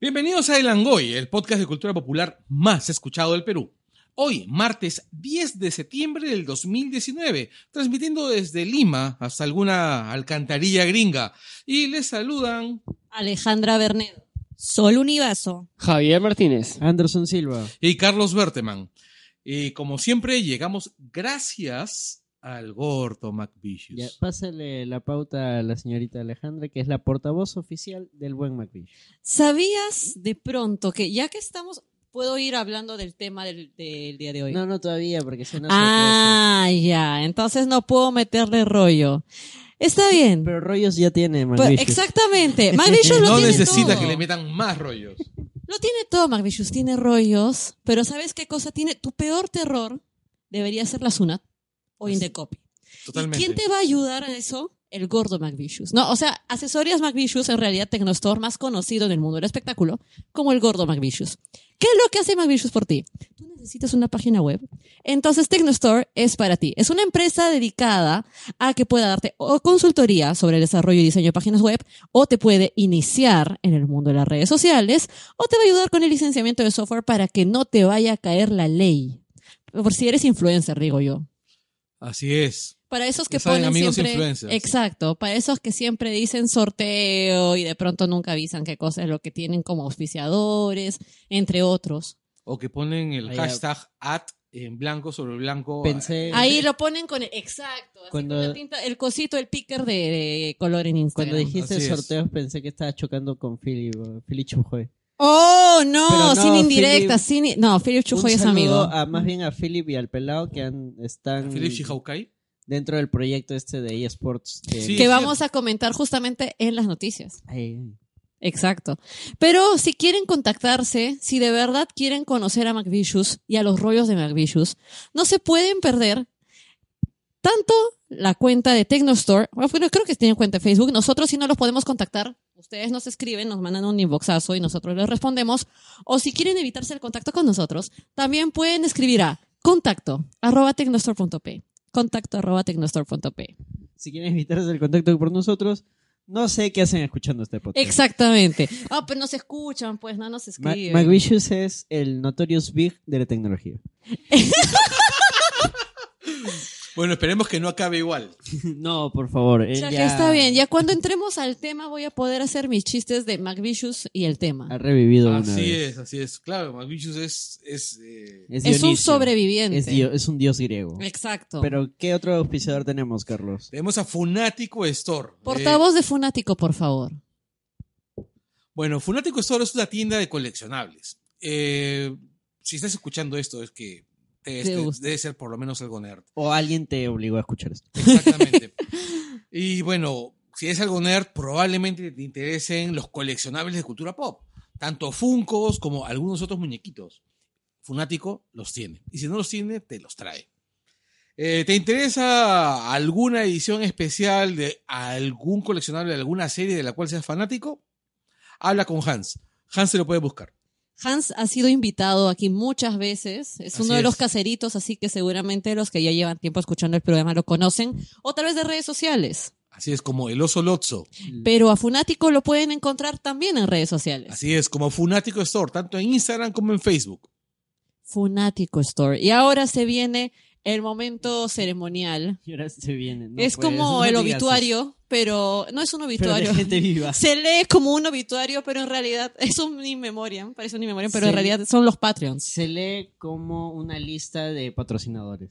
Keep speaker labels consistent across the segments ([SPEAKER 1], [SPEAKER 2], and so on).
[SPEAKER 1] Bienvenidos a El Angoy, el podcast de cultura popular más escuchado del Perú. Hoy, martes 10 de septiembre del 2019, transmitiendo desde Lima hasta alguna alcantarilla gringa. Y les saludan.
[SPEAKER 2] Alejandra Bernedo. Sol Univaso.
[SPEAKER 3] Javier Martínez.
[SPEAKER 4] Anderson Silva.
[SPEAKER 1] Y Carlos Berteman. Y como siempre, llegamos gracias al gordo McVicious.
[SPEAKER 4] Ya, pásale la pauta a la señorita Alejandra, que es la portavoz oficial del buen McVicious.
[SPEAKER 2] ¿Sabías de pronto que ya que estamos, puedo ir hablando del tema del, del día de hoy?
[SPEAKER 4] No, no todavía, porque se nos
[SPEAKER 2] ah, ya, entonces no puedo meterle rollo. Está bien.
[SPEAKER 4] Pero rollos ya tiene
[SPEAKER 2] Pero-
[SPEAKER 4] McVicious.
[SPEAKER 2] exactamente. McVicious lo
[SPEAKER 1] No
[SPEAKER 2] tiene
[SPEAKER 1] necesita
[SPEAKER 2] todo.
[SPEAKER 1] que le metan más rollos.
[SPEAKER 2] Lo tiene todo, McVicious. Tiene rollos, pero ¿sabes qué cosa tiene? Tu peor terror debería ser la Sunat o
[SPEAKER 1] Pues
[SPEAKER 2] Indecopy.
[SPEAKER 1] Totalmente.
[SPEAKER 2] ¿Y quién te va a ayudar a eso? El gordo McVicious. No, o sea, Asesorías McVicious, en realidad Tecnostore más conocido en el mundo del espectáculo, como el gordo McVicious. ¿Qué es lo que hace McVicious por ti? Tú necesitas una página web. Entonces Tecnostore es para ti. Es una empresa dedicada a que pueda darte o consultoría sobre el desarrollo y diseño de páginas web, o te puede iniciar en el mundo de las redes sociales, o te va a ayudar con el licenciamiento de software para que no te vaya a caer la ley. Por si eres influencer, digo yo.
[SPEAKER 1] Así es.
[SPEAKER 2] Para esos
[SPEAKER 1] Ya
[SPEAKER 2] que
[SPEAKER 1] saben,
[SPEAKER 2] ponen
[SPEAKER 1] amigos
[SPEAKER 2] siempre,
[SPEAKER 1] influencers.
[SPEAKER 2] exacto, para esos que siempre dicen sorteo y de pronto nunca avisan qué cosa es lo que tienen como auspiciadores, entre otros.
[SPEAKER 1] O que ponen el
[SPEAKER 4] Ahí,
[SPEAKER 1] hashtag at en blanco sobre blanco.
[SPEAKER 4] Pensé,
[SPEAKER 2] Ahí lo ponen con el, exacto, así
[SPEAKER 4] Eh, Cuando-
[SPEAKER 2] con la tinta, el cosito, el picker de, de color en Instagram.
[SPEAKER 4] cuando dijiste
[SPEAKER 1] Así es.
[SPEAKER 4] sorteos, pensé que estaba chocando con Philly, bo- Philly Chujoy.
[SPEAKER 2] Oh, no,
[SPEAKER 4] Pero no,
[SPEAKER 2] sin indirecta,
[SPEAKER 4] Philip-
[SPEAKER 2] sin, no, Philip Chujoy
[SPEAKER 4] Un
[SPEAKER 2] es
[SPEAKER 4] saludo
[SPEAKER 2] amigo.
[SPEAKER 4] A, más bien a Philip y al pelado que han, están
[SPEAKER 1] Philip Shihaukai.
[SPEAKER 4] dentro del proyecto este de eSports. de-
[SPEAKER 1] Sí.
[SPEAKER 2] que vamos a comentar justamente en las noticias.
[SPEAKER 4] Ay, ay.
[SPEAKER 2] Exacto. Pero si quieren contactarse, si de verdad quieren conocer a McVicious y a los rollos de McVicious, no se pueden perder tanto la cuenta de Tecnostore, bueno, bueno, creo que tienen cuenta de Facebook, nosotros sí no los podemos contactar, ustedes nos escriben, nos mandan un inboxazo y nosotros les respondemos, o si quieren evitarse el contacto con nosotros, también pueden escribir a contacto arroba tecnostore.p, contacto arroba tecnostore.p.
[SPEAKER 4] Si quieren evitarse el contacto por nosotros, no sé qué hacen escuchando este podcast.
[SPEAKER 2] Exactamente. Ah, pero nos escuchan, pues no nos
[SPEAKER 4] Ma-
[SPEAKER 2] escriben.
[SPEAKER 4] McVicious es el Notorious Big de la tecnología.
[SPEAKER 1] Bueno, esperemos que no acabe igual.
[SPEAKER 4] no, por favor. él
[SPEAKER 2] O sea, que
[SPEAKER 4] ya
[SPEAKER 2] está bien. Ya cuando entremos al tema voy a poder hacer mis chistes de McVicious y el
[SPEAKER 4] Ha
[SPEAKER 2] tema.
[SPEAKER 4] revivido una
[SPEAKER 1] Así
[SPEAKER 4] vez.
[SPEAKER 1] es, así es. Claro, Malvichus es. es eh,
[SPEAKER 2] Es un
[SPEAKER 4] Dionisio.
[SPEAKER 2] sobreviviente.
[SPEAKER 4] Es, dio- es un dios griego.
[SPEAKER 2] Exacto.
[SPEAKER 4] Pero, ¿qué otro auspiciador tenemos, Carlos?
[SPEAKER 1] Tenemos a Funático Store. Eh,
[SPEAKER 2] Portavoz de Funático, por favor.
[SPEAKER 1] Bueno, Funático Store es una tienda de coleccionables. Eh, si estás escuchando esto, es que te-
[SPEAKER 2] Te
[SPEAKER 1] te-
[SPEAKER 2] gusta.
[SPEAKER 1] debe ser por lo menos algo nerd.
[SPEAKER 4] O alguien te obligó a escuchar esto.
[SPEAKER 1] Exactamente. y bueno, si es algo nerd, probablemente te interesen los coleccionables de cultura pop. Tanto Funcos como algunos otros muñequitos. Funático los tiene. Y si no los tiene, te los trae. Eh, ¿Te interesa alguna edición especial de algún coleccionable de alguna serie de la cual seas fanático? Habla con Hans. Hans se lo puede buscar.
[SPEAKER 2] Hans ha sido invitado aquí muchas veces. Es
[SPEAKER 1] Así
[SPEAKER 2] uno de
[SPEAKER 1] es.
[SPEAKER 2] los caseritos, así que seguramente los que ya llevan tiempo escuchando el programa lo conocen. O tal vez de redes sociales.
[SPEAKER 1] Así es como el oso Lotso.
[SPEAKER 2] Pero a Funático lo pueden encontrar también en redes sociales.
[SPEAKER 1] Así es como Funático Store, tanto en Instagram como en Facebook.
[SPEAKER 2] Funático Store. Y ahora se viene el momento ceremonial.
[SPEAKER 4] Y ahora se vienen. no
[SPEAKER 2] es
[SPEAKER 4] puedes,
[SPEAKER 2] como
[SPEAKER 4] no
[SPEAKER 2] el
[SPEAKER 4] digas eso.
[SPEAKER 2] obituario, pero no es un
[SPEAKER 4] Pero de
[SPEAKER 2] obituario.
[SPEAKER 4] gente viva.
[SPEAKER 2] Se lee como un obituario, pero en realidad es un in memoriam, parece un in memoriam, pero
[SPEAKER 4] Se-
[SPEAKER 2] en realidad son los Patreons.
[SPEAKER 4] Se lee como una lista de patrocinadores.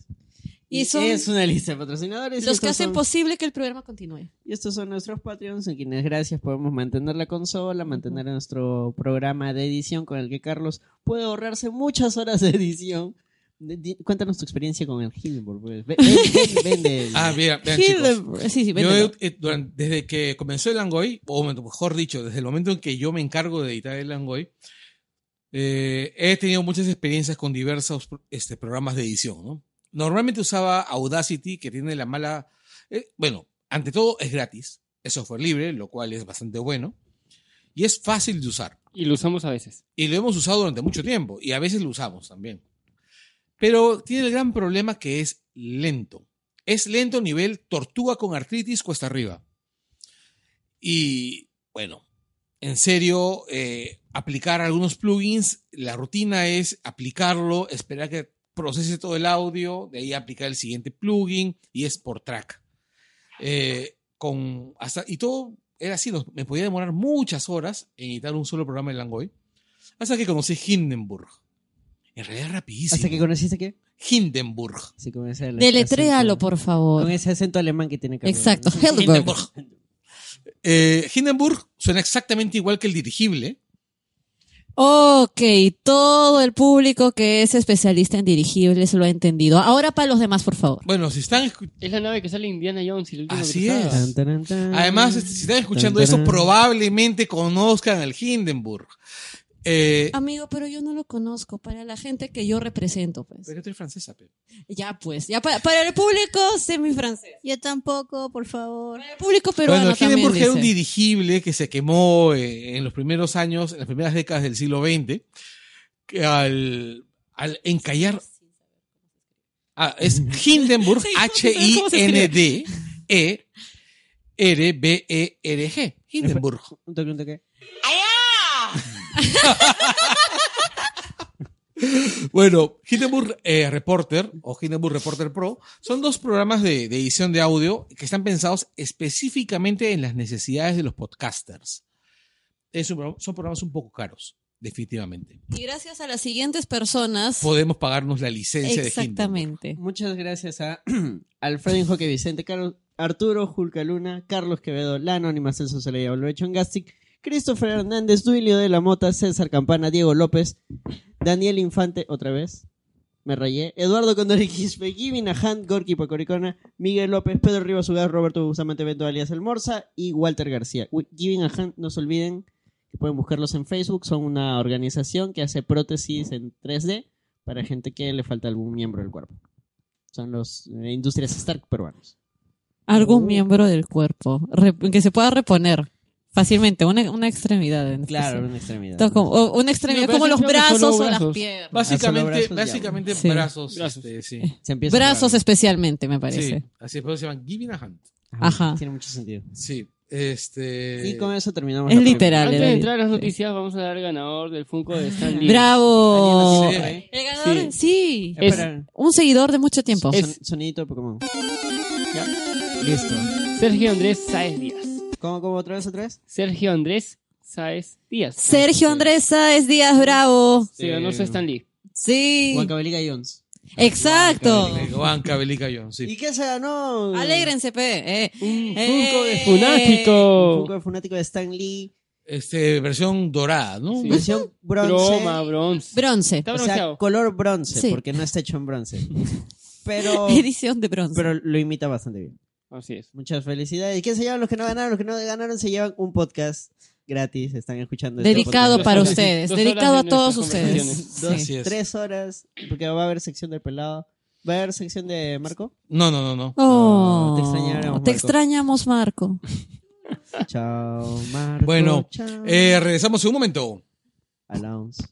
[SPEAKER 2] Y son
[SPEAKER 4] es una lista de patrocinadores. y
[SPEAKER 2] los que
[SPEAKER 4] estos
[SPEAKER 2] hacen
[SPEAKER 4] son-
[SPEAKER 2] posible que el programa continúe.
[SPEAKER 4] Y estos son nuestros Patreons, en quienes gracias podemos mantener la consola, mantener nuestro programa de edición con el que Carlos puede ahorrarse muchas horas de edición. De- di- cuéntanos tu experiencia con el Hindenburg. pues. Ve- ven- ven- vende el-
[SPEAKER 1] Ah, vean, vean, chicos.
[SPEAKER 2] Hildenburg. Sí, sí,
[SPEAKER 1] Yo,
[SPEAKER 2] véndelo.
[SPEAKER 1] eh, duran- desde que comenzó el Angoy, o mejor dicho, desde el momento en que yo me encargo de editar el Angoy, Eh, he tenido muchas experiencias con diversos este, programas de edición, ¿no? Normalmente usaba Audacity, que tiene la mala... eh, bueno, ante todo es gratis, es software libre, lo cual es bastante bueno, y es fácil de usar.
[SPEAKER 3] Y lo usamos a veces.
[SPEAKER 1] Y lo hemos usado durante mucho tiempo. Y a veces lo usamos también. Pero tiene el gran problema que es lento. Es lento nivel tortuga con artritis cuesta arriba. Y bueno, en serio, eh, aplicar algunos plugins, la rutina es aplicarlo, esperar que procese todo el audio, de ahí aplicar el siguiente plugin y es por track. Eh, con hasta, y todo era así, nos- me podía demorar muchas horas en editar un solo programa en Langoy. Hasta que conocí Hindenburg. En realidad es rapidísimo.
[SPEAKER 4] ¿Hasta que conociste qué?
[SPEAKER 1] Hindenburg.
[SPEAKER 4] Sí, con ese
[SPEAKER 2] Deletréalo,
[SPEAKER 4] acento-
[SPEAKER 2] por favor.
[SPEAKER 4] Con ese acento alemán que tiene que
[SPEAKER 2] Exacto. Helderberg.
[SPEAKER 1] Hindenburg. Eh, Hindenburg suena exactamente igual que el dirigible.
[SPEAKER 2] Ok, todo el público que es especialista en dirigibles lo ha entendido. Ahora para los demás, por favor.
[SPEAKER 1] Bueno, si están escu-
[SPEAKER 3] Es la nave que sale Indiana Jones y el último
[SPEAKER 1] Así
[SPEAKER 3] cruzado.
[SPEAKER 1] es.
[SPEAKER 4] Mm.
[SPEAKER 1] además, este, si están escuchando eso, probablemente conozcan el Hindenburg. Eh,
[SPEAKER 2] Amigo, pero yo no lo conozco. Para la gente que yo represento, pues.
[SPEAKER 1] pero yo soy francesa, pe.
[SPEAKER 2] Ya, pues. Ya pa- para, el público semi-francés.
[SPEAKER 5] Yo tampoco, por favor.
[SPEAKER 2] Para el público peruano
[SPEAKER 1] bueno,
[SPEAKER 2] también,
[SPEAKER 1] Hindenburg era un
[SPEAKER 2] dice.
[SPEAKER 1] dirigible que se quemó eh, en los primeros años, en las primeras décadas del siglo XX, que al, al encallar. Ah, es Hindenburg,
[SPEAKER 2] Sí, ¿cómo se escribe?
[SPEAKER 1] E H-I-N-D-E-R-B-E-R-G. E Hindenburg.
[SPEAKER 4] Un toque, un toque.
[SPEAKER 1] Bueno, Hindenburg eh, Reporter o Hindenburg Reporter Pro son dos programas de, de edición de audio que están pensados específicamente en las necesidades de los podcasters. Es un programa- son programas un poco caros, definitivamente.
[SPEAKER 2] Y gracias a las siguientes personas.
[SPEAKER 1] Podemos pagarnos la licencia de Hindenburg.
[SPEAKER 2] Exactamente.
[SPEAKER 4] Muchas gracias a Alfredo Injoque Vicente, Carlos, Arturo Julca Luna, Carlos Quevedo, La Anónima, Celso Soleil, Olvecho Gastic, Christopher Hernández, Duilio de la Mota, César Campana, Diego López, Daniel Infante, otra vez, me rayé, Eduardo Condori Quispe, Jimmy Nahan, Gorky Pacoricona, Miguel López, Pedro Rivas Ugas, Roberto Bustamante Bento alias El Morsa y Walter García. Uy, Jimmy Nahan, no se olviden que pueden buscarlos en Facebook, son una organización que hace prótesis en 3D para gente que le falta algún miembro del cuerpo. Son los eh, industrias Stark peruanos.
[SPEAKER 2] Algún
[SPEAKER 4] Uh.
[SPEAKER 2] miembro del cuerpo rep- que se pueda reponer fácilmente. Una, una extremidad. en
[SPEAKER 4] Claro,
[SPEAKER 2] especial.
[SPEAKER 4] una extremidad.
[SPEAKER 2] Todo como- o una extremidad
[SPEAKER 3] pero
[SPEAKER 2] como
[SPEAKER 3] sí
[SPEAKER 2] los
[SPEAKER 3] creo que solo
[SPEAKER 2] brazos o las
[SPEAKER 3] brazos.
[SPEAKER 2] piernas.
[SPEAKER 1] Básicamente,
[SPEAKER 4] brazos, ya.
[SPEAKER 1] básicamente
[SPEAKER 2] Sí.
[SPEAKER 1] brazos.
[SPEAKER 3] Brazos.
[SPEAKER 1] este, sí.
[SPEAKER 4] Se empieza
[SPEAKER 2] Brazos
[SPEAKER 4] por algo.
[SPEAKER 2] especialmente, me parece.
[SPEAKER 1] Sí, así es, por eso se llaman Giving a Hand.
[SPEAKER 2] Ajá.
[SPEAKER 4] Tiene mucho sentido.
[SPEAKER 1] Sí, este...
[SPEAKER 4] Y con eso terminamos.
[SPEAKER 2] Es
[SPEAKER 4] la
[SPEAKER 2] literal. Dale,
[SPEAKER 3] Antes de
[SPEAKER 2] dale.
[SPEAKER 3] entrar a las
[SPEAKER 2] Sí.
[SPEAKER 3] noticias, vamos a dar el ganador del Funko de Stan Lee.
[SPEAKER 2] ¡Bravo!
[SPEAKER 4] Alguien lo tiene, ¿eh?
[SPEAKER 2] El ganador, sí.
[SPEAKER 4] película.
[SPEAKER 3] Es-
[SPEAKER 4] Espera,
[SPEAKER 2] Un seguidor de mucho tiempo.
[SPEAKER 4] son- sonidito de Pokémon. Ya. Listo.
[SPEAKER 3] Sergio Andrés Saez Díaz.
[SPEAKER 4] ¿Cómo, cómo otra vez, otra vez?
[SPEAKER 3] Sergio Andrés Saez Díaz.
[SPEAKER 2] Sergio Andrés Sáez Díaz Bravo.
[SPEAKER 3] Se ganó su Stan Lee.
[SPEAKER 2] Sí.
[SPEAKER 4] Huancabelica Jones.
[SPEAKER 2] Exacto.
[SPEAKER 1] Banca Belica Jones, sí.
[SPEAKER 4] ¿Y qué se ganó?
[SPEAKER 2] Alégrense, pe. Eh,
[SPEAKER 3] Un
[SPEAKER 2] Eh.
[SPEAKER 3] Funko de
[SPEAKER 4] Un
[SPEAKER 2] Oh.
[SPEAKER 3] Funático.
[SPEAKER 4] poco de fanático de Stan Lee.
[SPEAKER 1] Este, versión dorada, ¿no?
[SPEAKER 3] Sí.
[SPEAKER 4] Versión bronce.
[SPEAKER 3] Broma, bronce.
[SPEAKER 2] Bronce.
[SPEAKER 3] Está
[SPEAKER 4] o
[SPEAKER 3] bronceado.
[SPEAKER 4] sea, color bronce,
[SPEAKER 2] Sí.
[SPEAKER 4] porque no está hecho en bronce. Pero,
[SPEAKER 2] Edición de bronce.
[SPEAKER 4] pero lo imita bastante bien.
[SPEAKER 3] Así es.
[SPEAKER 4] Muchas felicidades. ¿Quién se llevan los que no ganaron? Los que no ganaron se llevan un podcast gratis. Están escuchando. este
[SPEAKER 2] Dedicado
[SPEAKER 4] podcast.
[SPEAKER 2] para
[SPEAKER 3] Dos horas-
[SPEAKER 2] ustedes.
[SPEAKER 3] dos horas
[SPEAKER 2] Dedicado a
[SPEAKER 3] de
[SPEAKER 2] todos
[SPEAKER 3] nuestras
[SPEAKER 2] ustedes.
[SPEAKER 3] conversaciones.
[SPEAKER 2] Sí.
[SPEAKER 1] Así es.
[SPEAKER 4] Tres horas, porque va a haber sección del pelado. ¿Va a haber sección de Marco?
[SPEAKER 1] No, no, no, no.
[SPEAKER 2] Oh,
[SPEAKER 4] No, te extrañaremos,
[SPEAKER 2] te
[SPEAKER 4] Marco.
[SPEAKER 2] extrañamos, Marco.
[SPEAKER 4] Chao, Marco.
[SPEAKER 1] Bueno,
[SPEAKER 4] chao.
[SPEAKER 1] Eh, regresamos en un momento.
[SPEAKER 4] Alonso.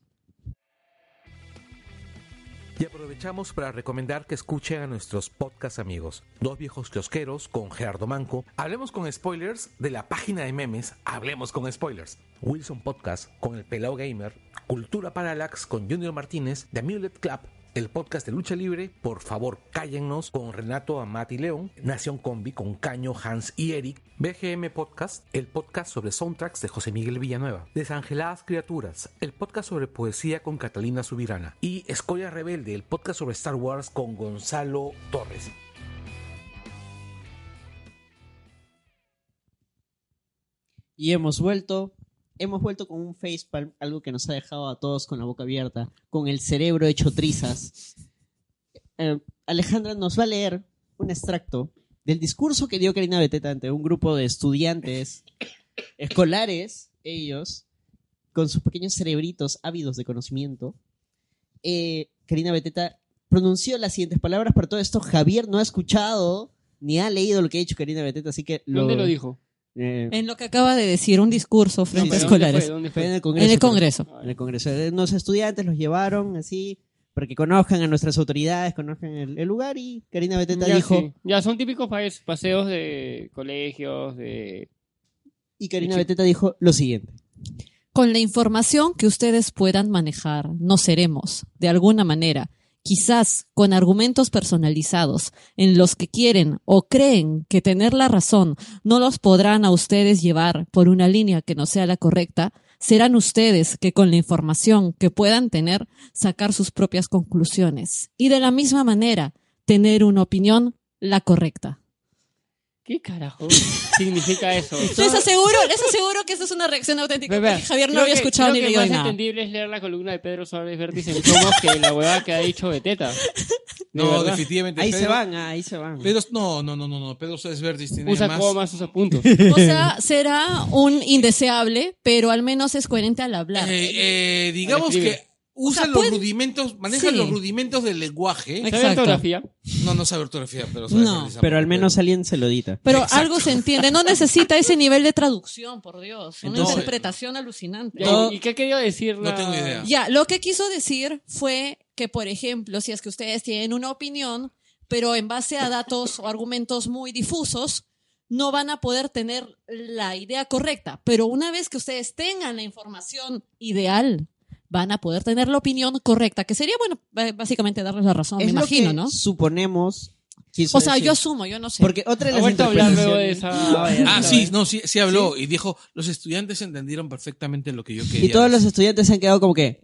[SPEAKER 6] Y aprovechamos para recomendar que escuchen a nuestros podcast amigos, Dos Viejos Kiosqueros con Gerardo Manco, Hablemos con Spoilers de la página de memes Hablemos con Spoilers, Wilson Podcast con El Pelao Gamer, Cultura Parallax con Junior Martínez, The Amulet Club, el podcast de Lucha Libre, Por favor cállennos con Renato Amati León, Nación Combi con Caño, Hans y Eric, BGM Podcast, el podcast sobre soundtracks de José Miguel Villanueva, Desangeladas Criaturas, el podcast sobre poesía con Catalina Subirana y Escoria Rebelde, el podcast sobre Star Wars con Gonzalo Torres.
[SPEAKER 4] Y hemos vuelto. Hemos vuelto con un facepalm, algo que nos ha dejado a todos con la boca abierta, con el cerebro hecho trizas. Eh, Alejandra nos va a leer un extracto del discurso que dio Karina Beteta ante un grupo de estudiantes escolares, ellos, con sus pequeños cerebritos ávidos de conocimiento, eh, Karina Beteta pronunció las siguientes palabras, pero todo esto Javier no ha escuchado ni ha leído lo que ha dicho Karina Beteta, así que...
[SPEAKER 3] ¿Dónde lo dijo?
[SPEAKER 4] eh,
[SPEAKER 2] En lo que acaba de decir, un discurso frente a
[SPEAKER 3] pero ¿dónde
[SPEAKER 2] escolares.
[SPEAKER 3] fue? ¿Dónde fue?
[SPEAKER 4] fue en el
[SPEAKER 2] En el
[SPEAKER 4] Congreso. creo.
[SPEAKER 2] Congreso.
[SPEAKER 4] En el Congreso. Eh, Los estudiantes los llevaron así para que conozcan a nuestras autoridades, conozcan el, el lugar y Karina Beteta
[SPEAKER 3] Ya,
[SPEAKER 4] dijo...
[SPEAKER 3] sí. Ya, son típicos pase- paseos de colegios, de...
[SPEAKER 4] Y Karina Beteta dijo lo siguiente.
[SPEAKER 2] Con la información que ustedes puedan manejar, nos seremos, de alguna manera, quizás con argumentos personalizados, en los que quieren o creen que tener la razón no los podrán a ustedes llevar por una línea que no sea la correcta, serán ustedes que con la información que puedan tener sacar sus propias conclusiones y de la misma manera tener una opinión la correcta.
[SPEAKER 3] ¿Qué carajo significa eso?
[SPEAKER 2] Les aseguro, les aseguro que esa es una reacción auténtica.
[SPEAKER 3] Bebé,
[SPEAKER 2] porque Javier no
[SPEAKER 3] creo
[SPEAKER 2] había
[SPEAKER 3] que-
[SPEAKER 2] escuchado
[SPEAKER 3] creo
[SPEAKER 2] ni
[SPEAKER 3] que
[SPEAKER 2] leído
[SPEAKER 3] más
[SPEAKER 2] nada.
[SPEAKER 3] entendible es leer la columna de Pedro Suárez Vértiz en Somos que la huevada que ha dicho Beteta. De
[SPEAKER 1] No,
[SPEAKER 3] verdad.
[SPEAKER 1] definitivamente.
[SPEAKER 4] Ahí se
[SPEAKER 1] Pedro-
[SPEAKER 4] van, ah, ahí se van.
[SPEAKER 1] Pedro, no, no, no, no, no. Pedro Suárez Verdes tiene
[SPEAKER 3] Usa
[SPEAKER 1] más. Eh,
[SPEAKER 3] comas, usa puntos.
[SPEAKER 2] O sea, será un indeseable, pero al menos es coherente al hablar.
[SPEAKER 1] Eh, eh, digamos
[SPEAKER 3] Escribe.
[SPEAKER 1] que usa
[SPEAKER 2] O sea,
[SPEAKER 1] los
[SPEAKER 2] puede-
[SPEAKER 1] rudimentos, maneja
[SPEAKER 2] Sí.
[SPEAKER 1] los rudimentos del lenguaje.
[SPEAKER 3] ¿Sabe
[SPEAKER 2] Exacto.
[SPEAKER 3] ortografía?
[SPEAKER 1] No, no sabe ortografía, pero sabe
[SPEAKER 2] No.
[SPEAKER 1] realizar-
[SPEAKER 4] Pero al menos alguien se lo edita.
[SPEAKER 2] pero
[SPEAKER 1] exacto.
[SPEAKER 2] algo se entiende, no necesita ese nivel de traducción, por Dios. Una
[SPEAKER 1] Entonces-
[SPEAKER 2] interpretación alucinante.
[SPEAKER 3] Ya,
[SPEAKER 2] Ya.
[SPEAKER 1] No.
[SPEAKER 3] ¿Y qué ha querido decir? la-
[SPEAKER 1] No tengo idea.
[SPEAKER 2] lo que quiso decir fue que, por ejemplo, si es que ustedes tienen una opinión, pero en base a datos o argumentos muy difusos, no van a poder tener la idea correcta. Pero una vez que ustedes tengan la información ideal, van a poder tener la opinión correcta, que sería, bueno, b- básicamente darles la razón, me
[SPEAKER 4] Es lo
[SPEAKER 2] imagino,
[SPEAKER 4] que
[SPEAKER 2] ¿no?
[SPEAKER 4] Suponemos. quiso
[SPEAKER 2] O sea,
[SPEAKER 4] decir.
[SPEAKER 2] yo asumo, yo no sé.
[SPEAKER 4] Porque otra de
[SPEAKER 3] Ha
[SPEAKER 4] las
[SPEAKER 3] vuelto a hablar luego de
[SPEAKER 4] interpretaciones-
[SPEAKER 3] esa-
[SPEAKER 4] Ah, ya
[SPEAKER 1] Ah,
[SPEAKER 4] está,
[SPEAKER 1] sí,
[SPEAKER 4] ¿eh?
[SPEAKER 1] no, sí, sí habló y dijo, los estudiantes entendieron perfectamente lo que yo quería.
[SPEAKER 4] Y todos los estudiantes se han quedado como que.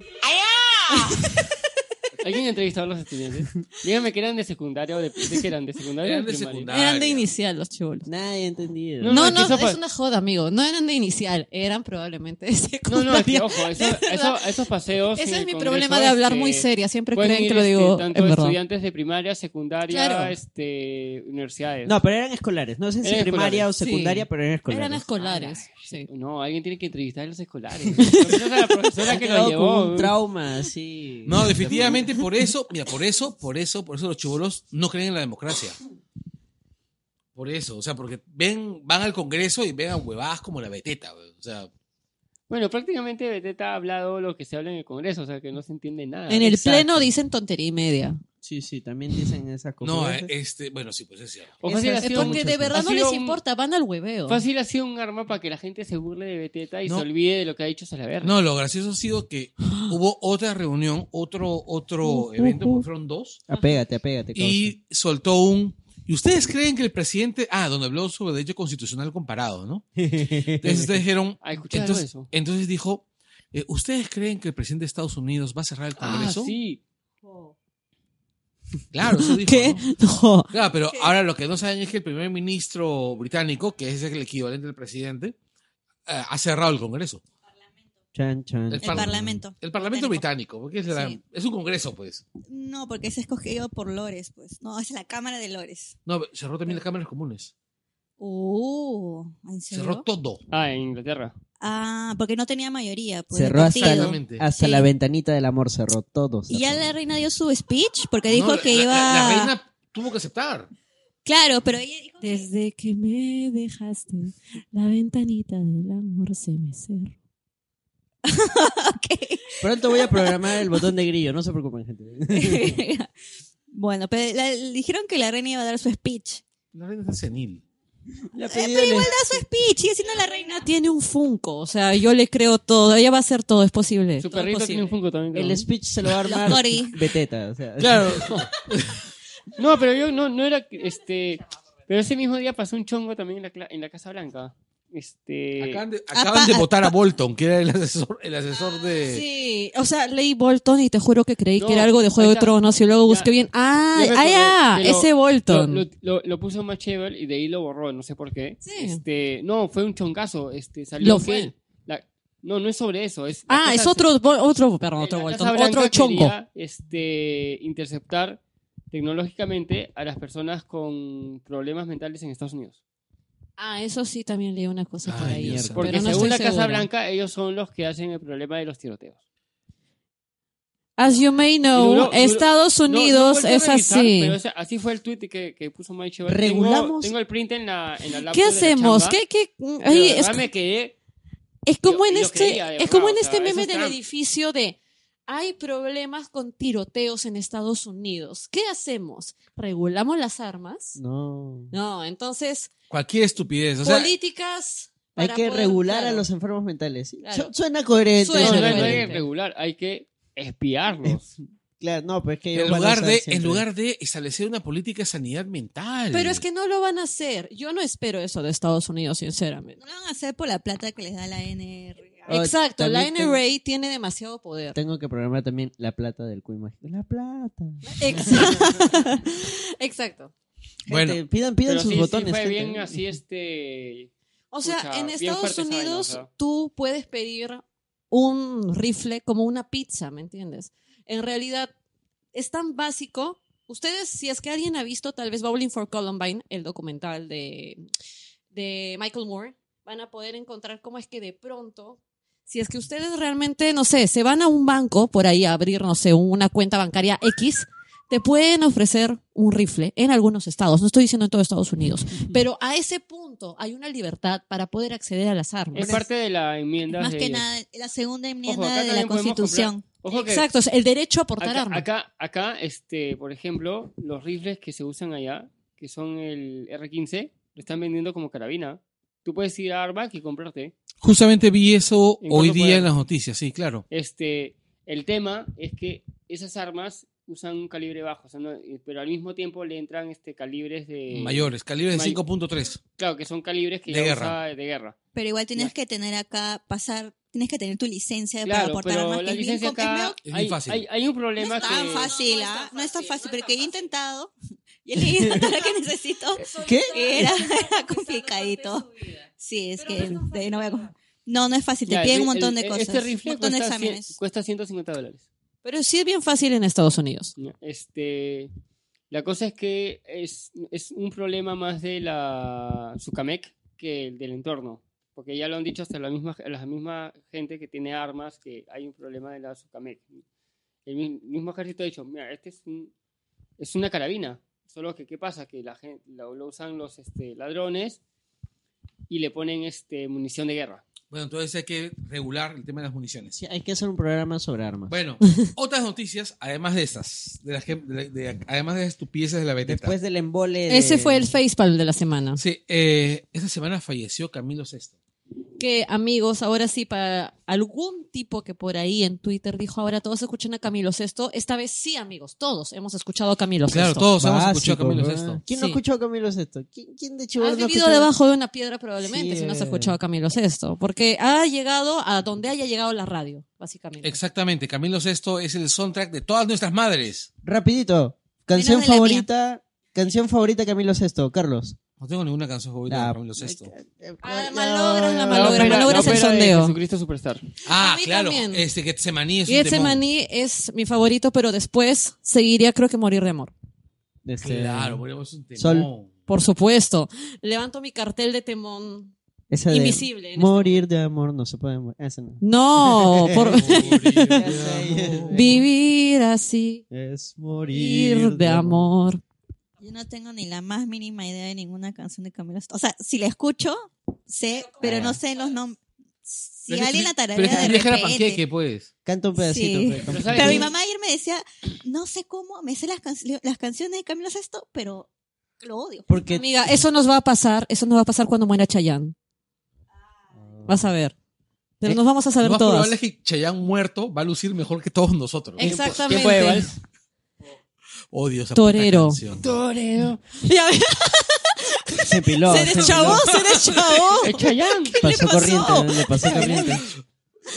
[SPEAKER 3] ¿Alguien ha entrevistado a los estudiantes? Díganme que eran de secundaria o de, de qué eran de secundaria. o
[SPEAKER 1] Eran de
[SPEAKER 3] primaria?
[SPEAKER 1] secundaria.
[SPEAKER 2] eran de inicial los chivolos.
[SPEAKER 4] Nadie ha entendido.
[SPEAKER 3] No,
[SPEAKER 2] No,
[SPEAKER 3] es que
[SPEAKER 2] no,
[SPEAKER 3] eso
[SPEAKER 2] es
[SPEAKER 3] fue-
[SPEAKER 2] una joda, amigo. No eran de inicial, eran probablemente de
[SPEAKER 3] No,
[SPEAKER 2] secundaria.
[SPEAKER 3] no, es que, ojo, eso-
[SPEAKER 2] De verdad.
[SPEAKER 3] eso- esos paseos. eh,
[SPEAKER 2] Ese
[SPEAKER 3] en
[SPEAKER 2] es
[SPEAKER 3] el
[SPEAKER 2] mi
[SPEAKER 3] Congreso,
[SPEAKER 2] problema de hablar muy
[SPEAKER 3] este,
[SPEAKER 2] seria. Siempre
[SPEAKER 3] pueden
[SPEAKER 2] creen que
[SPEAKER 3] ir,
[SPEAKER 2] lo
[SPEAKER 3] este,
[SPEAKER 2] digo
[SPEAKER 3] tanto
[SPEAKER 2] en verdad.
[SPEAKER 3] estudiantes de primaria, secundaria,
[SPEAKER 2] Claro.
[SPEAKER 3] este, universidades.
[SPEAKER 4] No, pero eran escolares. No sé si
[SPEAKER 3] Eran
[SPEAKER 4] primaria
[SPEAKER 3] escolares.
[SPEAKER 4] o secundaria,
[SPEAKER 2] Sí.
[SPEAKER 4] pero eran escolares.
[SPEAKER 2] Eran escolares.
[SPEAKER 3] Ah,
[SPEAKER 2] sí.
[SPEAKER 3] No, alguien tiene que entrevistar a los escolares. Esa es la profesora
[SPEAKER 4] Han
[SPEAKER 3] que
[SPEAKER 4] quedado
[SPEAKER 3] lo llevó.
[SPEAKER 4] con un trauma, sí.
[SPEAKER 1] No, definitivamente por eso, mira, por eso, por eso, por eso los chivolos no creen en la democracia. Por eso, o sea, porque ven, van al Congreso y ven a huevadas como la beteta, güey. o sea,
[SPEAKER 3] Bueno, prácticamente Beteta ha hablado lo que se habla en el Congreso, o sea que no se entiende nada.
[SPEAKER 2] En el
[SPEAKER 4] Exacto.
[SPEAKER 2] pleno dicen tontería y media.
[SPEAKER 4] Sí, sí, también dicen esas cosas.
[SPEAKER 1] no, eh, este, bueno, sí, pues es cierto.
[SPEAKER 3] O fácil,
[SPEAKER 4] Eso
[SPEAKER 3] ha
[SPEAKER 4] es-
[SPEAKER 2] Eh,
[SPEAKER 3] sido un,
[SPEAKER 2] Porque de
[SPEAKER 4] mucho.
[SPEAKER 2] verdad
[SPEAKER 3] Ha
[SPEAKER 2] no
[SPEAKER 3] sido
[SPEAKER 2] les
[SPEAKER 3] un-
[SPEAKER 2] importa, van al hueveo.
[SPEAKER 3] fácil ha sido un arma para que la gente se burle de Beteta y
[SPEAKER 1] No.
[SPEAKER 3] se olvide de lo que ha dicho Salaverna.
[SPEAKER 1] No, lo gracioso ha sido que hubo otra reunión, otro, otro evento, porque fueron dos,
[SPEAKER 4] Apégate, apégate. causa.
[SPEAKER 1] y soltó un. ¿Y ustedes creen que el presidente. Ah, donde habló sobre derecho constitucional comparado, ¿no? Entonces ustedes dijeron.
[SPEAKER 3] Ah, escuché algo de
[SPEAKER 1] Entonces,
[SPEAKER 3] eso.
[SPEAKER 1] entonces dijo: eh, ¿Ustedes creen que el presidente de Estados Unidos va a cerrar el
[SPEAKER 3] Ah,
[SPEAKER 1] Congreso?
[SPEAKER 3] sí.
[SPEAKER 1] Claro, eso dijo.
[SPEAKER 2] ¿Qué?
[SPEAKER 1] ¿no?
[SPEAKER 2] No.
[SPEAKER 1] Claro, pero ahora lo que no saben es que el primer ministro británico, que es el equivalente del presidente, eh, ha cerrado el Congreso.
[SPEAKER 4] Chan, chan.
[SPEAKER 1] El
[SPEAKER 5] El Parlamento.
[SPEAKER 1] El Parlamento británico, porque es, la-
[SPEAKER 5] Sí.
[SPEAKER 1] es un Congreso, pues.
[SPEAKER 5] No, porque es escogido por Lores, pues. No, es la Cámara de Lores.
[SPEAKER 1] No, cerró también las cámaras comunes.
[SPEAKER 5] Uh, ¿en
[SPEAKER 1] Cerró
[SPEAKER 5] serio?
[SPEAKER 1] todo.
[SPEAKER 3] Ah, en Inglaterra.
[SPEAKER 5] Ah, porque no tenía mayoría, pues. de
[SPEAKER 4] Cerró hasta,
[SPEAKER 5] partido.
[SPEAKER 1] Exactamente.
[SPEAKER 4] hasta
[SPEAKER 5] Sí.
[SPEAKER 4] la ventanita del amor, cerró todos.
[SPEAKER 5] Y ya la reina dio su speech porque dijo
[SPEAKER 1] No, la-
[SPEAKER 5] que
[SPEAKER 1] la-
[SPEAKER 5] iba.
[SPEAKER 1] La, la reina tuvo que aceptar.
[SPEAKER 5] Claro, pero ella dijo. que-
[SPEAKER 2] Desde que me dejaste, la ventanita del amor se me cerró.
[SPEAKER 5] Ok.
[SPEAKER 4] Pronto voy a programar el botón de grillo, no se preocupen, gente.
[SPEAKER 5] bueno, pero la- dijeron que la reina iba a dar su speech.
[SPEAKER 1] La reina está senil.
[SPEAKER 4] La
[SPEAKER 5] pero igual da su speech, sigue siendo la reina.
[SPEAKER 2] Reina tiene un Funko, o sea, yo le creo todo, ella va a hacer todo, es posible.
[SPEAKER 3] Su
[SPEAKER 2] todo es
[SPEAKER 3] perrito tiene un
[SPEAKER 2] posible.
[SPEAKER 3] funko también. creo, ¿no?
[SPEAKER 4] El speech se lo va a armar
[SPEAKER 5] Cori.
[SPEAKER 4] Beteta. O sea,
[SPEAKER 1] Claro.
[SPEAKER 3] No, pero yo no, no era este. Pero ese mismo día pasó un chongo también en la, cla- en la Casa Blanca. Este.
[SPEAKER 1] Acaban de,
[SPEAKER 5] Apa-
[SPEAKER 1] acaban de votar a Bolton, que era el asesor, el asesor de.
[SPEAKER 2] Sí, o sea, leí Bolton y te juro que creí
[SPEAKER 3] No,
[SPEAKER 2] que era algo de Juego
[SPEAKER 3] ahí
[SPEAKER 2] de
[SPEAKER 3] está.
[SPEAKER 2] Tronos y luego
[SPEAKER 3] Ya.
[SPEAKER 2] busqué bien. Ah,
[SPEAKER 3] Yo me
[SPEAKER 2] ah,
[SPEAKER 3] acordé
[SPEAKER 2] ya,
[SPEAKER 3] que lo-
[SPEAKER 2] ese
[SPEAKER 3] Lo,
[SPEAKER 2] Bolton.
[SPEAKER 3] lo, lo- lo puso más chévere y de ahí lo borró, no sé por qué.
[SPEAKER 2] Sí.
[SPEAKER 3] Este, no, fue un chongazo. Este, salió
[SPEAKER 2] Lo
[SPEAKER 3] que
[SPEAKER 2] fue.
[SPEAKER 3] él- la- no, no es sobre eso. Es, la
[SPEAKER 2] ah,
[SPEAKER 3] Casa-
[SPEAKER 2] es otro, Bol- otro, perdón,
[SPEAKER 3] Eh, la
[SPEAKER 2] otro
[SPEAKER 3] Casa
[SPEAKER 2] Bolton,
[SPEAKER 3] Blanca
[SPEAKER 2] otro chongo.
[SPEAKER 3] quería, este, interceptar tecnológicamente a las personas con problemas mentales en Estados Unidos.
[SPEAKER 2] Ah, eso sí, también leí una cosa por
[SPEAKER 1] Ay,
[SPEAKER 2] ahí.
[SPEAKER 1] Dios
[SPEAKER 2] pero
[SPEAKER 1] santo.
[SPEAKER 3] Porque
[SPEAKER 2] no estoy
[SPEAKER 3] según la
[SPEAKER 2] segura.
[SPEAKER 3] Casa Blanca, ellos son los que hacen el problema de los tiroteos.
[SPEAKER 2] As you may know,
[SPEAKER 3] Duro- duro-
[SPEAKER 2] Estados
[SPEAKER 3] No, no
[SPEAKER 2] Unidos
[SPEAKER 3] vuelvo a
[SPEAKER 2] es
[SPEAKER 3] revisar,
[SPEAKER 2] así.
[SPEAKER 3] pero ese- así fue el tweet que, que puso Mike Chevrolet.
[SPEAKER 4] Regulamos-
[SPEAKER 3] Tengo, tengo el print en la, en la laptop
[SPEAKER 2] ¿Qué
[SPEAKER 3] de la
[SPEAKER 2] hacemos?
[SPEAKER 3] chamba,
[SPEAKER 2] ¿Qué, qué?
[SPEAKER 3] pero
[SPEAKER 2] Ay,
[SPEAKER 3] de
[SPEAKER 2] es,
[SPEAKER 3] verdad me quedé.
[SPEAKER 2] es como
[SPEAKER 3] yo-
[SPEAKER 2] en
[SPEAKER 3] yo
[SPEAKER 2] este,
[SPEAKER 3] creía, de
[SPEAKER 2] es como en
[SPEAKER 3] verdad, o
[SPEAKER 2] este
[SPEAKER 3] sea, eso
[SPEAKER 2] meme
[SPEAKER 3] es
[SPEAKER 2] del
[SPEAKER 3] Trump.
[SPEAKER 2] edificio de hay problemas con tiroteos en Estados Unidos. ¿Qué hacemos? ¿Regulamos las armas?
[SPEAKER 4] No.
[SPEAKER 2] No, entonces,
[SPEAKER 1] Cualquier estupidez. O sea,
[SPEAKER 2] políticas.
[SPEAKER 4] Hay
[SPEAKER 2] para
[SPEAKER 4] que
[SPEAKER 2] poder-
[SPEAKER 4] regular
[SPEAKER 2] claro.
[SPEAKER 4] a los enfermos mentales. sí.
[SPEAKER 2] Claro.
[SPEAKER 4] Su- Suena coherente.
[SPEAKER 2] Suena
[SPEAKER 3] No, no,
[SPEAKER 4] suena
[SPEAKER 3] hay- no hay que
[SPEAKER 4] coherente.
[SPEAKER 3] regular, hay que espiarlos.
[SPEAKER 4] Claro, no, pero es que
[SPEAKER 1] en
[SPEAKER 4] ellos van a
[SPEAKER 1] lugar,
[SPEAKER 4] usar
[SPEAKER 1] de, en
[SPEAKER 4] siempre-
[SPEAKER 1] lugar de establecer una política de sanidad mental.
[SPEAKER 2] Pero es que no lo van a hacer. Yo no espero eso de Estados Unidos, sinceramente.
[SPEAKER 5] No lo van a hacer por la plata que les da la NR.
[SPEAKER 4] Ah,
[SPEAKER 2] Exacto, la
[SPEAKER 4] también tengo-
[SPEAKER 2] NRA tiene demasiado poder.
[SPEAKER 4] Tengo que programar también la plata del cuy mágico. La plata.
[SPEAKER 2] Exacto. Exacto.
[SPEAKER 4] Gente,
[SPEAKER 1] Bueno.
[SPEAKER 4] pidan, pidan
[SPEAKER 3] Pero
[SPEAKER 4] sus
[SPEAKER 3] sí, sí,
[SPEAKER 4] botones.
[SPEAKER 3] fue
[SPEAKER 4] gente.
[SPEAKER 3] bien así este...
[SPEAKER 2] O sea,
[SPEAKER 3] Pucha,
[SPEAKER 2] en
[SPEAKER 3] bien
[SPEAKER 2] Estados
[SPEAKER 3] fuerte esa vaina,
[SPEAKER 2] Unidos
[SPEAKER 3] o sea.
[SPEAKER 2] tú puedes pedir un rifle como una pizza, ¿me entiendes? En realidad es tan básico. Ustedes, si es que alguien ha visto tal vez Bowling for Columbine, el documental de, de Michael Moore, van a poder encontrar cómo es que de pronto, si es que ustedes realmente, no sé, se van a un banco por ahí a abrir, no sé, una cuenta bancaria X, te pueden ofrecer un rifle en algunos estados, no estoy diciendo en todo Estados Unidos, pero a ese punto hay una libertad para poder acceder a las armas.
[SPEAKER 3] Es parte de la enmienda
[SPEAKER 5] Más
[SPEAKER 3] de-
[SPEAKER 5] que nada, la segunda enmienda
[SPEAKER 3] Ojo, acá
[SPEAKER 5] de la
[SPEAKER 3] también podemos
[SPEAKER 5] Constitución.
[SPEAKER 3] Ojo que
[SPEAKER 2] Exacto, es el derecho a portar
[SPEAKER 3] acá,
[SPEAKER 2] armas.
[SPEAKER 3] acá, acá, este, por ejemplo, los rifles que se usan allá, que son el R15, lo están vendiendo como carabina. Tú puedes ir a Armac y comprarte.
[SPEAKER 1] Justamente vi eso
[SPEAKER 3] ¿En
[SPEAKER 1] hoy
[SPEAKER 3] cuánto
[SPEAKER 1] día
[SPEAKER 3] puede?
[SPEAKER 1] en las noticias, sí, claro.
[SPEAKER 3] Este, el tema es que esas armas usan un calibre bajo, o sea, no- eh, pero al mismo tiempo le entran este, calibres de...
[SPEAKER 1] Mayores, calibres de
[SPEAKER 3] may-
[SPEAKER 1] 5.3.
[SPEAKER 3] Claro, que son calibres que
[SPEAKER 1] De
[SPEAKER 3] ya
[SPEAKER 1] guerra.
[SPEAKER 3] usa de guerra.
[SPEAKER 5] Pero igual tienes
[SPEAKER 3] Ya.
[SPEAKER 5] que tener acá, pasar, tienes que tener tu licencia para
[SPEAKER 3] Claro,
[SPEAKER 5] portar
[SPEAKER 3] pero
[SPEAKER 5] armas.
[SPEAKER 3] la
[SPEAKER 5] que es bien
[SPEAKER 3] licencia
[SPEAKER 5] com- es
[SPEAKER 3] acá...
[SPEAKER 5] medio-
[SPEAKER 1] Es bien
[SPEAKER 3] Hay,
[SPEAKER 1] fácil.
[SPEAKER 3] hay- hay un
[SPEAKER 5] No
[SPEAKER 3] problema
[SPEAKER 5] es tan
[SPEAKER 3] que...
[SPEAKER 5] fácil, ¿ah? No es tan fácil, porque yo he intentado y he leído todo lo que necesito.
[SPEAKER 4] ¿Qué?
[SPEAKER 5] Era, era complicadito. Sí, es que de ahí no voy a... co- No, no es fácil, te
[SPEAKER 3] Ya,
[SPEAKER 5] piden un
[SPEAKER 3] el-
[SPEAKER 5] montón de
[SPEAKER 1] e-,
[SPEAKER 3] el-
[SPEAKER 5] cosas.
[SPEAKER 3] Este
[SPEAKER 5] un
[SPEAKER 3] rifle
[SPEAKER 5] montón de
[SPEAKER 3] cuesta, cien-
[SPEAKER 5] exámenes.
[SPEAKER 3] cuesta 150 dólares.
[SPEAKER 2] Pero sí es bien fácil en Estados Unidos.
[SPEAKER 3] Ya, Este, la cosa es que es, es un problema más de la Sucamec que el del entorno. Porque ya lo han dicho hasta la misma, la misma gente que tiene armas que hay un problema de la Sucamec. El mi- mismo ejército ha dicho, mira, este es, un- es una carabina. Solo que, ¿qué pasa? Que la gente, lo, lo usan los este, ladrones y le ponen este, munición de guerra.
[SPEAKER 1] Bueno, entonces hay que regular el tema de las municiones.
[SPEAKER 4] Sí, hay que hacer un programa sobre armas.
[SPEAKER 1] Bueno, otras noticias, además de estas, de las que- de- de- además de las estupideces de la beteta.
[SPEAKER 4] Después del embole.
[SPEAKER 3] Eh,
[SPEAKER 4] de-
[SPEAKER 2] Ese fue el facepalm de la semana.
[SPEAKER 1] Sí, eh, esta semana falleció Camilo VI.
[SPEAKER 2] Que amigos, ahora sí, para algún tipo que por ahí en Twitter dijo, ahora todos escuchan a Camilo Sesto, esta vez sí, amigos, todos hemos escuchado a Camilo
[SPEAKER 1] Claro,
[SPEAKER 2] Sesto.
[SPEAKER 1] todos hemos
[SPEAKER 4] Básico,
[SPEAKER 1] escuchado a Camilo
[SPEAKER 4] ¿verdad?
[SPEAKER 1] VI.
[SPEAKER 4] ¿Quién no
[SPEAKER 2] Sí.
[SPEAKER 4] escuchó a Camilo Sesto? ¿Quién, quién de
[SPEAKER 2] Has
[SPEAKER 4] Chihuahua no
[SPEAKER 2] vivido
[SPEAKER 4] escuchó?
[SPEAKER 2] debajo de una piedra probablemente
[SPEAKER 4] Sí,
[SPEAKER 2] si no has
[SPEAKER 4] eh.
[SPEAKER 2] escuchado a Camilo Sesto, porque ha llegado a donde haya llegado la radio, básicamente.
[SPEAKER 1] Exactamente, Camilo VI es el soundtrack de todas nuestras madres.
[SPEAKER 4] Rapidito. Canción
[SPEAKER 5] Menos de la
[SPEAKER 4] favorita. Canción favorita Camilo Sesto, Carlos.
[SPEAKER 1] No tengo ninguna canción favorita
[SPEAKER 4] Ah, eh,
[SPEAKER 1] de Camilo VI.
[SPEAKER 2] Ah, malogras, la
[SPEAKER 4] Ah,
[SPEAKER 2] malogras,
[SPEAKER 3] ópera-
[SPEAKER 2] malogras el
[SPEAKER 3] ópera de
[SPEAKER 2] sondeo.
[SPEAKER 3] Jesucristo Superstar.
[SPEAKER 1] Ah,
[SPEAKER 2] A mí
[SPEAKER 1] claro,
[SPEAKER 2] también.
[SPEAKER 1] este Getsemaní es un temón.
[SPEAKER 2] Getsemaní es mi favorito, pero después seguiría, creo que Morir de Amor.
[SPEAKER 4] Este,
[SPEAKER 1] Claro, ponemos un temón.
[SPEAKER 4] Sol.
[SPEAKER 2] Por supuesto. Levanto mi cartel de temón
[SPEAKER 4] Esa de
[SPEAKER 2] invisible. en este
[SPEAKER 4] Morir de amor no se puede morir. Esa no.
[SPEAKER 2] No, por
[SPEAKER 1] Morir de amor.
[SPEAKER 2] vivir así,
[SPEAKER 4] Es morir,
[SPEAKER 2] ir de amor.
[SPEAKER 5] Yo no tengo ni la más mínima idea de ninguna canción de Camilo. Sesto. O sea, si la escucho, sé, pero no sé los nombres. Si
[SPEAKER 1] Ah. Pero es que
[SPEAKER 5] alguien la
[SPEAKER 1] tú- Pero es
[SPEAKER 5] tararea
[SPEAKER 1] que
[SPEAKER 5] de
[SPEAKER 1] tú dejas la
[SPEAKER 5] repente.
[SPEAKER 1] panqueque, pues.
[SPEAKER 4] Canta un pedacito.
[SPEAKER 5] Sí.
[SPEAKER 4] pues,
[SPEAKER 3] Pero,
[SPEAKER 4] canta.
[SPEAKER 3] ¿sabes?
[SPEAKER 5] Pero mi
[SPEAKER 3] Sí.
[SPEAKER 5] mamá ayer me decía, no sé cómo, me sé las, cancio- las canciones de Camilo Sesto, pero lo odio.
[SPEAKER 4] Porque
[SPEAKER 2] Amiga, eso nos va a pasar, eso nos va a pasar cuando muera Chayanne. Vas a ver. Pero
[SPEAKER 4] Eh,
[SPEAKER 2] nos vamos a
[SPEAKER 1] Lo
[SPEAKER 2] saber
[SPEAKER 1] más
[SPEAKER 2] todas.
[SPEAKER 1] probable es que Chayanne muerto va a lucir mejor que todos nosotros.
[SPEAKER 3] ¿Tiempo de
[SPEAKER 2] Exactamente.
[SPEAKER 3] vals?
[SPEAKER 1] Odio esa
[SPEAKER 2] Torero.
[SPEAKER 1] puta canción.
[SPEAKER 2] Ya ves,
[SPEAKER 4] se piló.
[SPEAKER 2] Se deschavó,
[SPEAKER 4] piló.
[SPEAKER 2] se deschavó.
[SPEAKER 3] ¡Es Chayanne!
[SPEAKER 4] Pasó
[SPEAKER 5] le pasó?
[SPEAKER 4] corriente, le pasó corriente.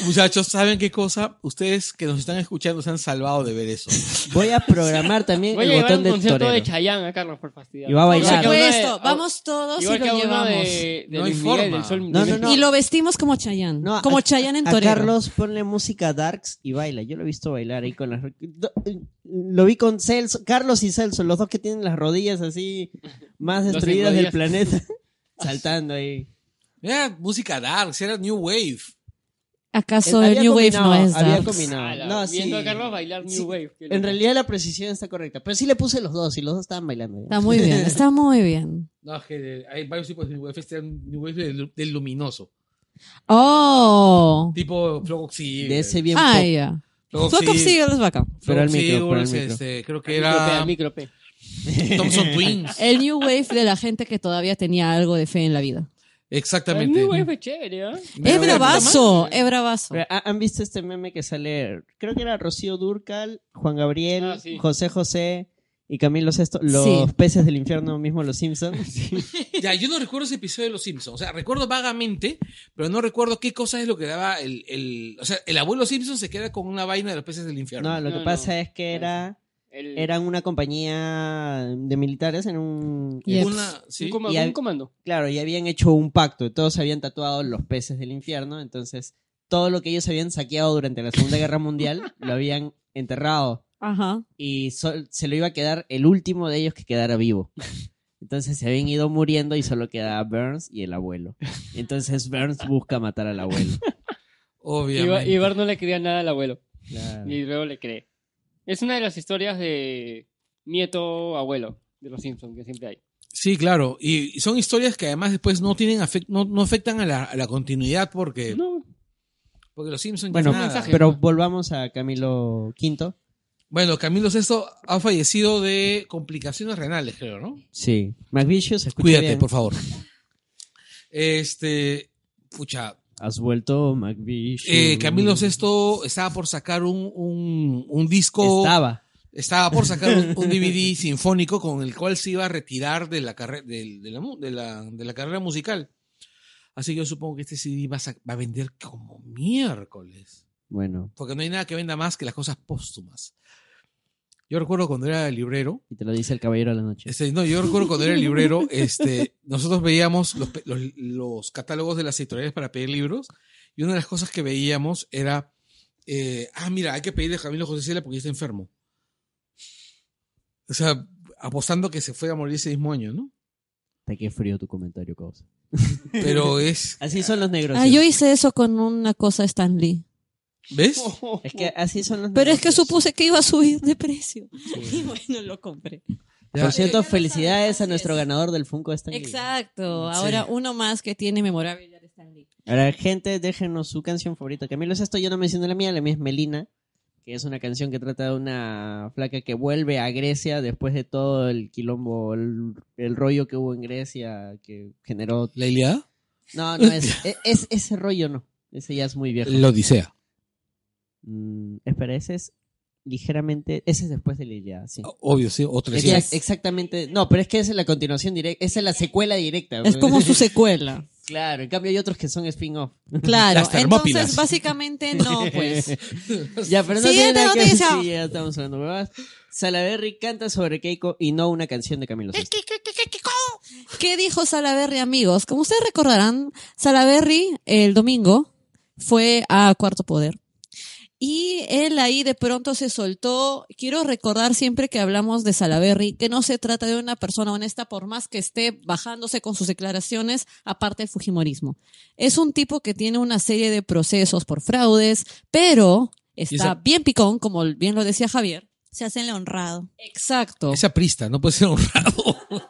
[SPEAKER 1] Muchachos, ¿saben qué cosa? Ustedes que nos están escuchando se han salvado de ver eso.
[SPEAKER 4] Voy a programar también
[SPEAKER 3] Voy a
[SPEAKER 4] el
[SPEAKER 3] llevar
[SPEAKER 4] botón
[SPEAKER 3] un
[SPEAKER 4] de
[SPEAKER 3] concierto
[SPEAKER 4] torero.
[SPEAKER 3] de Chayán a Carlos por fastidiar.
[SPEAKER 4] Y va a
[SPEAKER 2] Por
[SPEAKER 4] bailar.
[SPEAKER 2] supuesto, vamos todos y
[SPEAKER 3] Igual
[SPEAKER 2] lo
[SPEAKER 3] que a uno de,
[SPEAKER 2] llevamos.
[SPEAKER 3] de
[SPEAKER 1] No hay
[SPEAKER 3] Luis Miguel,
[SPEAKER 1] forma.
[SPEAKER 3] del Sol.
[SPEAKER 4] No, no,
[SPEAKER 3] del-
[SPEAKER 4] no.
[SPEAKER 2] Y lo vestimos como Chayanne.
[SPEAKER 4] No,
[SPEAKER 2] como
[SPEAKER 4] a-
[SPEAKER 2] Chayanne en
[SPEAKER 4] A
[SPEAKER 2] Torero.
[SPEAKER 4] Carlos ponle música darks y baila. Yo lo he visto bailar ahí con las... do- Lo vi con Celso, Carlos y Celso, los dos que tienen las rodillas así más
[SPEAKER 3] Los
[SPEAKER 4] destruidas
[SPEAKER 3] rodillas.
[SPEAKER 4] del planeta. saltando ahí.
[SPEAKER 1] Era música dark, era New Wave.
[SPEAKER 2] ¿Acaso
[SPEAKER 4] Había
[SPEAKER 2] el New Wave
[SPEAKER 4] combinado,
[SPEAKER 2] no es
[SPEAKER 4] Había
[SPEAKER 2] dark?
[SPEAKER 4] combinado.
[SPEAKER 3] Ala,
[SPEAKER 4] No, sí.
[SPEAKER 3] Viendo a Carlos bailar New
[SPEAKER 4] Sí,
[SPEAKER 3] Wave. qué
[SPEAKER 4] En
[SPEAKER 3] loco.
[SPEAKER 4] realidad la precisión está correcta, pero sí le puse los dos y los dos estaban bailando.
[SPEAKER 2] Está muy bien, está muy bien.
[SPEAKER 1] No, es que hay varios tipos de New Wave. Este era un New Wave del, del luminoso.
[SPEAKER 2] Oh.
[SPEAKER 1] Tipo Flock of Seagulls.
[SPEAKER 4] De ese bien
[SPEAKER 2] Ah,
[SPEAKER 4] pop.
[SPEAKER 2] ya.
[SPEAKER 1] Flock of
[SPEAKER 2] Flock of
[SPEAKER 1] Seagulls,
[SPEAKER 2] Seagulls es bacán.
[SPEAKER 1] Flock
[SPEAKER 4] Pero al
[SPEAKER 1] of
[SPEAKER 4] micro, pero al
[SPEAKER 1] Seagulls,
[SPEAKER 4] micro.
[SPEAKER 1] este, creo que
[SPEAKER 3] Micro P,
[SPEAKER 1] era
[SPEAKER 3] micro P.
[SPEAKER 1] Thompson Twins.
[SPEAKER 2] El New Wave de la gente que todavía tenía algo de fe en la vida.
[SPEAKER 3] El
[SPEAKER 1] Exactamente.
[SPEAKER 3] New Wave es chévere, ¿ah?
[SPEAKER 2] Es bravazo, es bravazo.
[SPEAKER 4] Pero, ¿ha- ¿Han visto este meme que sale? Creo que era Rocío Durcal, Juan Gabriel,
[SPEAKER 3] Ah, sí.
[SPEAKER 4] José José y Camilo Sesto, los
[SPEAKER 2] Sí.
[SPEAKER 4] peces del infierno mismo, los Simpsons.
[SPEAKER 1] Ya, yo no recuerdo ese episodio de Los Simpsons. O sea, recuerdo vagamente, pero no recuerdo qué cosa es lo que daba el. el o sea, el abuelo Simpson se queda con una vaina de los peces del infierno.
[SPEAKER 4] No, lo
[SPEAKER 3] No,
[SPEAKER 4] que
[SPEAKER 3] no.
[SPEAKER 4] pasa es que era,
[SPEAKER 3] El-
[SPEAKER 4] eran una compañía de militares en un...
[SPEAKER 2] Yes.
[SPEAKER 1] Una- sí.
[SPEAKER 3] un, coma-
[SPEAKER 4] Y al-
[SPEAKER 3] un comando.
[SPEAKER 4] Claro, y habían hecho un pacto, todos se habían tatuado los peces del infierno, entonces todo lo que ellos habían saqueado durante la Segunda Guerra Mundial lo habían enterrado
[SPEAKER 2] Ajá.
[SPEAKER 4] y sol- se lo iba a quedar el último de ellos que quedara vivo. Entonces se habían ido muriendo y solo quedaba Burns y el abuelo. Entonces Burns busca matar al abuelo.
[SPEAKER 3] Y
[SPEAKER 1] Obviamente.
[SPEAKER 3] Ibar no le creía nada al abuelo.
[SPEAKER 4] Claro.
[SPEAKER 3] Y luego le cree. Es una de las historias de nieto-abuelo de los Simpsons que siempre hay.
[SPEAKER 1] Sí, claro. Y son historias que además después no tienen afec- no, no afectan a la, a la continuidad porque,
[SPEAKER 3] No,
[SPEAKER 1] porque los Simpsons
[SPEAKER 4] Bueno,
[SPEAKER 1] ya nada.
[SPEAKER 3] mensaje.
[SPEAKER 4] pero volvamos a Camilo V.
[SPEAKER 1] Bueno, Camilo Sesto ha fallecido de complicaciones renales, creo, ¿no?
[SPEAKER 4] Sí. McVicious, escucha
[SPEAKER 1] Cuídate,
[SPEAKER 4] bien.
[SPEAKER 1] por favor. Este, pucha,
[SPEAKER 4] Has vuelto McVicious.
[SPEAKER 1] eh, Camilo Sesto estaba por sacar un, un- un disco,
[SPEAKER 4] Estaba.
[SPEAKER 1] estaba por sacar un, un DVD sinfónico con el cual se iba a retirar de la, carre- del- de la, mu- de la- de la carrera musical. Así que yo supongo que este CD va a, sa- va a vender como miércoles.
[SPEAKER 4] Bueno,
[SPEAKER 1] Porque no hay nada que venda más que las cosas póstumas. Yo recuerdo cuando era librero,
[SPEAKER 4] y te lo dice el caballero de la noche.
[SPEAKER 1] este, no, yo recuerdo cuando era librero, este, nosotros veíamos los, pe- los- los catálogos de las editoriales para pedir libros y una de las cosas que veíamos era, eh, ah, mira, hay que pedirle a Camilo José Cela porque ya está enfermo. O sea, apostando que se fue a morir ese mismo año, ¿no?
[SPEAKER 4] Te qué frío tu comentario, causa.
[SPEAKER 1] Pero es,
[SPEAKER 4] Así son los negros.
[SPEAKER 2] Ah, yo hice eso con una cosa de Stan Lee.
[SPEAKER 1] ¿ves?
[SPEAKER 4] Es que así son los
[SPEAKER 2] Pero es que
[SPEAKER 4] negocios.
[SPEAKER 2] supuse que iba a subir de precio. Y bueno, lo compré.
[SPEAKER 1] Ya.
[SPEAKER 4] Por cierto,
[SPEAKER 2] Ya lo
[SPEAKER 4] felicidades a
[SPEAKER 2] sabes,
[SPEAKER 4] nuestro
[SPEAKER 2] así es.
[SPEAKER 4] ganador del Funko Stanley.
[SPEAKER 2] Exacto.
[SPEAKER 1] Sí.
[SPEAKER 2] Ahora uno más que tiene memorabilia de Stan Lee.
[SPEAKER 4] Ahora, gente, déjenos su canción favorita. Camilo Sesto, yo no mencioné la mía, la mía es Melina, que es una canción que trata de una flaca que vuelve a Grecia después de todo el quilombo, el, el rollo que hubo en Grecia, que generó...
[SPEAKER 1] ¿La Ilíada?
[SPEAKER 4] No, no, es, es- es- ese rollo no. Ese ya es muy viejo.
[SPEAKER 1] La Odisea.
[SPEAKER 4] Mm, espera, ese es ligeramente... Ese es después de la Ilíada,
[SPEAKER 2] Oh,
[SPEAKER 4] sí.
[SPEAKER 1] Obvio, sí, o
[SPEAKER 4] Es
[SPEAKER 1] 300.
[SPEAKER 4] la- exactamente... No, pero es que esa es la continuación directa, esa es la secuela directa.
[SPEAKER 2] Es como su secuela.
[SPEAKER 4] Claro, en cambio hay otros que son spin-off.
[SPEAKER 2] Claro.
[SPEAKER 1] Las termópilas.
[SPEAKER 2] Entonces, básicamente no, pues.
[SPEAKER 4] Ya, pero no
[SPEAKER 2] Siguiente
[SPEAKER 4] tiene nada que-
[SPEAKER 2] noticia.
[SPEAKER 4] Sí, ya estamos hablando huevadas. Salaberry canta sobre Keiko y no una canción de Camilo Sesto.
[SPEAKER 2] ¿Qué dijo Salaberry, amigos? Como ustedes recordarán, Salaberry el domingo fue a Cuarto Poder. Y él ahí de pronto se soltó. Quiero recordar siempre que hablamos de Salaberry que no se trata de una persona honesta por más que esté bajándose con sus declaraciones aparte del Fujimorismo. Es un tipo que tiene una serie de procesos por fraudes, pero está
[SPEAKER 1] esa-
[SPEAKER 2] bien picón, como bien lo decía Javier.
[SPEAKER 5] Se hacen lo honrado.
[SPEAKER 2] Exacto.
[SPEAKER 1] Es aprista, no puede ser honrado.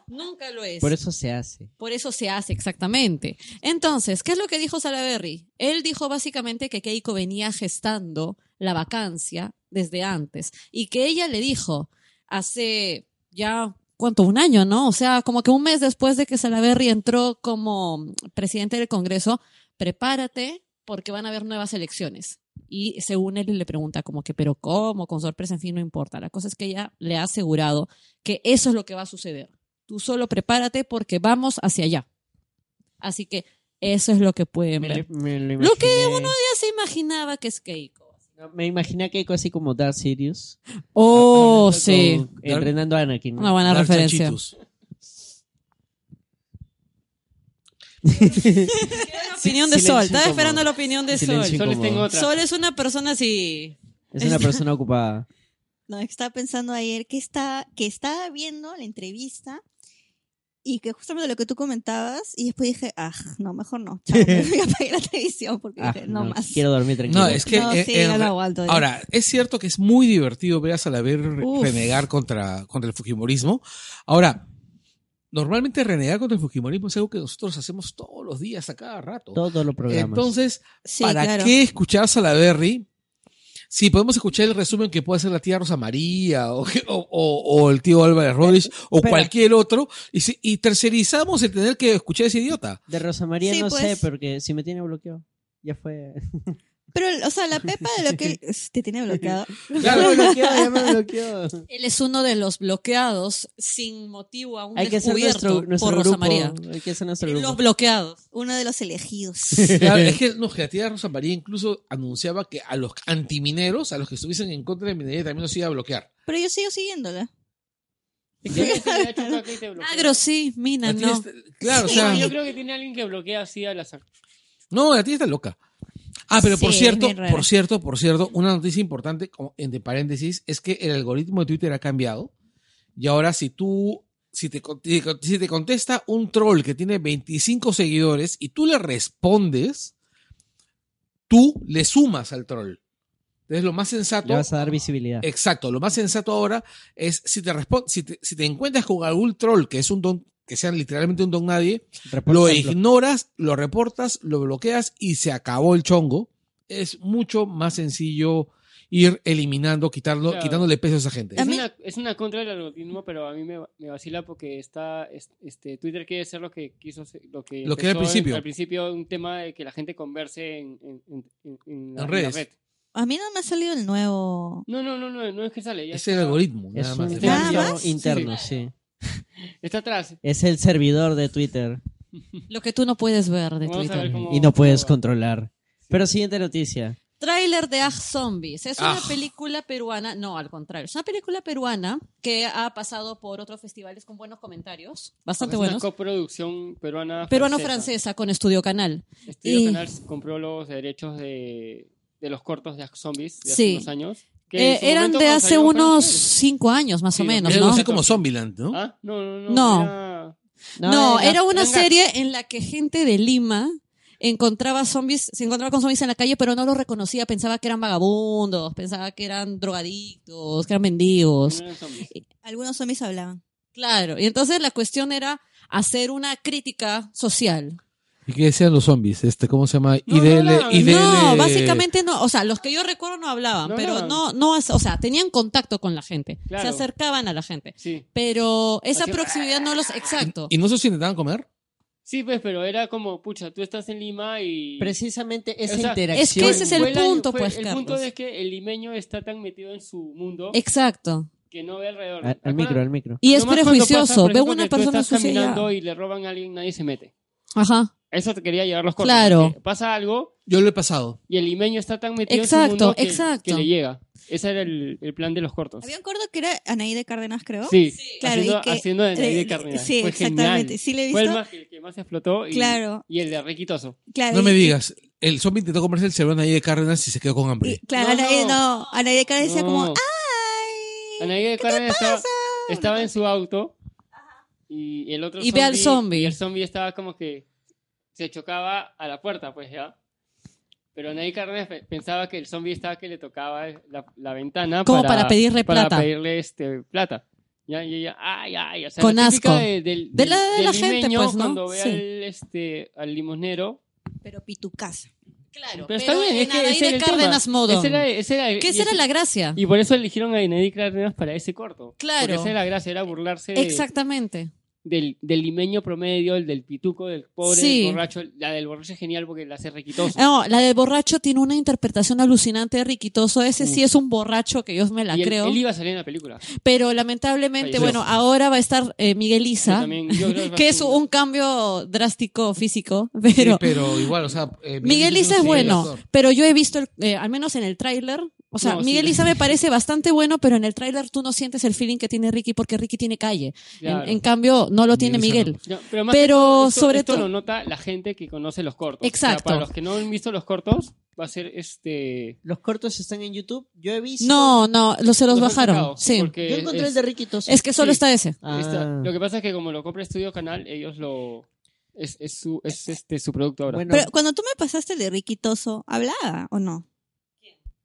[SPEAKER 2] Nunca lo es.
[SPEAKER 4] Por eso se hace.
[SPEAKER 2] Por eso se hace exactamente. Entonces, ¿qué es lo que dijo Salaberry? Él dijo básicamente que Keiko venía gestando la vacancia desde antes y que ella le dijo hace ya cuánto un año, ¿no? O sea, como que un mes después de que Salaberry entró como presidente del Congreso, prepárate porque van a haber nuevas elecciones. Y según él le pregunta como que, pero ¿cómo? Con sorpresa, en fin, no importa. La cosa es que ella le ha asegurado que eso es lo que va a suceder. Tú solo prepárate porque vamos hacia allá. Así que eso es lo que pueden
[SPEAKER 4] Me,
[SPEAKER 2] ver.
[SPEAKER 4] lo- me lo
[SPEAKER 2] Lo que
[SPEAKER 4] imaginé.
[SPEAKER 2] uno Ya se imaginaba que es Keiko.
[SPEAKER 4] No, Me imaginé a Keiko así como Darth Sirius.
[SPEAKER 2] Oh,
[SPEAKER 4] Hablando
[SPEAKER 2] sí.
[SPEAKER 4] Ah, con- Entrenando a Anakin. ¿no?
[SPEAKER 2] Una buena
[SPEAKER 1] Dar
[SPEAKER 2] referencia.
[SPEAKER 1] chanchitos.
[SPEAKER 2] La opinión de
[SPEAKER 4] Silencio
[SPEAKER 2] Sol. Estaba
[SPEAKER 4] incómodo.
[SPEAKER 2] esperando la opinión de
[SPEAKER 4] Silencio
[SPEAKER 2] Sol.
[SPEAKER 3] Solo tengo
[SPEAKER 4] incómodo.
[SPEAKER 3] otra.
[SPEAKER 2] Sol es una persona así.
[SPEAKER 4] Es una persona ocupada.
[SPEAKER 5] No, estaba pensando ayer que está, que estaba viendo la entrevista Y que justamente lo que tú comentabas, y después dije, ah, no, mejor no. Chao, me apagué la televisión porque
[SPEAKER 4] Ah,
[SPEAKER 2] Este,
[SPEAKER 5] dije, no, más.
[SPEAKER 4] Quiero dormir tranquilo.
[SPEAKER 1] No, es que.
[SPEAKER 5] No,
[SPEAKER 1] eh,
[SPEAKER 5] sí,
[SPEAKER 1] en
[SPEAKER 5] ya no
[SPEAKER 1] re-
[SPEAKER 5] aguanto ya.
[SPEAKER 1] ahora, es cierto que es muy divertido ver a Salaver re-
[SPEAKER 5] Uf.
[SPEAKER 1] renegar contra, contra el Fujimorismo. Ahora, normalmente renegar contra el Fujimorismo es algo que nosotros hacemos todos los días, a cada rato.
[SPEAKER 4] Todos los programas.
[SPEAKER 1] Entonces,
[SPEAKER 5] Sí,
[SPEAKER 1] ¿para
[SPEAKER 5] claro.
[SPEAKER 1] qué escuchar a Salaverry? Si podemos escuchar el resumen que puede hacer la tía Rosa María o, que- o- o- o el tío Álvarez Rodríguez o
[SPEAKER 4] espera.
[SPEAKER 1] cualquier otro y, si- y tercerizamos el tener que escuchar a ese idiota.
[SPEAKER 4] De Rosa María
[SPEAKER 5] Sí,
[SPEAKER 4] no
[SPEAKER 5] pues.
[SPEAKER 4] sé, porque si me tiene bloqueado. Ya fue.
[SPEAKER 5] Pero, o sea, la Pepa de lo que te tiene bloqueado.
[SPEAKER 4] Ya me bloqueó, ya me bloqueó.
[SPEAKER 2] Él es uno de los bloqueados sin motivo aún
[SPEAKER 4] Hay que hacer
[SPEAKER 2] descubierto
[SPEAKER 4] nuestro, nuestro
[SPEAKER 2] por
[SPEAKER 4] grupo.
[SPEAKER 2] Rosa María.
[SPEAKER 4] Hay que hacer nuestro
[SPEAKER 2] Los
[SPEAKER 4] grupo.
[SPEAKER 2] bloqueados.
[SPEAKER 5] Uno de los elegidos.
[SPEAKER 1] Claro, es que, no, que la tía Rosa María incluso anunciaba que a los antimineros, a los que estuviesen en contra de minería, también los iba a bloquear.
[SPEAKER 5] Pero yo sigo siguiéndola.
[SPEAKER 3] Yo creo que le ha hecho un hack y te bloquea.
[SPEAKER 2] Agro sí, mina
[SPEAKER 1] La tía
[SPEAKER 2] no.
[SPEAKER 1] está- claro, o
[SPEAKER 3] Bueno,
[SPEAKER 1] sea,
[SPEAKER 3] Yo creo que tiene alguien que bloquea así al azar.
[SPEAKER 1] no, la tía está loca. Ah, pero por
[SPEAKER 5] Sí,
[SPEAKER 1] cierto,
[SPEAKER 5] es bien rara.
[SPEAKER 1] por cierto, por cierto, una noticia importante, como entre paréntesis, es que el algoritmo de Twitter ha cambiado. Y ahora si tú, si te, con- si te- si te contesta un troll que tiene 25 seguidores y tú le respondes, tú le sumas al troll. Entonces lo más sensato...
[SPEAKER 4] Le vas a dar visibilidad.
[SPEAKER 1] Exacto, lo más sensato ahora es si te, respon- si te si te encuentras con algún troll que es un don que sea literalmente un don nadie,
[SPEAKER 4] Reporta
[SPEAKER 1] lo
[SPEAKER 4] el blo-
[SPEAKER 1] ignoras, lo reportas, lo bloqueas y se acabó el chongo. Es mucho más sencillo ir eliminando, quitarlo,
[SPEAKER 3] Claro.
[SPEAKER 1] quitándole peso a esa gente.
[SPEAKER 5] A
[SPEAKER 3] Es
[SPEAKER 5] mí-
[SPEAKER 3] una, es una contra del algoritmo, pero a mí me, me vacila porque está es- este Twitter quiere ser lo que quiso ser- lo que,
[SPEAKER 1] Lo que era al
[SPEAKER 3] empezó en-
[SPEAKER 1] principio.
[SPEAKER 3] al principio un tema de que la gente converse en, en- en- en- en la,
[SPEAKER 1] En
[SPEAKER 3] en la
[SPEAKER 1] redes.
[SPEAKER 3] red.
[SPEAKER 5] A mí no me ha salido el nuevo.
[SPEAKER 3] No, no, no, no, no es que sale. ya
[SPEAKER 1] es el
[SPEAKER 3] está,
[SPEAKER 1] algoritmo, nada
[SPEAKER 4] Es
[SPEAKER 1] más.
[SPEAKER 4] un
[SPEAKER 5] Nada
[SPEAKER 4] cambio
[SPEAKER 5] más.
[SPEAKER 4] interno, sí.
[SPEAKER 3] Está atrás.
[SPEAKER 4] Es el servidor de Twitter
[SPEAKER 2] Lo que tú no puedes ver de
[SPEAKER 3] Vamos a
[SPEAKER 2] Twitter.
[SPEAKER 3] ver cómo-
[SPEAKER 4] y no puedes
[SPEAKER 3] cómo va.
[SPEAKER 4] controlar. Pero siguiente noticia.
[SPEAKER 2] Trailer de Ah Zombies. Es una
[SPEAKER 1] Ah.
[SPEAKER 2] película peruana, no, al contrario, es una película peruana que ha pasado por otros festivales con buenos comentarios, bastante
[SPEAKER 3] es
[SPEAKER 2] buenos.
[SPEAKER 3] Una coproducción peruana
[SPEAKER 2] Peruano-francesa con Estudio Canal.
[SPEAKER 3] Estudio
[SPEAKER 2] Y-
[SPEAKER 3] Canal compró los derechos de, de los cortos de Ax Zombies de
[SPEAKER 2] Sí.
[SPEAKER 3] hace unos años. que en
[SPEAKER 2] Eh,
[SPEAKER 3] su
[SPEAKER 2] eran
[SPEAKER 3] momento
[SPEAKER 2] de
[SPEAKER 3] cuando
[SPEAKER 2] hace
[SPEAKER 3] salió fueron
[SPEAKER 2] unos
[SPEAKER 3] chéveres.
[SPEAKER 2] cinco años más
[SPEAKER 3] Sí,
[SPEAKER 2] o
[SPEAKER 3] los
[SPEAKER 2] menos,
[SPEAKER 1] Era
[SPEAKER 2] ¿no?
[SPEAKER 1] algo así como Zombieland, ¿no?
[SPEAKER 3] ¿Ah? No, no, no.
[SPEAKER 2] No.
[SPEAKER 3] era-
[SPEAKER 2] No, era una
[SPEAKER 3] Venga.
[SPEAKER 2] serie en la que gente de Lima encontraba zombies, se encontraba con zombies en la calle, pero no los reconocía, pensaba que eran vagabundos, pensaba que eran drogadictos, que eran mendigos.
[SPEAKER 3] no eran zombies.
[SPEAKER 5] Algunos zombies hablaban.
[SPEAKER 2] Claro, y entonces la cuestión era hacer una crítica social.
[SPEAKER 1] ¿Y qué decían los zombies? Este, ¿Cómo se llama?
[SPEAKER 3] No,
[SPEAKER 1] IDL,
[SPEAKER 3] no hablaban.
[SPEAKER 1] IDL.
[SPEAKER 2] No, básicamente no, o sea, los que yo recuerdo no hablaban,
[SPEAKER 3] No
[SPEAKER 2] pero
[SPEAKER 3] hablaban.
[SPEAKER 2] no, no, o sea, tenían contacto con la gente, se
[SPEAKER 3] Claro.
[SPEAKER 2] acercaban a la gente,
[SPEAKER 3] Sí.
[SPEAKER 2] pero esa
[SPEAKER 3] Hacían-
[SPEAKER 2] proximidad no los, exacto.
[SPEAKER 1] ¿Y no se intentaban comer?
[SPEAKER 3] Sí, pues, pero era como, pucha, tú estás en Lima y...
[SPEAKER 4] Precisamente esa
[SPEAKER 3] O sea,
[SPEAKER 2] es que
[SPEAKER 4] interacción.
[SPEAKER 2] ese es el
[SPEAKER 3] Fue la-
[SPEAKER 2] punto,
[SPEAKER 3] fue-
[SPEAKER 2] pues,
[SPEAKER 3] El
[SPEAKER 2] Carlos.
[SPEAKER 3] punto es que el limeño está tan metido en su mundo
[SPEAKER 2] Exacto.
[SPEAKER 3] que no ve alrededor.
[SPEAKER 4] Al, al
[SPEAKER 3] Acá,
[SPEAKER 4] micro, al micro.
[SPEAKER 2] Y es
[SPEAKER 3] nomás cuando pasa,
[SPEAKER 2] prejuicioso.
[SPEAKER 3] por
[SPEAKER 2] Veo
[SPEAKER 3] ejemplo,
[SPEAKER 2] una
[SPEAKER 3] que tú
[SPEAKER 2] persona
[SPEAKER 3] estás
[SPEAKER 2] sucia. y ya-
[SPEAKER 3] caminando y le roban a alguien, nadie se mete.
[SPEAKER 2] Ajá.
[SPEAKER 3] Eso te quería llevar los cortos.
[SPEAKER 2] Claro.
[SPEAKER 3] que Pasa algo
[SPEAKER 1] Yo lo he pasado.
[SPEAKER 3] y el limeño está tan metido en
[SPEAKER 2] Exacto,
[SPEAKER 3] su mundo que,
[SPEAKER 2] exacto.
[SPEAKER 3] que le llega. Ese era el, el plan de los cortos.
[SPEAKER 5] Había un corto que era Anaide Cárdenas, creo.
[SPEAKER 3] Sí,
[SPEAKER 5] Claro,
[SPEAKER 3] haciendo,
[SPEAKER 5] y que-
[SPEAKER 3] haciendo de Anaí
[SPEAKER 5] eh,
[SPEAKER 3] de Cárdenas.
[SPEAKER 5] Sí,
[SPEAKER 3] Fue genial.
[SPEAKER 5] exactamente. Sí, le he
[SPEAKER 3] Fue el,
[SPEAKER 5] visto.
[SPEAKER 3] más, el que más explotó y,
[SPEAKER 5] Claro.
[SPEAKER 3] y el de Riquitoso.
[SPEAKER 5] Claro,
[SPEAKER 1] No
[SPEAKER 5] y-
[SPEAKER 1] me digas. El zombie intentó comerse el cerebro ahí de Cárdenas y se quedó con hambre.
[SPEAKER 5] y- claro,
[SPEAKER 3] No,
[SPEAKER 5] Anaide,
[SPEAKER 3] no.
[SPEAKER 5] no. Anaide Cárdenas decía como, ¡ay!
[SPEAKER 3] Anaí de Cárdenas estaba, estaba en su auto y el otro
[SPEAKER 2] Y ve al zombie.
[SPEAKER 3] Y el zombie estaba como que se chocaba a la puerta, pues ya. Pero Anaí Cárdenas pe- pensaba que el zombie estaba que le tocaba la, la ventana
[SPEAKER 2] Como para pedirle
[SPEAKER 3] Ah, para
[SPEAKER 2] plata.
[SPEAKER 3] pedirle, este, plata. Ya, y ella, ay, ay, o sea,
[SPEAKER 2] Con
[SPEAKER 3] la típica
[SPEAKER 2] asco.
[SPEAKER 3] De, del-
[SPEAKER 2] De la- de
[SPEAKER 3] del
[SPEAKER 2] la gente,
[SPEAKER 3] limeño
[SPEAKER 2] pues, ¿no?
[SPEAKER 3] Cuando ve
[SPEAKER 2] Sí.
[SPEAKER 3] al, este, al limonero.
[SPEAKER 5] Pero pitucasa.
[SPEAKER 2] Claro,
[SPEAKER 3] Pero está bien, es que ese era el tema.
[SPEAKER 2] Cárdenas Modo.
[SPEAKER 3] Ese era- ese era-
[SPEAKER 2] ¿Qué
[SPEAKER 3] y
[SPEAKER 2] será
[SPEAKER 3] ese-
[SPEAKER 2] la gracia?
[SPEAKER 3] Y por eso eligieron a Inedí Cárdenas para ese corto.
[SPEAKER 2] Claro.
[SPEAKER 3] Porque esa era la gracia, era burlarse de-
[SPEAKER 2] Exactamente.
[SPEAKER 3] del, del limeño promedio, el del pituco, del pobre,
[SPEAKER 2] Sí. Ah,
[SPEAKER 3] del borracho. La del borracho es genial porque la hace requitoso.
[SPEAKER 2] No, la del borracho tiene una interpretación alucinante de Riquitoso. Ese sí
[SPEAKER 3] Mm.
[SPEAKER 2] es un borracho que yo me la
[SPEAKER 3] y él,
[SPEAKER 2] creo. ¿Ah?
[SPEAKER 3] él iba a salir en la película.
[SPEAKER 2] pero lamentablemente,
[SPEAKER 3] Falleció.
[SPEAKER 2] bueno, ahora va a estar eh, Miguel
[SPEAKER 3] Yo
[SPEAKER 2] Isa,
[SPEAKER 3] también- yo creo va a
[SPEAKER 2] que
[SPEAKER 3] ser
[SPEAKER 2] es un cambio drástico físico, pero...
[SPEAKER 1] Sí, pero igual, o sea... eh,
[SPEAKER 2] Miguel Isa es
[SPEAKER 1] un
[SPEAKER 2] bueno,
[SPEAKER 1] actor.
[SPEAKER 2] pero yo he visto, el- eh, al menos en el tráiler, O sea,
[SPEAKER 3] No, sí.
[SPEAKER 2] Miguel Isa me parece bastante bueno, pero en el tráiler tú no sientes el feeling que tiene Ricky porque Ricky tiene calle. En-
[SPEAKER 3] Claro.
[SPEAKER 2] En, cambio, no lo tiene
[SPEAKER 1] Miguel Isa
[SPEAKER 2] Miguel.
[SPEAKER 3] No, pero
[SPEAKER 2] Pero
[SPEAKER 3] que todo esto-
[SPEAKER 2] sobre
[SPEAKER 3] esto
[SPEAKER 2] todo-
[SPEAKER 3] lo nota la gente que conoce los cortos.
[SPEAKER 2] Exacto.
[SPEAKER 3] O sea, para los que no han visto los cortos, va a ser este.
[SPEAKER 4] Los cortos están en YouTube. Yo he visto.
[SPEAKER 2] No, no, lo- se los
[SPEAKER 3] han
[SPEAKER 2] bajaron.
[SPEAKER 3] sacado,
[SPEAKER 2] Sí.
[SPEAKER 3] porque
[SPEAKER 4] Yo
[SPEAKER 3] Eh,
[SPEAKER 4] encontré
[SPEAKER 3] es-
[SPEAKER 4] el de Ricky Toso.
[SPEAKER 2] Es que solo
[SPEAKER 3] Sí.
[SPEAKER 2] está ese.
[SPEAKER 4] Ah.
[SPEAKER 3] está- Lo que pasa es que como lo compra Estudio Canal, ellos lo es, es su es este su producto ahora.
[SPEAKER 4] Bueno,
[SPEAKER 5] Pero cuando tú me pasaste el de Riquitoso, ¿hablaba o no?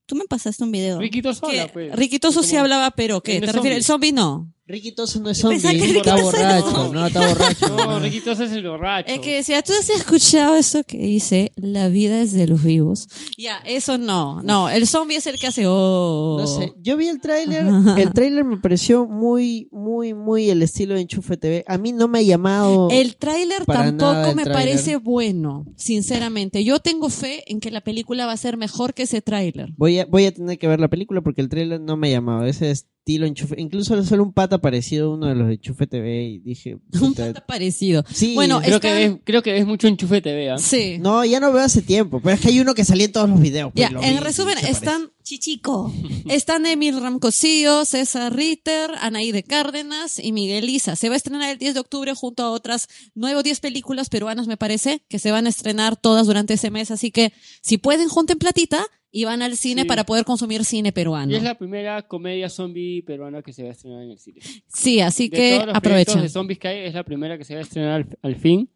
[SPEAKER 5] Tú me pasaste un video.
[SPEAKER 3] Riquito sola,
[SPEAKER 2] Que
[SPEAKER 3] pues.
[SPEAKER 2] Riquitoso sí
[SPEAKER 3] Como-
[SPEAKER 2] hablaba, pero ¿qué?
[SPEAKER 3] No
[SPEAKER 2] ¿Te
[SPEAKER 3] es
[SPEAKER 2] refieres? El zombie no.
[SPEAKER 4] Ricky Toso no es
[SPEAKER 5] Yo
[SPEAKER 4] zombie.
[SPEAKER 5] pensaba que
[SPEAKER 4] Está
[SPEAKER 5] Ricky Toso
[SPEAKER 3] era
[SPEAKER 4] borracho.
[SPEAKER 3] zombie.
[SPEAKER 4] No, está borracho.
[SPEAKER 3] No,
[SPEAKER 4] no.
[SPEAKER 3] Riquito es el borracho.
[SPEAKER 2] Es Eh, que decía, tú has escuchado eso que dice, la vida es de los vivos. Ya, eso no. No, el zombie es el que hace, oh.
[SPEAKER 4] No sé, yo vi el tráiler, el tráiler me pareció muy, muy, muy el estilo de Enchufe TV. A mí no me ha llamado...
[SPEAKER 2] El tráiler
[SPEAKER 4] Para nada
[SPEAKER 2] tampoco
[SPEAKER 4] el
[SPEAKER 2] me
[SPEAKER 4] tráiler.
[SPEAKER 2] parece bueno, sinceramente. Yo tengo fe en que la película va a ser mejor que ese tráiler.
[SPEAKER 4] Voy a, voy a tener que ver la película porque el tráiler no me ha llamado. Ese estilo Enchufe... Incluso solo un pata parecido a uno de los de Enchufe TV y dije...
[SPEAKER 2] Un
[SPEAKER 4] puta,
[SPEAKER 2] pata parecido.
[SPEAKER 4] Sí,
[SPEAKER 2] Bueno,
[SPEAKER 3] creo
[SPEAKER 2] está-
[SPEAKER 3] que ves, creo que ves mucho enchufe TV, ¿ah?
[SPEAKER 2] Sí.
[SPEAKER 4] no, ya no veo hace tiempo, pero es que hay uno que salía en todos los videos. pues,
[SPEAKER 2] Ya,
[SPEAKER 4] lo vi,
[SPEAKER 2] en resumen,
[SPEAKER 4] se
[SPEAKER 2] están,
[SPEAKER 5] Chichico.
[SPEAKER 2] están Emil Ramcosío, César Ritter, Anaí de Cárdenas y Miguel Isa. Se va a estrenar el 10 de octubre junto a otras nueve o 10 películas peruanas, me parece, que se van a estrenar todas durante ese mes. Así que, si pueden, junten platita y van al cine
[SPEAKER 3] Sí.
[SPEAKER 2] para poder consumir cine peruano.
[SPEAKER 3] Y es la primera comedia zombie peruana que se va a estrenar en el cine.
[SPEAKER 2] Sí, así
[SPEAKER 3] de
[SPEAKER 2] que
[SPEAKER 3] todos los proyectos
[SPEAKER 2] aprovechen.
[SPEAKER 3] de zombies que hay, es la primera que se va a estrenar al, al fin.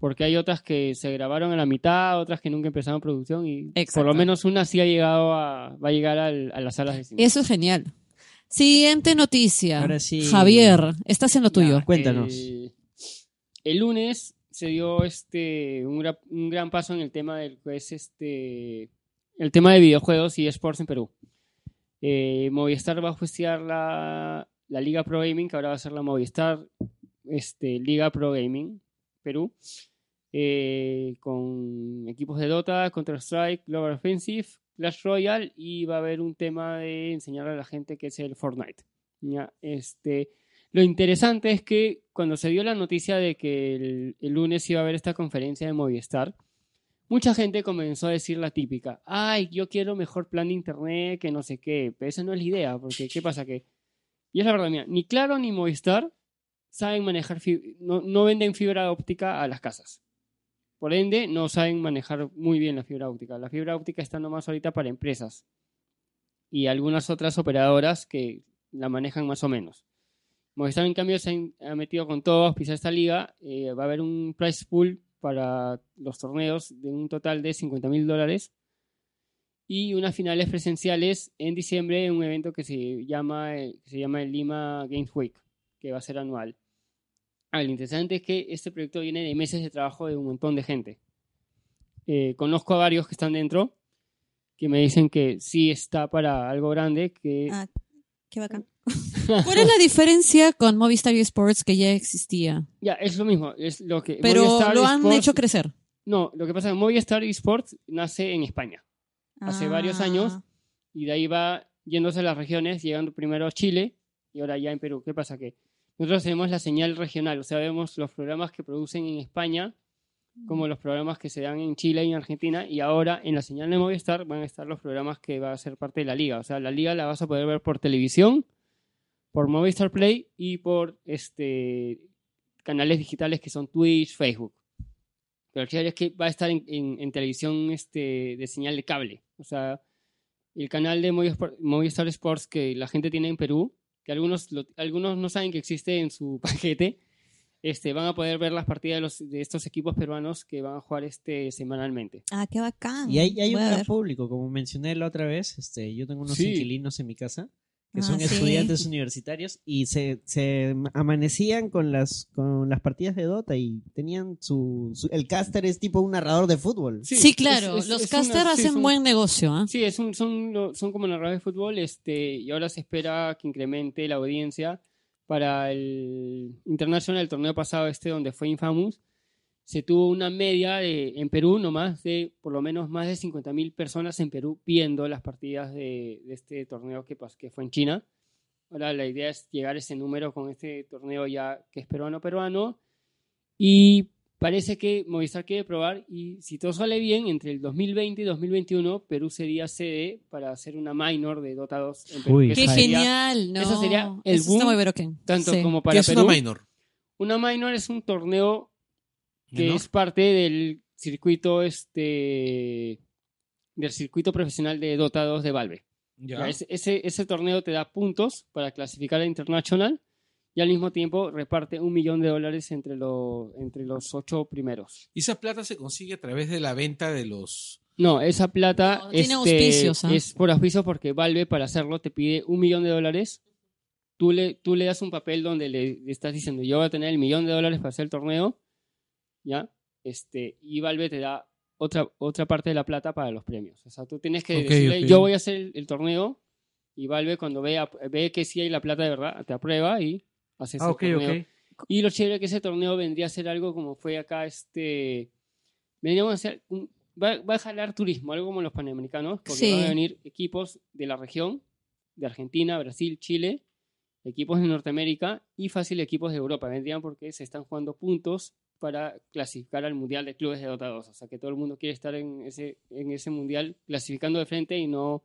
[SPEAKER 3] Porque hay otras que se grabaron a la mitad, otras que nunca empezaron producción y por
[SPEAKER 2] Exacto.
[SPEAKER 3] lo menos una sí ha llegado a, va a llegar al- a las salas de cine.
[SPEAKER 2] Eso es genial. Siguiente noticia.
[SPEAKER 4] Ahora sí.
[SPEAKER 2] Javier, estás en lo tuyo.
[SPEAKER 3] Ya,
[SPEAKER 4] Cuéntanos.
[SPEAKER 3] eh, el lunes se dio este un, gra- un gran paso en el tema del que es este el tema de videojuegos y esports en Perú. Eh, Movistar va a hostear la, la Liga Pro Gaming, que ahora va a ser la Movistar este, Liga Pro Gaming Perú, eh, con equipos de Dota, Counter-Strike, Global Offensive, Clash Royale y va a haber un tema de enseñar a la gente que es el Fortnite. Ya, este, lo interesante es que cuando se dio la noticia de que el, el lunes iba a haber esta conferencia de Movistar, mucha gente comenzó a decir la típica, ay, yo quiero mejor plan de internet, que no sé qué, pero esa no es la idea, porque ¿qué pasa? Que, y es la verdad mía, ni Claro ni Movistar saben manejar, fi- no, no venden fibra óptica a las casas. Por ende, no saben manejar muy bien la fibra óptica. La fibra óptica está nomás ahorita para empresas y algunas otras operadoras que la manejan más o menos. Movistar, en cambio, se ha in- ha metido con todos, pisa esta liga. eh, va a haber un price pool para los torneos de un total de 50 mil dólares. Y unas finales presenciales en diciembre en un evento que se llama, eh, que se llama el Lima Games Week, que va a ser anual. Ah, lo interesante es que este proyecto viene de meses de trabajo de un montón de gente. Eh, conozco a varios que están dentro que me dicen que sí está para algo grande, que
[SPEAKER 5] Ah, qué bacán.
[SPEAKER 2] ¿Cuál es la diferencia con Movistar Sports que ya existía?
[SPEAKER 3] ya es lo mismo, es lo que
[SPEAKER 2] Pero
[SPEAKER 3] Movistar
[SPEAKER 2] lo han
[SPEAKER 3] Sports-
[SPEAKER 2] hecho crecer.
[SPEAKER 3] No, lo que pasa es que Movistar Esports nace en España Hace varios años,
[SPEAKER 5] Ah.
[SPEAKER 3] y de ahí va yéndose a las regiones, llegando primero a Chile y ahora ya en Perú. ¿Qué pasa? Que nosotros tenemos la señal regional, o sea, vemos los programas que producen en España como los programas que se dan en Chile y en Argentina y ahora en la señal de Movistar van a estar los programas que va a ser parte de la liga. O sea, la liga la vas a poder ver por televisión, por Movistar Play y por este canales digitales que son Twitch, Facebook. Pero el chévere es que va a estar en, en- en televisión este, de señal de cable. O sea, el canal de Movistar, Movistar Sports que la gente tiene en Perú, que algunos, lo- algunos no saben que existe en su paquete, este, van a poder ver las partidas de, los, de estos equipos peruanos que van a jugar este, semanalmente.
[SPEAKER 5] Ah, qué bacán.
[SPEAKER 4] Y hay, hay un
[SPEAKER 5] Voy a
[SPEAKER 4] gran
[SPEAKER 5] ver.
[SPEAKER 4] público, como mencioné la otra vez, este, yo tengo unos
[SPEAKER 3] Sí.
[SPEAKER 4] inquilinos en mi casa que
[SPEAKER 5] Ah,
[SPEAKER 4] son
[SPEAKER 5] sí.
[SPEAKER 4] estudiantes universitarios y se, se amanecían con las con las partidas de Dota y tenían su, su- el caster es tipo un narrador de fútbol.
[SPEAKER 2] Sí, claro.
[SPEAKER 3] es- es-
[SPEAKER 2] los
[SPEAKER 3] es una-
[SPEAKER 2] casters
[SPEAKER 3] sí,
[SPEAKER 2] hacen
[SPEAKER 3] son-
[SPEAKER 2] buen negocio. ¿ah?
[SPEAKER 3] Sí, es un- son, lo- son como narradores de fútbol este, y ahora se espera que incremente la audiencia para el International, el torneo pasado este donde fue Infamous. Se tuvo una media de, en Perú nomás de por lo menos más de 50.000 personas en Perú viendo las partidas de, de este torneo que, pas- que fue en China. Ahora la idea es llegar a ese número con este torneo ya que es peruano-peruano. Y Parece que Movistar quiere probar y si todo sale bien, entre el 2020 y 2021, Perú sería sede para hacer una minor de Dota 2 en Perú.
[SPEAKER 4] Uy.
[SPEAKER 3] que
[SPEAKER 2] ¡Qué
[SPEAKER 3] eso sería-
[SPEAKER 2] genial! No.
[SPEAKER 3] eso sería el
[SPEAKER 2] Eso
[SPEAKER 3] boom,
[SPEAKER 2] está muy broken.
[SPEAKER 3] Tanto
[SPEAKER 2] Sí.
[SPEAKER 3] como
[SPEAKER 1] ¿Qué
[SPEAKER 3] para
[SPEAKER 1] es
[SPEAKER 3] Perú.
[SPEAKER 1] una minor?
[SPEAKER 3] Una minor es un torneo que
[SPEAKER 1] ¿Menor?
[SPEAKER 3] es parte del circuito este del circuito profesional de Dota 2 de Valve.
[SPEAKER 1] Ya.
[SPEAKER 3] Ya, Ese, ese- ese torneo te da puntos para clasificar a International y al mismo tiempo reparte un millón de dólares entre, lo- entre los ocho primeros.
[SPEAKER 1] Y esa plata se consigue a través de la venta de los...
[SPEAKER 3] No, esa plata
[SPEAKER 2] No, tiene
[SPEAKER 3] este,
[SPEAKER 2] auspicios, ¿ah?
[SPEAKER 3] es por auspicios porque Valve para hacerlo te pide un millón de dólares. Tú le, tú le das un papel donde le, le estás diciendo yo voy a tener el millón de dólares para hacer el torneo, ¿ya? Este, y Valve te da otra, otra parte de la plata para los premios. O sea, tú tienes que
[SPEAKER 1] Ok,
[SPEAKER 3] decirle
[SPEAKER 1] ok.
[SPEAKER 3] yo voy a hacer el, el torneo y Valve cuando ve, a- ve que sí hay la plata de verdad, te aprueba y haces
[SPEAKER 6] Ah,
[SPEAKER 3] el
[SPEAKER 6] ok,
[SPEAKER 3] torneo.
[SPEAKER 6] ok.
[SPEAKER 3] Y lo chévere que ese torneo vendría a ser algo como fue acá, este. Veníamos a hacer. un- va, va a jalar turismo, algo como los panamericanos, porque
[SPEAKER 5] Sí.
[SPEAKER 3] van a venir equipos de la región, de Argentina, Brasil, Chile, equipos de Norteamérica y fácil equipos de Europa. Vendrían porque se están jugando puntos para clasificar al Mundial de Clubes de Dota 2. O sea que todo el mundo quiere estar en ese, en ese Mundial clasificando de frente y no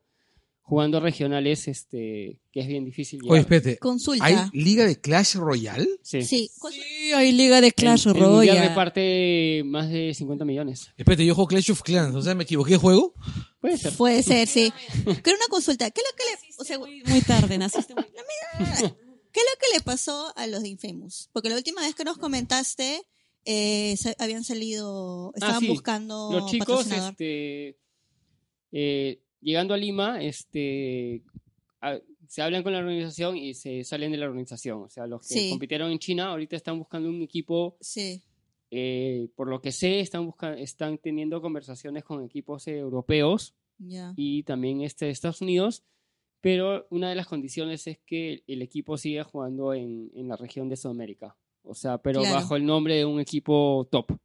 [SPEAKER 3] jugando regionales, este, que es bien difícil.
[SPEAKER 1] Oye,
[SPEAKER 3] llegar.
[SPEAKER 1] espérate.
[SPEAKER 5] Consulta.
[SPEAKER 1] ¿Hay liga de Clash Royale?
[SPEAKER 3] Sí.
[SPEAKER 5] Sí.
[SPEAKER 2] Sí, hay liga de Clash
[SPEAKER 3] El- el
[SPEAKER 2] Royale.
[SPEAKER 3] Mundial reparte más de 50 millones.
[SPEAKER 1] Espérate, yo juego Clash of Clans, o sea, me equivoqué de juego.
[SPEAKER 3] Puede ser.
[SPEAKER 5] Puede ser, sí. Quiero una consulta. ¿Qué es lo que le, o sea,
[SPEAKER 2] Muy, muy tarde, naciste muy tarde.
[SPEAKER 5] ¿qué es lo que le pasó a los de Infamous? Porque la última vez que nos comentaste, eh, sa- habían salido, estaban
[SPEAKER 3] Ah, sí.
[SPEAKER 5] buscando
[SPEAKER 3] Los chicos,
[SPEAKER 5] patrocinador.
[SPEAKER 3] este, eh, llegando a Lima, este, a- se hablan con la organización y se salen de la organización. O sea, los que
[SPEAKER 5] Sí.
[SPEAKER 3] compitieron en China ahorita están buscando un equipo,
[SPEAKER 5] Sí.
[SPEAKER 3] eh, por lo que sé, están, busca- están teniendo conversaciones con equipos eh, europeos
[SPEAKER 5] Ya.
[SPEAKER 3] y también este de Estados Unidos, pero una de las condiciones es que el equipo siga jugando en, en la región de Sudamérica. O sea, pero
[SPEAKER 5] Claro.
[SPEAKER 3] bajo el nombre de un equipo top.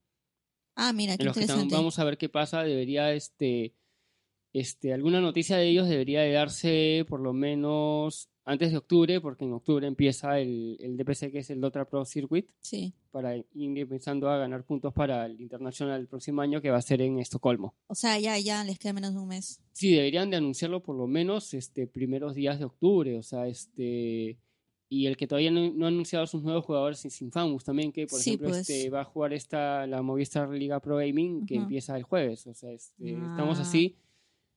[SPEAKER 5] Ah, mira, qué
[SPEAKER 3] en los que están-
[SPEAKER 5] interesante.
[SPEAKER 3] vamos a ver qué pasa. Debería, este, este, alguna noticia de ellos debería de darse por lo menos antes de octubre, porque en octubre empieza el, el DPC, que es el Dota Pro Circuit,
[SPEAKER 5] Sí.
[SPEAKER 3] para ir empezando a ganar puntos para el Internacional el próximo año, que va a ser en Estocolmo.
[SPEAKER 5] O sea, ya, ya, les queda menos de un mes.
[SPEAKER 3] Sí, deberían de anunciarlo por lo menos este primeros días de octubre, o sea, este y el que todavía no, no ha anunciado sus nuevos jugadores es Infamus también, que por
[SPEAKER 5] Sí,
[SPEAKER 3] ejemplo
[SPEAKER 5] pues.
[SPEAKER 3] este, va a jugar esta la Movistar Liga Pro Gaming que
[SPEAKER 5] Ujú.
[SPEAKER 3] empieza el jueves, o sea, este, estamos
[SPEAKER 5] Ah.
[SPEAKER 3] así.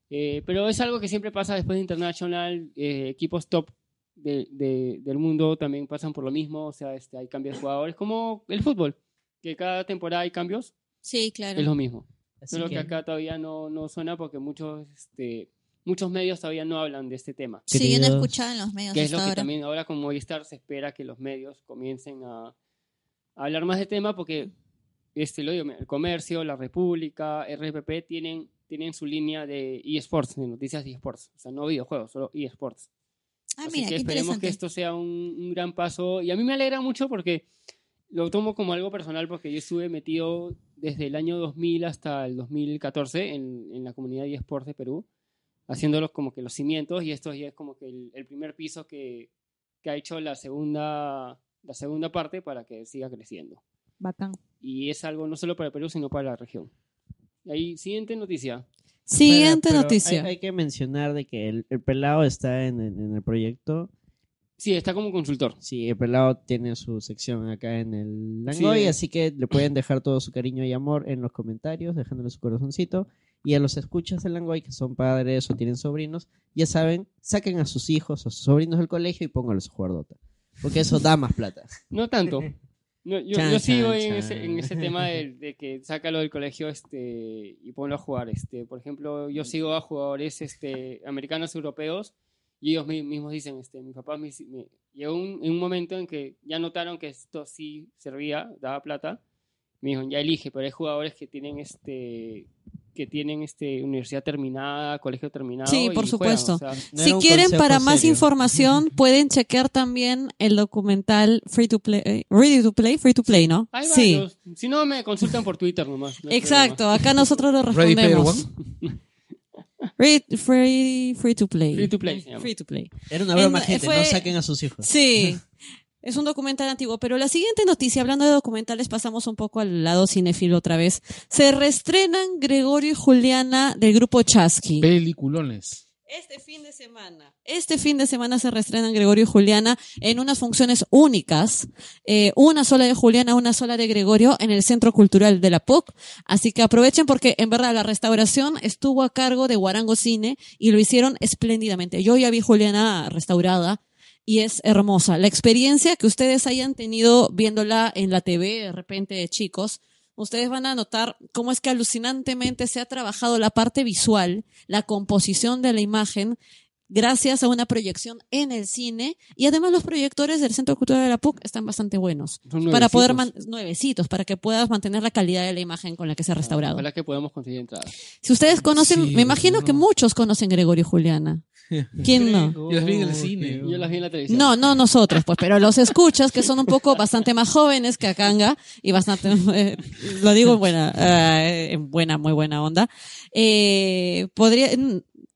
[SPEAKER 3] Eh, pero es algo que siempre pasa después de International, eh, equipos top de- de- del mundo también pasan por lo mismo, o sea, este, hay cambios de jugadores, como el fútbol, que cada temporada hay cambios,
[SPEAKER 5] Sí, claro.
[SPEAKER 3] es lo mismo.
[SPEAKER 4] Así
[SPEAKER 3] Solo que
[SPEAKER 4] que-
[SPEAKER 3] acá todavía no, no suena porque muchos, este, muchos medios todavía no hablan de este tema.
[SPEAKER 5] Sí, yo no
[SPEAKER 4] Queridos-
[SPEAKER 5] escuchaba en los medios
[SPEAKER 3] Que es
[SPEAKER 5] hasta
[SPEAKER 3] lo que
[SPEAKER 5] ahora.
[SPEAKER 3] también ahora con Movistar se espera que los medios comiencen a, a hablar más de tema porque este, lo digo, el comercio, la República, RPP tienen, tienen su línea de eSports, de noticias de eSports. O sea, no videojuegos, solo eSports.
[SPEAKER 5] Ah,
[SPEAKER 3] Así
[SPEAKER 5] mira,
[SPEAKER 3] que
[SPEAKER 5] qué
[SPEAKER 3] esperemos que
[SPEAKER 5] interesante.
[SPEAKER 3] esto sea un, un gran paso. Y a mí me alegra mucho porque lo tomo como algo personal porque yo estuve metido desde el año 2000 hasta el 2014 en, en la comunidad de eSports de Perú, haciéndolos como que los cimientos y esto ya es como que el, el primer piso que, que ha hecho la segunda, la segunda parte para que siga creciendo.
[SPEAKER 5] Bacán.
[SPEAKER 3] Y es algo no solo para Perú, sino para la región. Y ahí, siguiente noticia.
[SPEAKER 2] Siguiente
[SPEAKER 4] Pero- pero
[SPEAKER 2] noticia.
[SPEAKER 4] Hay, hay que mencionar de que el, el pelado está en, en- en el proyecto.
[SPEAKER 3] Sí, está como consultor.
[SPEAKER 4] Sí, el pelado tiene su sección acá en el
[SPEAKER 3] Sí,
[SPEAKER 4] Langoy,
[SPEAKER 3] eh.
[SPEAKER 4] así que le pueden dejar todo su cariño y amor en los comentarios, dejándole su corazoncito. Y a los escuchas del Langoy, que son padres o tienen sobrinos, ya saben, saquen a sus hijos o sus sobrinos del colegio y pónganlos a jugar Dota. Porque eso da más plata.
[SPEAKER 3] No tanto. No, yo,
[SPEAKER 4] Chan,
[SPEAKER 3] yo sigo
[SPEAKER 4] chan,
[SPEAKER 3] en,
[SPEAKER 4] chan.
[SPEAKER 3] Ese, en ese tema de, de que sácalo del colegio este, y ponlo a jugar. Este. Por ejemplo, yo sigo a jugadores este, americanos europeos y ellos mi- mismos dicen, este, mis papás me, hici- me- llegó un, en un momento en que ya notaron que esto sí servía, daba plata. Me dijeron, ya elige, pero hay jugadores que tienen este que tienen este universidad terminada, colegio terminado.
[SPEAKER 2] Sí, por
[SPEAKER 3] y juegan,
[SPEAKER 2] supuesto.
[SPEAKER 3] o sea,
[SPEAKER 4] No
[SPEAKER 2] si
[SPEAKER 4] era un
[SPEAKER 2] quieren
[SPEAKER 4] consejo
[SPEAKER 2] para más
[SPEAKER 4] serio.
[SPEAKER 2] información pueden chequear también el documental Free to Play, eh, Ready to Play, Free to Play, ¿no?
[SPEAKER 3] hay
[SPEAKER 2] sí.
[SPEAKER 3] varios. Si no, me consultan por Twitter nomás. no hay
[SPEAKER 2] Exacto, acá nosotros lo
[SPEAKER 1] Ready Player
[SPEAKER 2] respondemos. Ready- free, free to play.
[SPEAKER 3] Free to play, se llama.
[SPEAKER 2] Free to play.
[SPEAKER 4] Era una broma,
[SPEAKER 2] En-
[SPEAKER 4] gente,
[SPEAKER 2] fue-
[SPEAKER 4] no saquen a sus hijos.
[SPEAKER 2] Sí. Es un documental antiguo, pero la siguiente noticia, hablando de documentales, pasamos un poco al lado cinéfilo otra vez. Se reestrenan Gregorio y Juliana del grupo Chasqui.
[SPEAKER 1] Peliculones.
[SPEAKER 2] Este fin de semana. Este fin de semana se reestrenan Gregorio y Juliana en unas funciones únicas. eh, una sola de Juliana, una sola de Gregorio en el Centro Cultural de la POC. Así que aprovechen porque en verdad la restauración estuvo a cargo de Guarango Cine y lo hicieron espléndidamente. Yo ya vi Juliana restaurada y es hermosa. La experiencia que ustedes hayan tenido viéndola en la TV de repente de chicos, ustedes van a notar cómo es que alucinantemente se ha trabajado la parte visual, la composición de la imagen, gracias a una proyección en el cine y además los proyectores del Centro Cultural de la PUC están bastante buenos
[SPEAKER 3] Son
[SPEAKER 2] para poder man-
[SPEAKER 3] nuevecitos.
[SPEAKER 2] nuevecitos, para que puedas mantener la calidad de la imagen con la que se ha restaurado.
[SPEAKER 3] Ojalá que podamos conseguir entradas.
[SPEAKER 2] Si ustedes conocen,
[SPEAKER 1] Sí,
[SPEAKER 2] me imagino
[SPEAKER 1] no.
[SPEAKER 2] que muchos conocen Gregorio y Juliana. ¿Quién no?
[SPEAKER 1] Yo las vi en el cine.
[SPEAKER 3] Yo las vi en la televisión.
[SPEAKER 2] No, no nosotros, pues, pero los escuchas que son un poco bastante más jóvenes que Akanga y bastante, eh, lo digo en buena, eh, en buena, muy buena onda. Eh, podría,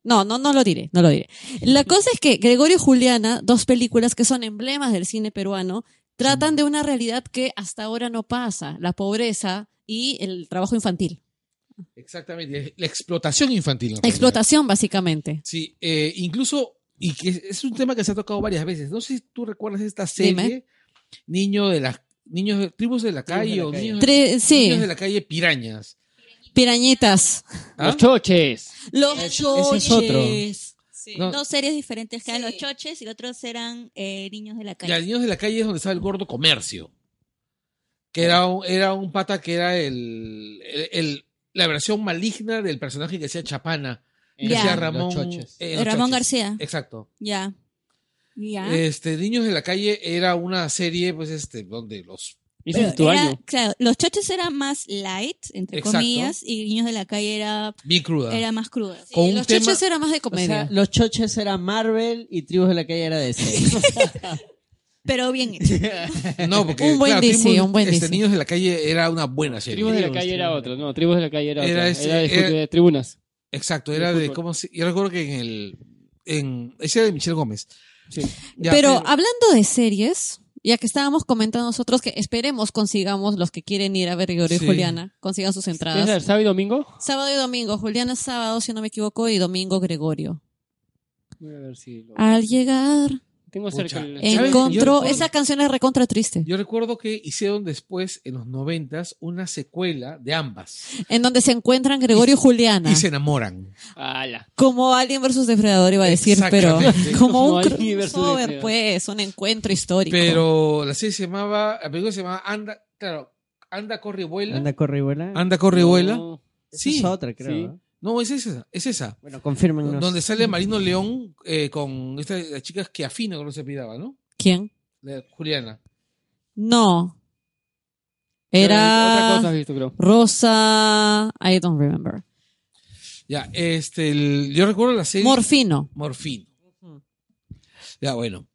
[SPEAKER 2] no, no, no lo diré, no lo diré. La cosa es que Gregorio y Juliana, dos películas que son emblemas del cine peruano, tratan de una realidad que hasta ahora no pasa, la pobreza y el trabajo infantil.
[SPEAKER 1] Exactamente. La explotación infantil. en realidad.
[SPEAKER 2] Explotación, básicamente.
[SPEAKER 1] Sí, eh, incluso, y que es un tema que se ha tocado varias veces. No sé si tú recuerdas esta serie,
[SPEAKER 2] Dime.
[SPEAKER 1] Niño de las niños de- tribus de la calle
[SPEAKER 3] de la
[SPEAKER 1] o
[SPEAKER 3] calle.
[SPEAKER 1] niños,
[SPEAKER 2] Tre- sí,
[SPEAKER 1] Mm. niños de la calle pirañas.
[SPEAKER 2] pirañitas.
[SPEAKER 1] ¿Ah?
[SPEAKER 3] Los choches.
[SPEAKER 2] Los
[SPEAKER 4] ese es otro.
[SPEAKER 2] choches. Sí.
[SPEAKER 1] No,
[SPEAKER 5] Dos series diferentes que eran
[SPEAKER 2] Sí.
[SPEAKER 5] los choches y otros eran eh, niños de la
[SPEAKER 1] ya,
[SPEAKER 5] calle.
[SPEAKER 1] niños de la calle es donde estaba el gordo comercio. Que era un, era un pata que era el, el- el- la versión maligna del personaje que hacía Chapana. Que
[SPEAKER 2] Ya.
[SPEAKER 1] hacía
[SPEAKER 2] Los
[SPEAKER 1] Ramón,
[SPEAKER 4] choches.
[SPEAKER 1] eh,
[SPEAKER 5] Eh,
[SPEAKER 1] los choches.
[SPEAKER 5] Ramón García.
[SPEAKER 1] Exacto.
[SPEAKER 5] Ya. Ya.
[SPEAKER 1] Este, Niños de la Calle era una serie, pues, este, donde los.
[SPEAKER 3] Hice
[SPEAKER 5] Pero
[SPEAKER 3] en tu
[SPEAKER 5] era-
[SPEAKER 3] año.
[SPEAKER 5] claro, los choches eran más light, entre
[SPEAKER 1] Exacto.
[SPEAKER 5] comillas, y niños de la calle era,
[SPEAKER 1] Bien cruda.
[SPEAKER 5] era más cruda.
[SPEAKER 1] con un
[SPEAKER 2] los
[SPEAKER 1] tema-
[SPEAKER 2] choches era más de
[SPEAKER 4] O
[SPEAKER 2] comedia.
[SPEAKER 4] sea, los choches era Marvel y Tribus de la Calle era DC.
[SPEAKER 5] Pero bien hecho.
[SPEAKER 1] No, porque.
[SPEAKER 2] Un buen
[SPEAKER 1] claro,
[SPEAKER 2] DC,
[SPEAKER 1] Tribus-
[SPEAKER 2] un buen
[SPEAKER 1] este,
[SPEAKER 2] DC.
[SPEAKER 1] Niños de la Calle era una buena serie.
[SPEAKER 3] Tribus de la
[SPEAKER 4] Tribus,
[SPEAKER 3] calle era
[SPEAKER 4] tribus.
[SPEAKER 3] otro. No, tribus de la calle era
[SPEAKER 1] Era
[SPEAKER 3] otro. Era,
[SPEAKER 1] ese-
[SPEAKER 3] de, fut-
[SPEAKER 1] era-
[SPEAKER 3] de tribunas.
[SPEAKER 1] Exacto,
[SPEAKER 3] de
[SPEAKER 1] era de.
[SPEAKER 3] fútbol.
[SPEAKER 1] ¿Cómo se.? Yo recuerdo que en el. En, ese era de Michelle Gómez.
[SPEAKER 3] Sí.
[SPEAKER 1] Ya,
[SPEAKER 2] pero hablando de series, ya que estábamos comentando nosotros que esperemos consigamos los que quieren ir a ver Gregorio
[SPEAKER 1] Sí.
[SPEAKER 2] y Juliana, consigan sus
[SPEAKER 3] ¿Es el
[SPEAKER 2] entradas.
[SPEAKER 3] sábado y domingo?
[SPEAKER 2] Sábado y domingo, Juliana es sábado, si no me equivoco, y domingo Gregorio.
[SPEAKER 3] Voy a ver si lo...
[SPEAKER 2] Al llegar,
[SPEAKER 3] Tengo cerca el...
[SPEAKER 1] ¿Sabes? Yo
[SPEAKER 2] Ah, encontró.
[SPEAKER 1] recuerdo-
[SPEAKER 2] Esa canción es recontra triste.
[SPEAKER 1] Yo recuerdo que hicieron después, en los noventas, una secuela de ambas.
[SPEAKER 2] En donde se encuentran Gregorio y Juliana.
[SPEAKER 1] Y se enamoran.
[SPEAKER 3] ¡Hala!
[SPEAKER 2] Como Alien versus Depredador iba a decir, pero
[SPEAKER 1] Exactamente.
[SPEAKER 2] como un
[SPEAKER 3] Como Alien versus
[SPEAKER 2] crossover,
[SPEAKER 3] Depredador.
[SPEAKER 2] pues, un encuentro histórico.
[SPEAKER 1] Pero la serie se llamaba. La película se llamaba Anda. Claro, Anda, corre y vuela.
[SPEAKER 4] Anda,
[SPEAKER 1] Anda,
[SPEAKER 4] corre y vuela.
[SPEAKER 1] corre y vuela.
[SPEAKER 3] No,
[SPEAKER 4] Esa
[SPEAKER 1] Ah, sí.
[SPEAKER 4] es otra, creo.
[SPEAKER 3] sí.
[SPEAKER 4] ¿no?
[SPEAKER 1] No, es esa, es esa.
[SPEAKER 4] Bueno, confírmenos.
[SPEAKER 1] Donde sale Marino León eh, con esta la chica que afina, no se pidaba, ¿no?
[SPEAKER 2] ¿Quién?
[SPEAKER 1] La Juliana.
[SPEAKER 2] No.
[SPEAKER 3] Otra
[SPEAKER 2] Era.
[SPEAKER 3] cosa has visto, creo.
[SPEAKER 2] Rosa, I don't remember.
[SPEAKER 1] Ya, este, el- yo recuerdo la serie
[SPEAKER 2] Morfino.
[SPEAKER 1] Morfino. Ya, bueno.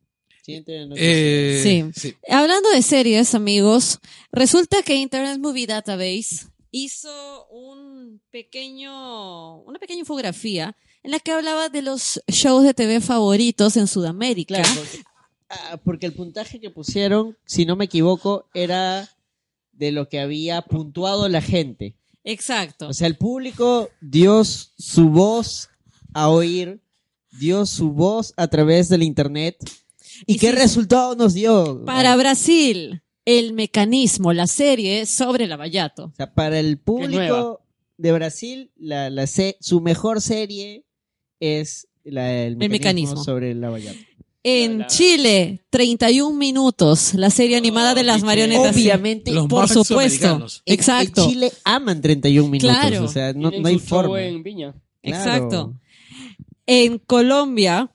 [SPEAKER 4] Siguiente noticia.
[SPEAKER 1] Eh,
[SPEAKER 2] Sí.
[SPEAKER 1] sí.
[SPEAKER 2] Hablando de series, amigos, resulta que Internet Movie Database hizo un pequeño, una pequeña infografía en la que hablaba de los shows de TV favoritos en Sudamérica.
[SPEAKER 4] Claro, porque, ah, porque el puntaje que pusieron, si no me equivoco, era de lo que había puntuado la gente.
[SPEAKER 2] Exacto.
[SPEAKER 4] O sea, el público dio su voz a oír, dio su voz a través del internet. ¿Y,
[SPEAKER 2] Y
[SPEAKER 4] qué
[SPEAKER 2] sí.
[SPEAKER 4] resultado nos dio?
[SPEAKER 2] Para Brasil, el mecanismo, la serie sobre el abayato.
[SPEAKER 4] O sea, para el
[SPEAKER 3] nueva.
[SPEAKER 4] público de Brasil, la, la se- su mejor serie es la del
[SPEAKER 2] El
[SPEAKER 4] mecanismo,
[SPEAKER 2] mecanismo.
[SPEAKER 4] sobre la vallata.
[SPEAKER 2] En
[SPEAKER 3] Hola.
[SPEAKER 2] Chile, 31 minutos, la serie animada de las marionetas.
[SPEAKER 4] Obviamente,
[SPEAKER 1] Los
[SPEAKER 2] Por
[SPEAKER 1] más
[SPEAKER 2] supuesto.
[SPEAKER 1] sudamericanos.
[SPEAKER 4] en-
[SPEAKER 2] Exacto.
[SPEAKER 4] En Chile aman 31 minutos,
[SPEAKER 2] Claro.
[SPEAKER 4] o sea, no,
[SPEAKER 3] Tienen
[SPEAKER 4] no hay
[SPEAKER 3] su show
[SPEAKER 4] forma.
[SPEAKER 3] en Viña.
[SPEAKER 4] Claro.
[SPEAKER 2] Exacto. En Colombia,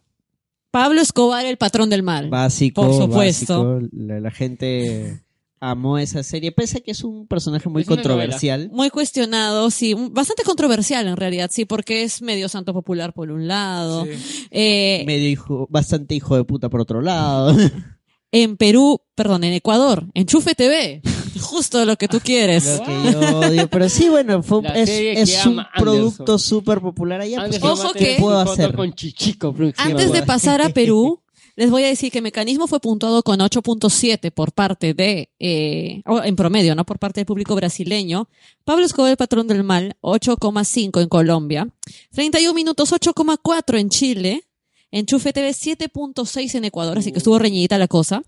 [SPEAKER 2] Pablo Escobar, el patrón del mal.
[SPEAKER 4] Básico,
[SPEAKER 2] Por supuesto.
[SPEAKER 4] básico. La, la gente amó esa serie, pese a que es un personaje muy
[SPEAKER 3] Es una
[SPEAKER 4] controversial.
[SPEAKER 2] Muy cuestionado, sí, un- bastante controversial en realidad, sí, porque es medio santo popular por un lado.
[SPEAKER 1] Sí.
[SPEAKER 2] Eh,
[SPEAKER 4] Medio hijo, bastante hijo de puta por otro lado.
[SPEAKER 2] en Perú, perdón, en Ecuador, Enchufe TV, justo lo que tú quieres.
[SPEAKER 4] Lo que yo odio. Pero sí, bueno, fue,
[SPEAKER 3] La
[SPEAKER 4] es,
[SPEAKER 3] serie
[SPEAKER 4] es
[SPEAKER 3] que
[SPEAKER 4] un
[SPEAKER 3] ama
[SPEAKER 4] producto
[SPEAKER 3] Anderson.
[SPEAKER 4] súper popular allá. pues,
[SPEAKER 3] Antes
[SPEAKER 4] ¿qué
[SPEAKER 2] Ojo
[SPEAKER 3] tomate
[SPEAKER 2] que-
[SPEAKER 3] su
[SPEAKER 4] puedo
[SPEAKER 3] foto
[SPEAKER 4] hacer?
[SPEAKER 3] Con Chichico, próxima
[SPEAKER 2] Antes de
[SPEAKER 3] vez.
[SPEAKER 2] pasar a Perú, les voy a decir que el mecanismo fue puntuado con 8.7 por parte de, eh, o en promedio, ¿no? Por parte del público brasileño. Pablo Escobar, el patrón del mal, 8.5 en Colombia. 31 minutos, 8.4 en Chile. Enchufe TV, 7.6 en Ecuador, así que estuvo reñidita la cosa.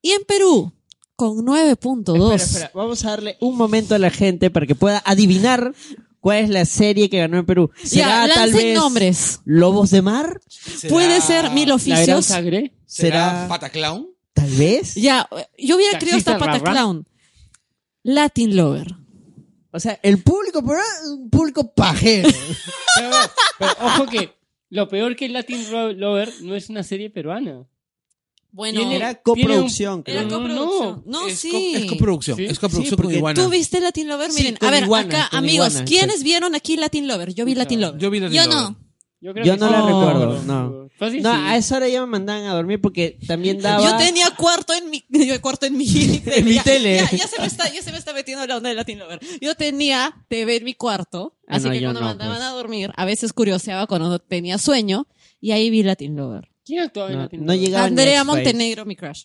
[SPEAKER 2] Y en Perú, con 9.2.
[SPEAKER 4] Espera, espera, Vamos a darle un momento a la gente para que pueda adivinar cuál es la serie que ganó en Perú.
[SPEAKER 2] Ya,
[SPEAKER 4] ¿Será
[SPEAKER 2] lancen
[SPEAKER 4] tal vez
[SPEAKER 2] nombres.
[SPEAKER 4] Lobos de Mar?
[SPEAKER 2] Puede ser Mil
[SPEAKER 3] La gran
[SPEAKER 2] Oficios.
[SPEAKER 3] sagre.
[SPEAKER 4] ¿Será
[SPEAKER 1] ¿Será Pataclown?
[SPEAKER 4] tal vez?
[SPEAKER 2] Ya, yo hubiera querido
[SPEAKER 3] Taxista
[SPEAKER 2] hasta Pata
[SPEAKER 3] Rara.
[SPEAKER 2] Clown. Latin Lover.
[SPEAKER 4] O sea, el público peruano es un público pajero.
[SPEAKER 3] Pero, pero ojo que lo peor que Latin Ro- Lover no es una serie peruana.
[SPEAKER 2] Bueno,
[SPEAKER 3] Tiene-
[SPEAKER 2] era,
[SPEAKER 4] Era coproducción,
[SPEAKER 3] tiene un-
[SPEAKER 4] creo.
[SPEAKER 3] No,
[SPEAKER 2] coproducción. No,
[SPEAKER 1] No, es,
[SPEAKER 2] sí.
[SPEAKER 1] co- es coproducción.
[SPEAKER 3] Sí.
[SPEAKER 1] Es coproducción
[SPEAKER 4] Sí,
[SPEAKER 1] con
[SPEAKER 4] porque
[SPEAKER 1] Iguana.
[SPEAKER 2] ¿Tú viste Latin Lover?
[SPEAKER 4] Sí,
[SPEAKER 2] Miren,
[SPEAKER 4] con
[SPEAKER 2] a ver,
[SPEAKER 4] iguanas,
[SPEAKER 2] acá,
[SPEAKER 4] con
[SPEAKER 2] amigos,
[SPEAKER 4] iguanas,
[SPEAKER 2] ¿quiénes
[SPEAKER 4] sí.
[SPEAKER 2] vieron aquí Latin Lover? Yo vi Latin Lover.
[SPEAKER 1] Yo vi la
[SPEAKER 2] Yo
[SPEAKER 1] de
[SPEAKER 2] no.
[SPEAKER 3] Yo, creo
[SPEAKER 4] Yo
[SPEAKER 3] que
[SPEAKER 4] no
[SPEAKER 3] sí.
[SPEAKER 4] la
[SPEAKER 3] No,
[SPEAKER 4] recuerdo, no.
[SPEAKER 3] Fácil,
[SPEAKER 4] No,
[SPEAKER 3] sí.
[SPEAKER 4] a esa hora ya me mandaban a dormir porque también daba...
[SPEAKER 2] Yo tenía cuarto en mi yo cuarto en mi tele.
[SPEAKER 4] mi
[SPEAKER 2] Ya-
[SPEAKER 4] tele.
[SPEAKER 2] Ya, ya se me está, ya se me está metiendo la onda de Latin Lover. Yo tenía TV en mi cuarto,
[SPEAKER 4] Ah,
[SPEAKER 2] así
[SPEAKER 4] no,
[SPEAKER 2] que
[SPEAKER 4] yo
[SPEAKER 2] cuando
[SPEAKER 4] no,
[SPEAKER 2] me mandaban
[SPEAKER 4] pues.
[SPEAKER 2] a dormir, a veces curioseaba cuando tenía sueño y ahí vi Latin Lover.
[SPEAKER 3] ¿Quién actuaba en
[SPEAKER 4] No,
[SPEAKER 3] Latin
[SPEAKER 4] no
[SPEAKER 3] Lover?
[SPEAKER 4] llegaba
[SPEAKER 2] Andrea
[SPEAKER 4] Netflix.
[SPEAKER 2] Montenegro, mi crush.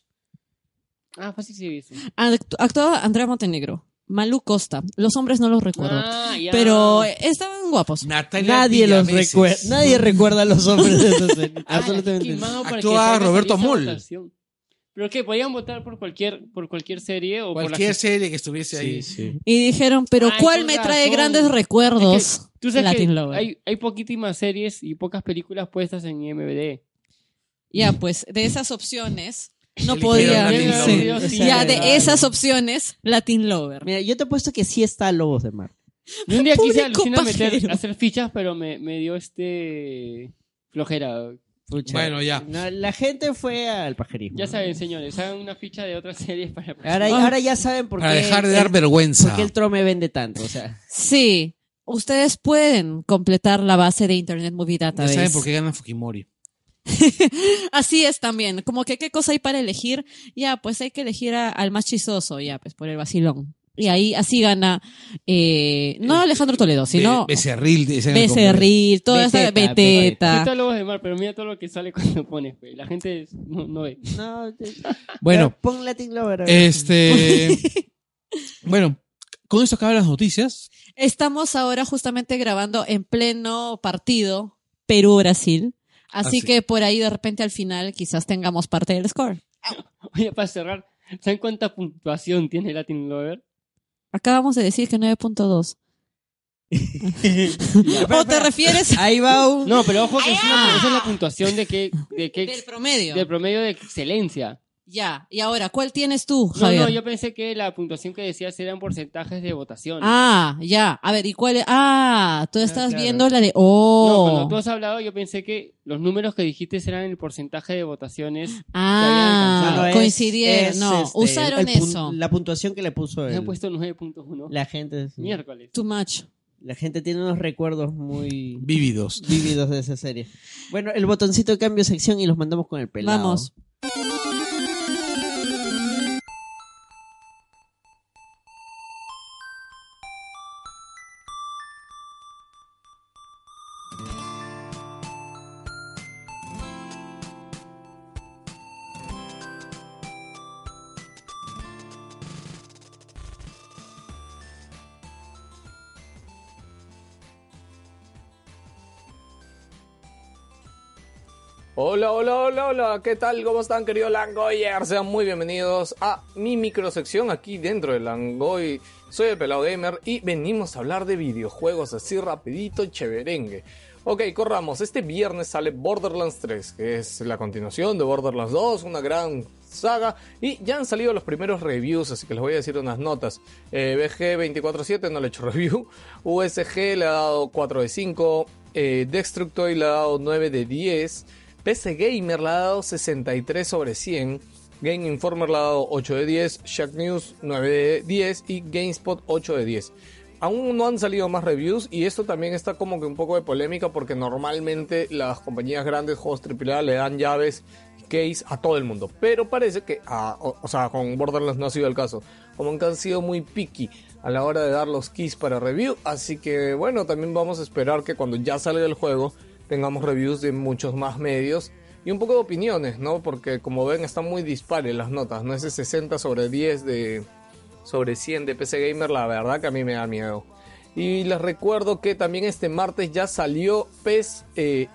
[SPEAKER 3] Ah, fácil sí he visto.
[SPEAKER 2] Act- Actuaba Andrea Montenegro, Malú Costa. Los hombres no los recuerdo,
[SPEAKER 3] Ah, ya.
[SPEAKER 2] pero eh, estaban guapos.
[SPEAKER 1] Natalia
[SPEAKER 4] Nadie los
[SPEAKER 1] Villameses.
[SPEAKER 4] recuerda. Nadie recuerda a los hombres de esa serie.
[SPEAKER 3] Ah,
[SPEAKER 4] Absolutamente.
[SPEAKER 3] quemado para que
[SPEAKER 1] Actúa
[SPEAKER 3] salga
[SPEAKER 1] Roberto
[SPEAKER 3] esa
[SPEAKER 1] Amol.
[SPEAKER 3] votación. Pero que podían votar por cualquier por cualquier serie o
[SPEAKER 1] Cualquier
[SPEAKER 3] por
[SPEAKER 1] serie que estuviese ahí.
[SPEAKER 2] Y dijeron, pero
[SPEAKER 3] Ay,
[SPEAKER 2] ¿cuál
[SPEAKER 3] con
[SPEAKER 2] me trae
[SPEAKER 3] razón.
[SPEAKER 2] grandes recuerdos?
[SPEAKER 3] Es Tú sabes
[SPEAKER 2] Latin
[SPEAKER 3] que
[SPEAKER 2] Lover.
[SPEAKER 3] hay hay poquísimas series y pocas películas puestas en IMDb.
[SPEAKER 2] Ya, pues, de esas opciones, no
[SPEAKER 1] Eligieron
[SPEAKER 2] podía.
[SPEAKER 1] Latin
[SPEAKER 2] Sí.
[SPEAKER 1] Lover.
[SPEAKER 3] Dios, sí,
[SPEAKER 2] Ya,
[SPEAKER 3] claro.
[SPEAKER 2] de esas opciones, Latin Lover.
[SPEAKER 4] Mira, yo te he puesto que sí está Lobos de Mar.
[SPEAKER 3] Y un día quise
[SPEAKER 2] Público
[SPEAKER 3] alucinar meter
[SPEAKER 2] pajero.
[SPEAKER 3] hacer fichas, pero me, me dio este flojera.
[SPEAKER 1] Bueno, ya.
[SPEAKER 4] No, la gente fue al pajerismo.
[SPEAKER 3] Ya saben, señores, hagan una ficha de otras series para
[SPEAKER 4] Ahora,
[SPEAKER 2] Ah.
[SPEAKER 4] ahora ya saben por qué.
[SPEAKER 1] Para dejar de dar
[SPEAKER 4] el-
[SPEAKER 1] vergüenza.
[SPEAKER 4] por qué el trome vende tanto. O sea,
[SPEAKER 2] Sí, ustedes pueden completar la base de Internet Movie
[SPEAKER 1] Ya
[SPEAKER 2] Database.
[SPEAKER 1] saben por qué ganan Fukimori.
[SPEAKER 2] Así es también, como que qué cosa hay para elegir. Ya, pues hay que elegir a- al más chistoso, ya, pues por el vacilón. Y ahí así gana, eh, no Alejandro Toledo, sino
[SPEAKER 1] Be- Becerril. dicen en el
[SPEAKER 2] Becerril, toda esa
[SPEAKER 4] Beteta,
[SPEAKER 2] Beteta.
[SPEAKER 3] Quita Lobos de Mar, pero mira todo lo que sale cuando pones, pe. La gente es- no, no ve.
[SPEAKER 4] no, te-
[SPEAKER 1] Congreso. Bueno,
[SPEAKER 4] pero pon Latin Lover. a ver.
[SPEAKER 1] este. bueno, con esto acaban las noticias.
[SPEAKER 2] Estamos ahora justamente grabando en pleno partido Perú-Brasil. Así
[SPEAKER 1] Así.
[SPEAKER 2] que por ahí de repente al final quizás tengamos parte del score.
[SPEAKER 3] Oye, para cerrar, ¿saben cuánta puntuación tiene Latin Lover?
[SPEAKER 2] Acabamos de decir que 9.2.
[SPEAKER 4] espera,
[SPEAKER 2] ¿O te
[SPEAKER 4] espera.
[SPEAKER 2] refieres
[SPEAKER 4] Ahí va un.
[SPEAKER 3] No, pero ojo que es una- esa es la puntuación de que, de que
[SPEAKER 2] Ah. del promedio?
[SPEAKER 3] del promedio de excelencia.
[SPEAKER 2] Ya. Y ahora, ¿cuál tienes tú,
[SPEAKER 3] No,
[SPEAKER 2] Javier?
[SPEAKER 3] no, yo pensé que la puntuación que decías eran porcentajes de votación.
[SPEAKER 2] Ah, ya. A ver, ¿y cuál? es? Ah, tú estás
[SPEAKER 3] claro.
[SPEAKER 2] viendo la de.
[SPEAKER 3] No,
[SPEAKER 2] Oh.
[SPEAKER 3] cuando tú has hablado, yo pensé que los números que dijiste eran el porcentaje de votaciones.
[SPEAKER 2] ah,
[SPEAKER 3] No, no,
[SPEAKER 2] coincidieron. no,
[SPEAKER 4] este,
[SPEAKER 2] usaron
[SPEAKER 4] el pun-
[SPEAKER 2] eso. pues,
[SPEAKER 4] La puntuación que le puso
[SPEAKER 3] Me
[SPEAKER 4] el-
[SPEAKER 3] han puesto 9.1.
[SPEAKER 4] la gente.
[SPEAKER 3] Miércoles.
[SPEAKER 2] Too much.
[SPEAKER 4] La gente tiene unos recuerdos muy
[SPEAKER 1] Vívidos.
[SPEAKER 4] vívidos de esa serie. Bueno, el botoncito de cambio de sección y los mandamos con el pelado.
[SPEAKER 2] Vamos.
[SPEAKER 7] Hola, hola, hola, hola, ¿qué tal? ¿Cómo están, queridos Langoyer? Sean muy bienvenidos a mi microsección aquí dentro de Langoy. Soy el Pelado Gamer y venimos a hablar de videojuegos así rapidito, cheverengue. Ok, corramos, este viernes sale Borderlands 3, que es la continuación de Borderlands 2, una gran saga, y ya han salido los primeros reviews, así que les voy a decir unas notas. Eh, BG247 no le he hecho review, USG le ha dado 4 de 5, eh, Destructoid le ha dado 9 de 10, PC Gamer le ha dado 63 sobre 100. Game Informer le ha dado 8 de 10. Shack News 9 de 10. Y GameSpot 8 de 10. Aún no han salido más reviews y esto también está como que un poco de polémica porque normalmente las compañías grandes, juegos AAA, le dan llaves, case a todo el mundo. Pero parece que, ah, o, o sea, con Borderlands no ha sido el caso. Como que han sido muy picky a la hora de dar los keys para review. Así que bueno, también vamos a esperar que cuando ya salga el juego tengamos reviews de muchos más medios y un poco de opiniones, ¿no? Porque como ven están muy dispares las notas, ¿no? Ese 60 sobre 10 de sobre 100 de PC Gamer, la verdad que a mí me da miedo. Y les recuerdo que también este martes ya salió PES, eh,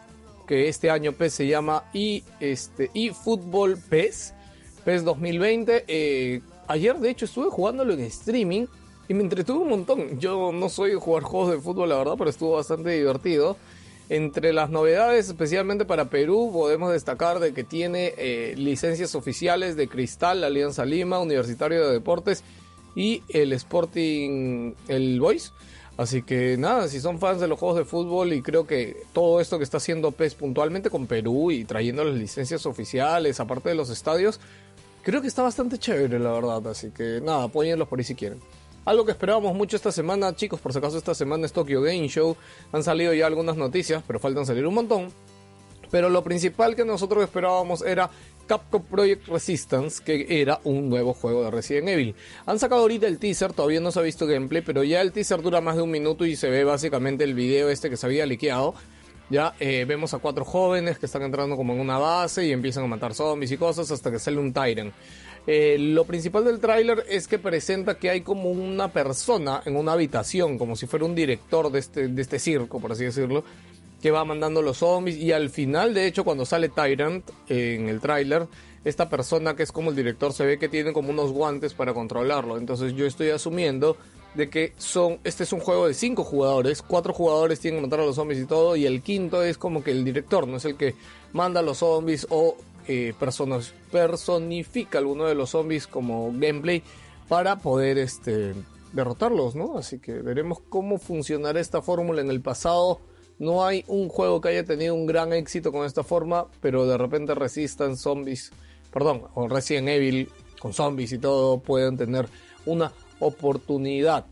[SPEAKER 7] que este año PES se llama y este y Fútbol PES, PES 2020. eh, ayer de hecho estuve jugándolo en streaming y me entretuve un montón. Yo no soy de jugar juegos de fútbol, la verdad, pero estuvo bastante divertido. Entre las novedades, especialmente para Perú, podemos destacar de que tiene eh, licencias oficiales de Cristal, Alianza Lima, Universitario de Deportes y el Sporting, el Boys. Así que nada, si son fans de los juegos de fútbol y creo que todo esto que está haciendo PES puntualmente con Perú y trayendo las licencias oficiales, aparte de los estadios, creo que está bastante chévere, la verdad. Así que nada, apóyenlos por ahí si quieren. Algo que esperábamos mucho esta semana, chicos, por si acaso esta semana es Tokyo Game Show. Han salido ya algunas noticias, pero faltan salir un montón. Pero lo principal que nosotros esperábamos era Capcom Project Resistance, que era un nuevo juego de Resident Evil. Han sacado ahorita el teaser, todavía no se ha visto gameplay, pero ya el teaser dura más de un minuto y se ve básicamente el video este que se había liqueado. Ya eh, vemos a cuatro jóvenes que están entrando como en una base y empiezan a matar zombies y cosas hasta que sale un Tyrant. Eh, lo principal del tráiler es que presenta que hay como una persona en una habitación, como si fuera un director de este, de este circo, por así decirlo, que va mandando los zombies. Y al final, de hecho, cuando sale Tyrant eh, en el tráiler, esta persona que es como el director se ve que tiene como unos guantes para controlarlo. Entonces yo estoy asumiendo de que son este es un juego de cinco jugadores, cuatro jugadores tienen que matar a los zombies y todo, y el quinto es como que el director, no es el que manda a los zombies o eh, personas- personifica alguno de los zombies como gameplay para poder este derrotarlos, ¿no? Así que veremos cómo funcionará esta fórmula en el pasado. No hay un juego que haya tenido un gran éxito con esta forma, pero de repente resistan zombies, perdón, o Resident Evil con zombies y todo pueden tener una oportunidad.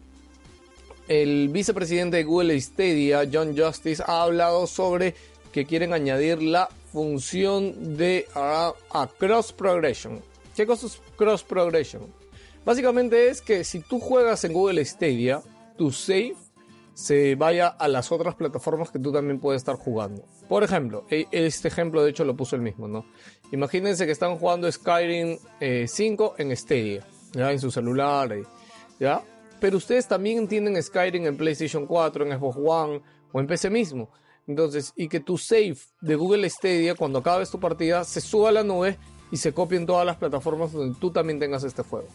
[SPEAKER 7] El vicepresidente de Google Stadia, John Justice, ha hablado sobre que quieren añadir la función de ah, a cross progression. ¿Qué cosa es cross progression? Básicamente es que si tú juegas en Google Stadia, tu save se vaya a las otras plataformas que tú también puedes estar jugando. Por ejemplo, e- este ejemplo de hecho lo puso el mismo, ¿no? Imagínense que están jugando Skyrim eh, 5 en Stadia, ¿ya? En su celular, eh, ¿ya? Pero ustedes también tienen Skyrim en PlayStation 4, en Xbox One o en PC mismo. Entonces, y que tu save de Google Stadia, cuando acabes tu partida, se suba a la nube y se copie en todas las plataformas donde tú también tengas este juego.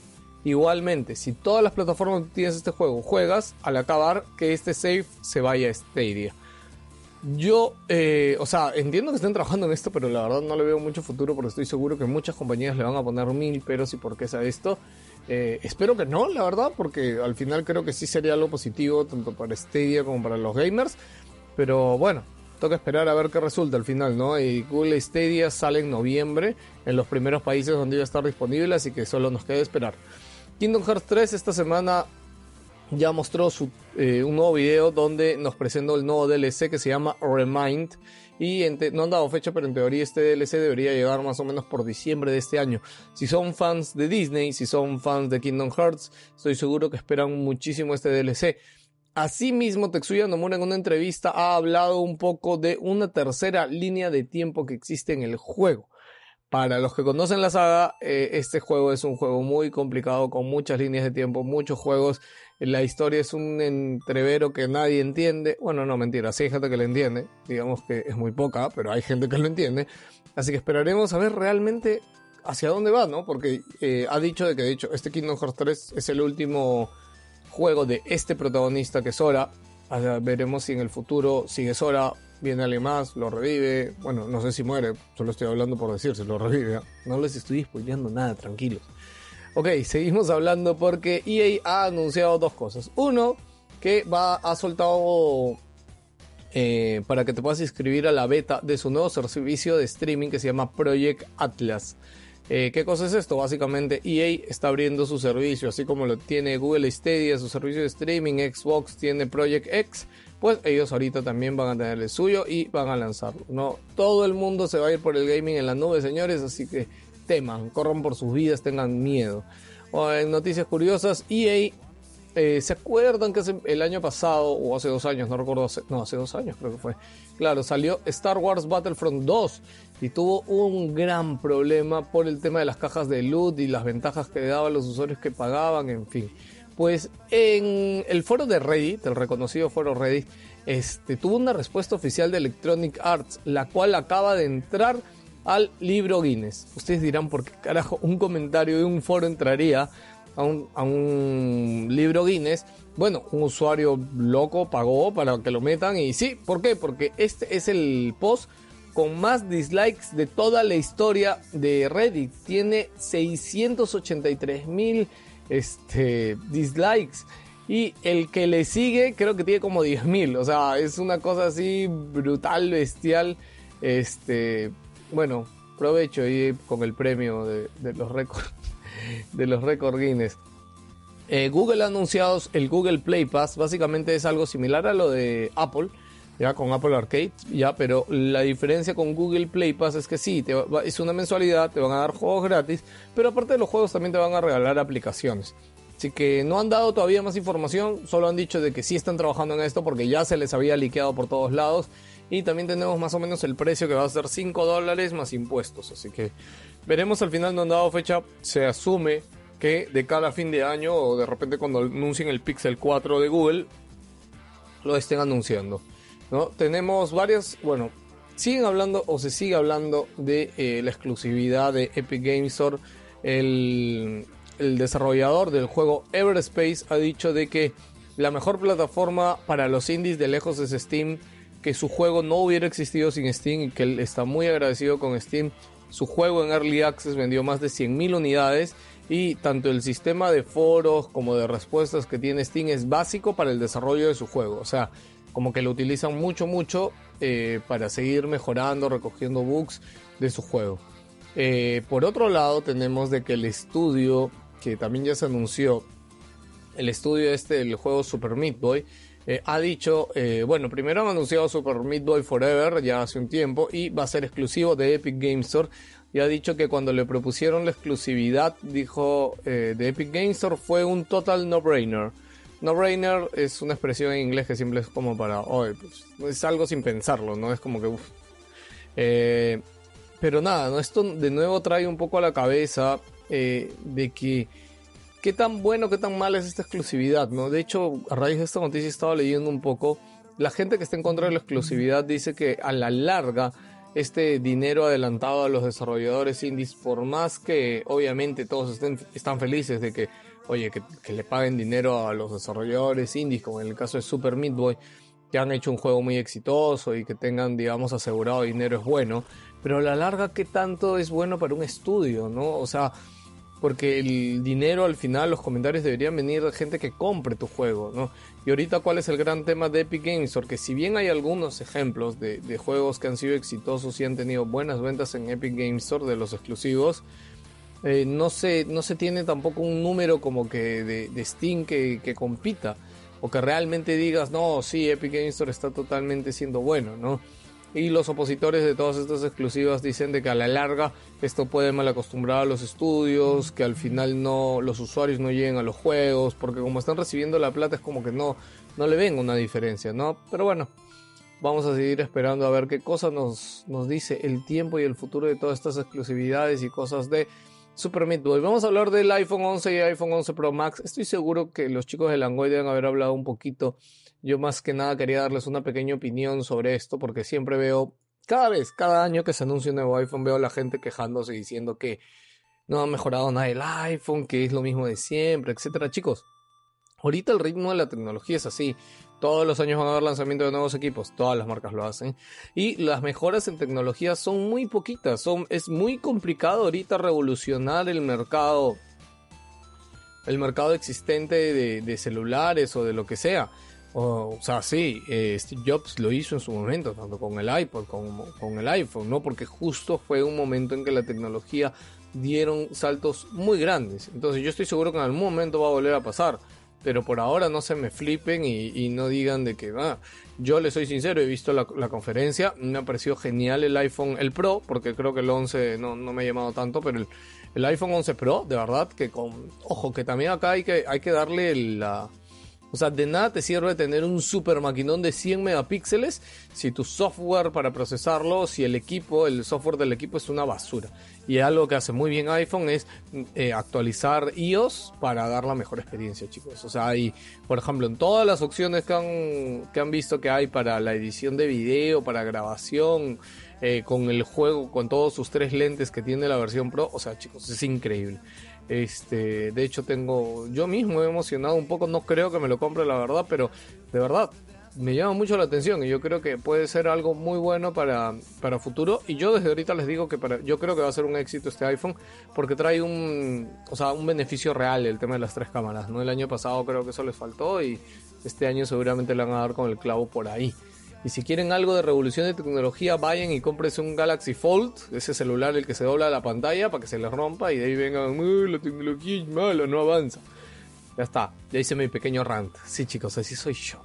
[SPEAKER 7] Igualmente, si todas las plataformas donde tienes este juego juegas, al acabar, que este save se vaya a Stadia. Yo, eh, o sea, entiendo que estén trabajando en esto, pero la verdad no le veo mucho futuro porque estoy seguro que muchas compañías le van a poner mil peros y por qué a esto. Eh, espero que no, la verdad, porque al final creo que sí sería algo positivo tanto para Stadia como para los gamers. Pero bueno, toca esperar a ver qué resulta al final, ¿no? Y Google Stadia sale en noviembre en los primeros países donde iba a estar disponible, así que solo nos queda esperar. Kingdom Hearts 3 esta semana ya mostró su, eh, un nuevo video donde nos presentó el nuevo DLC que se llama Remind. Y en te- no han dado fecha, pero en teoría este DLC debería llegar más o menos por diciembre de este año. Si son fans de Disney, si son fans de Kingdom Hearts, estoy seguro que esperan muchísimo este DLC. Asimismo, Tetsuya Nomura en una entrevista ha hablado un poco de una tercera línea de tiempo que existe en el juego. Para los que conocen la saga, eh, este juego es un juego muy complicado, con muchas líneas de tiempo, muchos juegos. La historia es un entrevero que nadie entiende. Bueno, no, mentira, sí hay gente que lo entiende. Digamos que es muy poca, pero hay gente que lo entiende. Así que esperaremos a ver realmente hacia dónde va, ¿no? Porque eh, ha dicho de que, de hecho, este Kingdom Hearts 3 es el último juego de este protagonista que es Sora. O sea, veremos si en el futuro sigue Sora, viene alguien más, lo revive. Bueno, no sé si muere, solo estoy hablando por decir si lo revive. ¿ah? No les estoy spoileando nada, tranquilos. Ok, seguimos hablando porque EA ha anunciado dos cosas. Uno, que va, ha soltado eh, para que te puedas inscribir a la beta de su nuevo servicio de streaming que se llama Project Atlas. Eh, ¿Qué cosa es esto? Básicamente EA está abriendo su servicio, así como lo tiene Google Stadia, su servicio de streaming, Xbox tiene Project X, pues ellos ahorita también van a tener el suyo y van a lanzarlo. No, todo el mundo se va a ir por el gaming en la nube, señores, así que teman, corran por sus vidas, tengan miedo. O en noticias curiosas, EA E eh, ¿se acuerdan que hace- el año pasado, o hace dos años, no recuerdo, hace- no, hace dos años creo que fue, claro, salió Star Wars Battlefront 2 y tuvo un gran problema por el tema de las cajas de loot y las ventajas que daban los usuarios que pagaban, en fin. Pues en el foro de Reddit, el reconocido foro Reddit, este, tuvo una respuesta oficial de Electronic Arts, la cual acaba de entrar al libro Guinness. Ustedes dirán por qué carajo un comentario de un foro entraría a un, a un libro Guinness. Bueno, un usuario loco pagó para que lo metan y sí, ¿por qué? Porque este es el post con más dislikes de toda la historia de Reddit. Tiene 683 mil este, dislikes. Y el que le sigue creo que tiene como 10.000. O sea, es una cosa así brutal, bestial. Este, bueno, provecho ahí con el premio de, de los récords de los récord Guinness. Eh, Google ha anunciado el Google Play Pass. Básicamente es algo similar a lo de Apple, ya con Apple Arcade, ya, pero la diferencia con Google Play Pass es que sí, te va- es una mensualidad, te van a dar juegos gratis, pero aparte de los juegos también te van a regalar aplicaciones. Así que no han dado todavía más información, solo han dicho de que sí están trabajando en esto porque ya se les había liqueado por todos lados. Y también tenemos más o menos el precio que va a ser 5 dólares más impuestos. Así que veremos al final, no han dado fecha. Se asume que de cada fin de año o de repente cuando anuncien el Pixel 4 de Google, lo estén anunciando. ¿no? Tenemos varias, bueno, siguen hablando o se sigue hablando de eh, la exclusividad de Epic Games Store. El, el desarrollador del juego Everspace ha dicho de que la mejor plataforma para los indies de lejos es Steam, que su juego no hubiera existido sin Steam y que él está muy agradecido con Steam. Su juego en Early Access vendió más de 100.000 unidades y tanto el sistema de foros como de respuestas que tiene Steam es básico para el desarrollo de su juego. O sea, como que lo utilizan mucho, mucho eh, para seguir mejorando, recogiendo bugs de su juego. Eh, por otro lado, tenemos de que el estudio, que también ya se anunció, el estudio este del juego Super Meat Boy, eh, ha dicho, eh, bueno, primero han anunciado Super Meat Boy Forever ya hace un tiempo y va a ser exclusivo de Epic Games Store. Y ha dicho que cuando le propusieron la exclusividad, dijo, eh, de Epic Games Store fue un total no-brainer. No-brainer es una expresión en inglés que siempre es como para, "Oye, pues", es algo sin pensarlo, ¿no? Es como que, uff. Eh, pero nada, ¿no? esto de nuevo trae un poco a la cabeza eh, de que qué tan bueno, qué tan mal es esta exclusividad, ¿no? De hecho, a raíz de esta noticia he estado leyendo un poco. La gente que está en contra de la exclusividad dice que a la larga este dinero adelantado a los desarrolladores indies, por más que obviamente todos estén, están felices de que, oye, que, que le paguen dinero a los desarrolladores indies, como en el caso de Super Meat Boy, que han hecho un juego muy exitoso y que tengan, digamos, asegurado dinero es bueno. Pero a la larga, ¿qué tanto es bueno para un estudio, no? O sea, porque el dinero al final, los comentarios deberían venir de gente que compre tu juego, ¿no? Y ahorita, ¿cuál es el gran tema de Epic Games? Porque si bien hay algunos ejemplos de, de juegos que han sido exitosos y han tenido buenas ventas en Epic Games Store de los exclusivos, eh, no, se, no se tiene tampoco un número como que de, de Steam que, que compita. O que realmente digas, no, sí, Epic Games Store está totalmente siendo bueno, ¿no? Y los opositores de todas estas exclusivas dicen de que a la larga esto puede mal acostumbrar a los estudios, que al final no los usuarios no lleguen a los juegos, porque como están recibiendo la plata es como que no, no le ven una diferencia, ¿no? Pero bueno, vamos a seguir esperando a ver qué cosa nos, nos dice el tiempo y el futuro de todas estas exclusividades y cosas de Super Meat Boy. Vamos a hablar del iPhone 11 y iPhone 11 Pro Max. Estoy seguro que los chicos de Langoy deben haber hablado un poquito. Yo más que nada quería darles una pequeña opinión sobre esto porque siempre veo, cada vez, cada año que se anuncia un nuevo iPhone, veo a la gente quejándose y diciendo que no ha mejorado nada el iPhone, que es lo mismo de siempre, etcétera. Chicos, ahorita el ritmo de la tecnología es así. Todos los años van a haber lanzamiento de nuevos equipos, todas las marcas lo hacen. Y las mejoras en tecnología son muy poquitas. Son, es muy complicado ahorita revolucionar el mercado. El mercado existente de, de celulares o de lo que sea. O, o sea, sí, eh, Steve Jobs lo hizo en su momento, tanto con el iPod como con el iPhone, ¿no? Porque justo fue un momento en que la tecnología dieron saltos muy grandes. Entonces yo estoy seguro que en algún momento va a volver a pasar. Pero por ahora no se me flipen y, y no digan de que ah, va. yo les soy sincero, he visto la, la conferencia, me ha parecido genial el iPhone, el Pro, porque creo que el 11 no, no me ha llamado tanto, pero el, el iPhone 11 Pro, de verdad, que con... Ojo, que también acá hay que, hay que darle la O sea, de nada te sirve tener un super maquinón de 100 megapíxeles si tu software para procesarlo, si el equipo, el software del equipo es una basura. Y algo que hace muy bien iPhone es eh, actualizar iOS para dar la mejor experiencia, chicos. O sea, hay, por ejemplo, en todas las opciones que han, que han visto que hay para la edición de video, para grabación, eh, con el juego, con todos sus tres lentes que tiene la versión Pro, o sea, chicos, es increíble. Este, de hecho, tengo. Yo mismo he emocionado un poco. No creo que me lo compre, la verdad, pero de verdad me llama mucho la atención. Y yo creo que puede ser algo muy bueno para, para futuro. Y yo desde ahorita les digo que para, yo creo que va a ser un éxito este iPhone. Porque trae un, o sea, un beneficio real el tema de las tres cámaras. ¿no? El año pasado creo que eso les faltó. Y este año seguramente le van a dar con el clavo por ahí. Y si quieren algo de revolución de tecnología, vayan y cómprense un Galaxy Fold, ese celular el que se dobla la pantalla para que se les rompa y de ahí vengan, "Uy, la tecnología es mala, no avanza. Ya está, ya hice mi pequeño rant. Sí, chicos, así soy yo.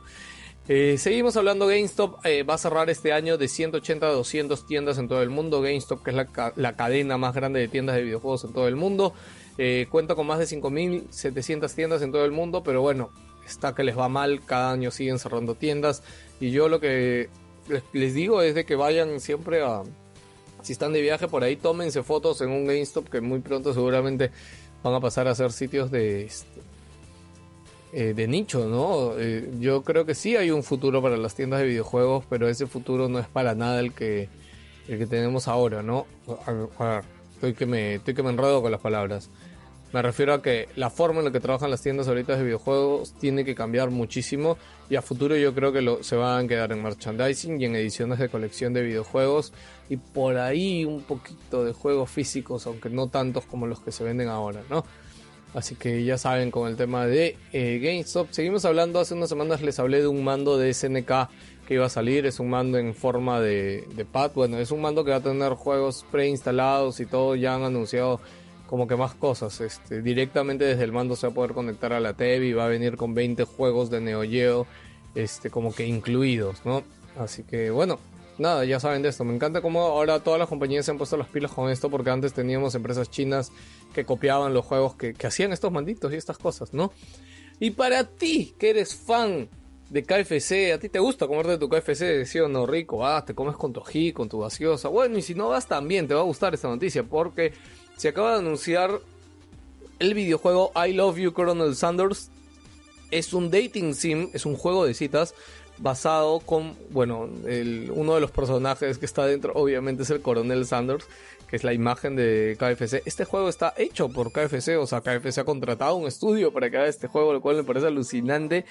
[SPEAKER 7] Eh, seguimos hablando GameStop, eh, va a cerrar este año de 180 a 200 tiendas en todo el mundo. GameStop, que es la, ca- la cadena más grande de tiendas de videojuegos en todo el mundo, eh, cuenta con más de 5.700 tiendas en todo el mundo, pero bueno, está que les va mal, cada año siguen cerrando tiendas. Y yo lo que les- les digo es de que vayan siempre a, si están de viaje por ahí, tómense fotos en un GameStop que muy pronto seguramente van a pasar a ser sitios de este, eh, de nicho, ¿no? Eh, yo creo que sí hay un futuro para las tiendas de videojuegos, pero ese futuro no es para nada el que el que tenemos ahora, ¿no? A ver, a ver, estoy que me estoy que me enredo con las palabras. Me refiero a que la forma en la que trabajan las tiendas ahorita de videojuegos tiene que cambiar muchísimo y a futuro yo creo que lo- se van a quedar en merchandising y en ediciones de colección de videojuegos y por ahí un poquito de juegos físicos, aunque no tantos como los que se venden ahora, ¿no? Así que ya saben con el tema de eh, GameStop. Seguimos hablando, hace unas semanas les hablé de un mando de SNK que iba a salir, es un mando en forma de, de pad, bueno, es un mando que va a tener juegos preinstalados y todo, ya han anunciado como que más cosas. Este, directamente desde el mando se va a poder conectar a la TV y va a venir con 20 juegos de Neo Geo, este, como que incluidos, ¿no? Así que bueno, nada, ya saben de esto. Me encanta cómo ahora todas las compañías se han puesto las pilas con esto porque antes teníamos empresas chinas que copiaban los juegos que, que hacían estos manditos y estas cosas, ¿no? Y para ti, que eres fan de KFC, a ti te gusta comerte tu KFC, sí o no, rico, vas, te comes con tu ají, con tu gaseosa. Bueno, y si no vas también, te va a gustar esta noticia porque se acaba de anunciar el videojuego I Love You Colonel Sanders. Es un dating sim, es un juego de citas basado con, bueno, el- uno de los personajes que está dentro obviamente es el coronel Sanders, que es la imagen de KFC. Este juego está hecho por KFC, o sea, KFC ha contratado un estudio para que haga este juego, lo cual me parece alucinante.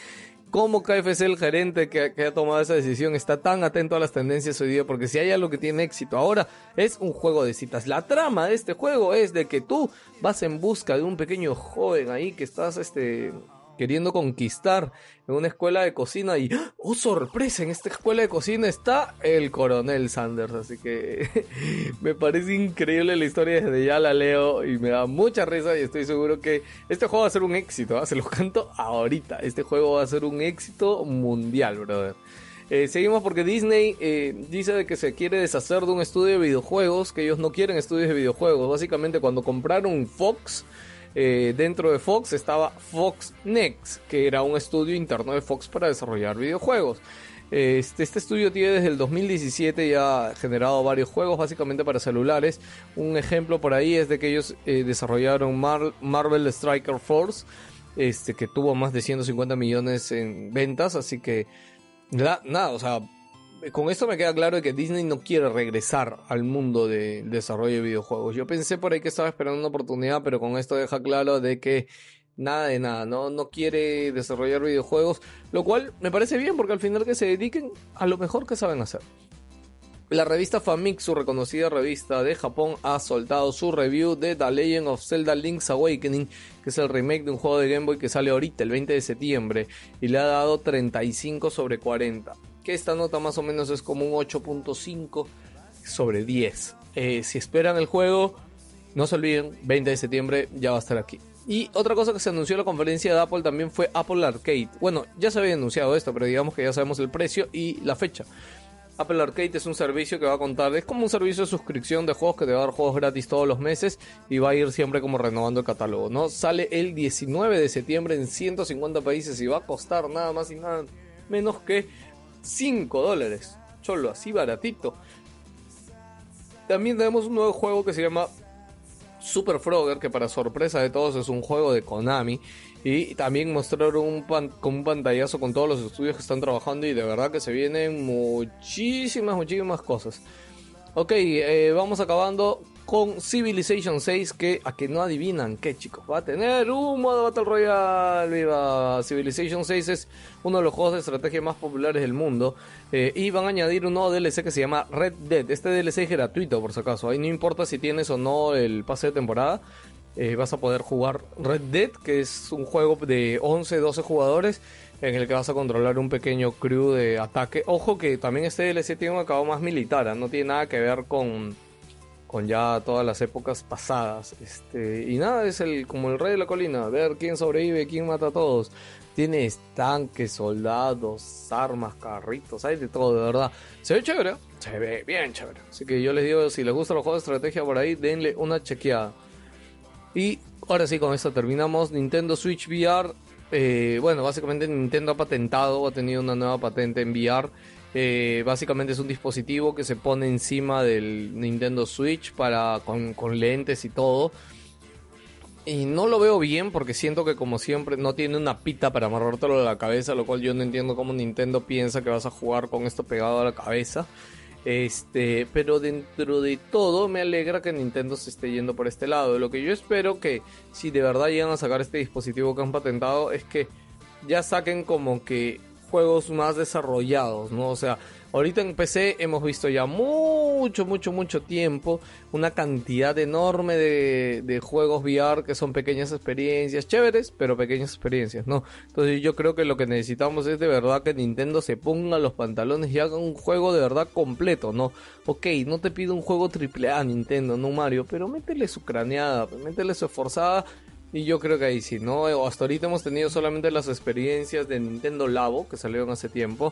[SPEAKER 7] Cómo KFC, el gerente que, que ha tomado esa decisión, está tan atento a las tendencias hoy día, porque si hay algo que tiene éxito ahora, es un juego de citas. La trama de este juego es de que tú vas en busca de un pequeño joven ahí que estás, este, queriendo conquistar en una escuela de cocina y ¡ah! ¡oh sorpresa! En esta escuela de cocina está el coronel Sanders, así que me parece increíble la historia desde ya la leo y me da mucha risa y estoy seguro que este juego va a ser un éxito, ¿ah? se los canto ahorita, este juego va a ser un éxito mundial, brother. Eh, seguimos porque Disney eh, dice de que se quiere deshacer de un estudio de videojuegos, que ellos no quieren estudios de videojuegos. Básicamente cuando compraron Fox, eh, dentro de Fox estaba Fox Next, que era un estudio interno de Fox para desarrollar videojuegos. Este, este estudio tiene desde el 2017 y ha generado varios juegos básicamente para celulares. Un ejemplo por ahí es de que ellos eh, desarrollaron Mar- Marvel Striker Force, este, que tuvo más de 150 millones en ventas, así que la- nada, o sea, con esto me queda claro de que Disney no quiere regresar al mundo de- del desarrollo de videojuegos. Yo pensé por ahí que estaba esperando una oportunidad, pero con esto deja claro de que nada de nada, no, no quiere desarrollar videojuegos, lo cual me parece bien porque al final que se dediquen a lo mejor que saben hacer. La revista Famitsu, reconocida revista de Japón, ha soltado su review de The Legend of Zelda Link's Awakening, que es el remake de un juego de Game Boy que sale ahorita, el 20 de septiembre, y le ha dado 35 sobre 40. Que esta nota más o menos es como un 8.5 sobre 10. Eh, si esperan el juego, no se olviden, 20 de septiembre ya va a estar aquí. Y otra cosa que se anunció en la conferencia de Apple también fue Apple Arcade. Bueno, ya se había anunciado esto, pero digamos que ya sabemos el precio y la fecha. Apple Arcade es un servicio que va a contar, es como un servicio de suscripción de juegos que te va a dar juegos gratis todos los meses y va a ir siempre como renovando el catálogo, ¿no? Sale el 19 de septiembre en 150 países y va a costar nada más y nada menos que 5 dólares. Cholo, así baratito. También tenemos un nuevo juego que se llama Super Frogger, que para sorpresa de todos es un juego de Konami. Y también mostraron un, pan- con un pantallazo con todos los estudios que están trabajando y de verdad que se vienen muchísimas, muchísimas cosas. Ok, eh, vamos acabando con Civilization 6, que a que no adivinan qué chicos, va a tener un modo Battle Royale. Viva Civilization 6 es uno de los juegos de estrategia más populares del mundo. eh, y van a añadir un nuevo DLC que se llama Red Dead. Este DLC es gratuito por si acaso, ahí no importa si tienes o no el pase de temporada. eh, vas a poder jugar Red Dead, que es un juego de 11, 12 jugadores en el que vas a controlar un pequeño crew de ataque. Ojo que también este DLC tiene un acabado más militar, ¿ah? no tiene nada que ver con, con ya todas las épocas pasadas. Este, y nada, es el como el rey de la colina, ver quién sobrevive, quién mata a todos. Tiene tanques, soldados, armas, carritos, hay de todo, de verdad. Se ve chévere, ¿eh? se ve bien chévere. Así que yo les digo, si les gustan los juegos de estrategia por ahí, denle una chequeada. Y ahora sí, con esto terminamos. Nintendo Switch VR. eh, bueno, básicamente Nintendo ha patentado, ha tenido una nueva patente en VR. Eh, básicamente es un dispositivo que se pone encima del Nintendo Switch para, con, con lentes y todo. Y no lo veo bien porque siento que como siempre no tiene una pita para amarrártelo a la cabeza, lo cual yo no entiendo cómo Nintendo piensa que vas a jugar con esto pegado a la cabeza. Este, pero dentro de todo me alegra que Nintendo se esté yendo por este lado. Lo que yo espero que si de verdad llegan a sacar este dispositivo que han patentado es que ya saquen como que juegos más desarrollados, ¿no? O sea, ahorita en PC hemos visto ya mucho, mucho, mucho tiempo una cantidad enorme de, de juegos VR que son pequeñas experiencias, chéveres, pero pequeñas experiencias, ¿no? Entonces yo creo que lo que necesitamos es de verdad que Nintendo se ponga los pantalones y haga un juego de verdad completo, ¿no? Ok, no te pido un juego triple A Nintendo, no Mario, pero métele su craneada, métele su esforzada y yo creo que ahí sí, ¿no? Hasta ahorita hemos tenido solamente las experiencias de Nintendo Labo que salieron hace tiempo.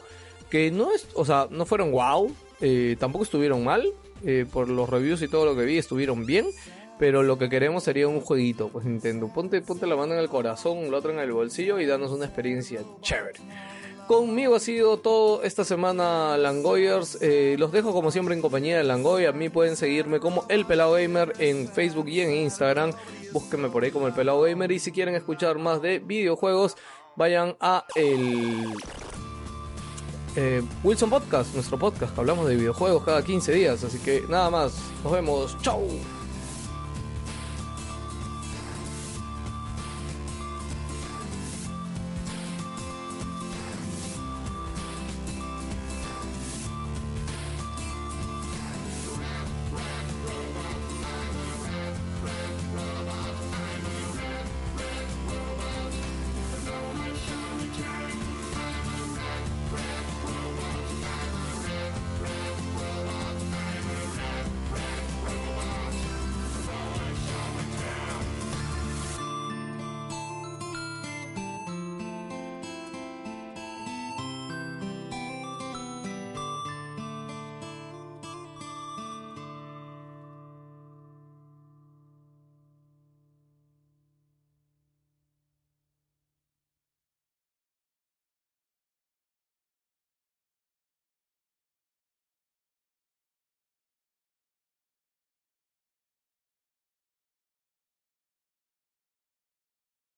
[SPEAKER 7] Que no es, o sea, no fueron wow. eh, tampoco estuvieron mal. eh, por los reviews y todo lo que vi, estuvieron bien. Pero lo que queremos sería un jueguito, pues Nintendo. Ponte, ponte la mano en el corazón, la otra en el bolsillo y danos una experiencia chévere. Conmigo ha sido todo esta semana, Langoyers. Eh, los dejo como siempre en compañía de Langoy. A mí pueden seguirme como El Pelado Gamer en Facebook y en Instagram. Búsquenme por ahí como El Pelado Gamer. Y si quieren escuchar más de videojuegos, vayan a el eh, Wilson Podcast, nuestro podcast que hablamos de videojuegos cada 15 días. Así que nada más, nos vemos. ¡Chau!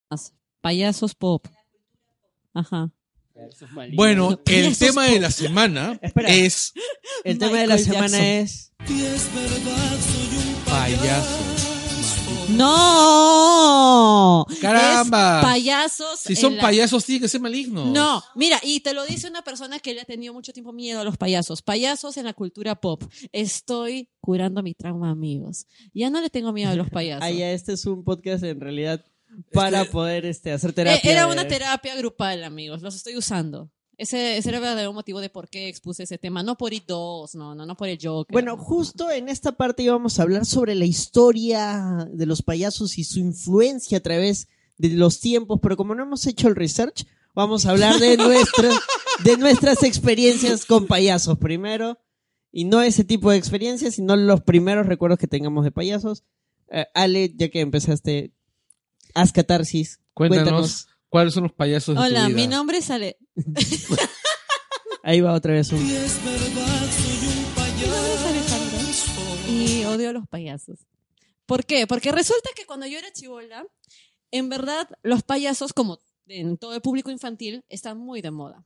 [SPEAKER 2] Más. Payasos pop. Ajá.
[SPEAKER 3] Eso es malísimo.
[SPEAKER 1] Bueno, el
[SPEAKER 2] Piensos
[SPEAKER 1] tema de la semana
[SPEAKER 4] Espera.
[SPEAKER 1] es
[SPEAKER 4] El tema de la
[SPEAKER 2] Michael
[SPEAKER 4] semana
[SPEAKER 2] Jackson.
[SPEAKER 4] es.
[SPEAKER 1] payasos.
[SPEAKER 2] ¡No!
[SPEAKER 1] Caramba.
[SPEAKER 2] Es payasos.
[SPEAKER 1] Si
[SPEAKER 2] en
[SPEAKER 1] son
[SPEAKER 2] la-
[SPEAKER 1] payasos, tienen que ser malignos.
[SPEAKER 2] No, mira, y te lo dice una persona que le ha tenido mucho tiempo miedo a los payasos. Payasos en la cultura pop. Estoy curando mi trauma, amigos. Ya no le tengo miedo a los payasos.
[SPEAKER 4] Ah, ya, este es un podcast en realidad para poder este, hacer
[SPEAKER 2] Eh,
[SPEAKER 4] terapia.
[SPEAKER 2] Era
[SPEAKER 4] de-
[SPEAKER 2] una terapia grupal, amigos. Los estoy usando. Ese, ese era el verdadero motivo de por qué expuse ese tema. No por I2, no, no, no por el Joker.
[SPEAKER 4] Bueno, justo en esta parte íbamos a hablar sobre la historia de los payasos y su influencia a través de los tiempos, pero como no hemos hecho el research, vamos a hablar de nuestras de nuestras experiencias con payasos primero. Y no ese tipo de experiencias, sino los primeros recuerdos que tengamos de payasos. Eh, Ale, ya que empezaste, haz catarsis.
[SPEAKER 1] Cuéntanos,
[SPEAKER 4] Cuéntanos.
[SPEAKER 1] cuáles son los payasos de
[SPEAKER 2] Hola,
[SPEAKER 1] tu vida?
[SPEAKER 2] mi nombre es Ale.
[SPEAKER 4] Ahí va otra vez un.
[SPEAKER 2] Mi nombre es Alejandra y odio a los payasos. ¿Por qué? Porque resulta que cuando yo era chivola, en verdad los payasos, como en todo el público infantil, están muy de moda.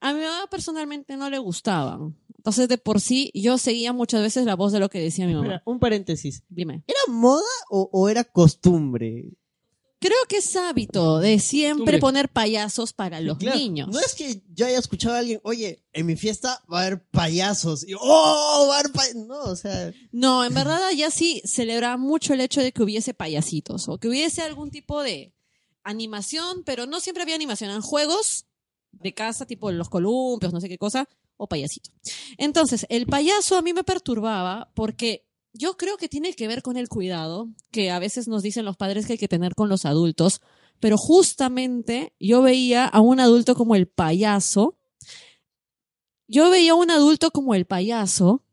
[SPEAKER 2] A mi mamá personalmente no le gustaban. Entonces, de por sí, yo seguía muchas veces la voz de lo que decía mi mamá.
[SPEAKER 4] Espera, un paréntesis.
[SPEAKER 2] Dime.
[SPEAKER 4] ¿Era moda o, o era costumbre?
[SPEAKER 2] Creo que es hábito de siempre
[SPEAKER 7] Costumbre.
[SPEAKER 2] poner payasos para los
[SPEAKER 4] Claro,
[SPEAKER 2] niños.
[SPEAKER 4] No es que yo haya escuchado a alguien, oye, en mi fiesta va a haber payasos. Y, oh, va a haber payasos. No, o sea,
[SPEAKER 2] No, en verdad allá sí celebraba mucho el hecho de que hubiese payasitos o que hubiese algún tipo de animación, pero no siempre había animación, eran juegos de casa, tipo los columpios, no sé qué cosa, o payasito. Entonces, el payaso a mí me perturbaba porque yo creo que tiene que ver con el cuidado que a veces nos dicen los padres que hay que tener con los adultos, pero justamente yo veía a un adulto como el payaso, yo veía a un adulto como el payaso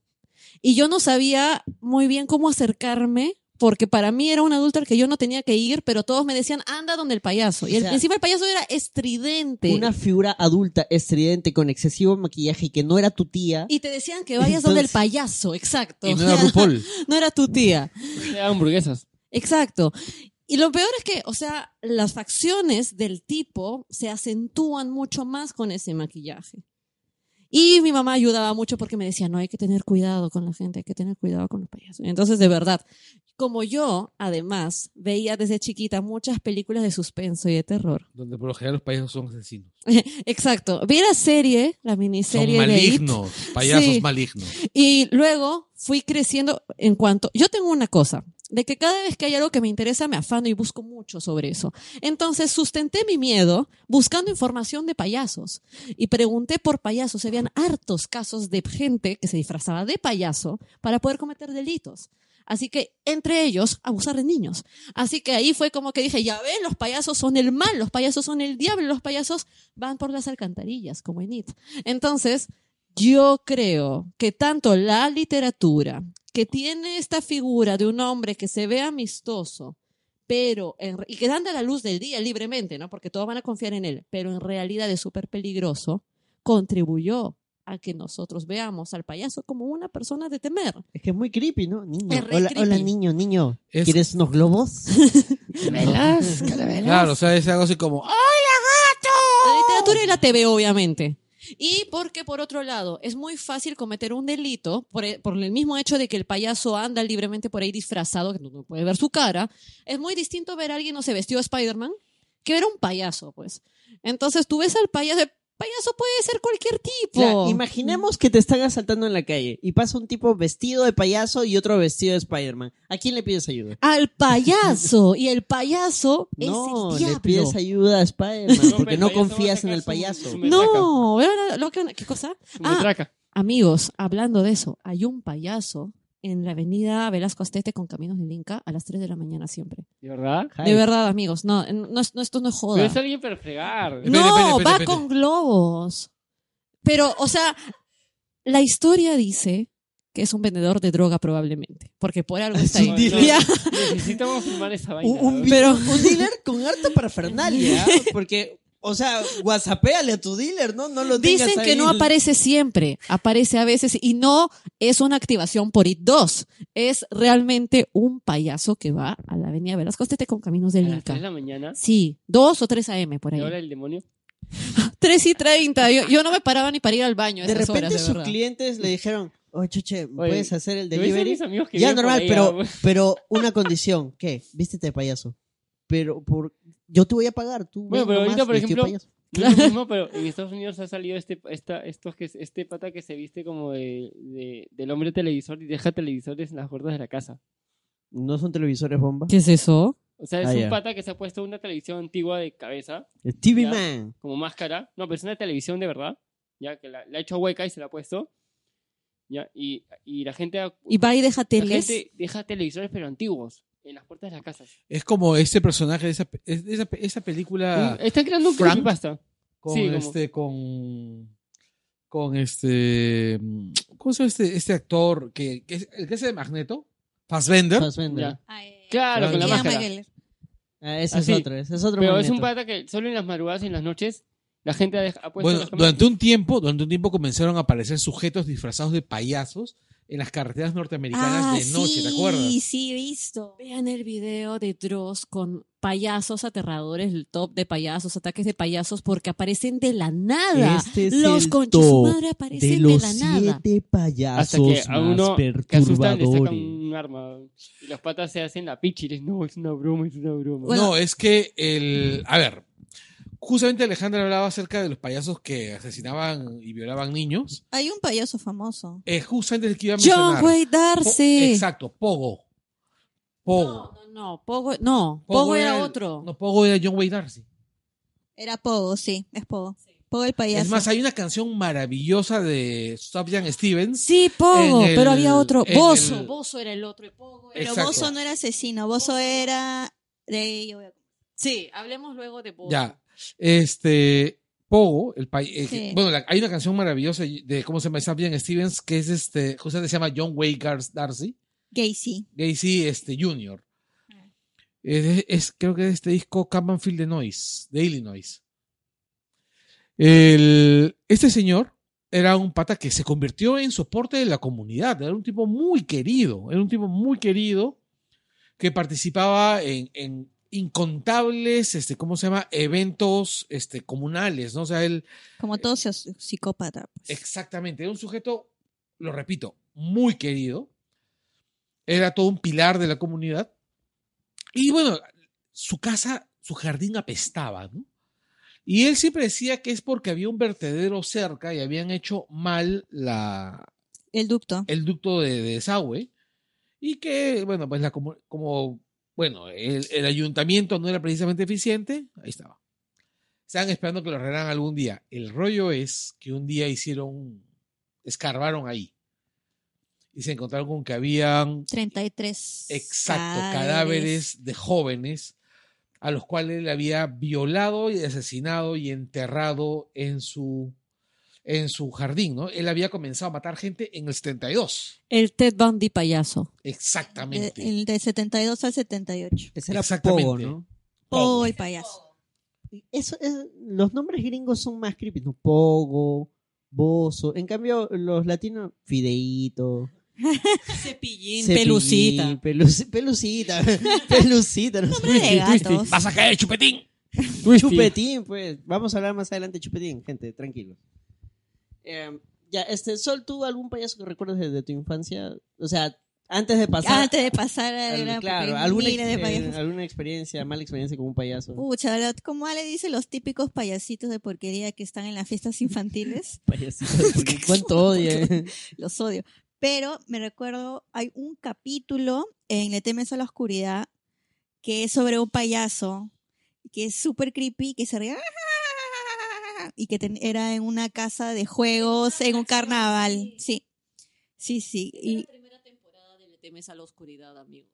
[SPEAKER 2] y yo no sabía muy bien cómo acercarme porque para mí era un adulto al que yo no tenía que ir, pero todos me decían, anda donde el payaso. Y
[SPEAKER 4] O
[SPEAKER 2] el-
[SPEAKER 4] sea,
[SPEAKER 2] encima el payaso era estridente.
[SPEAKER 4] una figura adulta, estridente, con excesivo maquillaje y que no era tu tía.
[SPEAKER 2] Y te decían que vayas donde el
[SPEAKER 4] Entonces-
[SPEAKER 2] payaso, exacto.
[SPEAKER 1] Y no era RuPaul.
[SPEAKER 2] No era tu tía.
[SPEAKER 3] Eran hamburguesas.
[SPEAKER 2] Exacto. Y lo peor es que, o sea, las facciones del tipo se acentúan mucho más con ese maquillaje. Y mi mamá ayudaba mucho porque me decía, no, hay que tener cuidado con la gente, hay que tener cuidado con los payasos. Entonces, de verdad, como yo, además, veía desde chiquita muchas películas de suspenso y de terror.
[SPEAKER 1] Donde por lo general los payasos son asesinos.
[SPEAKER 2] Exacto. Vi la serie, la miniserie
[SPEAKER 1] son
[SPEAKER 2] de It.
[SPEAKER 1] malignos, payasos
[SPEAKER 2] Sí.
[SPEAKER 1] malignos.
[SPEAKER 2] Y luego fui creciendo en cuanto... Yo tengo una cosa, de que cada vez que hay algo que me interesa me afano y busco mucho sobre eso. Entonces sustenté mi miedo buscando información de payasos y pregunté por payasos. Se habían hartos casos de gente que se disfrazaba de payaso para poder cometer delitos. Así que, entre ellos, abusar de niños. Así que ahí fue como que dije, ya ven, los payasos son el mal, los payasos son el diablo, los payasos van por las alcantarillas, como en IT. Entonces, yo creo que tanto la literatura que tiene esta figura de un hombre que se ve amistoso, pero en re- y que anda a la luz del día libremente, ¿no? Porque todos van a confiar en él, pero en realidad es súper peligroso, contribuyó a que nosotros veamos al payaso como una persona de temer.
[SPEAKER 4] Es que es muy creepy, ¿no? Niño.
[SPEAKER 2] Es re
[SPEAKER 4] Hola,
[SPEAKER 2] creepy.
[SPEAKER 4] hola, niño, niño.
[SPEAKER 1] Es-
[SPEAKER 4] ¿Quieres unos globos?
[SPEAKER 3] Carabelas, carabelas.
[SPEAKER 1] Claro, o sea, es algo así como, ¡ah!
[SPEAKER 2] La literatura y la TV, obviamente. Y porque, por otro lado, es muy fácil cometer un delito por e- por el, mismo hecho de que el payaso anda libremente por ahí disfrazado, que no- no puede ver su cara. Es muy distinto ver a alguien, no se vestido de Spider-Man, que era un payaso, pues. Entonces tú ves al payaso, el payaso puede ser cualquier tipo.
[SPEAKER 4] Claro, imaginemos que te están asaltando en la calle y pasa un tipo vestido de payaso y otro vestido de Spider-Man. ¿A quién le pides ayuda?
[SPEAKER 2] Al payaso. Y el payaso
[SPEAKER 4] No,
[SPEAKER 2] es el
[SPEAKER 4] le
[SPEAKER 2] diablo.
[SPEAKER 4] pides ayuda a Spider-Man porque
[SPEAKER 3] el payaso va
[SPEAKER 4] no
[SPEAKER 3] a
[SPEAKER 4] confías en
[SPEAKER 3] sacar
[SPEAKER 4] el
[SPEAKER 3] su-
[SPEAKER 4] payaso.
[SPEAKER 3] su
[SPEAKER 2] No, ¿verdad? Lo que- ¿qué cosa?
[SPEAKER 3] Su
[SPEAKER 2] Ah,
[SPEAKER 3] metraca.
[SPEAKER 2] Amigos, hablando de eso, hay un payaso en la avenida Velasco Astete con Caminos del Inca a las 3 de la mañana siempre.
[SPEAKER 3] ¿De verdad?
[SPEAKER 2] De verdad, amigos, no, no, es- no, esto no es
[SPEAKER 3] Pero
[SPEAKER 2] joda.
[SPEAKER 3] es alguien para fregar.
[SPEAKER 1] Espérate,
[SPEAKER 2] No,
[SPEAKER 1] espérate,
[SPEAKER 2] va
[SPEAKER 1] espérate.
[SPEAKER 2] con globos. Pero, o sea, la historia dice que es un vendedor de droga probablemente, porque por algo está
[SPEAKER 4] Es
[SPEAKER 2] ahí.
[SPEAKER 4] un dealer.
[SPEAKER 2] Ya.
[SPEAKER 3] Necesitamos filmar esa vaina.
[SPEAKER 4] Un, un
[SPEAKER 3] ¿no?
[SPEAKER 4] vi-
[SPEAKER 2] Pero-
[SPEAKER 4] un dealer con harta parafernalia. Porque, o sea, whatsappéale a tu dealer, ¿no? No lo tengas
[SPEAKER 2] Dicen que
[SPEAKER 4] ahí.
[SPEAKER 2] no aparece siempre, aparece a veces y no es una activación por IT 2, es realmente un payaso que va a la avenida Velasco Astete con Caminos
[SPEAKER 3] A
[SPEAKER 2] del
[SPEAKER 3] las
[SPEAKER 2] Inca.
[SPEAKER 3] 3 de la mañana.
[SPEAKER 2] Sí, 2 o 3 AM por
[SPEAKER 3] Y
[SPEAKER 2] ahí.
[SPEAKER 3] ahora el demonio.
[SPEAKER 2] 3 y 30. Yo, yo no me paraba ni para ir al baño. a
[SPEAKER 4] De
[SPEAKER 2] esas
[SPEAKER 4] repente
[SPEAKER 2] horas, de
[SPEAKER 4] sus
[SPEAKER 2] verdad.
[SPEAKER 4] clientes le dijeron, oye, chuche,
[SPEAKER 3] Oye,
[SPEAKER 4] ¿puedes hacer el
[SPEAKER 3] Yo hice a
[SPEAKER 4] delivery?
[SPEAKER 3] mis amigos que
[SPEAKER 4] Ya
[SPEAKER 3] viven por
[SPEAKER 4] normal,
[SPEAKER 3] ahí,
[SPEAKER 4] pero,
[SPEAKER 3] ah,
[SPEAKER 4] pero una condición, ¿qué? Vístete de payaso. Pero por yo te voy a pagar, tú.
[SPEAKER 3] Bueno,
[SPEAKER 4] ven
[SPEAKER 3] pero
[SPEAKER 4] nomás
[SPEAKER 3] ahorita, por
[SPEAKER 4] vestido de
[SPEAKER 3] ejemplo, No es lo mismo, pero en Estados Unidos ha salido este, esta, estos que, este pata que se viste como de, de- del hombre televisor y deja televisores en las puertas de la casa.
[SPEAKER 4] payaso. No son televisores bomba.
[SPEAKER 2] ¿Qué es eso?
[SPEAKER 3] O sea, es
[SPEAKER 4] Ah,
[SPEAKER 3] un
[SPEAKER 4] ya.
[SPEAKER 3] pata que se ha puesto una televisión antigua de cabeza,
[SPEAKER 4] El TV
[SPEAKER 3] Ya.
[SPEAKER 4] Man.
[SPEAKER 3] como máscara. No, pero es una televisión de verdad, ya que la, la ha hecho hueca y se la ha puesto. Ya, y, y la gente, ha-
[SPEAKER 2] Y va y deja
[SPEAKER 3] la
[SPEAKER 2] teles.
[SPEAKER 3] gente deja televisores, pero antiguos, en las puertas de las casas.
[SPEAKER 1] Es como ese personaje de esa, pe- es- de esa, pe- esa película.
[SPEAKER 3] Están creando un
[SPEAKER 1] Frank.
[SPEAKER 3] creepypasta.
[SPEAKER 1] con
[SPEAKER 3] Sí, como-
[SPEAKER 1] este con con este ¿cómo se llama este, este actor que, que es el que hace de Magneto? Fassbender.
[SPEAKER 4] Fassbender.
[SPEAKER 3] Ya.
[SPEAKER 5] Ah, eh,
[SPEAKER 3] Claro, con la
[SPEAKER 5] Ian
[SPEAKER 3] máscara.
[SPEAKER 5] McKellen.
[SPEAKER 4] Ah, ese
[SPEAKER 3] Así.
[SPEAKER 4] es otro, ese es otro
[SPEAKER 3] Pero es
[SPEAKER 4] Magneto.
[SPEAKER 3] un pata que solo en las madrugadas y en las noches la gente ha, dej- ha puesto
[SPEAKER 1] Bueno,
[SPEAKER 3] los cómics.
[SPEAKER 1] durante un tiempo, durante un tiempo comenzaron a aparecer sujetos disfrazados de payasos en las carreteras norteamericanas
[SPEAKER 5] Ah,
[SPEAKER 1] de noche,
[SPEAKER 5] sí,
[SPEAKER 1] ¿te acuerdas?
[SPEAKER 5] sí, he visto.
[SPEAKER 2] Vean el video de Dross con payasos aterradores, el top de payasos, ataques de payasos, porque aparecen de la nada.
[SPEAKER 4] Este es
[SPEAKER 2] los
[SPEAKER 4] el
[SPEAKER 2] conchos su
[SPEAKER 4] top
[SPEAKER 2] madre aparecen de, la nada.
[SPEAKER 4] siete
[SPEAKER 3] Hasta
[SPEAKER 4] payasos
[SPEAKER 3] que a uno que asustan le sacan
[SPEAKER 4] perturbadores.
[SPEAKER 3] un arma. Y los patas se hacen la picha y les no, es una broma, es una broma.
[SPEAKER 5] Bueno.
[SPEAKER 1] no, es que el. A ver. Justamente Alejandra hablaba acerca de los payasos que asesinaban y violaban niños.
[SPEAKER 5] Hay un payaso famoso.
[SPEAKER 1] Eh, justamente el que iba a mencionar.
[SPEAKER 2] John Wayne
[SPEAKER 1] Po-
[SPEAKER 2] Darcy.
[SPEAKER 1] Exacto, Pogo.
[SPEAKER 2] No,
[SPEAKER 1] Pogo.
[SPEAKER 2] no, no, Pogo, no, Pogo era
[SPEAKER 1] el-
[SPEAKER 2] otro.
[SPEAKER 1] No, Pogo era John Wayne Darcy.
[SPEAKER 5] Era Pogo, sí, es Pogo. Pogo el payaso.
[SPEAKER 1] Es más, hay una canción maravillosa de Sufjan Stevens.
[SPEAKER 2] Sí, Pogo,
[SPEAKER 1] En el-
[SPEAKER 2] pero había otro.
[SPEAKER 1] en
[SPEAKER 2] Bozo.
[SPEAKER 1] el-
[SPEAKER 2] Bozo era el otro y Pogo era
[SPEAKER 5] Pero
[SPEAKER 1] Exacto.
[SPEAKER 5] Bozo no era asesino, Bozo era... De... yo voy a-
[SPEAKER 2] Sí, hablemos luego de Bozo.
[SPEAKER 1] Ya. Este. Pogo, el país.
[SPEAKER 5] Sí.
[SPEAKER 1] Bueno, la- hay una canción maravillosa de cómo se llama Sufjan Stevens, que es este. Justamente se llama John Wayne Gar- Darcy.
[SPEAKER 5] Gacy.
[SPEAKER 1] Gacy este, Jr. Es, es- creo que es este disco Campan Field de Noise, de Illinois. El- este señor era un pata que se convirtió en soporte de la comunidad. Era un tipo muy querido. Era un tipo muy querido que participaba en, en incontables, este, ¿cómo se llama? Eventos este, comunales, ¿no? O sea, él Eh.
[SPEAKER 5] Como todo sos- psicópata. pues.
[SPEAKER 1] Exactamente, era un sujeto, lo repito, muy querido. Era todo un pilar de la comunidad. Y bueno, su casa, su jardín apestaba, ¿no? Y él siempre decía que es porque había un vertedero cerca y habían hecho mal la,
[SPEAKER 5] El ducto.
[SPEAKER 1] el ducto de, de desagüe y que, bueno, pues la comu- como, bueno, el, el ayuntamiento no era precisamente eficiente, ahí estaba. Estaban esperando que lo arreglaran algún día. El rollo es que un día hicieron, escarbaron ahí y se encontraron con que habían,
[SPEAKER 5] 33.
[SPEAKER 1] exacto, cadáveres de jóvenes a los cuales él había violado y asesinado y enterrado en su en su jardín, ¿no? Él había comenzado a matar gente en el 72.
[SPEAKER 2] El Ted Bundy payaso.
[SPEAKER 5] De,
[SPEAKER 1] Exactamente.
[SPEAKER 5] el de 72 al 78.
[SPEAKER 4] Ese era
[SPEAKER 1] Exactamente.
[SPEAKER 4] Pogo, ¿no?
[SPEAKER 5] Pogo el payaso.
[SPEAKER 4] Eso es- los nombres gringos son más creepy, ¿no? Pogo, Bozo. En cambio, los latinos, Fideíto,
[SPEAKER 2] Cepillín,
[SPEAKER 4] Cepillín,
[SPEAKER 2] pelucita.
[SPEAKER 4] Pelus- pelucita, pelucita. no
[SPEAKER 5] Nombre de gatos.
[SPEAKER 1] Vas a caer, chupetín.
[SPEAKER 4] Chupetín, pues. Vamos a hablar más adelante de Chupetín, gente, tranquilo. Eh, ya, este, Sol, ¿tú algún payaso que recuerdes de, de tu infancia? O sea, antes de pasar.
[SPEAKER 5] Antes de pasar a
[SPEAKER 4] al-
[SPEAKER 5] la
[SPEAKER 4] claro, alguna, ex-
[SPEAKER 5] de
[SPEAKER 4] eh,
[SPEAKER 5] payasos.
[SPEAKER 4] alguna experiencia, mala experiencia con un payaso.
[SPEAKER 2] Uh.
[SPEAKER 5] Pucha, la- como Ale dice, los típicos payasitos de porquería que están en las fiestas infantiles,
[SPEAKER 4] Payasito, porque ¿Cuánto odia? eh?
[SPEAKER 5] los odio. Pero me recuerdo, hay un capítulo en Le temes a la oscuridad que es sobre un payaso que es súper creepy, que se ríe ¡ah! y que ten- era en una casa de juegos, en un carnaval. Sí, sí, sí. Y
[SPEAKER 2] primera temporada de Le temes a la oscuridad, amigo.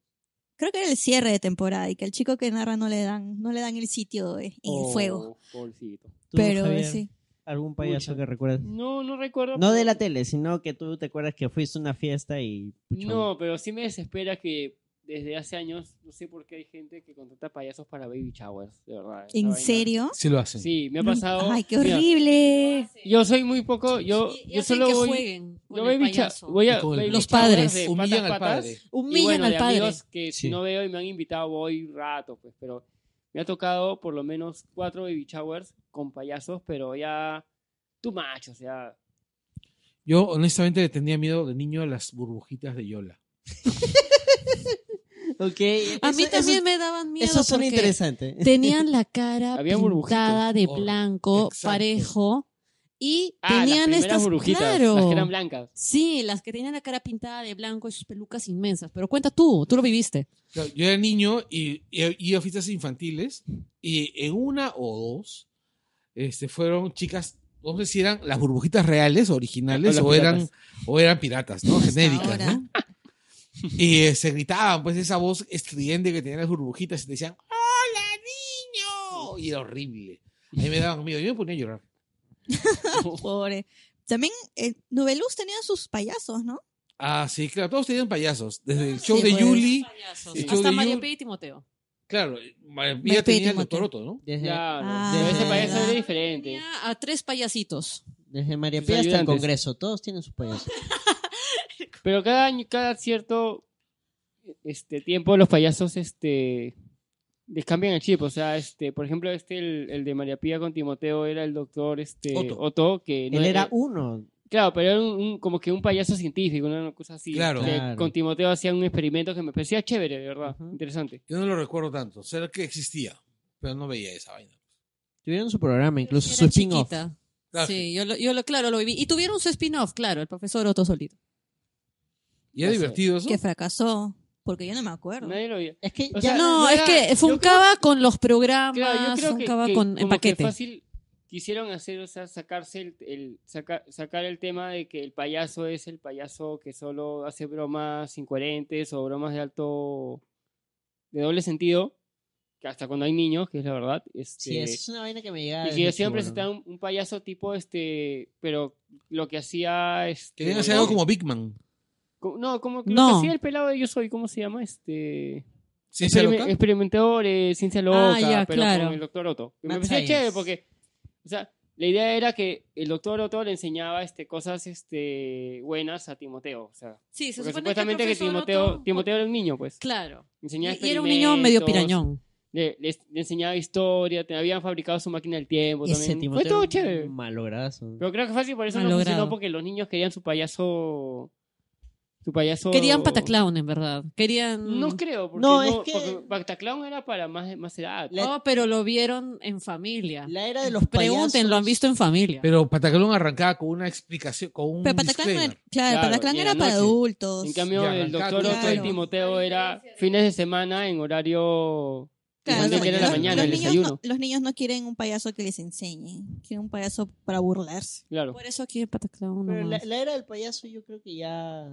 [SPEAKER 5] creo que era el cierre de temporada y que al chico que narra no le dan, no le dan el sitio eh, y el
[SPEAKER 3] Oh,
[SPEAKER 5] fuego.
[SPEAKER 3] pobrecito.
[SPEAKER 4] ¿Tú,
[SPEAKER 5] Pero
[SPEAKER 4] Javier,
[SPEAKER 5] sí.
[SPEAKER 4] ¿Algún payaso
[SPEAKER 3] Pucha.
[SPEAKER 4] que recuerdes?
[SPEAKER 2] Mm.
[SPEAKER 3] No, no recuerdo.
[SPEAKER 4] No de
[SPEAKER 3] pero-
[SPEAKER 4] la tele, sino que tú te acuerdas que fuiste a una fiesta y. pucha,
[SPEAKER 3] No, pero sí me desespera que desde hace años, no sé por qué hay gente que contrata payasos para baby showers, de verdad. esa
[SPEAKER 5] ¿En
[SPEAKER 3] vaina.
[SPEAKER 5] serio?
[SPEAKER 1] Sí lo hacen.
[SPEAKER 3] Sí, me ha pasado.
[SPEAKER 5] Ay, qué
[SPEAKER 3] Mira,
[SPEAKER 5] horrible.
[SPEAKER 3] Eh, yo soy muy poco, yo,
[SPEAKER 2] Y- y
[SPEAKER 3] yo
[SPEAKER 2] hacen
[SPEAKER 3] solo
[SPEAKER 2] que
[SPEAKER 3] voy,
[SPEAKER 2] jueguen con
[SPEAKER 3] yo
[SPEAKER 2] el
[SPEAKER 3] baby cha-
[SPEAKER 2] payaso.
[SPEAKER 3] voy a
[SPEAKER 1] Y con el-
[SPEAKER 3] baby
[SPEAKER 2] Los
[SPEAKER 3] showers
[SPEAKER 2] padres
[SPEAKER 3] de
[SPEAKER 1] Humillan
[SPEAKER 3] patas,
[SPEAKER 1] al
[SPEAKER 3] patas,
[SPEAKER 1] padre.
[SPEAKER 2] Humillan
[SPEAKER 3] y bueno,
[SPEAKER 2] al
[SPEAKER 3] de
[SPEAKER 2] padre.
[SPEAKER 3] amigos que
[SPEAKER 1] Sí.
[SPEAKER 3] si no veo y me han invitado voy rato, pues, pero me ha tocado por lo menos cuatro baby showers con payasos, pero ya tú macho, o sea,
[SPEAKER 1] Yo honestamente le tenía miedo de niño a las burbujitas de Yola.
[SPEAKER 4] Ok.
[SPEAKER 2] A
[SPEAKER 4] eso-
[SPEAKER 2] mí
[SPEAKER 4] eso-
[SPEAKER 2] también me daban miedo.
[SPEAKER 4] Eso suena
[SPEAKER 2] porque
[SPEAKER 4] interesante.
[SPEAKER 2] Tenían la cara
[SPEAKER 3] Había
[SPEAKER 2] pintada
[SPEAKER 3] burbujitas.
[SPEAKER 2] de
[SPEAKER 1] Oh,
[SPEAKER 2] blanco,
[SPEAKER 1] exacto.
[SPEAKER 2] parejo, y
[SPEAKER 3] ah, las
[SPEAKER 2] tenían
[SPEAKER 3] primeras
[SPEAKER 2] estas
[SPEAKER 3] burbujitas,
[SPEAKER 2] claro.
[SPEAKER 3] las que eran blancas.
[SPEAKER 2] Sí, las que tenían la cara pintada de blanco y sus pelucas inmensas. Pero cuenta tú, tú lo viviste.
[SPEAKER 1] O sea, Yo era niño y, y, y a fiestas infantiles y en una o dos este, fueron chicas, no sé si eran las burbujitas reales, originales,
[SPEAKER 3] O las
[SPEAKER 1] o eran,
[SPEAKER 3] piratas.
[SPEAKER 1] o eran piratas, ¿no?
[SPEAKER 5] Hasta
[SPEAKER 1] Genéricas,
[SPEAKER 5] ahora.
[SPEAKER 1] ¿no? Y eh, se gritaban, pues esa voz estridente que tenían las burbujitas y te decían, ¡Hola, niño! Y era horrible. A mí me daban miedo, yo me ponía a llorar.
[SPEAKER 5] Pobre. También eh, Nubeluz tenía sus payasos, ¿no?
[SPEAKER 1] Ah, sí, claro, todos tenían payasos. Desde el show
[SPEAKER 5] Sí,
[SPEAKER 1] de
[SPEAKER 5] pues.
[SPEAKER 1] Yuli,
[SPEAKER 2] Payasos.
[SPEAKER 1] Sí.
[SPEAKER 2] Hasta
[SPEAKER 1] Yo-
[SPEAKER 2] María
[SPEAKER 1] yo-
[SPEAKER 2] P. y Timoteo.
[SPEAKER 1] claro,
[SPEAKER 5] María
[SPEAKER 1] ya tenía el
[SPEAKER 5] Timoteo.
[SPEAKER 1] doctor Otto, ¿no?
[SPEAKER 4] Desde,
[SPEAKER 3] Claro,
[SPEAKER 5] Ah,
[SPEAKER 3] pero ese
[SPEAKER 4] ¿verdad?
[SPEAKER 3] payaso era diferente.
[SPEAKER 2] Tenía a tres payasitos.
[SPEAKER 4] desde María
[SPEAKER 3] Sus
[SPEAKER 4] Pía hasta el
[SPEAKER 3] ayudantes.
[SPEAKER 4] Congreso, todos tienen sus payasos.
[SPEAKER 3] Pero cada año, cada cierto este tiempo los payasos este les cambian el chip, o sea, este, por ejemplo, este el, el de María Pía con Timoteo era el doctor este
[SPEAKER 1] Otto.
[SPEAKER 3] Otto, que no
[SPEAKER 4] Él era uno.
[SPEAKER 3] Claro, pero era un, un- como que un payaso científico, una cosa así.
[SPEAKER 1] Claro.
[SPEAKER 3] Que
[SPEAKER 4] Claro.
[SPEAKER 3] Con Timoteo hacían un experimento que me parecía chévere, de verdad,
[SPEAKER 4] Ujú.
[SPEAKER 3] interesante.
[SPEAKER 1] Yo no lo recuerdo tanto, sé que existía, pero no veía esa vaina.
[SPEAKER 4] Tuvieron su programa, incluso
[SPEAKER 2] Era
[SPEAKER 4] su spin-off.
[SPEAKER 2] chiquita.
[SPEAKER 1] Claro.
[SPEAKER 2] Sí, yo lo, yo lo, claro, lo viví. Y tuvieron su spin-off, claro, el profesor Otto Solito.
[SPEAKER 1] Y era
[SPEAKER 3] No sé.
[SPEAKER 1] divertido eso.
[SPEAKER 5] Pues, Que fracasó. Porque yo no me acuerdo.
[SPEAKER 3] Nadie lo veía.
[SPEAKER 4] Es que
[SPEAKER 3] O
[SPEAKER 4] ya
[SPEAKER 3] sea,
[SPEAKER 2] no,
[SPEAKER 3] no
[SPEAKER 2] es
[SPEAKER 3] era-
[SPEAKER 2] que
[SPEAKER 3] yo
[SPEAKER 2] funcaba con los programas,
[SPEAKER 3] Claro, yo creo que,
[SPEAKER 2] funcaba
[SPEAKER 3] que
[SPEAKER 2] con
[SPEAKER 3] como
[SPEAKER 2] en
[SPEAKER 3] que
[SPEAKER 2] paquete.
[SPEAKER 3] fácil quisieron hacer, o sea, sacarse el, el- saca- sacar el tema de que el payaso es el payaso que solo hace bromas incoherentes o bromas de alto de doble sentido, que hasta cuando hay niños, que es la verdad, este
[SPEAKER 4] sí, esa es una vaina que me llegaba.
[SPEAKER 3] y que
[SPEAKER 4] desde
[SPEAKER 3] siempre
[SPEAKER 4] chibolo.
[SPEAKER 3] presentaban un, un payaso tipo este, pero lo que hacía este
[SPEAKER 1] Querían hacer algo como Big Man.
[SPEAKER 3] Co- No, como que
[SPEAKER 2] No.
[SPEAKER 3] lo que hacía el pelado de Yo Soy, ¿cómo se llama? Este...
[SPEAKER 1] ¿Ciencia
[SPEAKER 3] Experime-
[SPEAKER 1] loca?
[SPEAKER 3] Experimentadores, Ciencia Loca,
[SPEAKER 2] Ah, ya,
[SPEAKER 3] pero
[SPEAKER 2] claro.
[SPEAKER 3] con el Doctor Otto. Que Me
[SPEAKER 4] Mad
[SPEAKER 3] parecía
[SPEAKER 4] Science.
[SPEAKER 3] chévere porque, o sea, la idea era que el Doctor Otto le enseñaba este, cosas este, buenas a Timoteo. O sea,
[SPEAKER 2] Sí, se
[SPEAKER 3] porque
[SPEAKER 2] supone
[SPEAKER 3] supuestamente que,
[SPEAKER 2] el profesor
[SPEAKER 3] Timoteo,
[SPEAKER 2] Otto-
[SPEAKER 3] Timoteo era un niño, pues.
[SPEAKER 2] Claro.
[SPEAKER 3] Enseñaba
[SPEAKER 2] Y- y era un niño medio
[SPEAKER 3] experimentos,
[SPEAKER 2] pirañón.
[SPEAKER 3] Le, le- le enseñaba historia, te habían fabricado su máquina del tiempo
[SPEAKER 4] Ese
[SPEAKER 3] también.
[SPEAKER 4] Timoteo
[SPEAKER 3] Fue todo
[SPEAKER 4] era
[SPEAKER 3] chévere.
[SPEAKER 4] un malogradazo.
[SPEAKER 3] Pero creo que fácil por eso no
[SPEAKER 2] Malogrado.
[SPEAKER 3] funcionó porque los niños querían su payaso. Su payaso.
[SPEAKER 2] Querían pataclown, en verdad. Querían.
[SPEAKER 3] No creo, porque, no,
[SPEAKER 4] No, es que-
[SPEAKER 3] porque Bataclan era para más, más edad.
[SPEAKER 4] La-
[SPEAKER 2] No, pero lo vieron en familia.
[SPEAKER 4] La era de los payasos.
[SPEAKER 2] Pregunten, lo han visto en familia.
[SPEAKER 1] Pero Patacalón arrancaba con una explicación, con un
[SPEAKER 5] Pero Pataclan no era,
[SPEAKER 1] disclaimer.
[SPEAKER 5] claro, Pataclan
[SPEAKER 3] y en
[SPEAKER 5] era
[SPEAKER 3] la
[SPEAKER 5] para
[SPEAKER 3] noche.
[SPEAKER 5] adultos.
[SPEAKER 3] En cambio,
[SPEAKER 1] Ya,
[SPEAKER 3] el
[SPEAKER 1] arrancaba
[SPEAKER 3] doctor
[SPEAKER 5] con
[SPEAKER 3] Otto y
[SPEAKER 5] claro.
[SPEAKER 3] Timoteo era fines de semana en horario.
[SPEAKER 5] Claro,
[SPEAKER 3] Igual que era la
[SPEAKER 5] los-
[SPEAKER 3] mañana,
[SPEAKER 5] los
[SPEAKER 3] el
[SPEAKER 5] niños
[SPEAKER 3] desayuno.
[SPEAKER 5] no- los niños no quieren un payaso que les enseñe. Quieren un payaso para burlarse.
[SPEAKER 3] Claro.
[SPEAKER 2] Por eso aquí en pataclown.
[SPEAKER 4] Pero la,
[SPEAKER 2] nomás.
[SPEAKER 4] la era del payaso yo creo que ya...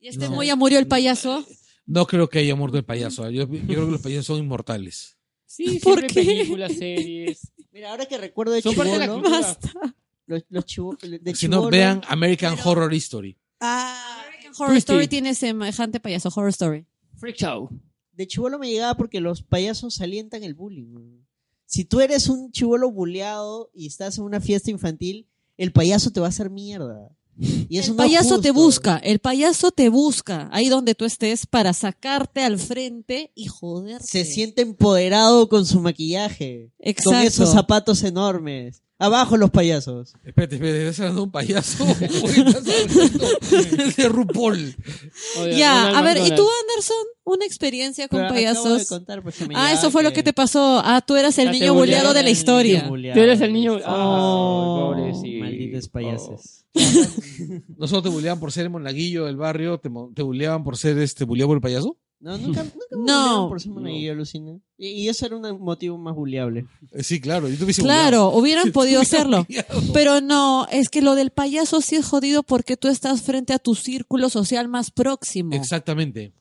[SPEAKER 2] Y este
[SPEAKER 1] No.
[SPEAKER 2] Moya murió el payaso.
[SPEAKER 1] No creo que haya muerto el payaso. ¿eh? Yo, yo creo que los payasos son inmortales.
[SPEAKER 3] Sí,
[SPEAKER 2] ¿Por
[SPEAKER 3] siempre
[SPEAKER 2] qué?
[SPEAKER 3] películas, series.
[SPEAKER 4] Mira, ahora que recuerdo de
[SPEAKER 3] Son parte de la
[SPEAKER 4] chibolo,
[SPEAKER 3] cultura.
[SPEAKER 2] Basta.
[SPEAKER 4] los, los chibo- de
[SPEAKER 1] si no,
[SPEAKER 4] chibolo-
[SPEAKER 1] vean American Horror History.
[SPEAKER 5] Ah,
[SPEAKER 2] Horror
[SPEAKER 3] Twisty.
[SPEAKER 2] Story tiene semejante payaso. Horror Story.
[SPEAKER 3] Freak Show.
[SPEAKER 4] De chivolo me llegaba porque los payasos alientan el bullying. man. Si tú eres un chivolo buleado y estás en una fiesta infantil, el payaso te va a hacer mierda. Y eso
[SPEAKER 2] el
[SPEAKER 4] no es
[SPEAKER 2] payaso te
[SPEAKER 4] justo.
[SPEAKER 2] busca, el payaso te busca ahí donde tú estés para sacarte al frente y joderte.
[SPEAKER 4] Se siente empoderado con su maquillaje.
[SPEAKER 2] Exacto.
[SPEAKER 4] Con esos zapatos enormes. Abajo los payasos.
[SPEAKER 1] Espérate, espérate, estás hablando de un payaso. Estás hablando de RuPaul.
[SPEAKER 3] O de
[SPEAKER 2] Ya,
[SPEAKER 3] Ronald
[SPEAKER 2] a ver, ¿y tú,
[SPEAKER 3] McDonald.
[SPEAKER 2] Anderson? Una experiencia con
[SPEAKER 4] Pero acabo de
[SPEAKER 2] payasos.
[SPEAKER 4] contar porque me
[SPEAKER 2] Ah,
[SPEAKER 4] llegaba
[SPEAKER 2] eso fue lo que te pasó. Ah, tú eras el
[SPEAKER 3] Ah, te
[SPEAKER 2] niño buleado de la
[SPEAKER 4] El
[SPEAKER 2] historia.
[SPEAKER 4] niño buleado.
[SPEAKER 3] Tú eres el niño.
[SPEAKER 4] Oh,
[SPEAKER 3] Ah, pobrecito.
[SPEAKER 4] Malditos payases.
[SPEAKER 1] Nosotros te buleaban por ser el monaguillo del barrio, te, mo- te buleaban por ser este buleado por el payaso.
[SPEAKER 4] No, nunca, nunca
[SPEAKER 2] No.
[SPEAKER 4] me bulearon por ser monaguillo, Lucina. Y, y eso era un motivo más buleable.
[SPEAKER 1] Eh, Sí, claro. Yo te hubiese buleado.
[SPEAKER 2] Claro, hubieran podido hacerlo.
[SPEAKER 1] Buleado.
[SPEAKER 2] Pero no, es que lo del payaso sí es jodido porque tú estás frente a tu círculo social más próximo.
[SPEAKER 1] Exactamente.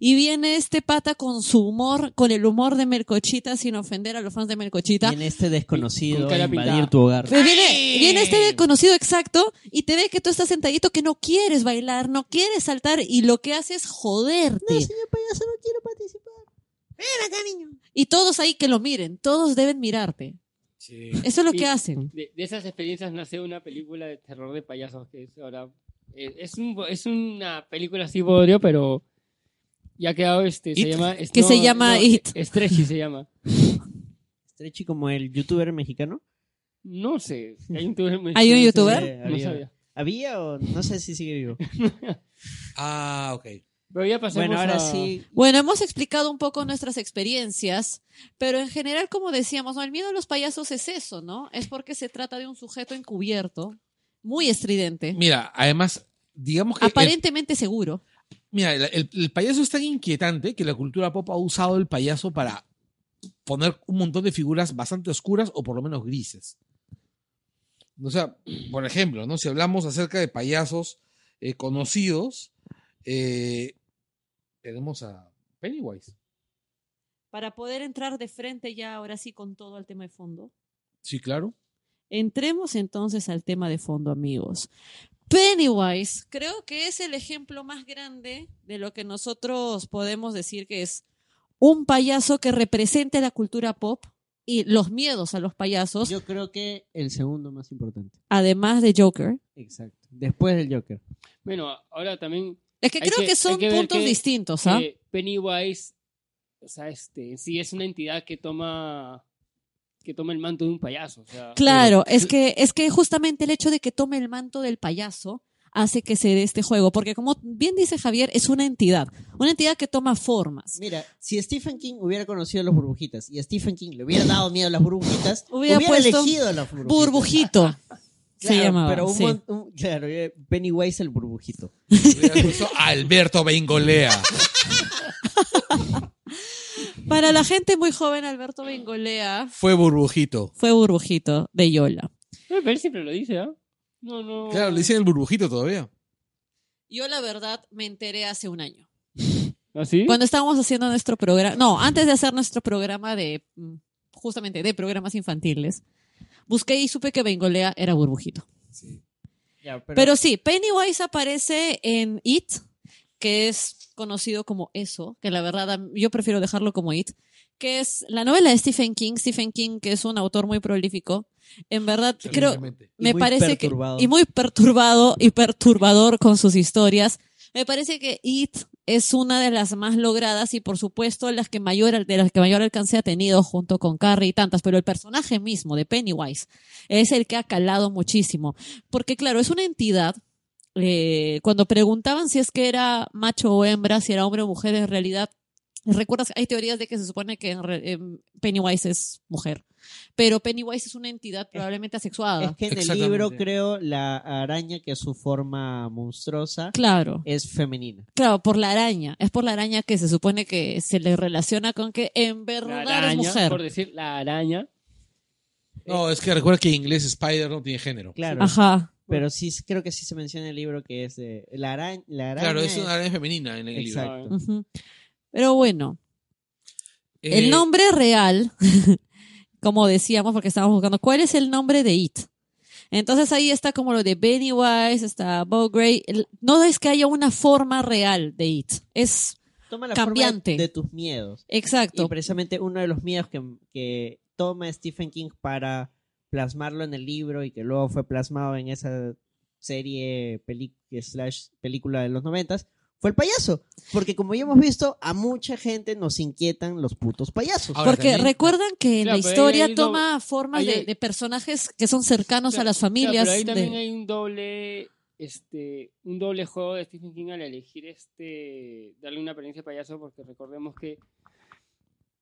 [SPEAKER 2] Y viene este pata con su humor, con el humor de Melcochita, sin ofender a los fans de Melcochita.
[SPEAKER 4] Viene este desconocido
[SPEAKER 3] Con
[SPEAKER 4] a
[SPEAKER 3] cara
[SPEAKER 4] invadir
[SPEAKER 3] pintada.
[SPEAKER 4] tu hogar.
[SPEAKER 2] Pero Pues viene, viene este desconocido exacto y te ve que tú estás sentadito, que no quieres bailar, no quieres saltar y lo que hace es joderte.
[SPEAKER 4] señor payaso, no quiero participar. Ven acá, niño.
[SPEAKER 2] Y todos ahí que lo miren, todos deben mirarte.
[SPEAKER 1] Sí.
[SPEAKER 2] Eso es lo
[SPEAKER 3] Y-
[SPEAKER 2] que hacen.
[SPEAKER 3] De, de esas experiencias nace una película de terror de payasos que es ahora eh, es, un, bo- es una película así bodrio pero ya ha quedado este se
[SPEAKER 1] It.
[SPEAKER 3] llama es-
[SPEAKER 2] Que se llama It.
[SPEAKER 3] e- Stretchy se llama
[SPEAKER 4] Estrechi Este como el youtuber mexicano.
[SPEAKER 3] no sé hay un youtuber mexicano,
[SPEAKER 2] ¿Hay un
[SPEAKER 3] no sé,
[SPEAKER 2] youtuber?
[SPEAKER 4] Sí,
[SPEAKER 3] no
[SPEAKER 4] había.
[SPEAKER 3] sabía
[SPEAKER 4] ¿Había o no sé si sigue vivo?
[SPEAKER 1] Ah, ok.
[SPEAKER 3] pero ya pasamos
[SPEAKER 4] Bueno, ahora
[SPEAKER 3] a-
[SPEAKER 4] sí.
[SPEAKER 2] Bueno, hemos explicado un poco nuestras experiencias, pero en general, como decíamos, ¿no? el miedo a los payasos es eso, ¿no? Es porque se trata de un sujeto encubierto, muy estridente,
[SPEAKER 1] Mira, además, digamos que. el-
[SPEAKER 2] aparentemente seguro.
[SPEAKER 1] mira, el, el- el payaso es tan inquietante que la cultura pop ha usado el payaso para poner un montón de figuras bastante oscuras o por lo menos grises. O sea, por ejemplo, ¿no? Si hablamos acerca de payasos eh, conocidos, eh, tenemos a Pennywise.
[SPEAKER 2] Para poder entrar de frente ya ahora sí con todo al tema de fondo.
[SPEAKER 1] Sí, claro.
[SPEAKER 2] Entremos entonces al tema de fondo, amigos. Pennywise, creo que es el ejemplo más grande de lo que nosotros podemos decir que es un payaso que representa la cultura pop y los miedos a los payasos,
[SPEAKER 4] Yo creo que el segundo más importante.
[SPEAKER 2] además de Joker.
[SPEAKER 4] Exacto. Después del Joker.
[SPEAKER 3] Bueno, ahora también
[SPEAKER 2] Es que
[SPEAKER 3] Hay
[SPEAKER 2] creo
[SPEAKER 3] que-
[SPEAKER 2] que, son
[SPEAKER 3] hay que ver
[SPEAKER 2] puntos
[SPEAKER 3] que-
[SPEAKER 2] distintos, ¿ah?
[SPEAKER 3] que Pennywise, o sea, este, en sí es una entidad que toma que toma el manto de un payaso. o sea,
[SPEAKER 2] Claro, es que, es que justamente el hecho de que tome el manto del payaso hace que se dé este juego, porque como bien dice Javier, es una entidad, una entidad que toma formas.
[SPEAKER 4] Mira, si Stephen King hubiera conocido las burbujitas y a Stephen King le hubiera dado miedo a las burbujitas,
[SPEAKER 2] Hubiera
[SPEAKER 4] hubiera,
[SPEAKER 2] puesto
[SPEAKER 4] elegido las burbujitas.
[SPEAKER 2] Burbujito se
[SPEAKER 4] Claro,
[SPEAKER 2] llamaba.
[SPEAKER 4] Pero un,
[SPEAKER 2] sí.
[SPEAKER 4] mon- un- claro, eh, Pennywise el burbujito.
[SPEAKER 1] Hubiera puesto Alberto Bengolea.
[SPEAKER 2] Para la gente muy joven, Alberto Bengolea
[SPEAKER 1] Fue burbujito.
[SPEAKER 2] fue Burbujito de Yola.
[SPEAKER 3] eh, pero él siempre lo dice, ¿ah? No, no.
[SPEAKER 1] Claro, le dicen el burbujito todavía.
[SPEAKER 2] Yo la verdad me enteré hace un año.
[SPEAKER 3] ¿Así?
[SPEAKER 2] Cuando estábamos haciendo nuestro programa, no, antes de hacer nuestro programa de, mm, justamente, de programas infantiles, busqué y supe que Bengolea era Burbujito.
[SPEAKER 4] Ya,
[SPEAKER 2] Pero, sí, Pennywise aparece en It, que es conocido como eso, que la verdad a- yo prefiero dejarlo como It, que es la novela de Stephen King. Stephen King, que es un autor muy prolífico. En verdad, creo,
[SPEAKER 1] Excelentemente.
[SPEAKER 4] Y
[SPEAKER 2] me
[SPEAKER 4] muy
[SPEAKER 2] parece
[SPEAKER 4] perturbado.
[SPEAKER 2] que. Y muy perturbado y perturbador con sus historias. Me parece que It es una de las más logradas y por supuesto las que mayor, al- de las que mayor alcance ha tenido junto con Carrie y tantas, pero el personaje mismo de Pennywise es el que ha calado muchísimo. Porque claro, es una entidad, eh, cuando preguntaban si es que era macho o hembra, si era hombre o mujer, en realidad, recuerdas, hay teorías de que se supone que en re- em, Pennywise es mujer, pero Pennywise es una entidad probablemente
[SPEAKER 4] es
[SPEAKER 2] asexuada.
[SPEAKER 4] que en el
[SPEAKER 1] Exactamente.
[SPEAKER 4] libro, creo, la araña, que es su forma monstruosa,
[SPEAKER 2] Claro.
[SPEAKER 4] es femenina.
[SPEAKER 2] Claro, por la araña. Es por la araña que se supone que se le relaciona con que en
[SPEAKER 3] la
[SPEAKER 2] verdad
[SPEAKER 3] araña,
[SPEAKER 2] es
[SPEAKER 3] por
[SPEAKER 2] mujer.
[SPEAKER 3] decir la araña.
[SPEAKER 1] No, es que recuerda que en inglés Spider no tiene género.
[SPEAKER 4] Claro.
[SPEAKER 2] Ajá.
[SPEAKER 4] Pero sí, creo que sí se menciona en el libro que es de. La, araña, la araña.
[SPEAKER 1] Claro, es una araña femenina en el libro.
[SPEAKER 4] Exacto.
[SPEAKER 2] Ujú. Pero bueno,
[SPEAKER 1] Eh,
[SPEAKER 2] el nombre real, como decíamos, porque estábamos buscando, ¿cuál es el nombre de It? Entonces ahí está como lo de Pennywise, está Bo Gray. El- No es que haya una forma real de It. Es
[SPEAKER 4] Toma la
[SPEAKER 2] Cambiante.
[SPEAKER 4] forma de tus miedos. Y
[SPEAKER 2] exacto.
[SPEAKER 4] precisamente uno de los miedos que, que toma Stephen King para plasmarlo en el libro y que luego fue plasmado en esa serie peli- slash película de los noventas fue el payaso. Porque como ya hemos visto, a mucha gente nos inquietan los putos payasos.
[SPEAKER 1] Ahora
[SPEAKER 2] porque
[SPEAKER 1] también-
[SPEAKER 2] recuerdan que la
[SPEAKER 3] Claro, pero ahí
[SPEAKER 2] historia
[SPEAKER 3] hay do-
[SPEAKER 2] toma formas
[SPEAKER 3] ahí
[SPEAKER 2] de,
[SPEAKER 3] hay-
[SPEAKER 2] de personajes que son cercanos a las familias.
[SPEAKER 3] pero ahí
[SPEAKER 2] de-
[SPEAKER 3] también hay un doble, este, un doble juego de Stephen King al elegir este, darle una apariencia de payaso, porque recordemos que,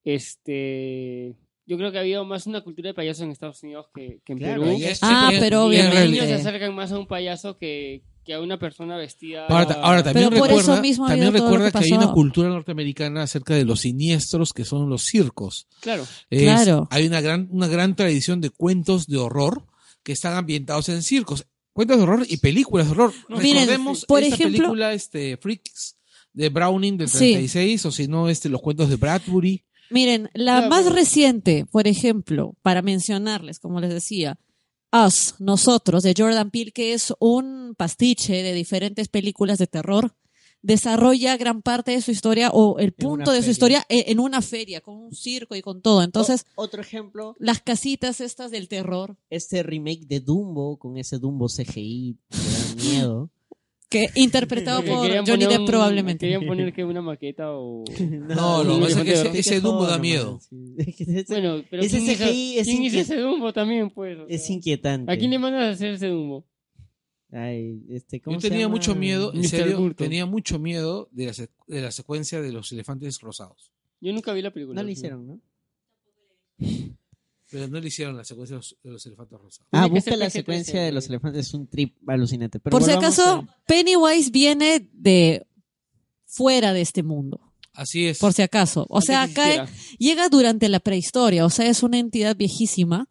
[SPEAKER 3] este, yo creo que ha habido más una cultura de payaso en Estados Unidos que, que en
[SPEAKER 4] Claro,
[SPEAKER 3] Perú.
[SPEAKER 4] y es-
[SPEAKER 2] Ah,
[SPEAKER 1] Eh,
[SPEAKER 2] pero
[SPEAKER 1] y
[SPEAKER 3] Los
[SPEAKER 1] en
[SPEAKER 2] obviamente.
[SPEAKER 3] niños se
[SPEAKER 1] realidad-
[SPEAKER 3] acercan más a un payaso que, que a una persona vestida.
[SPEAKER 1] Ahora, ta- ahora también
[SPEAKER 2] Pero por eso
[SPEAKER 1] recuerda,
[SPEAKER 2] mismo ha
[SPEAKER 1] también
[SPEAKER 2] habido todo lo
[SPEAKER 1] recuerda
[SPEAKER 2] que
[SPEAKER 1] que, hay una
[SPEAKER 2] pasó.
[SPEAKER 1] cultura norteamericana acerca de los siniestros que son los circos.
[SPEAKER 3] Claro.
[SPEAKER 1] Es-
[SPEAKER 2] Claro.
[SPEAKER 1] Hay una gran, una gran tradición de cuentos de horror que están ambientados en circos. Cuentos de horror y películas de horror.
[SPEAKER 3] No,
[SPEAKER 2] miren,
[SPEAKER 1] Recordemos
[SPEAKER 2] por
[SPEAKER 1] esta
[SPEAKER 2] ejemplo-
[SPEAKER 1] película este, Freaks de Browning del
[SPEAKER 2] Sí.
[SPEAKER 1] 36 o si no este, los cuentos de Bradbury.
[SPEAKER 2] Miren, la
[SPEAKER 3] Claro,
[SPEAKER 2] más
[SPEAKER 3] pero-
[SPEAKER 2] reciente, por ejemplo, para mencionarles, como les decía, Us, Nosotros, de Jordan Peele, que es un pastiche de diferentes películas de terror, desarrolla gran parte de su historia o el punto de su
[SPEAKER 4] feria.
[SPEAKER 2] historia e- en una feria, con un circo y con todo. Entonces,
[SPEAKER 4] O- otro ejemplo,
[SPEAKER 3] Oh.
[SPEAKER 2] las casitas estas del terror,
[SPEAKER 4] este remake de Dumbo con ese Dumbo CGI que da miedo.
[SPEAKER 2] que interpretado
[SPEAKER 3] Porque
[SPEAKER 2] por
[SPEAKER 3] querían
[SPEAKER 2] Johnny
[SPEAKER 3] poner
[SPEAKER 2] Depp
[SPEAKER 3] un-
[SPEAKER 2] probablemente.
[SPEAKER 3] Querían poner que una maqueta o.
[SPEAKER 1] No, lo que pasa es que ese,
[SPEAKER 3] Elefante
[SPEAKER 1] ese Dumbo da
[SPEAKER 4] Forma,
[SPEAKER 1] miedo.
[SPEAKER 4] sí. Es que ese-
[SPEAKER 3] Bueno, pero
[SPEAKER 4] Ese
[SPEAKER 3] ¿quién hizo-
[SPEAKER 4] CGI es
[SPEAKER 3] ¿quién hizo
[SPEAKER 4] inquiet-
[SPEAKER 3] ese Dumbo también, pues? O
[SPEAKER 4] Es
[SPEAKER 3] sea,
[SPEAKER 4] inquietante.
[SPEAKER 3] ¿A quién le mandas a hacer ese Dumbo?
[SPEAKER 4] Ay, este, ¿cómo
[SPEAKER 1] Yo
[SPEAKER 4] se
[SPEAKER 1] tenía
[SPEAKER 4] llama?
[SPEAKER 1] mucho miedo, en
[SPEAKER 3] Mr.
[SPEAKER 1] serio,
[SPEAKER 3] Burton.
[SPEAKER 1] tenía mucho miedo de la, sec- de la secuencia de los elefantes rosados.
[SPEAKER 3] Yo nunca vi la película.
[SPEAKER 4] No le
[SPEAKER 3] sí.
[SPEAKER 4] hicieron, ¿no?
[SPEAKER 1] Pero no le hicieron la secuencia de los, de los elefantes rosados.
[SPEAKER 4] Ah,
[SPEAKER 3] Tiene que
[SPEAKER 4] busca
[SPEAKER 3] ser
[SPEAKER 4] la
[SPEAKER 3] PG-13,
[SPEAKER 4] secuencia de los
[SPEAKER 3] sí.
[SPEAKER 4] elefantes, es un trip alucinante. Pero
[SPEAKER 2] por si
[SPEAKER 4] volvamos
[SPEAKER 2] acaso,
[SPEAKER 4] a-
[SPEAKER 2] Pennywise viene de fuera de este mundo.
[SPEAKER 1] Así es.
[SPEAKER 2] Por si acaso. O
[SPEAKER 3] Antes
[SPEAKER 2] sea,
[SPEAKER 3] que
[SPEAKER 2] acá
[SPEAKER 3] existiera.
[SPEAKER 2] llega durante la prehistoria, o sea, es una entidad viejísima,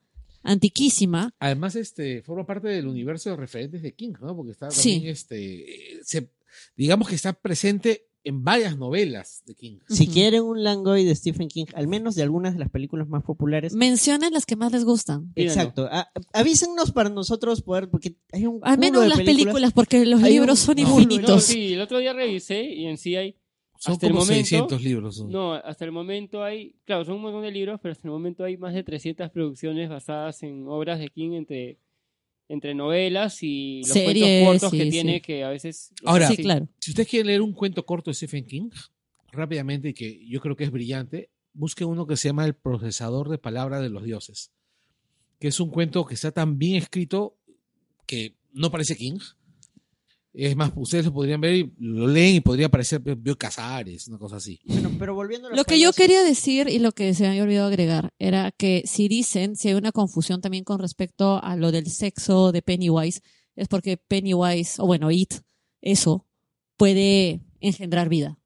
[SPEAKER 2] antiquísima.
[SPEAKER 1] Además, este, forma parte del universo de referentes de King, ¿no? Porque está
[SPEAKER 2] Sí.
[SPEAKER 1] también, este, eh, se- digamos que está presente en varias novelas de King.
[SPEAKER 4] Si
[SPEAKER 2] Ujú.
[SPEAKER 4] quieren un Langoy de Stephen King, al menos de algunas de las películas más populares.
[SPEAKER 2] Mm, Mencionen las que más les gustan.
[SPEAKER 3] Pídanlo.
[SPEAKER 4] Exacto. A- avísennos para nosotros poder, porque hay un
[SPEAKER 2] Al menos
[SPEAKER 4] culo de
[SPEAKER 2] las películas, porque los
[SPEAKER 4] Hay un-
[SPEAKER 2] libros son
[SPEAKER 4] no,
[SPEAKER 3] No,
[SPEAKER 2] infinitos.
[SPEAKER 3] sí, el otro día revisé y en sí hay.
[SPEAKER 1] Son
[SPEAKER 3] Hasta el
[SPEAKER 1] como
[SPEAKER 3] momento-
[SPEAKER 1] 600 libros. son.
[SPEAKER 3] No, hasta el momento hay. Claro, son un montón de libros, pero hasta el momento hay más de 300 producciones basadas en obras de King entre, entre novelas y los
[SPEAKER 2] Series,
[SPEAKER 3] cuentos cortos
[SPEAKER 2] sí,
[SPEAKER 3] que
[SPEAKER 2] sí.
[SPEAKER 3] tiene que a veces.
[SPEAKER 1] Ahora,
[SPEAKER 2] Sí, claro.
[SPEAKER 1] si ustedes quieren leer un cuento corto de Stephen King, rápidamente, y que yo creo que es brillante, busquen uno que se llama El procesador de palabras de los dioses, que es un cuento que está tan bien escrito que no parece King. Es más, ustedes lo podrían ver y lo leen y podría parecer Bio Casares, una cosa así.
[SPEAKER 4] Pero, pero volviendo a los
[SPEAKER 2] Lo que yo
[SPEAKER 4] payasos,
[SPEAKER 2] quería decir y lo que se me había olvidado agregar era que si dicen, si hay una confusión también con respecto a lo del sexo de Pennywise, es porque Pennywise, o bueno, It, eso, puede engendrar vida.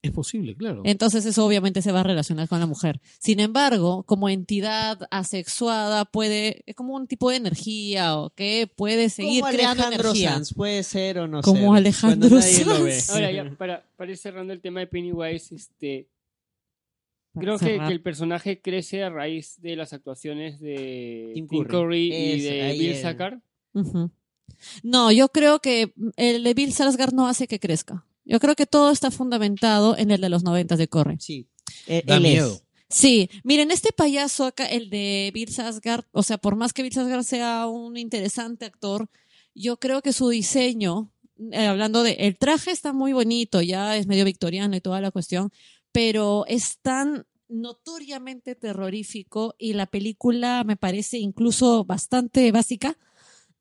[SPEAKER 1] Es posible, claro.
[SPEAKER 2] Entonces eso obviamente se va a relacionar con la mujer. Sin embargo, como entidad asexuada puede, es como un tipo de energía o que puede seguir
[SPEAKER 4] como
[SPEAKER 2] creando
[SPEAKER 4] Alejandro
[SPEAKER 2] energía.
[SPEAKER 4] Sanz, puede ser o no
[SPEAKER 2] Como
[SPEAKER 4] ser.
[SPEAKER 2] Alejandro
[SPEAKER 4] Cuando nadie lo
[SPEAKER 2] Sanz.
[SPEAKER 4] ve.
[SPEAKER 3] Ahora, ya, para, para ir cerrando el tema de Pennywise, este. Creo que,
[SPEAKER 2] Ah, Cerrar.
[SPEAKER 3] que el personaje crece a raíz de las actuaciones de
[SPEAKER 4] Tim
[SPEAKER 3] Tim
[SPEAKER 4] Curry.
[SPEAKER 3] Curry, y
[SPEAKER 4] Eso,
[SPEAKER 3] de
[SPEAKER 4] ahí
[SPEAKER 3] Bill
[SPEAKER 4] es.
[SPEAKER 3] Sackard.
[SPEAKER 2] Ujú. No, yo creo que el de Bill Sarsgaard no hace que crezca. Yo creo que todo está fundamentado en el de los noventas de Corre.
[SPEAKER 4] Sí. Eh,
[SPEAKER 1] Da
[SPEAKER 4] él es.
[SPEAKER 1] miedo.
[SPEAKER 2] Sí, miren, este payaso acá, el de Bill Sarsgaard, o sea, por más que Bill Sarsgaard sea un interesante actor, yo creo que su diseño, eh, hablando de, el traje está muy bonito, ya es medio victoriano y toda la cuestión, pero es tan notoriamente terrorífico y la película me parece incluso bastante básica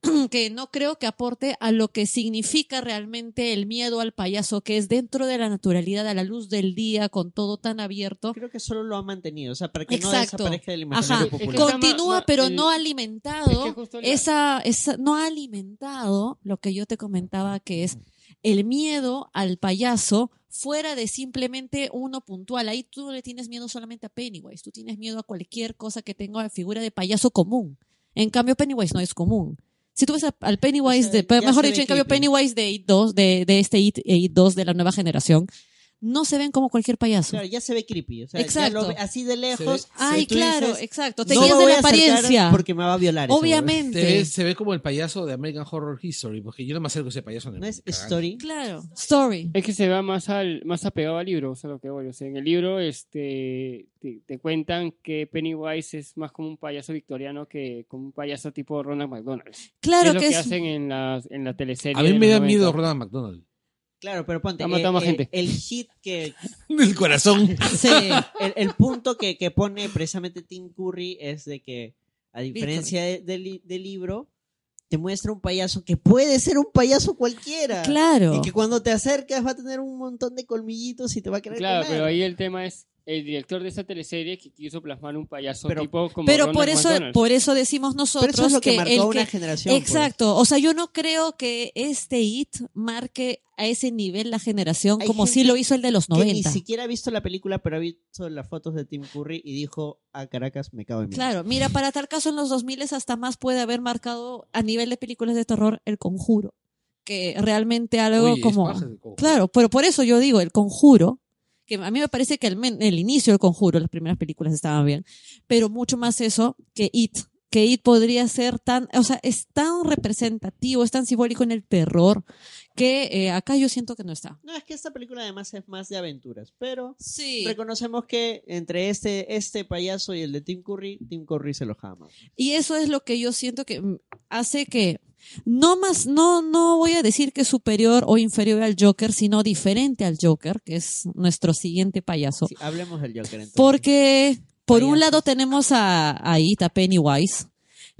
[SPEAKER 2] que no creo que aporte a lo que significa realmente el miedo al payaso, que es dentro de la naturalidad, a la luz del día, con todo tan abierto.
[SPEAKER 4] Creo que solo lo ha mantenido, o sea, para que no
[SPEAKER 2] Exacto.
[SPEAKER 4] desaparezca
[SPEAKER 2] Ajá.
[SPEAKER 4] del imaginario
[SPEAKER 3] Es que
[SPEAKER 4] popular.
[SPEAKER 3] está
[SPEAKER 2] Continúa,
[SPEAKER 3] ma- ma-
[SPEAKER 2] pero
[SPEAKER 3] el-
[SPEAKER 2] no ha alimentado
[SPEAKER 3] es que justo la-
[SPEAKER 2] esa, esa, no ha alimentado lo que yo te comentaba que es el miedo al payaso fuera de simplemente uno puntual. Ahí tú no le tienes miedo solamente a Pennywise, tú tienes miedo a cualquier cosa que tenga la figura de payaso común. En cambio, Pennywise no es común. Si tú ves a- al Pennywise,
[SPEAKER 4] O sea,
[SPEAKER 2] de- pe-
[SPEAKER 4] ya
[SPEAKER 2] mejor
[SPEAKER 4] se
[SPEAKER 2] dicho,
[SPEAKER 4] ve
[SPEAKER 2] en cambio,
[SPEAKER 4] creepy.
[SPEAKER 2] Pennywise de It 2, de, de este It, It 2 de la nueva generación, no se ven como cualquier payaso.
[SPEAKER 4] Claro, ya se ve creepy, o sea, ya
[SPEAKER 2] Exacto.
[SPEAKER 4] lo ve así de lejos.
[SPEAKER 1] Se
[SPEAKER 2] Ay,
[SPEAKER 4] tú
[SPEAKER 2] claro,
[SPEAKER 4] dices,
[SPEAKER 2] exacto. Te
[SPEAKER 4] no
[SPEAKER 2] guías
[SPEAKER 4] me
[SPEAKER 2] de
[SPEAKER 4] voy
[SPEAKER 2] la
[SPEAKER 4] a acercar
[SPEAKER 2] apariencia.
[SPEAKER 4] porque me va a violar. ese
[SPEAKER 1] Se
[SPEAKER 2] Obviamente.
[SPEAKER 1] ve, se ve como el payaso de American Horror History, porque yo no me acerco a ese payaso. en
[SPEAKER 4] huevón.
[SPEAKER 1] el-
[SPEAKER 4] ¿eh? No es
[SPEAKER 1] cagando.
[SPEAKER 4] story.
[SPEAKER 2] Claro. Story.
[SPEAKER 3] Es que se va más al más apegado al libro, o sea, lo que voy. O sea, en el libro este, te, te cuentan que Pennywise es más como un payaso victoriano que como un payaso tipo Ronald McDonald.
[SPEAKER 2] Claro
[SPEAKER 3] es lo
[SPEAKER 2] que
[SPEAKER 3] que,
[SPEAKER 2] es.
[SPEAKER 3] hacen en la, en la teleserie.
[SPEAKER 1] A mí
[SPEAKER 3] de
[SPEAKER 1] me
[SPEAKER 3] los
[SPEAKER 1] da miedo
[SPEAKER 3] 90.
[SPEAKER 1] Ronald McDonald.
[SPEAKER 4] Claro, pero ponte.
[SPEAKER 3] Ha matado
[SPEAKER 4] eh,
[SPEAKER 3] más
[SPEAKER 4] eh,
[SPEAKER 3] gente.
[SPEAKER 4] El hit que.
[SPEAKER 1] El corazón.
[SPEAKER 2] Sí.
[SPEAKER 4] El, el punto que, que pone precisamente Tim Curry es de que, a diferencia de- del li- del libro, te muestra un payaso que puede ser un payaso cualquiera.
[SPEAKER 2] Claro.
[SPEAKER 4] Y que cuando te acercas va a tener un montón de colmillitos y te va a querer
[SPEAKER 3] Claro,
[SPEAKER 4] comer.
[SPEAKER 3] pero ahí el tema es el director de esa teleserie que quiso plasmar un payaso
[SPEAKER 4] Pero-
[SPEAKER 3] tipo como
[SPEAKER 2] Pero
[SPEAKER 3] Ronald
[SPEAKER 2] por eso,
[SPEAKER 3] McDonald.
[SPEAKER 2] por eso decimos
[SPEAKER 4] Pero
[SPEAKER 2] nosotros
[SPEAKER 4] eso es lo que,
[SPEAKER 2] que,
[SPEAKER 4] marcó
[SPEAKER 2] el que-
[SPEAKER 4] a una generación. pues.
[SPEAKER 2] Exacto. O sea, yo no creo que este hit marque a ese nivel la generación
[SPEAKER 4] Hay
[SPEAKER 2] como
[SPEAKER 4] gente
[SPEAKER 2] si lo hizo el de los
[SPEAKER 4] Que ni
[SPEAKER 2] 90.
[SPEAKER 4] siquiera ha visto la película, pero ha visto las fotos de Tim Curry y dijo, a Caracas me cago en mí.
[SPEAKER 2] Claro, mira, para tal caso en los 2000 hasta más puede haber marcado a nivel de películas de terror el conjuro, que realmente algo
[SPEAKER 1] Oye,
[SPEAKER 2] como...
[SPEAKER 1] es más el cojo.
[SPEAKER 2] Claro, pero por eso yo digo, el conjuro, que a mí me parece que el, men- el inicio del conjuro, las primeras películas estaban bien, pero mucho más eso que It, que It podría ser tan, o sea, es tan representativo, es tan simbólico en el terror, que eh, acá yo siento que no está.
[SPEAKER 4] No, es que esta película además es más de aventuras, pero
[SPEAKER 2] Sí.
[SPEAKER 4] reconocemos que entre este, este payaso y el de Tim Curry, Tim Curry se lo jama.
[SPEAKER 2] Y eso es lo que yo siento que mm, hace que no más, no, no voy a decir que es superior o inferior al Joker, sino diferente al Joker, que es nuestro siguiente payaso.
[SPEAKER 4] Sí, hablemos del Joker entonces.
[SPEAKER 2] Porque por un
[SPEAKER 4] Payasos.
[SPEAKER 2] lado tenemos a, a It, a Pennywise,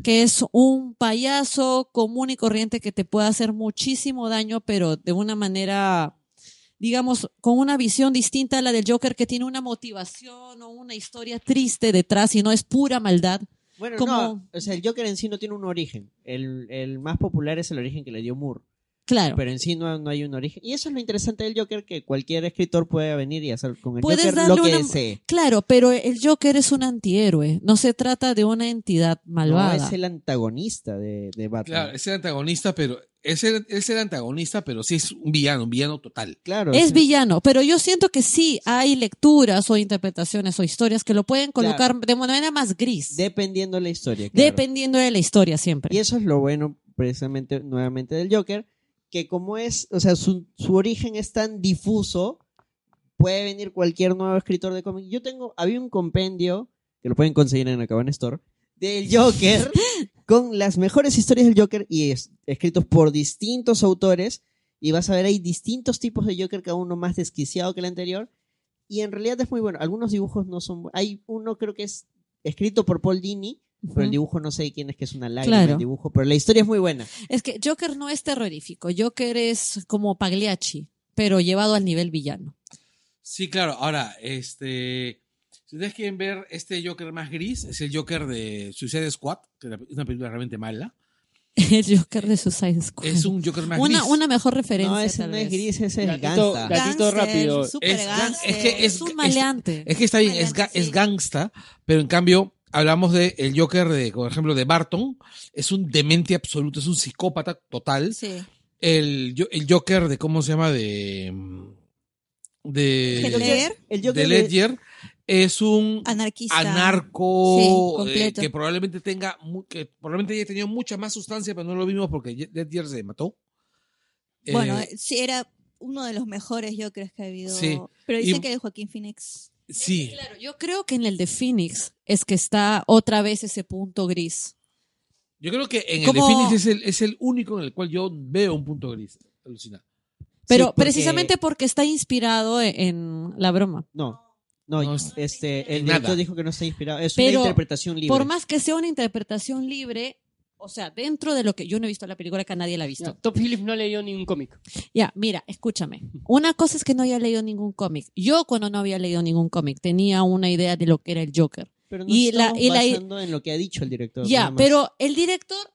[SPEAKER 2] que es un payaso común y corriente que te puede hacer muchísimo daño, pero de una manera, digamos, con una visión distinta a la del Joker, que tiene una motivación o una historia triste detrás y no es pura maldad.
[SPEAKER 4] Bueno,
[SPEAKER 2] como-
[SPEAKER 4] no, o sea, el Joker en sí no tiene un origen. El, el más popular es el origen que le dio Moore.
[SPEAKER 2] Claro.
[SPEAKER 4] Pero en sí no, no hay un origen. Y eso es lo interesante del Joker, que cualquier escritor puede venir y hacer con el
[SPEAKER 2] Puedes
[SPEAKER 4] Joker lo
[SPEAKER 2] darle
[SPEAKER 4] que
[SPEAKER 2] una-
[SPEAKER 4] desee.
[SPEAKER 2] Claro, pero el Joker es un antihéroe. No se trata de una entidad
[SPEAKER 4] No,
[SPEAKER 2] malvada.
[SPEAKER 4] es el antagonista de, de Batman.
[SPEAKER 1] Claro,
[SPEAKER 4] Claro.
[SPEAKER 1] es el antagonista, pero es el, es el antagonista, pero sí es un villano, un villano total.
[SPEAKER 4] o
[SPEAKER 2] Es
[SPEAKER 4] sea,
[SPEAKER 2] villano, pero yo siento que sí hay lecturas o interpretaciones o historias que lo pueden colocar de manera más gris,
[SPEAKER 4] Dependiendo la historia. claro.
[SPEAKER 2] dependiendo de la historia siempre.
[SPEAKER 4] Y eso es lo bueno, precisamente, nuevamente del Joker, que como es, o sea, su, su origen es tan difuso, puede venir cualquier nuevo escritor de cómic. Yo tengo, había un compendio, que lo pueden conseguir en la Cabana Store, del Joker, con las mejores historias del Joker y es- escritos por distintos autores. Y vas a ver, hay distintos tipos de Joker, cada uno más desquiciado que el anterior. Y en realidad es muy bueno. Algunos dibujos no son. bu- Hay uno, creo que es escrito por Paul Dini, pero el
[SPEAKER 2] Ujú.
[SPEAKER 4] dibujo no sé de quién es, que es una lágrima
[SPEAKER 2] Claro.
[SPEAKER 4] el dibujo, pero la historia es muy buena.
[SPEAKER 2] Es que Joker no es terrorífico, Joker es como Pagliacci, pero llevado al nivel villano.
[SPEAKER 1] Sí, claro. Ahora, este. Si ustedes quieren ver este Joker más gris, es el Joker de Suicide Squad, que es una película realmente mala.
[SPEAKER 2] El Joker de Suicide Squad.
[SPEAKER 1] Es un Joker más
[SPEAKER 2] una,
[SPEAKER 1] gris.
[SPEAKER 2] una mejor referencia.
[SPEAKER 4] No, ese
[SPEAKER 2] tal
[SPEAKER 4] no es
[SPEAKER 2] vez.
[SPEAKER 4] gris, ese es el
[SPEAKER 3] Gatito- ga-
[SPEAKER 4] gangsta.
[SPEAKER 3] Gatito rápido.
[SPEAKER 5] Super
[SPEAKER 1] Es-
[SPEAKER 5] gangster.
[SPEAKER 1] es que
[SPEAKER 2] Es un maleante.
[SPEAKER 1] Es que está bien, es,
[SPEAKER 5] Maleante,
[SPEAKER 1] ga- es
[SPEAKER 5] sí.
[SPEAKER 1] gangsta, pero en cambio hablamos de el Joker de, por ejemplo, de Barton, es un demente absoluto, es un psicópata total.
[SPEAKER 5] Sí.
[SPEAKER 1] El, jo- el Joker de cómo se llama de
[SPEAKER 5] ¿El
[SPEAKER 1] de
[SPEAKER 5] Joker?
[SPEAKER 4] El
[SPEAKER 1] de
[SPEAKER 4] Joker
[SPEAKER 1] Ledger es un
[SPEAKER 5] Anarquista. Sí,
[SPEAKER 1] anarco eh,
[SPEAKER 5] completo.
[SPEAKER 1] que probablemente tenga mu- que probablemente haya tenido mucha más sustancia, pero no lo vimos porque Ye- Ledger se mató. Eh,
[SPEAKER 5] Bueno, sí, era uno de los mejores Jokers que ha habido.
[SPEAKER 1] Sí.
[SPEAKER 5] Pero
[SPEAKER 1] Y-
[SPEAKER 5] dicen que el Joaquín Phoenix.
[SPEAKER 1] sí.
[SPEAKER 2] Claro, yo creo que en el de Phoenix es que está otra vez ese punto gris.
[SPEAKER 1] Yo creo que en
[SPEAKER 2] Como-
[SPEAKER 1] el de Phoenix es el, es el único en el cual yo veo un punto gris. Alucina.
[SPEAKER 2] Pero
[SPEAKER 4] Sí, porque-
[SPEAKER 2] precisamente porque está inspirado e- en la broma.
[SPEAKER 4] No, no,
[SPEAKER 1] No, es-
[SPEAKER 4] este, el
[SPEAKER 1] Nada.
[SPEAKER 4] director dijo que no está inspirado. Es
[SPEAKER 2] Pero,
[SPEAKER 4] una interpretación libre.
[SPEAKER 2] Por más que sea una interpretación libre, o sea, dentro de lo que yo no he visto la película, que nadie la ha visto.
[SPEAKER 3] Ya, Top Phillips no leyó ni un cómic.
[SPEAKER 2] Ya, mira, escúchame. Una cosa es que no había leído ningún cómic. Yo cuando no había leído ningún cómic tenía una idea de lo que era el Joker.
[SPEAKER 4] Pero nos
[SPEAKER 2] y la-
[SPEAKER 4] estamos
[SPEAKER 2] y la-
[SPEAKER 4] basando en lo que ha dicho el director.
[SPEAKER 2] Ya,
[SPEAKER 4] nada más.
[SPEAKER 2] pero el director,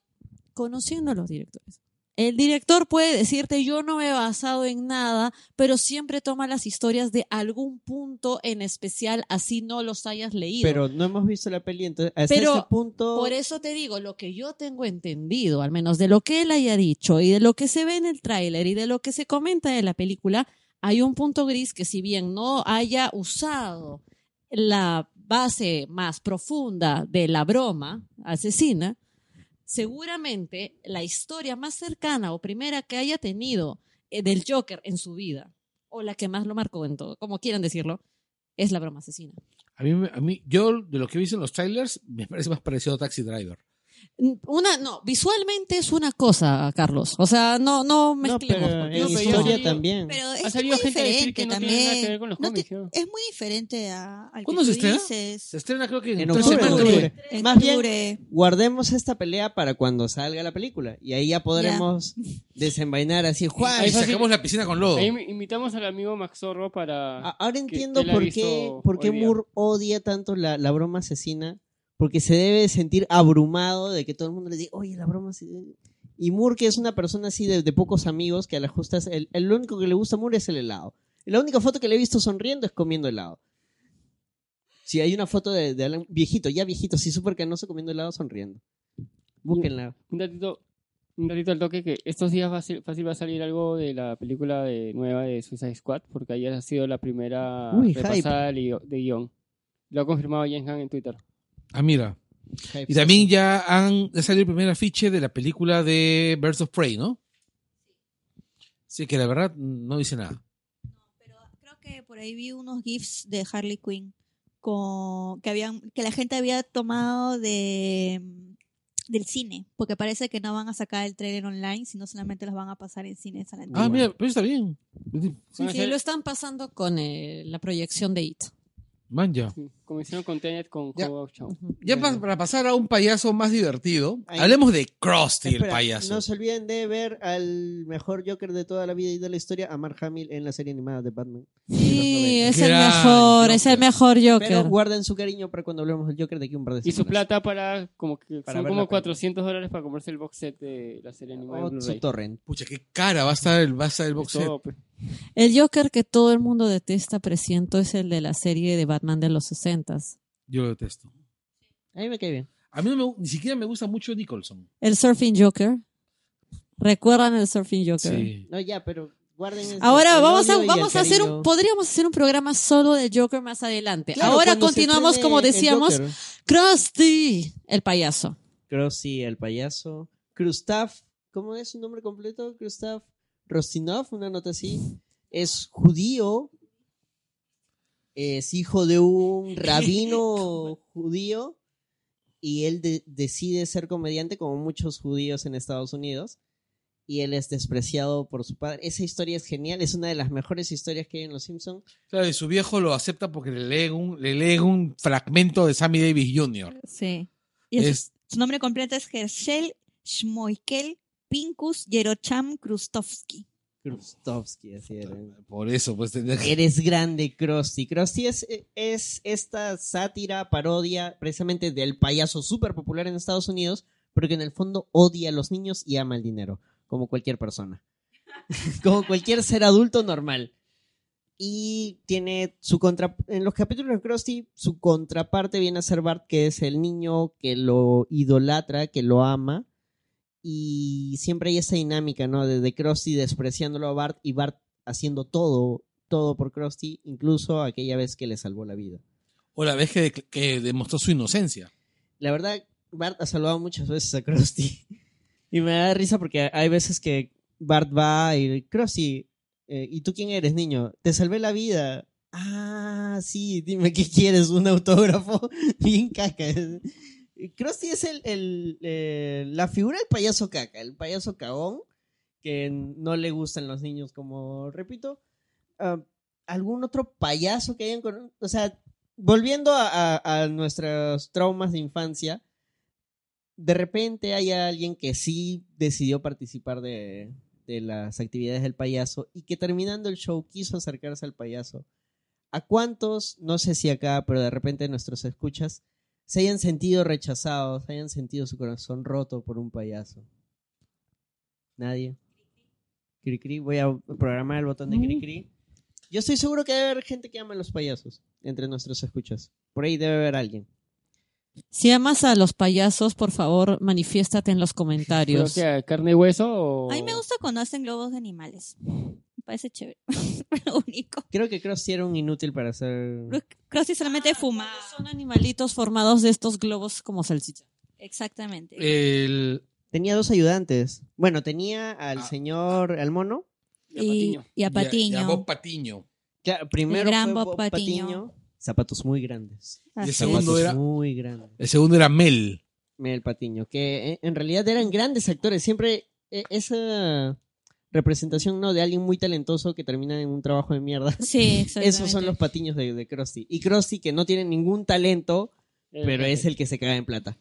[SPEAKER 2] conociendo a los directores, el director puede decirte yo no me he basado en nada, pero siempre toma las historias de algún punto en especial, así no los hayas leído.
[SPEAKER 4] Pero no hemos visto la peli, entonces hasta
[SPEAKER 2] Pero,
[SPEAKER 4] este punto...
[SPEAKER 2] Por eso te digo, lo que yo tengo entendido, al menos de lo que él haya dicho y de lo que se ve en el tráiler y de lo que se comenta de la película, hay un punto gris que si bien no haya usado la base más profunda de la broma asesina, seguramente la historia más cercana o primera que haya tenido eh, del Joker en su vida, o la que más lo marcó en todo, como quieran decirlo, es la broma asesina.
[SPEAKER 1] A mí, me- a mí, yo de lo que he visto en los trailers, me parece más parecido a Taxi Driver.
[SPEAKER 2] Una, no, visualmente es una cosa, Carlos. O sea, no, no
[SPEAKER 4] No,
[SPEAKER 2] mezclemos.
[SPEAKER 4] pero
[SPEAKER 2] porque
[SPEAKER 4] en
[SPEAKER 3] No, pero
[SPEAKER 2] es
[SPEAKER 3] yo
[SPEAKER 4] historia
[SPEAKER 3] digo-
[SPEAKER 4] también.
[SPEAKER 5] Pero
[SPEAKER 3] Ha
[SPEAKER 5] es muy
[SPEAKER 3] salido gente a decir
[SPEAKER 5] diferente
[SPEAKER 3] que no tiene nada que ver
[SPEAKER 5] también.
[SPEAKER 3] con los
[SPEAKER 5] No te-
[SPEAKER 3] cómics. ¿no?
[SPEAKER 5] es muy diferente a, al que
[SPEAKER 1] ¿Cuándo
[SPEAKER 5] tú
[SPEAKER 1] se estrena?
[SPEAKER 5] dices.
[SPEAKER 1] Se estrena creo que en,
[SPEAKER 4] En
[SPEAKER 1] tres
[SPEAKER 4] octubre.
[SPEAKER 1] semanas.
[SPEAKER 4] octubre.
[SPEAKER 5] En
[SPEAKER 4] Más bien,
[SPEAKER 5] octubre.
[SPEAKER 4] Guardemos esta pelea para cuando salga la película. Y ahí ya podremos desenvainar así. ¡Juan!
[SPEAKER 1] Ay,
[SPEAKER 3] Ahí
[SPEAKER 1] sacamos la piscina con lodo.
[SPEAKER 3] Ahí invitamos al amigo Max Zorro para...
[SPEAKER 1] Ah,
[SPEAKER 4] A- Ahora
[SPEAKER 3] Ah, que
[SPEAKER 4] entiendo
[SPEAKER 3] él ha
[SPEAKER 4] por
[SPEAKER 3] visto
[SPEAKER 4] qué, por qué
[SPEAKER 3] hoy día.
[SPEAKER 4] Moore odia tanto la, la broma asesina, porque se debe sentir abrumado de que todo el mundo le diga, oye, la broma asesina. Y Moore, que es una persona así de, de pocos amigos, que a las justas, el, el único que le gusta a Moore es el helado. La única foto que le he visto sonriendo es comiendo helado. Si hay una foto de, de Alan, viejito, ya viejito, sí, súper canoso comiendo helado sonriendo. Búsquenla.
[SPEAKER 3] Un datito, un datito al toque que estos días va a ser- fácil va a salir algo de la película de, nueva de Suicide Squad, porque ayer ha sido la primera
[SPEAKER 4] Uy,
[SPEAKER 3] repasada de guio- de guión. Lo ha confirmado James Gunn en Twitter.
[SPEAKER 1] Ah, mira. Y también ya han ya salió el primer afiche de la película de Birds of Prey, ¿no? Sí, que la verdad no dice nada.
[SPEAKER 5] Pero creo que por ahí vi unos GIFs de Harley Quinn con, que, habían, que la gente había tomado de mm, del cine, porque parece que no van a sacar el trailer online, sino solamente los van a pasar en cines a la
[SPEAKER 1] Ah,
[SPEAKER 5] entrada.
[SPEAKER 1] mira, pero está bien.
[SPEAKER 2] Sí,
[SPEAKER 3] Van a
[SPEAKER 2] sí,
[SPEAKER 3] hacer-
[SPEAKER 2] lo están pasando con eh, la proyección de It.
[SPEAKER 1] Man, ya.
[SPEAKER 3] Sí, Mm, Como hicieron con Tenet con
[SPEAKER 1] Ya.
[SPEAKER 3] Hobo Chow.
[SPEAKER 1] Ya pa- para pasar a un payaso más divertido,
[SPEAKER 4] Ay.
[SPEAKER 1] hablemos de Krusty el
[SPEAKER 4] Espera,
[SPEAKER 1] payaso.
[SPEAKER 4] No se olviden de ver al mejor Joker de toda la vida y de la historia, a Mark Hamill, en la serie animada de Batman.
[SPEAKER 2] Sí, es el
[SPEAKER 1] Gran
[SPEAKER 2] mejor, es el
[SPEAKER 1] Joker.
[SPEAKER 2] mejor Joker.
[SPEAKER 4] Pero guarden su cariño para cuando hablemos del Joker de aquí un par de
[SPEAKER 3] Y
[SPEAKER 4] semanas.
[SPEAKER 3] su plata para como que son
[SPEAKER 4] Para ver la
[SPEAKER 3] como
[SPEAKER 4] película.
[SPEAKER 3] 400 dólares para comprarse el box set de la serie animada. de
[SPEAKER 4] O Oh, su
[SPEAKER 3] Blu-ray.
[SPEAKER 4] torrent.
[SPEAKER 1] Pucha, qué cara va a estar el, va a estar Oh, el box
[SPEAKER 3] Es
[SPEAKER 1] set.
[SPEAKER 3] todo, pues.
[SPEAKER 2] El Joker que todo el mundo detesta, presiento, es el de la serie de Batman de los 60
[SPEAKER 1] Yo lo detesto.
[SPEAKER 4] Ahí me cae bien.
[SPEAKER 1] A mí no me gu- ni siquiera me gusta mucho Nicholson.
[SPEAKER 2] El Surfing Joker. ¿Recuerdan el Surfing Joker?
[SPEAKER 1] Sí.
[SPEAKER 4] No, ya, pero guarden ese-
[SPEAKER 2] Ahora
[SPEAKER 4] el
[SPEAKER 2] vamos a,
[SPEAKER 4] odio y el
[SPEAKER 2] vamos a hacer
[SPEAKER 4] cariño.
[SPEAKER 2] un, podríamos hacer un programa solo del Joker más adelante.
[SPEAKER 4] Claro,
[SPEAKER 2] Ahora
[SPEAKER 4] cuando se
[SPEAKER 2] continuamos
[SPEAKER 4] estrene
[SPEAKER 2] como
[SPEAKER 4] el
[SPEAKER 2] decíamos,
[SPEAKER 4] Joker.
[SPEAKER 2] Krusty, el payaso.
[SPEAKER 4] Krusty, el payaso. Krustaf, ¿cómo es su nombre completo? Krustaf Rostinov, una nota así. Es judío. Es hijo de un rabino judío. Y él de- decide ser comediante como muchos judíos en Estados Unidos. Y él es despreciado por su padre. Esa historia es genial. Es una de las mejores historias que hay en Los Simpsons.
[SPEAKER 1] Claro, y su viejo lo acepta porque le leen un, le leen un fragmento de Sammy Davis Jr.
[SPEAKER 5] Sí. Y es-
[SPEAKER 1] Es,
[SPEAKER 5] Su nombre completo es Herschel Schmoikel Pincus Yerocham Krustowski.
[SPEAKER 4] Krustovsky, así era.
[SPEAKER 1] por eso, pues tendría que-
[SPEAKER 4] Eres grande, Krusty. Krusty es, es esta sátira, parodia, precisamente del payaso súper popular en Estados Unidos, pero que en el fondo odia a los niños y ama el dinero, como cualquier persona. como cualquier ser adulto normal. Y tiene su contra... En los capítulos de Krusty, su contraparte viene a ser Bart, que es el niño que lo idolatra, que lo ama. Y siempre hay esa dinámica, ¿no? De, de Krusty despreciándolo a Bart y Bart haciendo todo, todo por Krusty, incluso aquella vez que le salvó la vida.
[SPEAKER 1] O la vez que, de- que demostró su inocencia.
[SPEAKER 4] La verdad, Bart ha salvado muchas veces a Krusty. Y me da risa porque hay veces que Bart va y Krusty, eh, ¿y tú quién eres, niño? Te salvé la vida. Ah, sí, dime qué quieres, un autógrafo. Bien caca. Krusty es el, el, eh, la figura del payaso caca, el payaso cagón, que no le gustan los niños, como repito. Ah, ¿Algún otro payaso que hayan con... O sea, volviendo a, a- a nuestros traumas de infancia, de repente hay alguien que sí decidió participar de, de las actividades del payaso y que terminando el show quiso acercarse al payaso. ¿A cuántos, no sé si acá, pero de repente nuestros escuchas, se hayan sentido rechazados, hayan sentido su corazón roto por un payaso? ¿Nadie? Cricri, voy a programar el botón de Cricri. Yo estoy seguro que debe haber gente que ama a los payasos entre nuestros escuchas. Por ahí debe haber alguien.
[SPEAKER 2] Si amas a los payasos, por favor, manifiéstate en los
[SPEAKER 3] Pero
[SPEAKER 2] comentarios.
[SPEAKER 3] que carne y hueso o...
[SPEAKER 5] A mí
[SPEAKER 1] Oh.
[SPEAKER 5] me gusta cuando hacen globos de animales. Me parece chévere. Lo único.
[SPEAKER 4] Creo que Krusty era un inútil para hacer...
[SPEAKER 5] Krusty
[SPEAKER 4] Ah,
[SPEAKER 5] solamente fumaba.
[SPEAKER 2] Son animalitos formados de estos globos como salchicha.
[SPEAKER 5] Exactamente.
[SPEAKER 1] Eh, El,
[SPEAKER 4] Tenía dos ayudantes. Bueno, tenía al
[SPEAKER 1] Ah.
[SPEAKER 4] señor, al mono.
[SPEAKER 3] Y a Patiño.
[SPEAKER 5] y a
[SPEAKER 1] ya-
[SPEAKER 5] Patiño.
[SPEAKER 1] ya Bob Patiño.
[SPEAKER 4] Claro, primero
[SPEAKER 5] gran
[SPEAKER 4] fue
[SPEAKER 5] Bob
[SPEAKER 4] Bob
[SPEAKER 5] Patiño.
[SPEAKER 4] Patiño. Zapatos muy grandes.
[SPEAKER 5] Así es.
[SPEAKER 1] segundo
[SPEAKER 4] Zapatos
[SPEAKER 1] era-
[SPEAKER 4] muy grandes.
[SPEAKER 1] El segundo era Mel.
[SPEAKER 4] Mel Patiño, que eh, en realidad eran grandes actores. Siempre eh, esa representación, ¿no? De alguien muy talentoso que termina en un trabajo de mierda.
[SPEAKER 5] Sí, exactamente.
[SPEAKER 4] Esos son los patiños de, de Krusty. Y Krusty que no tiene ningún talento,
[SPEAKER 3] Eh,
[SPEAKER 4] pero es el que se caga en plata.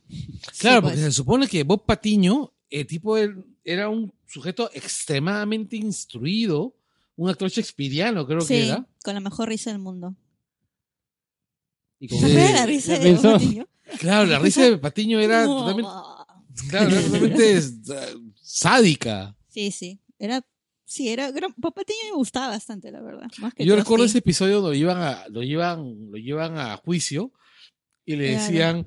[SPEAKER 1] Claro,
[SPEAKER 2] pues.
[SPEAKER 1] porque se supone que Bob Patiño, el tipo er- era un sujeto extremadamente instruido, un actor shakespeariano, creo que
[SPEAKER 5] Sí,
[SPEAKER 1] era.
[SPEAKER 5] con la mejor risa del mundo.
[SPEAKER 4] Y
[SPEAKER 5] ¿Se
[SPEAKER 4] como-
[SPEAKER 1] Sí.
[SPEAKER 5] acuerdan la risa
[SPEAKER 3] Ya
[SPEAKER 5] de
[SPEAKER 3] pensó.
[SPEAKER 5] Patiño?
[SPEAKER 1] Claro, la risa de Patiño era
[SPEAKER 5] Uah.
[SPEAKER 1] totalmente, claro, era totalmente s- eh, sádica.
[SPEAKER 5] Sí, sí. Era, sí, era, era- Bob Patiño me gustaba bastante, la verdad. Más que
[SPEAKER 1] Yo recuerdo ese
[SPEAKER 5] Krusty.
[SPEAKER 1] episodio donde lo llevan a, lo llevan, lo llevan a juicio y le
[SPEAKER 5] Claro.
[SPEAKER 1] decían,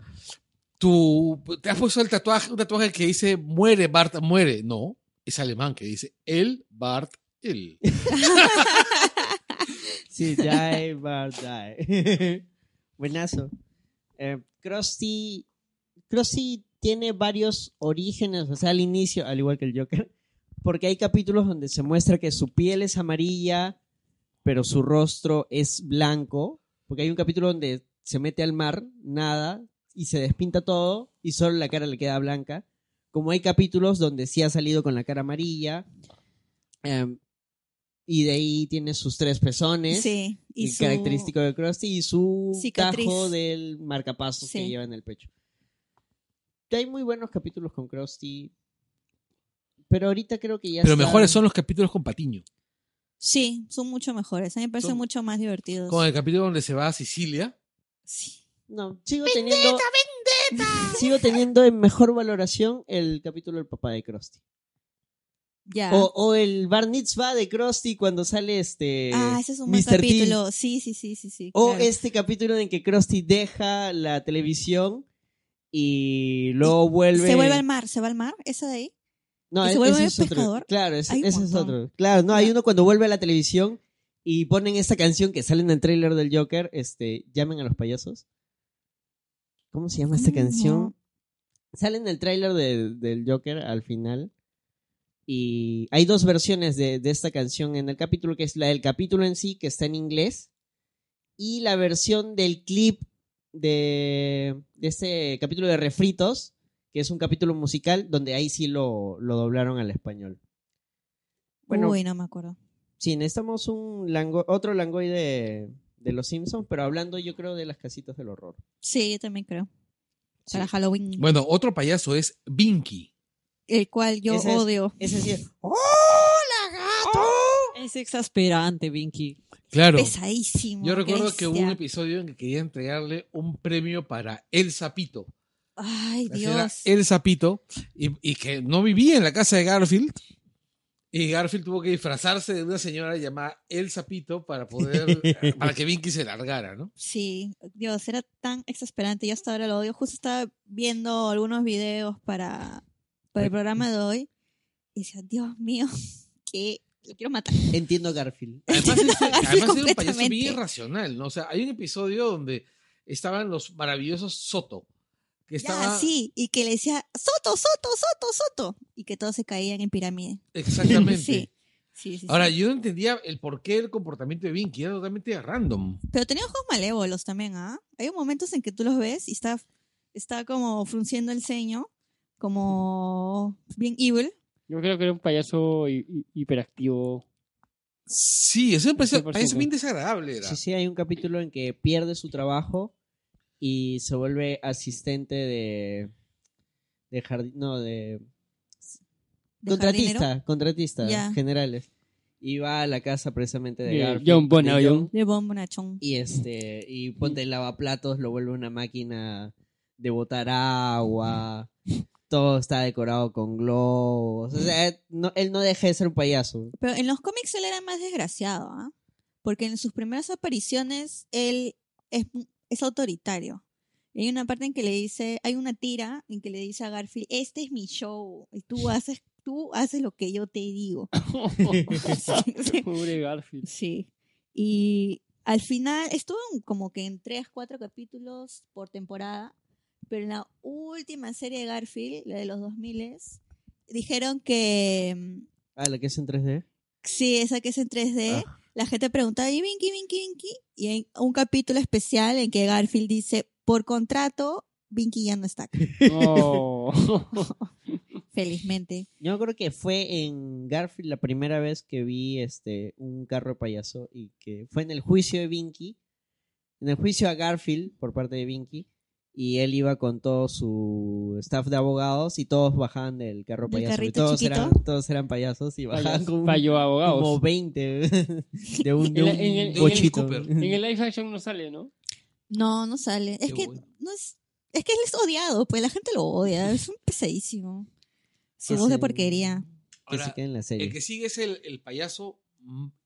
[SPEAKER 1] tú te has puesto el tatuaje, un tatuaje que dice muere, Bart, muere. No, es alemán que dice el Bart, él.
[SPEAKER 4] Sí, die, Bart, die. Buenazo. Eh, Krusty, Krusty tiene varios orígenes, o sea, al inicio, al igual que el Joker, porque hay capítulos donde se muestra que su piel es amarilla, pero su rostro es blanco, porque hay un capítulo donde se mete al mar, nada, y se despinta todo, y solo la cara le queda blanca, como hay capítulos donde sí ha salido con la cara amarilla. Em, Y de ahí tiene sus tres pezones.
[SPEAKER 5] Sí.
[SPEAKER 4] Y
[SPEAKER 5] Y
[SPEAKER 4] el
[SPEAKER 5] su-
[SPEAKER 4] característico de Krusty y su
[SPEAKER 5] Cicatriz.
[SPEAKER 4] tajo del marcapasos que
[SPEAKER 5] Sí.
[SPEAKER 4] lleva en el pecho. Hay muy buenos capítulos con Krusty. Pero ahorita creo que ya
[SPEAKER 1] Pero
[SPEAKER 4] está-
[SPEAKER 1] mejores son los capítulos con Patiño.
[SPEAKER 5] Sí, son mucho mejores. A mí me parecen
[SPEAKER 1] Son-
[SPEAKER 5] mucho más divertidos.
[SPEAKER 1] Con el capítulo donde se va a Sicilia.
[SPEAKER 5] Sí.
[SPEAKER 4] No, sigo teniendo... Sigo teniendo en mejor valoración el capítulo del papá de Krusty.
[SPEAKER 5] Ya.
[SPEAKER 4] O, o el Bar Mitzvah de Krusty cuando sale este...
[SPEAKER 1] eh,
[SPEAKER 5] ah, ese es un buen
[SPEAKER 4] Mr. T.
[SPEAKER 5] capítulo. Sí, sí, sí, sí, sí.
[SPEAKER 4] O
[SPEAKER 5] claro.
[SPEAKER 4] este capítulo en que Krusty deja la televisión y luego vuelve.
[SPEAKER 5] Se vuelve al mar, se va al mar, esa de ahí.
[SPEAKER 4] no,
[SPEAKER 5] y se
[SPEAKER 4] e-
[SPEAKER 5] vuelve
[SPEAKER 4] ese es otro.
[SPEAKER 5] pescador.
[SPEAKER 4] Claro, ese,
[SPEAKER 5] Hay un
[SPEAKER 4] ese es
[SPEAKER 5] montón.
[SPEAKER 4] otro. Claro, no, hay uno cuando vuelve a la televisión y ponen esta canción que sale en el tráiler del Joker, este, llamen a los payasos. ¿Cómo se llama esta
[SPEAKER 5] Mm,
[SPEAKER 4] canción?
[SPEAKER 5] no.
[SPEAKER 4] Sale en el tráiler de- del Joker al final. Y hay dos versiones de, de esta canción en el capítulo, que es la del capítulo en sí, que está en inglés, y la versión del clip de, de este capítulo de refritos, que es un capítulo musical, donde ahí sí lo, lo doblaron al español. Bueno,
[SPEAKER 5] Uy, no me acuerdo.
[SPEAKER 4] sí, necesitamos un lango- otro langoy de, de los Simpsons, pero hablando yo creo de las casitas del horror.
[SPEAKER 5] Sí, yo también creo. Para Halloween.
[SPEAKER 1] Bueno, otro payaso es Binky.
[SPEAKER 5] el cual yo
[SPEAKER 4] Ese es-
[SPEAKER 5] odio.
[SPEAKER 4] Ese sí es-
[SPEAKER 2] Es exasperante, Vinky.
[SPEAKER 1] Claro.
[SPEAKER 5] Pesadísimo.
[SPEAKER 1] Yo recuerdo que hubo un
[SPEAKER 5] bestia.
[SPEAKER 1] episodio en que quería entregarle un premio para El Sapito.
[SPEAKER 5] Ay,
[SPEAKER 1] Ese era
[SPEAKER 5] Dios.
[SPEAKER 1] El Sapito. Y, y que no vivía en la casa de Garfield. Y Garfield tuvo que disfrazarse de una señora llamada El Sapito para poder. para que Vinky se largara, ¿no?
[SPEAKER 5] Sí, Dios, era tan exasperante. Yo hasta ahora lo odio. Justo estaba viendo algunos videos para, para el programa de hoy y decía, Dios mío, que lo quiero matar.
[SPEAKER 4] Entiendo Garfield.
[SPEAKER 1] Además, este-
[SPEAKER 5] Garfield
[SPEAKER 1] además era un payaso
[SPEAKER 5] completamente.
[SPEAKER 1] bien irracional, ¿no? O sea, hay un episodio donde estaban los maravillosos Soto. Que estaba
[SPEAKER 5] Ya, sí, y que le decía, Soto, Soto, Soto, Soto. Y que todos se caían en pirámide.
[SPEAKER 1] Exactamente.
[SPEAKER 5] Sí, sí, sí.
[SPEAKER 1] Ahora,
[SPEAKER 5] sí.
[SPEAKER 1] yo no entendía el porqué del comportamiento de Vinky, era totalmente random.
[SPEAKER 5] Pero tenía ojos malévolos también, ¿ah? Hay momentos en que tú los ves y está, está como frunciendo el ceño, como bien evil.
[SPEAKER 3] Yo creo que era un payaso hi- hi- hiperactivo.
[SPEAKER 1] Sí, eso me pareció,
[SPEAKER 3] 100%.
[SPEAKER 1] pareció bien desagradable. Era.
[SPEAKER 4] Sí, sí, hay un capítulo en que pierde su trabajo y se vuelve asistente de. de jardín. No, de.
[SPEAKER 5] de
[SPEAKER 4] contratista,
[SPEAKER 5] jardinero.
[SPEAKER 4] contratista,
[SPEAKER 5] Ya.
[SPEAKER 4] generales. Y va a la casa precisamente de.
[SPEAKER 3] De
[SPEAKER 4] Garfield,
[SPEAKER 3] John
[SPEAKER 4] de
[SPEAKER 3] Bonavent.
[SPEAKER 4] John,
[SPEAKER 5] De bombonachón.
[SPEAKER 4] y este. Y ponte el lavaplatos, lo vuelve una máquina de botar agua. Todo está decorado con globos. O sea, eh, no- él no deja de ser un payaso.
[SPEAKER 5] Pero en los cómics él era más desgraciado, ¿ah? Porque en sus primeras apariciones él es, es autoritario. Y hay una parte en que le dice, hay una tira en que le dice a Garfield, este es mi show, y tú haces, tú haces lo que yo te digo.
[SPEAKER 3] Pobre Garfield.
[SPEAKER 5] Sí. Y al final estuvo en- como que en tres, cuatro capítulos por temporada, pero en la última serie de Garfield, la de los 2000, dijeron que mm,
[SPEAKER 4] Ah, la que es en 3D.
[SPEAKER 5] Sí, esa que es en 3D. La gente preguntaba, ¿y Vinky, Vinky, Vinky? Y hay un capítulo especial en que Garfield dice, por contrato, Vinky ya no está acá.
[SPEAKER 3] No.
[SPEAKER 5] Felizmente.
[SPEAKER 4] Yo creo que fue en Garfield la primera vez que vi este un carro de payaso y que fue en el juicio de Vinky, en el juicio a Garfield por parte de Vinky y él iba con todo su staff de abogados y todos bajaban del carro de
[SPEAKER 5] Del
[SPEAKER 4] payaso y
[SPEAKER 5] carrito
[SPEAKER 4] todos
[SPEAKER 5] chiquito.
[SPEAKER 4] eran todos eran payasos y bajaban como,
[SPEAKER 3] Fallo
[SPEAKER 4] como
[SPEAKER 3] abogados.
[SPEAKER 4] 20 de un, de
[SPEAKER 3] En
[SPEAKER 4] un
[SPEAKER 3] la- en el- en el
[SPEAKER 4] bochito.
[SPEAKER 1] Cooper.
[SPEAKER 3] En el live action no sale, ¿no?
[SPEAKER 5] No, no sale. Es
[SPEAKER 1] Qué
[SPEAKER 5] que
[SPEAKER 1] bueno.
[SPEAKER 5] no es, es que él es odiado, pues la gente lo odia. Es un pesadísimo. Su
[SPEAKER 1] Pues
[SPEAKER 4] Es
[SPEAKER 5] voz de
[SPEAKER 4] el-
[SPEAKER 5] porquería.
[SPEAKER 4] que
[SPEAKER 1] Ahora,
[SPEAKER 4] se queda en la
[SPEAKER 1] el
[SPEAKER 4] serie.
[SPEAKER 1] que sigue es el, el payaso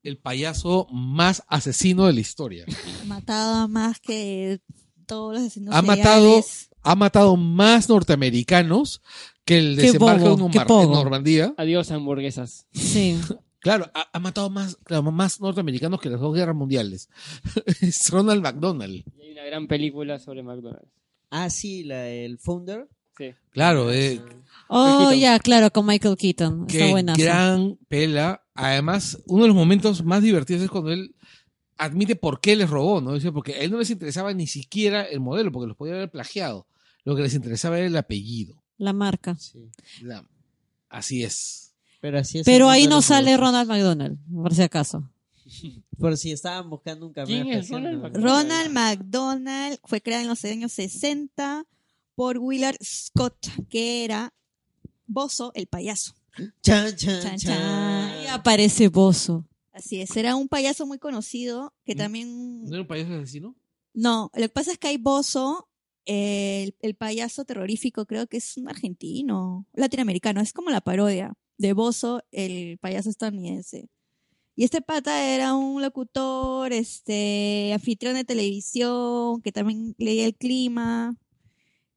[SPEAKER 1] el payaso más asesino de la historia.
[SPEAKER 5] Mataba más que todos los asesinos
[SPEAKER 1] Ha matado-
[SPEAKER 5] seriales.
[SPEAKER 1] Ha matado más norteamericanos que el
[SPEAKER 2] Qué
[SPEAKER 1] desembarco
[SPEAKER 2] bobo,
[SPEAKER 1] en
[SPEAKER 2] qué
[SPEAKER 1] Normand-
[SPEAKER 2] bobo.
[SPEAKER 1] en Normandía.
[SPEAKER 3] Adiós, hamburguesas.
[SPEAKER 2] Sí.
[SPEAKER 1] Claro, ha, ha matado más, claro, más norteamericanos que las dos guerras mundiales. es Ronald McDonald.
[SPEAKER 3] Y hay una gran película sobre McDonald's.
[SPEAKER 4] Ah, sí, la del founder.
[SPEAKER 3] Sí.
[SPEAKER 1] Claro, eh,
[SPEAKER 2] Oh,
[SPEAKER 3] Keaton.
[SPEAKER 2] ya, claro, con Michael Keaton. Está
[SPEAKER 1] Qué
[SPEAKER 2] buena.
[SPEAKER 1] gran pela. Además, uno de los momentos más divertidos es cuando él admite por qué les robó, ¿no? Dice, porque a él no les interesaba ni siquiera el modelo, porque los podía haber plagiado. Lo que les interesaba era el apellido.
[SPEAKER 2] La marca.
[SPEAKER 4] Sí.
[SPEAKER 1] La- Así es.
[SPEAKER 4] Pero así es.
[SPEAKER 2] Pero ahí
[SPEAKER 4] Ronald
[SPEAKER 2] no sale
[SPEAKER 4] McDonald.
[SPEAKER 2] Ronald McDonald, por si acaso.
[SPEAKER 4] Por si estaban buscando un cameo.
[SPEAKER 3] ¿Quién es
[SPEAKER 4] especial,
[SPEAKER 3] Ronald
[SPEAKER 4] ¿no?
[SPEAKER 3] McDonald?
[SPEAKER 5] Ronald McDonald fue creada en los años 60 por Willard Scott, que era Bozo el payaso.
[SPEAKER 4] Chan, chan,
[SPEAKER 5] Chan,
[SPEAKER 4] chan.
[SPEAKER 5] chan.
[SPEAKER 3] Ah.
[SPEAKER 2] Ahí aparece Bozo.
[SPEAKER 5] Así es, era un payaso muy conocido que
[SPEAKER 1] Mm.
[SPEAKER 5] también...
[SPEAKER 1] ¿No era un payaso asesino?
[SPEAKER 5] No, lo que pasa es que hay Bozo, eh, el, el payaso terrorífico, creo que es un argentino, latinoamericano, es como la parodia de Bozo, el payaso estadounidense. Y este pata era un locutor, este, anfitrión de televisión, que también leía el clima.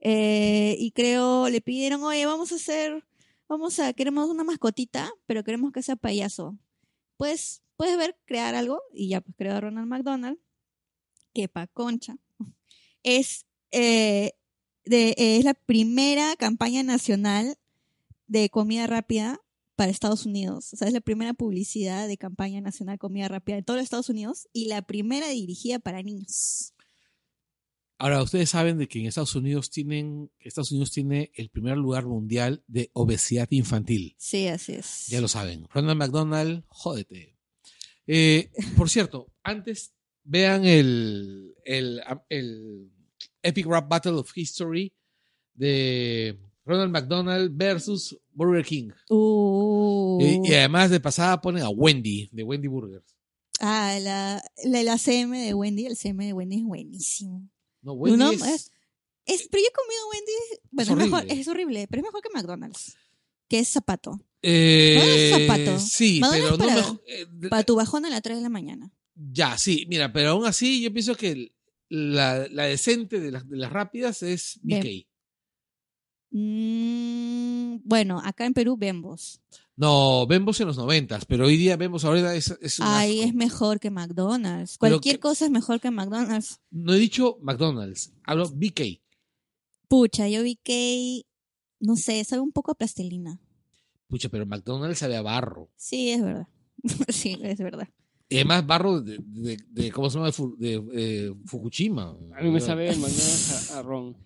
[SPEAKER 5] eh, y creo, le pidieron, oye, vamos a hacer, vamos a, queremos una mascotita, pero queremos que sea payaso. Pues, puedes ver, crear algo, y ya, pues creó a Ronald McDonald que pa' concha, es, eh, de, eh, es la primera campaña nacional de comida rápida para Estados Unidos. O sea, es la primera publicidad de campaña nacional comida rápida de todos los Estados Unidos y la primera dirigida para niños.
[SPEAKER 1] Ahora, ustedes saben de que en Estados Unidos tienen, Estados Unidos tiene el primer lugar mundial de obesidad infantil.
[SPEAKER 5] Sí, así es.
[SPEAKER 1] Ya lo saben. Ronald McDonald, jódete. Eh, por cierto, antes vean el, el, el Epic Rap Battle of History de Ronald McDonald versus Burger King.
[SPEAKER 5] Uh,
[SPEAKER 1] Y, eh, y además de pasada ponen a Wendy, de Wendy Burgers.
[SPEAKER 5] ah, la, la, la CM de Wendy, el CM de Wendy es buenísimo.
[SPEAKER 1] No, Wendy
[SPEAKER 5] No,
[SPEAKER 1] es-
[SPEAKER 5] es- Es, pero yo he comido Wendy, bueno, es,
[SPEAKER 1] horrible.
[SPEAKER 5] mejor, es horrible, pero es mejor que McDonald's, que es zapato.
[SPEAKER 1] eh,
[SPEAKER 5] ¿no es zapato?
[SPEAKER 1] Sí,
[SPEAKER 5] Madonna
[SPEAKER 1] pero
[SPEAKER 5] es
[SPEAKER 1] no
[SPEAKER 5] para-
[SPEAKER 1] mejor- eh, de-
[SPEAKER 5] Para tu bajón a las 3 de la mañana.
[SPEAKER 1] Ya, sí, mira, pero aún así yo pienso que el- la, la decente de las, de las rápidas es BK.
[SPEAKER 5] Mm, bueno, acá en Perú vemos.
[SPEAKER 1] No, Bembos en los noventas, pero hoy día Bembos ahora es, es un
[SPEAKER 5] Ahí
[SPEAKER 1] asco.
[SPEAKER 5] es mejor que McDonald's.
[SPEAKER 1] Pero
[SPEAKER 5] Cualquier
[SPEAKER 1] que-
[SPEAKER 5] cosa es mejor que McDonald's.
[SPEAKER 1] No he dicho McDonald's, hablo BK.
[SPEAKER 5] Pucha, yo vi que, no sé, sabe un poco a plastilina.
[SPEAKER 1] Pucha, pero McDonald's sabe a barro.
[SPEAKER 5] Sí, es verdad. sí, es verdad.
[SPEAKER 1] Y además barro de, de- de- ¿cómo se llama? De, Fu- de, eh, Fukushima.
[SPEAKER 3] A mí me sabe el McDonald's a, a ron.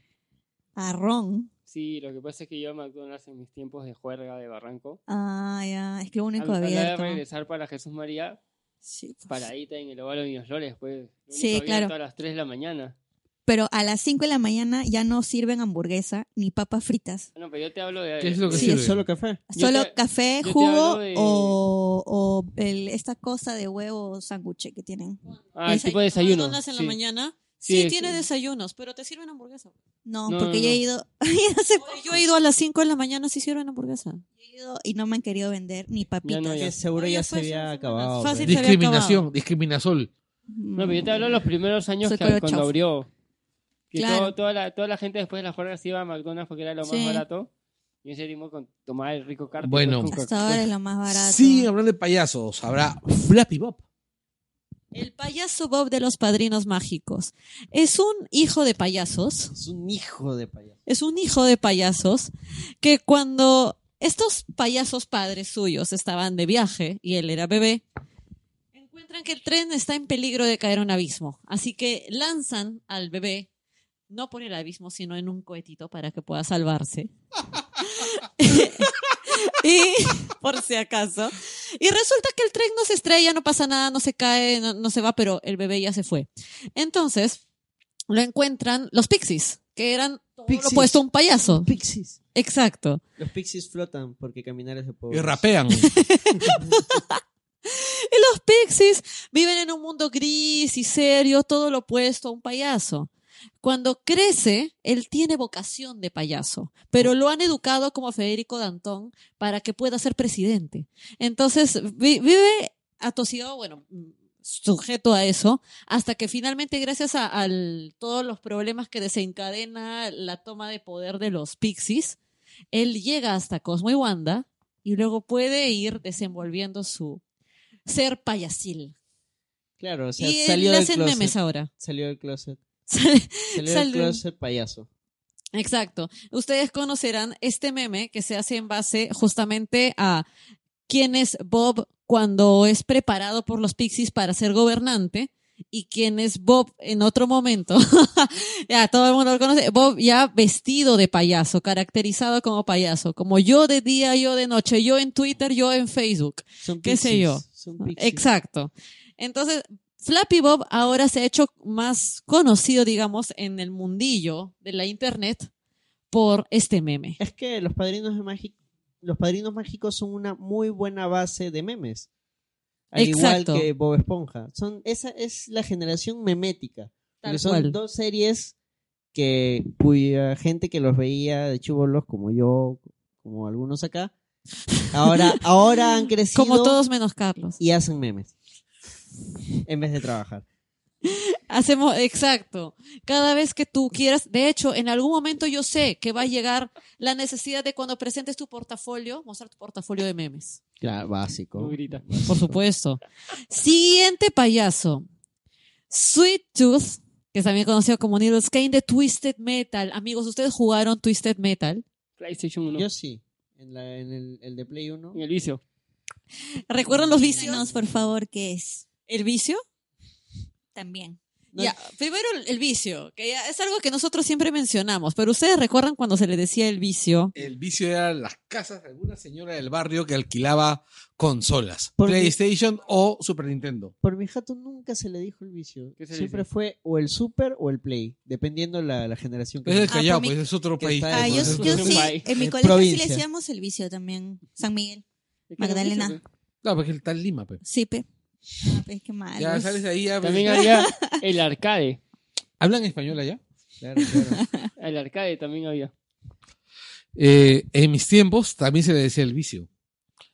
[SPEAKER 5] Arrón.
[SPEAKER 3] Sí, lo que pasa es que yo a McDonald's en mis tiempos de juerga de Barranco,
[SPEAKER 5] Ah, ya, es que lo
[SPEAKER 3] a
[SPEAKER 5] único
[SPEAKER 3] la hora de
[SPEAKER 5] abierto.
[SPEAKER 3] regresar para Jesús María,
[SPEAKER 5] Sí, pues.
[SPEAKER 3] paradita en el Ovalo de Niños Flores, pues. lo único
[SPEAKER 5] Sí,
[SPEAKER 3] abierto
[SPEAKER 5] claro.
[SPEAKER 3] A las 3 de la mañana.
[SPEAKER 5] Pero a las 5 de la mañana ya no sirven hamburguesa ni papas fritas.
[SPEAKER 3] Ah, No, pero yo te hablo de...
[SPEAKER 1] ¿Qué es lo que
[SPEAKER 5] Sí,
[SPEAKER 1] sirve?
[SPEAKER 4] Es solo café.
[SPEAKER 3] Yo
[SPEAKER 5] Solo
[SPEAKER 3] te-
[SPEAKER 5] café,
[SPEAKER 3] yo te
[SPEAKER 5] jugo
[SPEAKER 3] hablo de-
[SPEAKER 5] o, o el- esta cosa de huevo sándwich que tienen.
[SPEAKER 3] Ah, el tipo de desayuno.
[SPEAKER 2] McDonald's en la
[SPEAKER 3] sí.
[SPEAKER 2] mañana.
[SPEAKER 3] Sí,
[SPEAKER 2] Sí,
[SPEAKER 3] es-
[SPEAKER 2] tiene desayunos, pero te sirven hamburguesa.
[SPEAKER 5] No,
[SPEAKER 3] No,
[SPEAKER 5] porque
[SPEAKER 3] no,
[SPEAKER 5] yo he
[SPEAKER 3] no.
[SPEAKER 5] ido, yo hace poco
[SPEAKER 2] Yo he ido a las 5 de la mañana, sí sirven hamburguesa.
[SPEAKER 5] he ido y no me han querido vender ni papitas.
[SPEAKER 3] no, ya.
[SPEAKER 4] Que seguro
[SPEAKER 2] No, ya
[SPEAKER 4] ya
[SPEAKER 2] fue
[SPEAKER 4] se
[SPEAKER 2] hace
[SPEAKER 4] había
[SPEAKER 2] unas
[SPEAKER 4] acabado.
[SPEAKER 2] semanas. Fácil.
[SPEAKER 4] pero-
[SPEAKER 1] Discriminación, discriminazol.
[SPEAKER 5] Mm.
[SPEAKER 3] No, pero yo te hablo de los primeros años
[SPEAKER 5] Soy
[SPEAKER 3] que,
[SPEAKER 5] Coro
[SPEAKER 3] cuando
[SPEAKER 5] Chau.
[SPEAKER 3] abrió. Que
[SPEAKER 5] Claro.
[SPEAKER 3] todo- toda, la, toda la gente después de las juergas iba a McDonald's porque era lo más
[SPEAKER 5] Sí.
[SPEAKER 3] barato. Y ese ritmo con tomar el rico cartón.
[SPEAKER 1] Bueno.
[SPEAKER 5] Hasta ahora es lo más barato.
[SPEAKER 1] Sí, hablando de payasos, habrá Flappy Bob.
[SPEAKER 2] El payaso Bob de los Padrinos Mágicos. Es un hijo de payasos.
[SPEAKER 4] Es un hijo de payaso.
[SPEAKER 2] es un hijo de payasos que cuando estos payasos padres suyos estaban de viaje y él era bebé, encuentran que el tren está en peligro de caer a un abismo. Así que lanzan al bebé, no por el abismo, sino en un cohetito para que pueda salvarse. y por si acaso. Y resulta que el tren no se estrella, no pasa nada, no se cae, no, no se va, pero el bebé ya se fue. Entonces, lo encuentran los pixies, que eran todo lo
[SPEAKER 4] Pixies.
[SPEAKER 2] opuesto a un payaso.
[SPEAKER 4] Pixies.
[SPEAKER 2] Exacto.
[SPEAKER 4] Los pixies flotan porque caminar es de
[SPEAKER 1] Y
[SPEAKER 4] pobres.
[SPEAKER 1] rapean.
[SPEAKER 2] Y los pixies viven en un mundo gris y serio, todo lo opuesto a un payaso. Cuando crece, él tiene vocación de payaso, pero lo han educado como Federico Dantón para que pueda ser presidente. Entonces, vi- vive atosigado, bueno, mm, sujeto a eso, hasta que finalmente, gracias a al- todos los problemas que desencadena la toma de poder de los pixies, él llega hasta Cosmo y Wanda y luego puede ir desenvolviendo su ser payasil.
[SPEAKER 4] Claro, o sea,
[SPEAKER 2] y él
[SPEAKER 4] salió
[SPEAKER 2] le
[SPEAKER 4] del
[SPEAKER 2] hacen
[SPEAKER 4] closet.
[SPEAKER 2] memes ahora.
[SPEAKER 4] Salió del closet. Salió
[SPEAKER 2] Salió.
[SPEAKER 4] del closet payaso.
[SPEAKER 2] Exacto. Ustedes conocerán este meme que se hace en base justamente a quién es Bob cuando es preparado por los pixies para ser gobernante y quien es Bob en otro momento. ya todo el mundo lo conoce. Bob ya vestido de payaso, caracterizado como payaso, como yo de día, yo de noche, yo en Twitter, yo en Facebook.
[SPEAKER 4] Son
[SPEAKER 2] qué sé
[SPEAKER 4] pixies,
[SPEAKER 2] yo.
[SPEAKER 4] son pixies.
[SPEAKER 2] Exacto. Entonces, Flappy Bob ahora se ha hecho más conocido, digamos, en el mundillo de la internet por este meme.
[SPEAKER 4] Es que los padrinos de Magic, los padrinos mágicos son una muy buena base de memes. Al
[SPEAKER 2] Exacto.
[SPEAKER 4] igual que Bob Esponja. Son, esa es la generación memética.
[SPEAKER 2] Tal
[SPEAKER 4] Porque son
[SPEAKER 2] cual.
[SPEAKER 4] dos series que cuya gente que los veía de chivolos, como yo, como algunos acá, ahora, ahora han crecido
[SPEAKER 2] Como todos menos Carlos.
[SPEAKER 4] y hacen memes. En vez de trabajar.
[SPEAKER 2] Hacemos, exacto. Cada vez que tú quieras, de hecho, en algún momento yo sé que va a llegar la necesidad de cuando presentes tu portafolio, mostrar tu portafolio de memes.
[SPEAKER 4] Claro,
[SPEAKER 3] No
[SPEAKER 4] básico.
[SPEAKER 3] grita.
[SPEAKER 2] Por supuesto. Siguiente payaso. Sweet Tooth, que es también conocido como Needle Kane de Twisted Metal. Amigos, ustedes jugaron Twisted Metal.
[SPEAKER 3] PlayStation 1.
[SPEAKER 4] Yo sí. En, la- en el, el de Play 1.
[SPEAKER 3] En el vicio.
[SPEAKER 2] ¿Recuerdan los
[SPEAKER 5] Díganos,
[SPEAKER 2] vicios?
[SPEAKER 5] por favor, qué es.
[SPEAKER 2] ¿El vicio?
[SPEAKER 5] También.
[SPEAKER 4] No,
[SPEAKER 2] Ya, primero el- el vicio, que ya es algo que nosotros siempre mencionamos, pero ustedes recuerdan cuando se le decía el vicio.
[SPEAKER 1] El vicio era las casas de alguna señora del barrio que alquilaba consolas,
[SPEAKER 4] Porque-
[SPEAKER 1] PlayStation o Super Nintendo.
[SPEAKER 5] Ah,
[SPEAKER 4] Por mi jato nunca se le dijo el vicio.
[SPEAKER 3] ¿Qué se le
[SPEAKER 4] Siempre fue o el super o el play, dependiendo la, la generación que
[SPEAKER 1] Pero es el
[SPEAKER 4] sea.
[SPEAKER 1] Callao,
[SPEAKER 5] por mí-
[SPEAKER 1] pues es otro
[SPEAKER 4] que
[SPEAKER 1] país.
[SPEAKER 4] está-
[SPEAKER 5] Ah, yo,
[SPEAKER 4] bueno,
[SPEAKER 5] yo
[SPEAKER 3] es un
[SPEAKER 5] sí,
[SPEAKER 3] país.
[SPEAKER 5] en mi
[SPEAKER 4] Eh,
[SPEAKER 5] colegio sí le
[SPEAKER 4] provincia.
[SPEAKER 5] decíamos el vicio también. San Miguel,
[SPEAKER 3] Es que era un
[SPEAKER 5] Magdalena.
[SPEAKER 3] vicio, pues.
[SPEAKER 1] Claro, porque está en Lima, pues.
[SPEAKER 5] Sipe. Ah, pues, qué malo.
[SPEAKER 1] Ya sales de ahí. ya-
[SPEAKER 3] También había el arcade.
[SPEAKER 1] ¿Hablan español allá?
[SPEAKER 4] Claro, claro.
[SPEAKER 3] El arcade también había.
[SPEAKER 1] Eh, en mis tiempos también se le decía el vicio.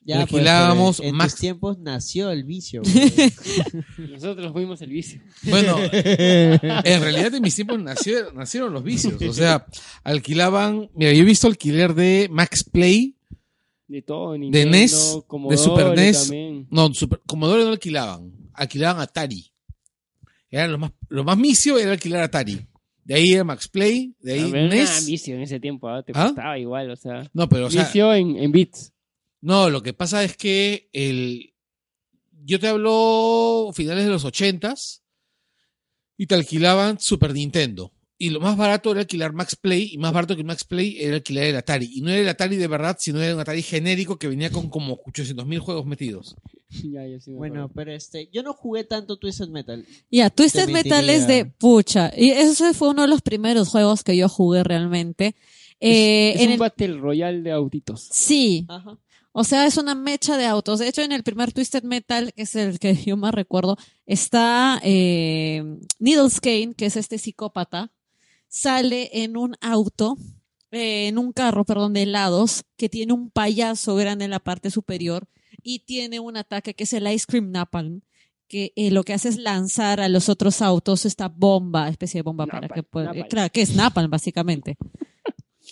[SPEAKER 4] Ya,
[SPEAKER 1] Le
[SPEAKER 4] pues, pero
[SPEAKER 1] alquilábamos
[SPEAKER 4] en
[SPEAKER 1] Max.
[SPEAKER 4] tus tiempos nació el vicio.
[SPEAKER 3] Nosotros fuimos el vicio.
[SPEAKER 1] Bueno, en realidad en mis tiempos nació- nacieron los vicios. O sea, alquilaban. Mira, yo he visto alquiler de Max Play.
[SPEAKER 3] De todo, Nintendo,
[SPEAKER 1] De NES, de
[SPEAKER 3] Commodore
[SPEAKER 1] Super E NES.
[SPEAKER 3] También.
[SPEAKER 1] No, Super, Commodore no alquilaban. Alquilaban Atari. Eran los más, lo más misio era alquilar Atari. De ahí era Max Play, de ahí
[SPEAKER 3] Pero era
[SPEAKER 1] NES.
[SPEAKER 3] vicio en ese tiempo, ¿ah? te
[SPEAKER 1] ¿Ah?
[SPEAKER 3] costaba igual, o sea.
[SPEAKER 1] No, pero o sea,
[SPEAKER 3] vicio en, en bits.
[SPEAKER 1] no, lo que pasa es que el yo te hablo finales de los ochentas y te alquilaban Super Nintendo. Y lo más barato era alquilar Max Play, y más barato que Max Play era alquilar el Atari. Y no era el Atari de verdad, sino era un Atari genérico que venía con como 800.000 juegos metidos.
[SPEAKER 3] ya, ya sí me
[SPEAKER 4] bueno,
[SPEAKER 3] acuerdo.
[SPEAKER 4] pero este, yo no jugué tanto Twisted Metal.
[SPEAKER 2] Ya, Twisted
[SPEAKER 4] Te
[SPEAKER 2] Metal es de
[SPEAKER 4] mentiría.
[SPEAKER 2] pucha. Y ese fue uno de los primeros juegos que yo jugué realmente. Eh,
[SPEAKER 3] es
[SPEAKER 2] en
[SPEAKER 3] un
[SPEAKER 2] el-
[SPEAKER 3] Battle Royale de autitos.
[SPEAKER 2] Sí,
[SPEAKER 4] Ajá.
[SPEAKER 2] o sea, es una mecha de autos. De hecho, en el primer Twisted Metal, que es el que yo más recuerdo, está eh, Needles Kane, que es este psicópata, sale en un auto, eh, en un carro, perdón, de helados, que tiene un payaso grande en la parte superior y tiene un ataque que es el Ice Cream Napalm, que eh, lo que hace es lanzar a los otros autos esta bomba, especie de bomba para
[SPEAKER 3] Napalm,
[SPEAKER 2] que pueda...
[SPEAKER 3] napalm.
[SPEAKER 2] claro, que es Napalm, básicamente.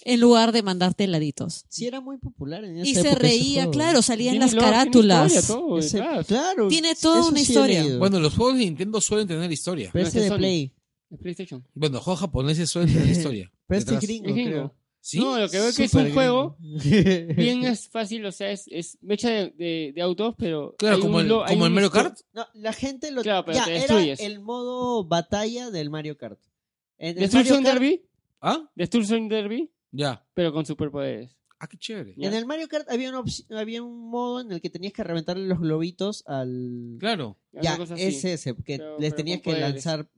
[SPEAKER 2] en lugar de mandarte heladitos.
[SPEAKER 4] Sí, era muy popular en esa
[SPEAKER 2] Y se
[SPEAKER 4] época ese
[SPEAKER 2] reía,
[SPEAKER 4] juego.
[SPEAKER 2] claro, salían
[SPEAKER 3] Tiene
[SPEAKER 2] las
[SPEAKER 3] lore, tiene
[SPEAKER 2] carátulas.
[SPEAKER 3] historia, todo,
[SPEAKER 4] Ese-
[SPEAKER 3] detrás.
[SPEAKER 4] claro.
[SPEAKER 2] Tiene toda
[SPEAKER 4] eso
[SPEAKER 2] una
[SPEAKER 4] sí he
[SPEAKER 2] historia.
[SPEAKER 4] leído.
[SPEAKER 1] Bueno, los juegos de Nintendo suelen tener historia.
[SPEAKER 4] pero este
[SPEAKER 3] Este
[SPEAKER 4] de
[SPEAKER 3] Sony.
[SPEAKER 4] Play.
[SPEAKER 3] El PlayStation.
[SPEAKER 1] Bueno, los juegos japoneses suelen tener historia.
[SPEAKER 4] Pero este es
[SPEAKER 1] Detrás.
[SPEAKER 4] gringo.
[SPEAKER 3] Es gringo.
[SPEAKER 4] creo.
[SPEAKER 1] ¿Sí?
[SPEAKER 3] No, lo que veo es que es
[SPEAKER 4] Súper
[SPEAKER 3] un juego
[SPEAKER 4] gringo.
[SPEAKER 3] bien es fácil, o sea, es, es mecha de, de- de autos, pero.
[SPEAKER 1] Claro,
[SPEAKER 3] hay
[SPEAKER 1] como
[SPEAKER 3] un
[SPEAKER 1] el-
[SPEAKER 3] lo- hay
[SPEAKER 1] como el
[SPEAKER 3] un
[SPEAKER 1] Mario
[SPEAKER 3] esto-
[SPEAKER 1] Kart.
[SPEAKER 4] No, la gente lo
[SPEAKER 3] Claro, pero
[SPEAKER 4] ya,
[SPEAKER 3] te
[SPEAKER 4] era
[SPEAKER 3] destruyes.
[SPEAKER 4] el modo batalla del Mario Kart. En el
[SPEAKER 3] Destruction
[SPEAKER 4] Mario Kart-
[SPEAKER 3] Derby.
[SPEAKER 1] ¿Ah?
[SPEAKER 3] Destruction Derby,
[SPEAKER 1] Ya.
[SPEAKER 3] pero con superpoderes.
[SPEAKER 1] Ah, qué chévere.
[SPEAKER 4] En el Mario Kart había, una opci- había un modo en el que tenías que reventarle los globitos al...
[SPEAKER 1] Claro.
[SPEAKER 3] Una
[SPEAKER 4] Ya,
[SPEAKER 3] cosa así.
[SPEAKER 4] es ese, que
[SPEAKER 3] Pero-
[SPEAKER 4] les
[SPEAKER 3] pero
[SPEAKER 4] tenías
[SPEAKER 3] con
[SPEAKER 4] que
[SPEAKER 3] poderes.
[SPEAKER 4] lanzar...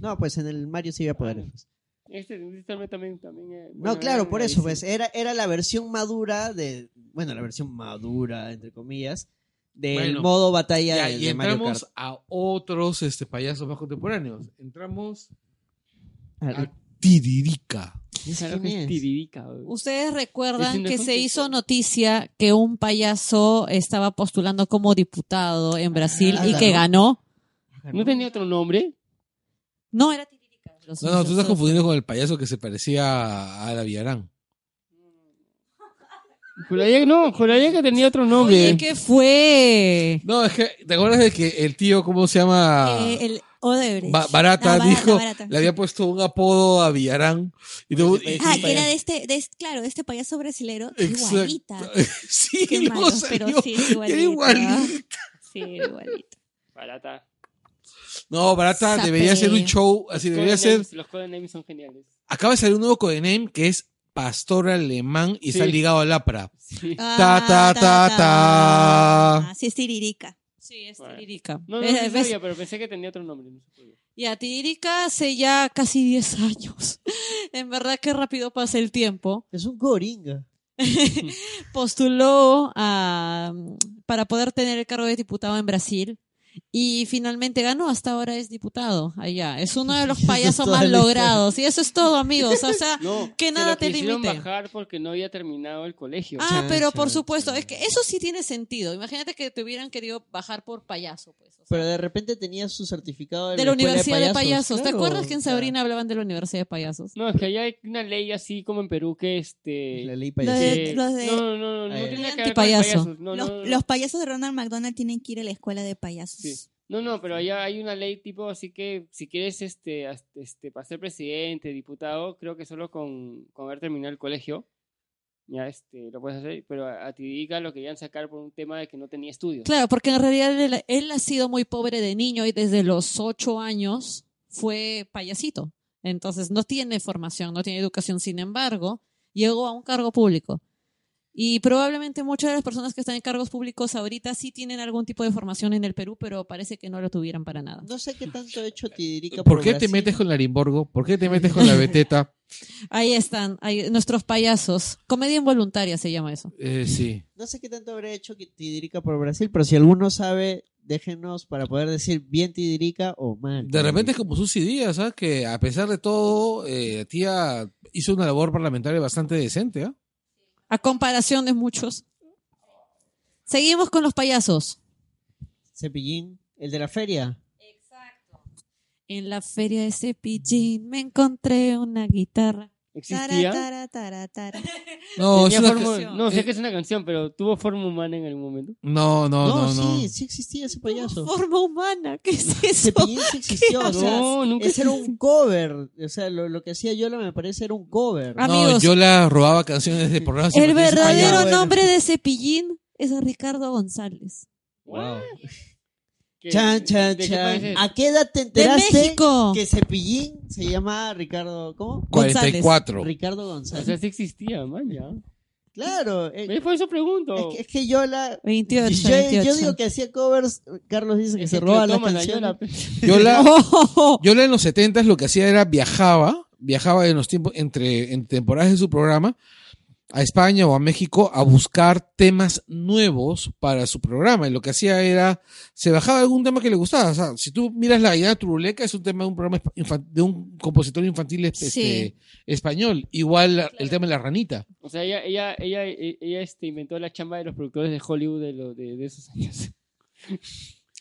[SPEAKER 4] No, pues en el Mario sí había poderes.
[SPEAKER 3] Este también. también, también eh,
[SPEAKER 4] No,
[SPEAKER 3] bueno,
[SPEAKER 4] claro,
[SPEAKER 3] era
[SPEAKER 4] por
[SPEAKER 3] una
[SPEAKER 4] eso,
[SPEAKER 3] edición.
[SPEAKER 4] pues era, era la versión madura de... Bueno, la versión madura, entre comillas, del
[SPEAKER 1] Bueno,
[SPEAKER 4] modo batalla
[SPEAKER 1] Ya,
[SPEAKER 4] de,
[SPEAKER 1] y
[SPEAKER 4] de Mario Kart.
[SPEAKER 1] entramos a otros este, payasos más contemporáneos. Entramos a Tiririca.
[SPEAKER 4] ¿Ese
[SPEAKER 3] Claro que
[SPEAKER 4] quién
[SPEAKER 3] es
[SPEAKER 4] es?
[SPEAKER 3] Tiririca, güey.
[SPEAKER 2] Ustedes
[SPEAKER 3] Es
[SPEAKER 2] recuerdan
[SPEAKER 3] un
[SPEAKER 2] que se
[SPEAKER 3] descontento.
[SPEAKER 2] hizo noticia que un payaso estaba postulando como diputado en Brasil
[SPEAKER 4] Ah,
[SPEAKER 2] y que
[SPEAKER 4] ¿no?
[SPEAKER 2] ganó.
[SPEAKER 3] ¿No tenía otro nombre?
[SPEAKER 2] No, era Tiririca. Los-
[SPEAKER 1] No, no, tú estás
[SPEAKER 2] los-
[SPEAKER 1] confundiendo con el payaso que se parecía a- a la Villarán.
[SPEAKER 3] Juraría que no, juraría que tenía otro nombre.
[SPEAKER 2] Oye, ¿qué fue?
[SPEAKER 1] No, es que, ¿te acuerdas de que el tío, ¿cómo se llama?
[SPEAKER 5] Eh, el Odebrecht.
[SPEAKER 1] Ba- barata,
[SPEAKER 5] No,
[SPEAKER 1] dijo,
[SPEAKER 5] Barata.
[SPEAKER 1] le había puesto un apodo a Villarán. Y luego- y-
[SPEAKER 5] Ah,
[SPEAKER 1] y-
[SPEAKER 5] que era de este, de este- claro, de este payaso brasilero. que
[SPEAKER 1] Exacto.
[SPEAKER 5] Igualita.
[SPEAKER 1] Sí,
[SPEAKER 5] Qué
[SPEAKER 1] luego
[SPEAKER 5] malo,
[SPEAKER 1] salió-
[SPEAKER 5] pero sí,
[SPEAKER 1] era
[SPEAKER 5] igualita.
[SPEAKER 1] igualita.
[SPEAKER 5] Sí, igualita.
[SPEAKER 3] Barata.
[SPEAKER 1] No, barata,
[SPEAKER 2] Sape.
[SPEAKER 1] debería ser un show, así debería ser.
[SPEAKER 3] Codenames, Los codenames son geniales.
[SPEAKER 1] Acaba de salir un nuevo codename que es Pastor Alemán y
[SPEAKER 3] Sí.
[SPEAKER 1] está ligado al APRA.
[SPEAKER 3] Sí.
[SPEAKER 5] Ah,
[SPEAKER 1] ta, ta, ta.
[SPEAKER 5] Ah, Sí, es tiririca.
[SPEAKER 2] Sí, es
[SPEAKER 3] Bueno.
[SPEAKER 2] Tiririca.
[SPEAKER 3] No, no,
[SPEAKER 2] Eh,
[SPEAKER 3] no
[SPEAKER 2] ves-
[SPEAKER 3] sabía, pero pensé que tenía otro nombre. no sabía.
[SPEAKER 2] Y a Tiririca hace ya casi 10 años. En verdad que rápido pasa el tiempo.
[SPEAKER 4] Es un goringa.
[SPEAKER 2] Postuló a, para poder tener el cargo de diputado en Brasil y finalmente ganó. Hasta ahora es diputado allá. Es uno de los
[SPEAKER 4] Eso es
[SPEAKER 2] payasos
[SPEAKER 4] toda
[SPEAKER 2] más
[SPEAKER 4] la historia.
[SPEAKER 2] logrados. Y eso es todo, amigos. O sea,
[SPEAKER 3] No,
[SPEAKER 2] Que
[SPEAKER 3] se
[SPEAKER 2] nada
[SPEAKER 3] lo
[SPEAKER 2] te
[SPEAKER 3] quisieron
[SPEAKER 2] limite.
[SPEAKER 3] bajar porque no había terminado el colegio.
[SPEAKER 2] ah,
[SPEAKER 4] Chan,
[SPEAKER 2] pero por
[SPEAKER 4] chan,
[SPEAKER 2] supuesto,
[SPEAKER 4] chan.
[SPEAKER 2] es que eso sí tiene sentido. Imagínate que te hubieran querido bajar por payaso, pues. o sea.
[SPEAKER 4] Pero de repente tenía su certificado de,
[SPEAKER 2] de la
[SPEAKER 4] escuela
[SPEAKER 2] Universidad de Payasos. ¿Te
[SPEAKER 4] claro.
[SPEAKER 2] acuerdas que en
[SPEAKER 4] O sea,
[SPEAKER 2] Sabrina hablaban de la Universidad de Payasos?
[SPEAKER 3] No, es que allá hay una ley así como en Perú que este...
[SPEAKER 4] La ley
[SPEAKER 5] La
[SPEAKER 4] payasera.
[SPEAKER 5] de- los de-
[SPEAKER 3] No, no, no, no,
[SPEAKER 4] Ah, ya.
[SPEAKER 3] no tiene nada que
[SPEAKER 2] Ley
[SPEAKER 3] ver con
[SPEAKER 2] antipayaso.
[SPEAKER 3] payasos. No,
[SPEAKER 5] los,
[SPEAKER 3] no, no.
[SPEAKER 5] los payasos de Ronald McDonald tienen que ir a la escuela de payasos.
[SPEAKER 3] Sí. No, no, pero allá hay una ley tipo, así que si quieres este, as- este para ser presidente, diputado, creo que solo con, con haber terminado el colegio, ya este, lo puedes hacer, pero a, a Tidica lo querían sacar por un tema de que no tenía estudios.
[SPEAKER 2] Claro, porque en realidad él, él ha sido muy pobre de niño y desde los ocho años fue payasito. Entonces no tiene formación, no tiene educación. Sin embargo, llegó a un cargo público. Y probablemente muchas de las personas que están en cargos públicos ahorita sí tienen algún tipo de formación en el Perú, pero parece que no lo tuvieran para nada.
[SPEAKER 4] No sé qué tanto ha hecho Tidirica
[SPEAKER 1] ¿Por qué te metes con Larimborgo? ¿Por qué te metes con la Beteta?
[SPEAKER 2] Ahí están, ahí- nuestros payasos. Comedia involuntaria se llama eso.
[SPEAKER 1] Eh, sí.
[SPEAKER 4] No sé qué tanto habrá hecho que Tidirica por Brasil, pero si alguno sabe, déjenos para poder decir bien Tidirica o mal. Eh,
[SPEAKER 1] De repente es como Susy Díaz, ¿sabes? Que a pesar de todo, eh, la tía hizo una labor parlamentaria bastante decente, ¿ah?
[SPEAKER 2] A comparación de muchos. Seguimos con los payasos.
[SPEAKER 4] Cepillín, el de la feria.
[SPEAKER 2] En la feria de Cepillín me encontré una guitarra.
[SPEAKER 5] Tara,
[SPEAKER 3] ¿Existía?
[SPEAKER 5] tara, tara, tara.
[SPEAKER 1] No, es
[SPEAKER 3] Tenía
[SPEAKER 1] una
[SPEAKER 3] forma-
[SPEAKER 1] ca-
[SPEAKER 2] canción.
[SPEAKER 3] no, sé
[SPEAKER 1] Eh,
[SPEAKER 3] que es una canción, pero tuvo forma humana en algún momento.
[SPEAKER 1] no, no, no, no.
[SPEAKER 4] sí, sí existía ese payaso.
[SPEAKER 2] Forma humana, ¿qué es eso?
[SPEAKER 4] Cepillín sí existió, o sea,
[SPEAKER 3] No, nunca
[SPEAKER 4] ese era un cover, o sea, lo, lo que hacía Yola me parece era un cover.
[SPEAKER 2] Ah,
[SPEAKER 1] No,
[SPEAKER 2] Amigos.
[SPEAKER 1] yo la robaba canciones de programas.
[SPEAKER 2] El
[SPEAKER 1] infantiles
[SPEAKER 2] verdadero
[SPEAKER 4] payaso.
[SPEAKER 2] nombre de Cepillín es Ricardo González.
[SPEAKER 4] Wow.
[SPEAKER 3] ¿Qué-
[SPEAKER 4] Chan, chan,
[SPEAKER 3] de qué
[SPEAKER 4] chan.
[SPEAKER 3] país es?
[SPEAKER 4] ¿A qué edad te
[SPEAKER 2] De
[SPEAKER 4] enteraste
[SPEAKER 2] México.
[SPEAKER 4] que Cepillín se llamaba Ricardo, ¿cómo?
[SPEAKER 1] 44.
[SPEAKER 4] Ricardo
[SPEAKER 3] O
[SPEAKER 4] González.
[SPEAKER 3] sea, sí existía, man, ya.
[SPEAKER 4] claro, eh,
[SPEAKER 3] Eh, Por eso pregunto.
[SPEAKER 4] es, que, es que Yola
[SPEAKER 2] 28,
[SPEAKER 4] yo, yo
[SPEAKER 2] 28.
[SPEAKER 4] digo que hacía covers, Carlos dice que
[SPEAKER 3] Ese
[SPEAKER 4] se
[SPEAKER 3] tío
[SPEAKER 4] roba la
[SPEAKER 3] toma la
[SPEAKER 4] canción.
[SPEAKER 3] yola, pe.
[SPEAKER 1] Yo la,
[SPEAKER 2] Oh,
[SPEAKER 1] Yo en los 70 lo que hacía era viajaba, viajaba en los tiempos entre en temporadas de su programa a España o a México a buscar temas nuevos para su programa. Y lo que hacía era, se bajaba algún tema que le gustaba. O sea, si tú miras La Gallina Turuleca, es un tema de un programa espa- infan- de un compositor infantil este,
[SPEAKER 2] Sí.
[SPEAKER 1] español. Igual la- el tema de La Ranita.
[SPEAKER 3] O sea, ella, ella, ella, e- ella este, inventó la chamba de los productores de Hollywood de, lo- de, de esos años.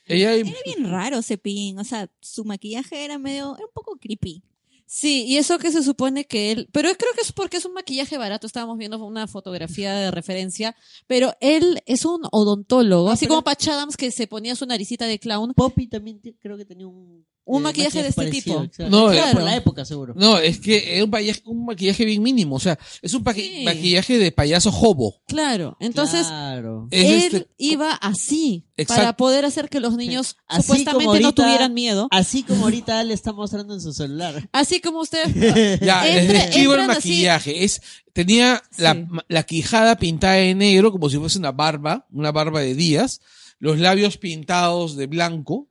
[SPEAKER 1] Ella
[SPEAKER 5] Era bien raro Cepillín, o sea, su maquillaje era medio, era un poco creepy.
[SPEAKER 2] Sí, y eso que se supone que él, pero creo que es porque es un maquillaje barato, estábamos viendo una fotografía de referencia, pero él es un odontólogo,
[SPEAKER 4] Ah,
[SPEAKER 2] así
[SPEAKER 4] pero-
[SPEAKER 2] como Patch Adams que se ponía su naricita de clown,
[SPEAKER 4] Poppy también te- creo que tenía un, eh,
[SPEAKER 2] Un maquillaje de este
[SPEAKER 4] parecido,
[SPEAKER 2] tipo.
[SPEAKER 4] exacto.
[SPEAKER 1] No,
[SPEAKER 4] Era por
[SPEAKER 2] claro.
[SPEAKER 4] la época seguro.
[SPEAKER 1] no, es que es un maquillaje, un maquillaje bien mínimo. O sea, es un paqui-
[SPEAKER 2] Sí.
[SPEAKER 1] maquillaje de payaso jobo.
[SPEAKER 2] claro, entonces
[SPEAKER 4] claro.
[SPEAKER 1] Es
[SPEAKER 2] él
[SPEAKER 1] este-
[SPEAKER 2] iba así
[SPEAKER 1] Exacto.
[SPEAKER 2] para poder hacer que los niños
[SPEAKER 4] Así
[SPEAKER 2] supuestamente
[SPEAKER 4] como
[SPEAKER 2] no
[SPEAKER 4] ahorita-
[SPEAKER 2] tuvieran miedo.
[SPEAKER 4] Así como ahorita le está mostrando en su celular.
[SPEAKER 2] Así como usted.
[SPEAKER 1] Ya, les
[SPEAKER 2] Entra-
[SPEAKER 1] describo el
[SPEAKER 2] entran así.
[SPEAKER 1] maquillaje. Es, tenía la,
[SPEAKER 2] Sí.
[SPEAKER 1] ma- la quijada pintada de negro como si fuese una barba, una barba de días, los labios pintados de blanco,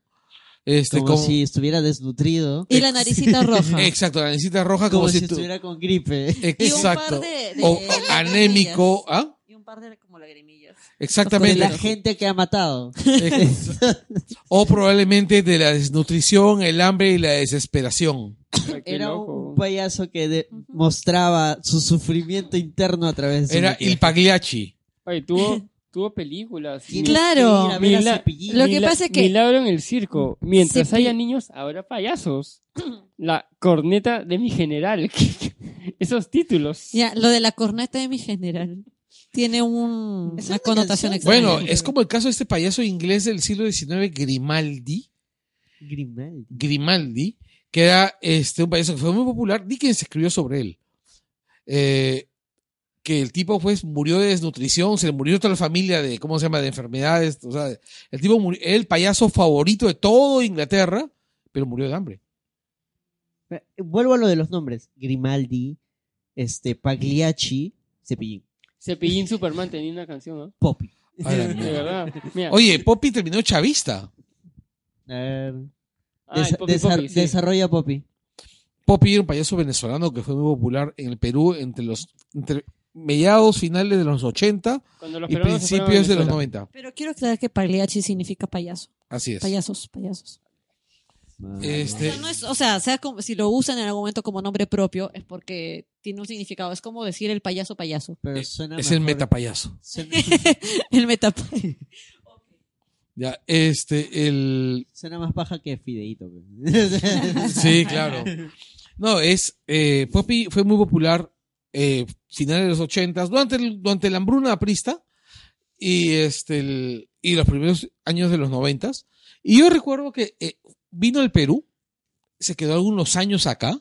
[SPEAKER 1] este,
[SPEAKER 4] Como,
[SPEAKER 1] como,
[SPEAKER 4] si estuviera desnutrido.
[SPEAKER 2] Y la naricita roja.
[SPEAKER 1] exacto, la necesita roja
[SPEAKER 4] Como,
[SPEAKER 1] como,
[SPEAKER 4] si,
[SPEAKER 1] si tu- eh,
[SPEAKER 4] estuviera con gripe.
[SPEAKER 2] Y un par
[SPEAKER 1] exacto,
[SPEAKER 2] de- de-
[SPEAKER 1] o, o
[SPEAKER 2] de lagrimillas.
[SPEAKER 1] anémico, ¿ah?
[SPEAKER 2] Y un par de como lagrimillas.
[SPEAKER 4] De
[SPEAKER 1] Exactamente.
[SPEAKER 4] la gente que ha matado.
[SPEAKER 1] Ex- o probablemente de la desnutrición, el hambre y la desesperación.
[SPEAKER 3] Ay, qué
[SPEAKER 4] Era
[SPEAKER 3] loco.
[SPEAKER 4] un payaso que de- mostraba su sufrimiento interno a través de su
[SPEAKER 1] Era
[SPEAKER 4] maquillaje.
[SPEAKER 1] el pagliacci.
[SPEAKER 3] Ay,
[SPEAKER 4] pues-
[SPEAKER 3] tuvo, tuvo películas.
[SPEAKER 4] Tienes
[SPEAKER 3] Mil-
[SPEAKER 2] Claro.
[SPEAKER 4] que ir a ver a
[SPEAKER 3] Mila-
[SPEAKER 4] Cepillín.
[SPEAKER 2] Lo que pasa es que-
[SPEAKER 3] Milagro en el circo. Mientras
[SPEAKER 2] Cepi-
[SPEAKER 3] haya niños, habrá payasos. La corneta de mi general. Esos títulos.
[SPEAKER 2] Ya, lo de la corneta de mi general tiene un,
[SPEAKER 4] Esa
[SPEAKER 2] una
[SPEAKER 4] es una
[SPEAKER 2] connotación
[SPEAKER 4] canción.
[SPEAKER 2] extraña.
[SPEAKER 1] Bueno, es como el caso de este payaso inglés del siglo XIX, Grimaldi.
[SPEAKER 4] Grimaldi.
[SPEAKER 1] Grimaldi, que era este, un payaso que fue muy popular. Dickens escribió sobre él. Eh, que el tipo pues murió de desnutrición, se le murió toda la familia de, ¿cómo se llama?, de enfermedades. O sea, el tipo murió, el payaso favorito de todo Inglaterra pero murió de hambre.
[SPEAKER 4] Pero, eh, Vuelvo a lo de los nombres. Grimaldi, este, Pagliacci, Cepillín,
[SPEAKER 3] Cepillín Superman tenía una canción, ¿no?
[SPEAKER 4] Poppy.
[SPEAKER 1] A la
[SPEAKER 3] De
[SPEAKER 1] mierda.
[SPEAKER 3] verdad. Mira.
[SPEAKER 1] Oye, Poppy terminó chavista.
[SPEAKER 4] A ver,
[SPEAKER 3] Ay,
[SPEAKER 4] desa-
[SPEAKER 3] Poppy,
[SPEAKER 4] desa-
[SPEAKER 3] Poppy, sí.
[SPEAKER 4] Desarrolla Poppy.
[SPEAKER 1] Poppy era un payaso venezolano que fue muy popular en el Perú entre los entre mediados finales de los 80
[SPEAKER 3] Cuando los
[SPEAKER 1] y
[SPEAKER 3] peruanos se fueron a
[SPEAKER 1] principios de los
[SPEAKER 3] Venezuela.
[SPEAKER 1] 90.
[SPEAKER 2] Pero quiero aclarar que pagliacci significa payaso.
[SPEAKER 1] Así es.
[SPEAKER 2] Payasos, payasos. O
[SPEAKER 1] Este-
[SPEAKER 2] sea, no es- o sea, sea como- si lo usan en algún momento como nombre propio, es porque tiene un significado. Es como decir el payaso payaso.
[SPEAKER 4] Pero suena
[SPEAKER 1] Es el
[SPEAKER 4] mejor-
[SPEAKER 1] metapayaso.
[SPEAKER 4] Suena,
[SPEAKER 2] el meta.
[SPEAKER 1] Ya, este, el.
[SPEAKER 4] suena más paja que Fideito. pues.
[SPEAKER 1] Sí, claro. No, es. eh, Poppy fue muy popular eh, finales de los 80 durante, el- durante la hambruna aprista y, este, el- y los primeros años de los 90 Y yo recuerdo que eh, vino al Perú, se quedó algunos años acá.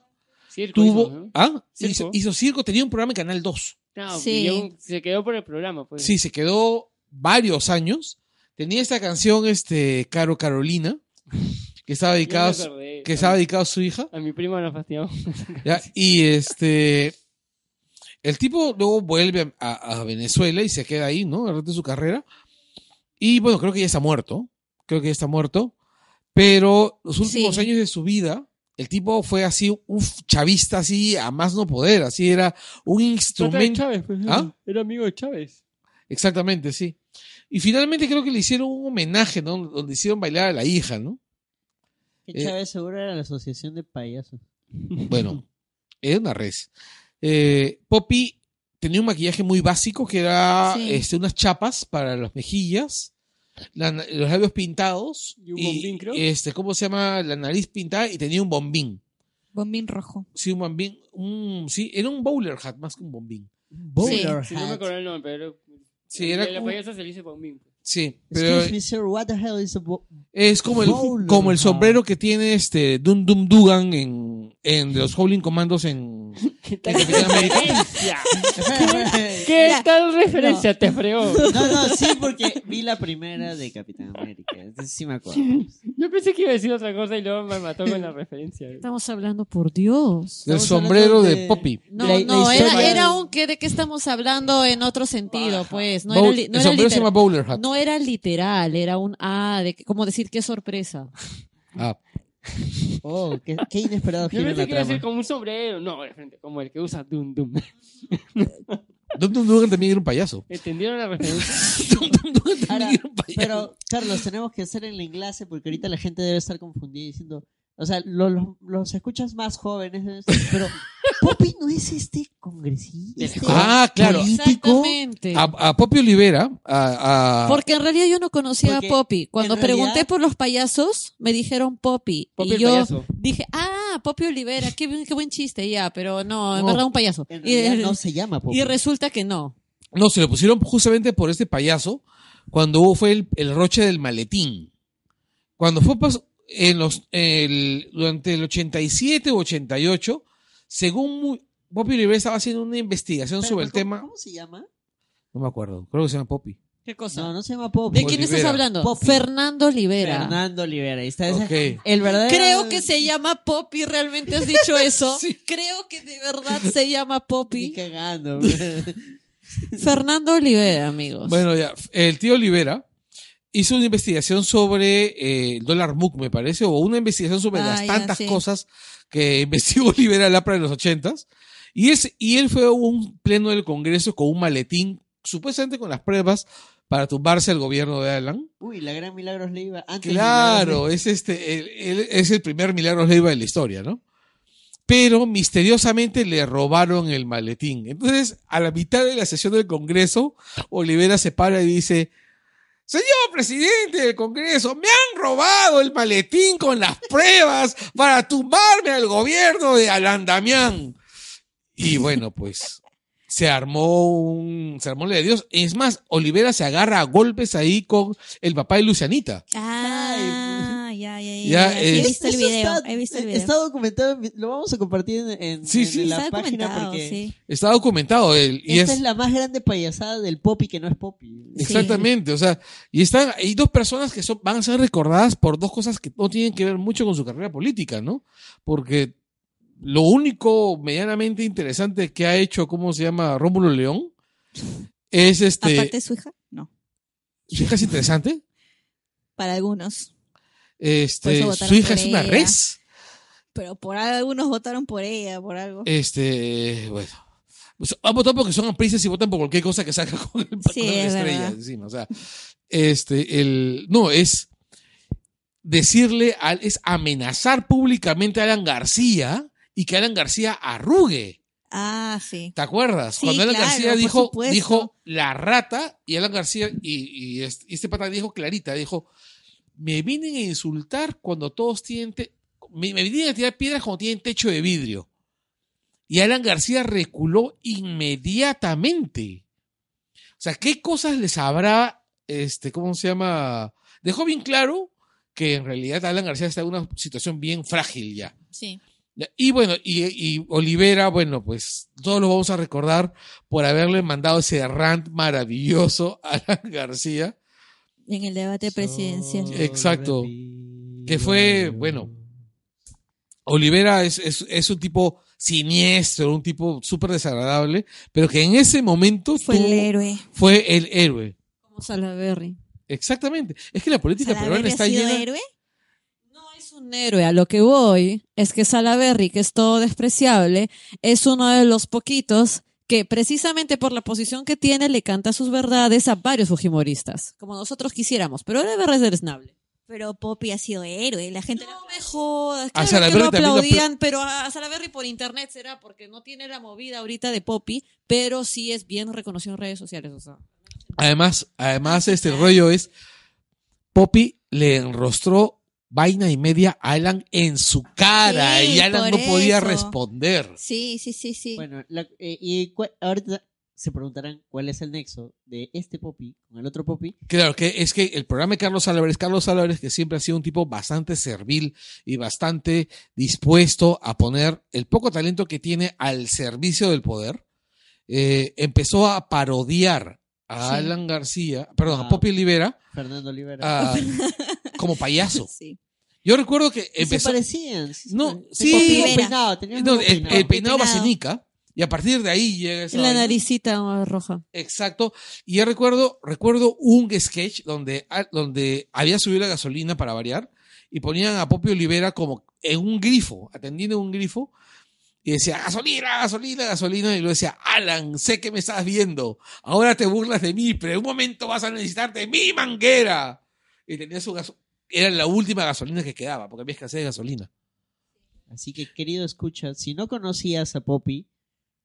[SPEAKER 3] Circo
[SPEAKER 1] tuvo,
[SPEAKER 3] hizo, ¿no?
[SPEAKER 1] ah,
[SPEAKER 3] Circo.
[SPEAKER 1] Hizo, hizo circo, tenía un programa en Canal 2.
[SPEAKER 3] Claro,
[SPEAKER 2] Sí.
[SPEAKER 3] y aún se quedó por el programa, pues.
[SPEAKER 1] Sí, se quedó varios años. Tenía esta canción, este, Caro Carolina, que estaba
[SPEAKER 3] Yo
[SPEAKER 1] dedicada, a
[SPEAKER 3] me
[SPEAKER 1] su-
[SPEAKER 3] acordé.
[SPEAKER 1] que
[SPEAKER 3] A-
[SPEAKER 1] estaba dedicada a su hija.
[SPEAKER 3] A mi prima nos fastidiamos.
[SPEAKER 1] ¿ya? Y este, el tipo luego vuelve a, a Venezuela y se queda ahí, ¿no? El resto de su carrera. Y bueno, creo que ya está muerto. Creo que ya está muerto. Pero los últimos
[SPEAKER 2] Sí.
[SPEAKER 1] años de su vida, el tipo fue así, un chavista así, a más no poder. Así era un
[SPEAKER 3] Trata de
[SPEAKER 1] instrumento.
[SPEAKER 3] Chávez, pues.
[SPEAKER 1] ¿Ah?
[SPEAKER 3] Era amigo de Chávez.
[SPEAKER 1] Exactamente, sí. Y finalmente creo que le hicieron un homenaje, ¿no? Donde hicieron bailar a la hija, ¿no?
[SPEAKER 4] Que
[SPEAKER 1] Eh.
[SPEAKER 4] Chávez seguro era la asociación de payasos.
[SPEAKER 1] Bueno, era una res. Eh, Poppy tenía un maquillaje muy básico que era
[SPEAKER 2] Sí.
[SPEAKER 1] este, unas chapas para las mejillas, la na- los labios pintados.
[SPEAKER 3] Y un bombín, creo.
[SPEAKER 1] Este, ¿Cómo se llama? La nariz pintada y tenía un bombín.
[SPEAKER 5] Bombín rojo.
[SPEAKER 1] Sí, un bombín. un- sí, era un bowler hat más que un bombín.
[SPEAKER 4] Bowler
[SPEAKER 3] Si no me
[SPEAKER 4] hat.
[SPEAKER 3] acuerdo el nombre, pero.
[SPEAKER 1] Sí,
[SPEAKER 3] el
[SPEAKER 1] era
[SPEAKER 3] de la
[SPEAKER 1] como-
[SPEAKER 3] payasa se le dice bombín.
[SPEAKER 1] Sí, pero
[SPEAKER 4] Excuse me, sir, what the hell is a bo-
[SPEAKER 1] Es como el,
[SPEAKER 4] Bowler
[SPEAKER 1] como el
[SPEAKER 4] Hat.
[SPEAKER 1] sombrero que tiene este Dum Dum Dugan en, en los Howling Commandos en, en Capitán América.
[SPEAKER 3] ¡Referencia! ¿Qué
[SPEAKER 5] Ya.
[SPEAKER 3] tal referencia te fregó?
[SPEAKER 4] No, no, sí, porque vi la primera de Capitán América. Entonces Sí me acuerdo.
[SPEAKER 3] Yo pensé que iba a decir otra cosa y luego me mató con la referencia.
[SPEAKER 2] Estamos hablando por Dios.
[SPEAKER 1] Del
[SPEAKER 4] Estamos
[SPEAKER 1] sombrero
[SPEAKER 4] hablando
[SPEAKER 1] de,
[SPEAKER 4] de-
[SPEAKER 1] Poppy.
[SPEAKER 2] No,
[SPEAKER 4] La- la
[SPEAKER 2] no, era,
[SPEAKER 4] historia-
[SPEAKER 2] era un que de qué estamos hablando en otro sentido, pues. No
[SPEAKER 1] Bow-
[SPEAKER 2] era, li- no
[SPEAKER 1] el
[SPEAKER 2] era
[SPEAKER 1] sombrero se llama
[SPEAKER 2] literal,
[SPEAKER 1] Bowler Hat.
[SPEAKER 2] no era literal, era un ah, de que- como decir qué sorpresa.
[SPEAKER 1] Ah,
[SPEAKER 4] Oh, qué, qué inesperado
[SPEAKER 3] Yo
[SPEAKER 4] giro en
[SPEAKER 3] pensé
[SPEAKER 4] la
[SPEAKER 3] que iba a decir
[SPEAKER 4] trama.
[SPEAKER 3] como un sombrero. No, de frente, como el que usa Dum Dum.
[SPEAKER 1] Dum Dum Dugan también era un payaso.
[SPEAKER 3] ¿Entendieron la referencia?
[SPEAKER 1] Dum Dum Dugan también
[SPEAKER 4] Ahora,
[SPEAKER 1] era un payaso.
[SPEAKER 4] Pero, Carlos, tenemos que hacer el enlace porque ahorita la gente debe estar confundida diciendo. O sea, lo- lo- los escuchas más jóvenes, deben estar- pero Poppy no es este congresista. este
[SPEAKER 1] Ah, claro.
[SPEAKER 4] político.
[SPEAKER 2] Exactamente.
[SPEAKER 4] Ah,
[SPEAKER 1] A, a Poppy Olivera, a, a-
[SPEAKER 2] Porque en realidad yo no conocía
[SPEAKER 4] Porque
[SPEAKER 2] a Poppy. Cuando
[SPEAKER 4] en realidad-
[SPEAKER 2] pregunté por los payasos, me dijeron Poppy.
[SPEAKER 3] Poppy
[SPEAKER 2] y
[SPEAKER 3] el
[SPEAKER 2] yo
[SPEAKER 3] payaso.
[SPEAKER 2] dije, ah, Poppy Olivera, qué, buen- qué buen chiste, ya, pero no, en
[SPEAKER 1] No,
[SPEAKER 2] verdad un payaso.
[SPEAKER 4] En
[SPEAKER 2] Y,
[SPEAKER 4] realidad
[SPEAKER 2] el-
[SPEAKER 4] no se llama Poppy.
[SPEAKER 2] y resulta que no.
[SPEAKER 1] no, se lo pusieron justamente por este payaso cuando hubo- fue el, el roche del maletín. Cuando fue pas- en los, el- durante el 87 u 88, según mu- Poppy Olivera estaba haciendo una investigación
[SPEAKER 4] Pero,
[SPEAKER 1] sobre el
[SPEAKER 4] ¿cómo-
[SPEAKER 1] tema.
[SPEAKER 4] ¿Cómo se llama?
[SPEAKER 1] No me acuerdo, creo que se llama Poppy.
[SPEAKER 2] ¿Qué cosa?
[SPEAKER 4] No, no se llama Poppy.
[SPEAKER 2] ¿De quién estás
[SPEAKER 1] Olivera.
[SPEAKER 2] hablando?
[SPEAKER 4] Poppy.
[SPEAKER 2] Fernando Olivera.
[SPEAKER 4] Fernando Olivera. ahí está, ese-
[SPEAKER 1] Ok.
[SPEAKER 4] El verdadero.
[SPEAKER 2] Creo que se llama Poppy, realmente has dicho eso. Creo que de verdad se llama
[SPEAKER 4] Ni
[SPEAKER 2] Poppy.
[SPEAKER 4] cagando.
[SPEAKER 2] Fernando Olivera, amigos.
[SPEAKER 1] Bueno, ya, el tío Olivera hizo una investigación sobre eh, el dólar MOOC, me parece, o una investigación sobre
[SPEAKER 5] Ah,
[SPEAKER 1] las
[SPEAKER 5] ya,
[SPEAKER 1] tantas
[SPEAKER 5] sí.
[SPEAKER 1] cosas que investigó Olivera Lapra en los ochentas. Y, es, y él fue a un pleno del Congreso con un maletín, supuestamente con las pruebas para tumbarse al gobierno de Alan.
[SPEAKER 4] Uy, la gran Milagros le iba antes. de
[SPEAKER 1] Claro, es, este, él- él es el primer Milagros Leiva de la historia, ¿no? Pero misteriosamente le robaron el maletín. Entonces, a la mitad de la sesión del Congreso, Olivera se para y dice, Señor presidente del Congreso, me han robado el maletín con las pruebas para tumbarme al gobierno de Alan Damián. Y bueno, pues se armó un... Se armó la de Dios. Es más, Olivera se agarra a golpes ahí con el papá de Lucianita.
[SPEAKER 5] Ah,
[SPEAKER 4] Ay,
[SPEAKER 5] ya, ya, ya.
[SPEAKER 1] Ya,
[SPEAKER 5] ya,
[SPEAKER 1] eh,
[SPEAKER 5] sí, he
[SPEAKER 1] es-
[SPEAKER 5] visto el
[SPEAKER 4] Eso
[SPEAKER 5] video,
[SPEAKER 4] está- eh,
[SPEAKER 5] he visto el video.
[SPEAKER 4] Está documentado, lo vamos a compartir en, en-
[SPEAKER 1] Sí,
[SPEAKER 4] en
[SPEAKER 1] sí.
[SPEAKER 4] la
[SPEAKER 5] Está
[SPEAKER 4] página
[SPEAKER 5] documentado,
[SPEAKER 4] porque
[SPEAKER 5] sí.
[SPEAKER 1] Está documentado. él, y
[SPEAKER 4] esta
[SPEAKER 1] es-
[SPEAKER 4] es la más grande payasada del popi que no es popi.
[SPEAKER 5] Sí.
[SPEAKER 1] Exactamente, o sea, y están, hay dos personas que son, van a ser recordadas por dos cosas que no tienen que ver mucho con su carrera política, ¿no? Porque lo único medianamente interesante que ha hecho, ¿cómo se llama? Rómulo León, es
[SPEAKER 5] Aparte
[SPEAKER 1] este,
[SPEAKER 5] de su hija, no.
[SPEAKER 1] su hija es interesante,
[SPEAKER 5] Para algunos. Por
[SPEAKER 1] este,
[SPEAKER 5] eso votaron
[SPEAKER 1] su hija
[SPEAKER 5] por
[SPEAKER 1] es una
[SPEAKER 5] ella.
[SPEAKER 1] res,
[SPEAKER 5] Pero por algo, algunos votaron por ella, por algo.
[SPEAKER 1] este, bueno, pues, han votado porque son apristas y votan por cualquier cosa que saca con, el, con
[SPEAKER 5] Sí,
[SPEAKER 1] la
[SPEAKER 5] es
[SPEAKER 1] estrella
[SPEAKER 5] verdad.
[SPEAKER 1] encima, o sea, este, el, no, es decirle, al, es amenazar públicamente a Alan García y que Alan García arrugue.
[SPEAKER 5] Ah, sí.
[SPEAKER 1] ¿Te acuerdas?
[SPEAKER 5] Sí,
[SPEAKER 1] Cuando Alan
[SPEAKER 5] claro,
[SPEAKER 1] García
[SPEAKER 5] por
[SPEAKER 1] dijo,
[SPEAKER 5] supuesto.
[SPEAKER 1] dijo la rata y Alan García y, y este, y este pata dijo clarita, dijo, me vienen a insultar cuando todos tienen, te- me, me vienen a tirar piedras cuando tienen techo de vidrio. Y Alan García reculó inmediatamente. O sea, ¿qué cosas les habrá, este, cómo se llama? Dejó bien claro que en realidad Alan García está en una situación bien frágil ya.
[SPEAKER 5] Sí.
[SPEAKER 1] Ya, Y bueno, y, y Olivera, bueno, pues todos lo vamos a recordar por haberle mandado ese rant maravilloso a Alan García,
[SPEAKER 5] En el debate presidencial.
[SPEAKER 1] Eh, Exacto. que fue, bueno, Olivera es, es, es un tipo siniestro, un tipo súper desagradable, pero que en ese momento
[SPEAKER 5] Fue el
[SPEAKER 1] tuvo-
[SPEAKER 5] héroe.
[SPEAKER 1] fue el héroe.
[SPEAKER 2] Como Salaberry.
[SPEAKER 1] Exactamente. Es que la política
[SPEAKER 5] ¿Salaverry
[SPEAKER 1] peruana
[SPEAKER 5] ha
[SPEAKER 1] está
[SPEAKER 5] sido
[SPEAKER 1] llena...
[SPEAKER 5] héroe?
[SPEAKER 2] No es un héroe, a lo que voy es que Salaberry, que es todo despreciable, es uno de los poquitos que precisamente por la posición que tiene le canta sus verdades a varios fujimoristas, como nosotros quisiéramos, pero él es resnable.
[SPEAKER 5] Pero Poppy ha sido héroe. La gente
[SPEAKER 2] No me jodas,
[SPEAKER 1] A
[SPEAKER 2] claro que
[SPEAKER 1] Salaverry
[SPEAKER 2] lo
[SPEAKER 1] también lo
[SPEAKER 2] aplaudían, pero a a Salaberry por internet será porque no tiene la movida ahorita de Poppy, pero sí es bien reconocido en redes sociales, o sea.
[SPEAKER 1] Además,
[SPEAKER 5] Ah,
[SPEAKER 1] además este rollo es, Poppy le enrostró vaina y media a Alan en su cara
[SPEAKER 5] Sí,
[SPEAKER 1] y Alan
[SPEAKER 5] por
[SPEAKER 1] no podía
[SPEAKER 5] eso.
[SPEAKER 1] responder.
[SPEAKER 5] Sí, sí, sí, sí.
[SPEAKER 4] Bueno, la- eh, y cua- ahorita se preguntarán cuál es el nexo de este popi con el otro popi.
[SPEAKER 1] Claro, que es que el programa de Carlos Álvarez, Carlos Álvarez que siempre ha sido un tipo bastante servil y bastante dispuesto a poner el poco talento que tiene al servicio del poder, eh, empezó a parodiar a
[SPEAKER 5] Sí.
[SPEAKER 1] Alan García, perdón, a
[SPEAKER 4] Ah.
[SPEAKER 1] Poppy Olivera
[SPEAKER 4] Fernando Olivera.
[SPEAKER 1] a- como payaso.
[SPEAKER 5] Sí.
[SPEAKER 1] Yo recuerdo que
[SPEAKER 4] Y se
[SPEAKER 1] empezó...
[SPEAKER 4] parecían. sí, se
[SPEAKER 1] No,
[SPEAKER 4] parecían.
[SPEAKER 1] sí.
[SPEAKER 4] Tenía el mismo
[SPEAKER 5] Olivera.
[SPEAKER 4] peinado, tenía el
[SPEAKER 1] No,
[SPEAKER 4] mismo
[SPEAKER 1] el,
[SPEAKER 4] peinado.
[SPEAKER 1] el peinado
[SPEAKER 5] Peinado.
[SPEAKER 1] vacinica. Y a partir de ahí llega esa
[SPEAKER 2] La
[SPEAKER 1] vaina.
[SPEAKER 2] naricita roja.
[SPEAKER 1] Exacto. Y yo recuerdo, recuerdo un sketch donde, a- donde había subido la gasolina para variar y ponían a Poppy Olivera como en un grifo, atendiendo un grifo. Y decía, gasolina, gasolina, gasolina. Y luego decía, Alan, sé que me estás viendo. Ahora te burlas de mí, pero en un momento vas a necesitar de mi manguera. Y tenía su gasolina. Era la última gasolina que quedaba, porque había escasez de gasolina.
[SPEAKER 4] Así que, querido escucha, si no conocías a Poppy,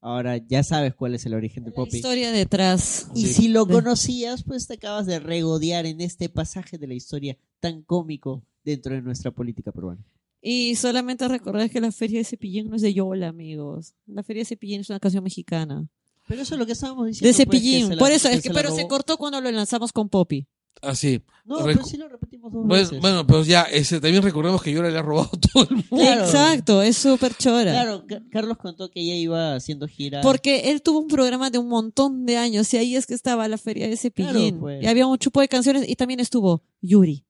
[SPEAKER 4] ahora ya sabes cuál es el origen de
[SPEAKER 2] La
[SPEAKER 4] Poppy.
[SPEAKER 2] historia detrás.
[SPEAKER 4] Y si lo
[SPEAKER 2] Sí.
[SPEAKER 4] conocías, pues te acabas de regodear en este pasaje de la historia tan cómico dentro de nuestra política peruana.
[SPEAKER 2] Y solamente recordar que la Feria de Cepillín no es de Yola, amigos. La Feria de Cepillín es una canción mexicana.
[SPEAKER 4] Pero eso es lo que estábamos diciendo.
[SPEAKER 2] De
[SPEAKER 4] pues, que
[SPEAKER 2] Cepillín.
[SPEAKER 4] se la-
[SPEAKER 2] Por eso, es
[SPEAKER 4] se
[SPEAKER 2] que,
[SPEAKER 4] la
[SPEAKER 2] pero se
[SPEAKER 4] robó.
[SPEAKER 2] cortó cuando lo lanzamos con Poppy.
[SPEAKER 1] Así.
[SPEAKER 4] No,
[SPEAKER 1] Recu-
[SPEAKER 4] pero Ah, sí lo repetimos dos
[SPEAKER 1] Bueno,
[SPEAKER 4] veces.
[SPEAKER 1] Pues, bueno, pero ya, este, también recordemos que yo le he robado todo el mundo.
[SPEAKER 4] Claro.
[SPEAKER 2] Exacto, es súper chora.
[SPEAKER 4] Claro, Ca- Carlos contó que ella iba haciendo gira.
[SPEAKER 2] Porque él tuvo un programa de un montón de años y ahí es que estaba la Feria de Cepillín.
[SPEAKER 4] Claro, pues.
[SPEAKER 2] Y había un chupo de canciones y también estuvo Yuri.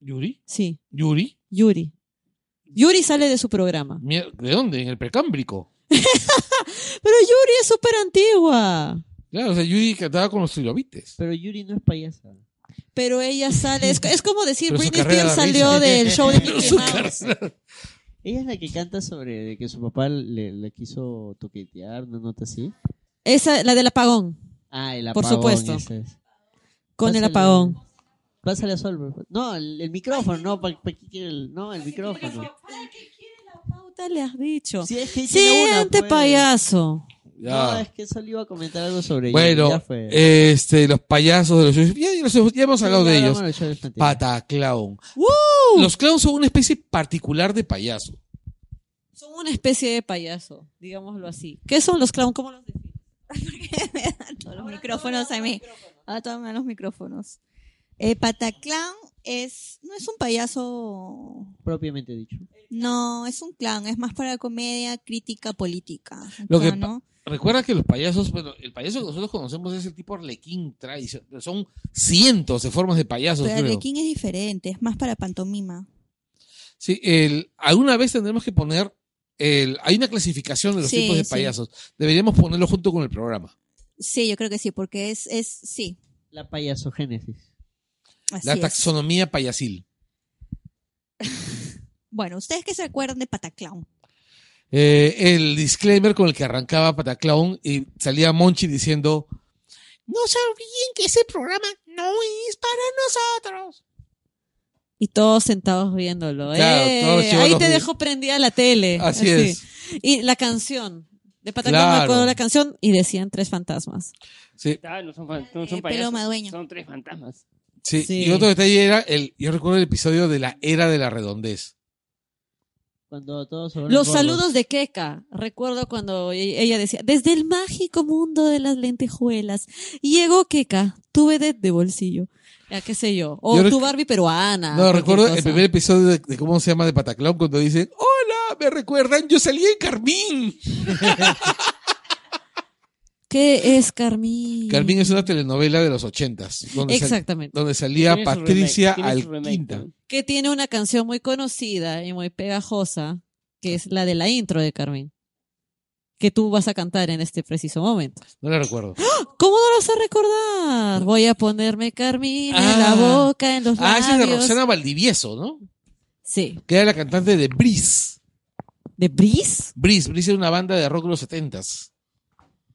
[SPEAKER 1] ¿Yuri?
[SPEAKER 2] Sí,
[SPEAKER 1] ¿Yuri?
[SPEAKER 2] Yuri. Yuri sale de su programa.
[SPEAKER 1] Mier- ¿De dónde? En el precámbrico.
[SPEAKER 2] Pero Yuri es súper antigua.
[SPEAKER 1] Claro, o sea, Yuri cantaba con los trilobites.
[SPEAKER 4] Pero Yuri no es payasa.
[SPEAKER 2] Pero ella sale. Es, es como decir,
[SPEAKER 1] Pero su
[SPEAKER 2] Britney
[SPEAKER 1] carrera
[SPEAKER 2] Spears
[SPEAKER 1] da
[SPEAKER 2] salió
[SPEAKER 1] risa.
[SPEAKER 2] del show de Mickey
[SPEAKER 1] su
[SPEAKER 2] Mouse.
[SPEAKER 1] carrera-
[SPEAKER 4] Ella es la que canta sobre que su papá le, le quiso toquetear, una nota así.
[SPEAKER 2] Esa, la del apagón.
[SPEAKER 4] Ah, el
[SPEAKER 2] Por
[SPEAKER 4] apagón.
[SPEAKER 2] supuesto.
[SPEAKER 4] ese es.
[SPEAKER 2] Con el
[SPEAKER 4] Pásale-
[SPEAKER 2] apagón.
[SPEAKER 4] Pásale a Sol. por favor. No, el, el micrófono, no, pa- pa- ¿qué quiere el- no, el micrófono.
[SPEAKER 2] pauta le has dicho.
[SPEAKER 4] Sí, es que ahí tiene una,
[SPEAKER 2] Siente
[SPEAKER 4] pues.
[SPEAKER 2] payaso.
[SPEAKER 4] No,
[SPEAKER 1] Ya.
[SPEAKER 4] es que Sol iba a comentar algo sobre ella.
[SPEAKER 1] Bueno,
[SPEAKER 4] ya fue.
[SPEAKER 1] este, los payasos de los shows. Ya, ya los- ya hemos
[SPEAKER 4] Sí,
[SPEAKER 1] hablado
[SPEAKER 4] ya
[SPEAKER 1] de
[SPEAKER 4] hablamos
[SPEAKER 1] ellos.
[SPEAKER 4] de los shows infantiles.
[SPEAKER 1] Pata clown. Los clowns son una especie particular de payaso.
[SPEAKER 2] Son una especie de payaso, digámoslo así. ¿Qué son los clowns? ¿Cómo los defines?
[SPEAKER 5] Ah, Porque me dan todos los micrófonos a mí. A todos me dan los micrófonos. Eh, Pataclan es, no es un payaso,
[SPEAKER 4] propiamente dicho.
[SPEAKER 5] no, es un clown, es más para comedia, crítica, política. Un
[SPEAKER 1] Lo que
[SPEAKER 5] clown,
[SPEAKER 1] pa-
[SPEAKER 5] ¿no?
[SPEAKER 1] Recuerda que los payasos, bueno, el payaso que nosotros conocemos es el tipo arlequín tradicional. Son cientos de formas de payasos.
[SPEAKER 5] Pero
[SPEAKER 1] creo.
[SPEAKER 5] Arlequín es diferente, es más para pantomima.
[SPEAKER 1] Sí, el, alguna vez tendremos que poner. El, hay una clasificación de los
[SPEAKER 5] Sí,
[SPEAKER 1] tipos de
[SPEAKER 5] sí.
[SPEAKER 1] payasos. Deberíamos ponerlo junto con el programa.
[SPEAKER 5] Sí, yo creo que sí, porque es, es sí,
[SPEAKER 4] La payasogénesis.
[SPEAKER 5] así
[SPEAKER 1] la
[SPEAKER 5] es.
[SPEAKER 1] taxonomía payasil.
[SPEAKER 5] Bueno, ¿ustedes qué se acuerdan de Pataclown?
[SPEAKER 1] Eh, el disclaimer con el que arrancaba Pataclown y salía Monchi diciendo: No se olviden que ese programa no es para nosotros.
[SPEAKER 2] Y todos sentados viéndolo.
[SPEAKER 1] Claro,
[SPEAKER 2] ¡Eh!
[SPEAKER 1] todos
[SPEAKER 2] Ahí
[SPEAKER 1] chivolos
[SPEAKER 2] te
[SPEAKER 1] vi-
[SPEAKER 2] dejo prendida la tele.
[SPEAKER 1] Así, es.
[SPEAKER 2] Y la canción. De Patacón
[SPEAKER 1] Claro.
[SPEAKER 2] me acuerdo la canción y decían tres fantasmas.
[SPEAKER 1] Sí,
[SPEAKER 3] Ah, no son, fan- no
[SPEAKER 5] Eh,
[SPEAKER 3] son
[SPEAKER 5] Paloma
[SPEAKER 3] payasos,
[SPEAKER 5] Dueño.
[SPEAKER 3] son tres fantasmas.
[SPEAKER 1] sí.
[SPEAKER 2] Sí.
[SPEAKER 1] Y otro detalle era: el, yo recuerdo el episodio de la era de la redondez.
[SPEAKER 4] Cuando todos se vuelven
[SPEAKER 2] Los
[SPEAKER 4] gordos.
[SPEAKER 2] saludos de Keka. Recuerdo cuando e- ella decía, desde el mágico mundo de las lentejuelas, llegó Keka, tu vedette de bolsillo. Ya qué sé yo. O
[SPEAKER 1] Yo rec-
[SPEAKER 2] tu Barbie
[SPEAKER 1] No,
[SPEAKER 2] peruana. Ah, cualquier
[SPEAKER 1] recuerdo el
[SPEAKER 2] cosa.
[SPEAKER 1] primer episodio de, de cómo se llama de Pataclown cuando dicen, hola, me recuerdan, yo salí en Carmín.
[SPEAKER 2] ¿Qué es Carmín?
[SPEAKER 1] Carmín es una telenovela de los ochentas, donde, sal-
[SPEAKER 2] Exactamente.
[SPEAKER 1] donde salía
[SPEAKER 3] Tiene su remake,
[SPEAKER 1] Patricia
[SPEAKER 3] tiene su remake,
[SPEAKER 1] Alquinta.
[SPEAKER 3] ¿no?
[SPEAKER 2] Que tiene una canción muy conocida y muy pegajosa, que es la de la intro de Carmín. Que tú vas a cantar en este preciso momento.
[SPEAKER 1] No la recuerdo.
[SPEAKER 2] ¿Cómo no lo vas a recordar? Voy a ponerme Carmín en la
[SPEAKER 1] Ah.
[SPEAKER 2] boca, en los
[SPEAKER 1] Ah,
[SPEAKER 2] labios.
[SPEAKER 1] esa es de Roxana Valdivieso, ¿no?
[SPEAKER 2] Sí.
[SPEAKER 1] Que era la cantante de Breeze.
[SPEAKER 2] ¿De Breeze?
[SPEAKER 1] Breeze, Breeze era una banda de rock de los setentas.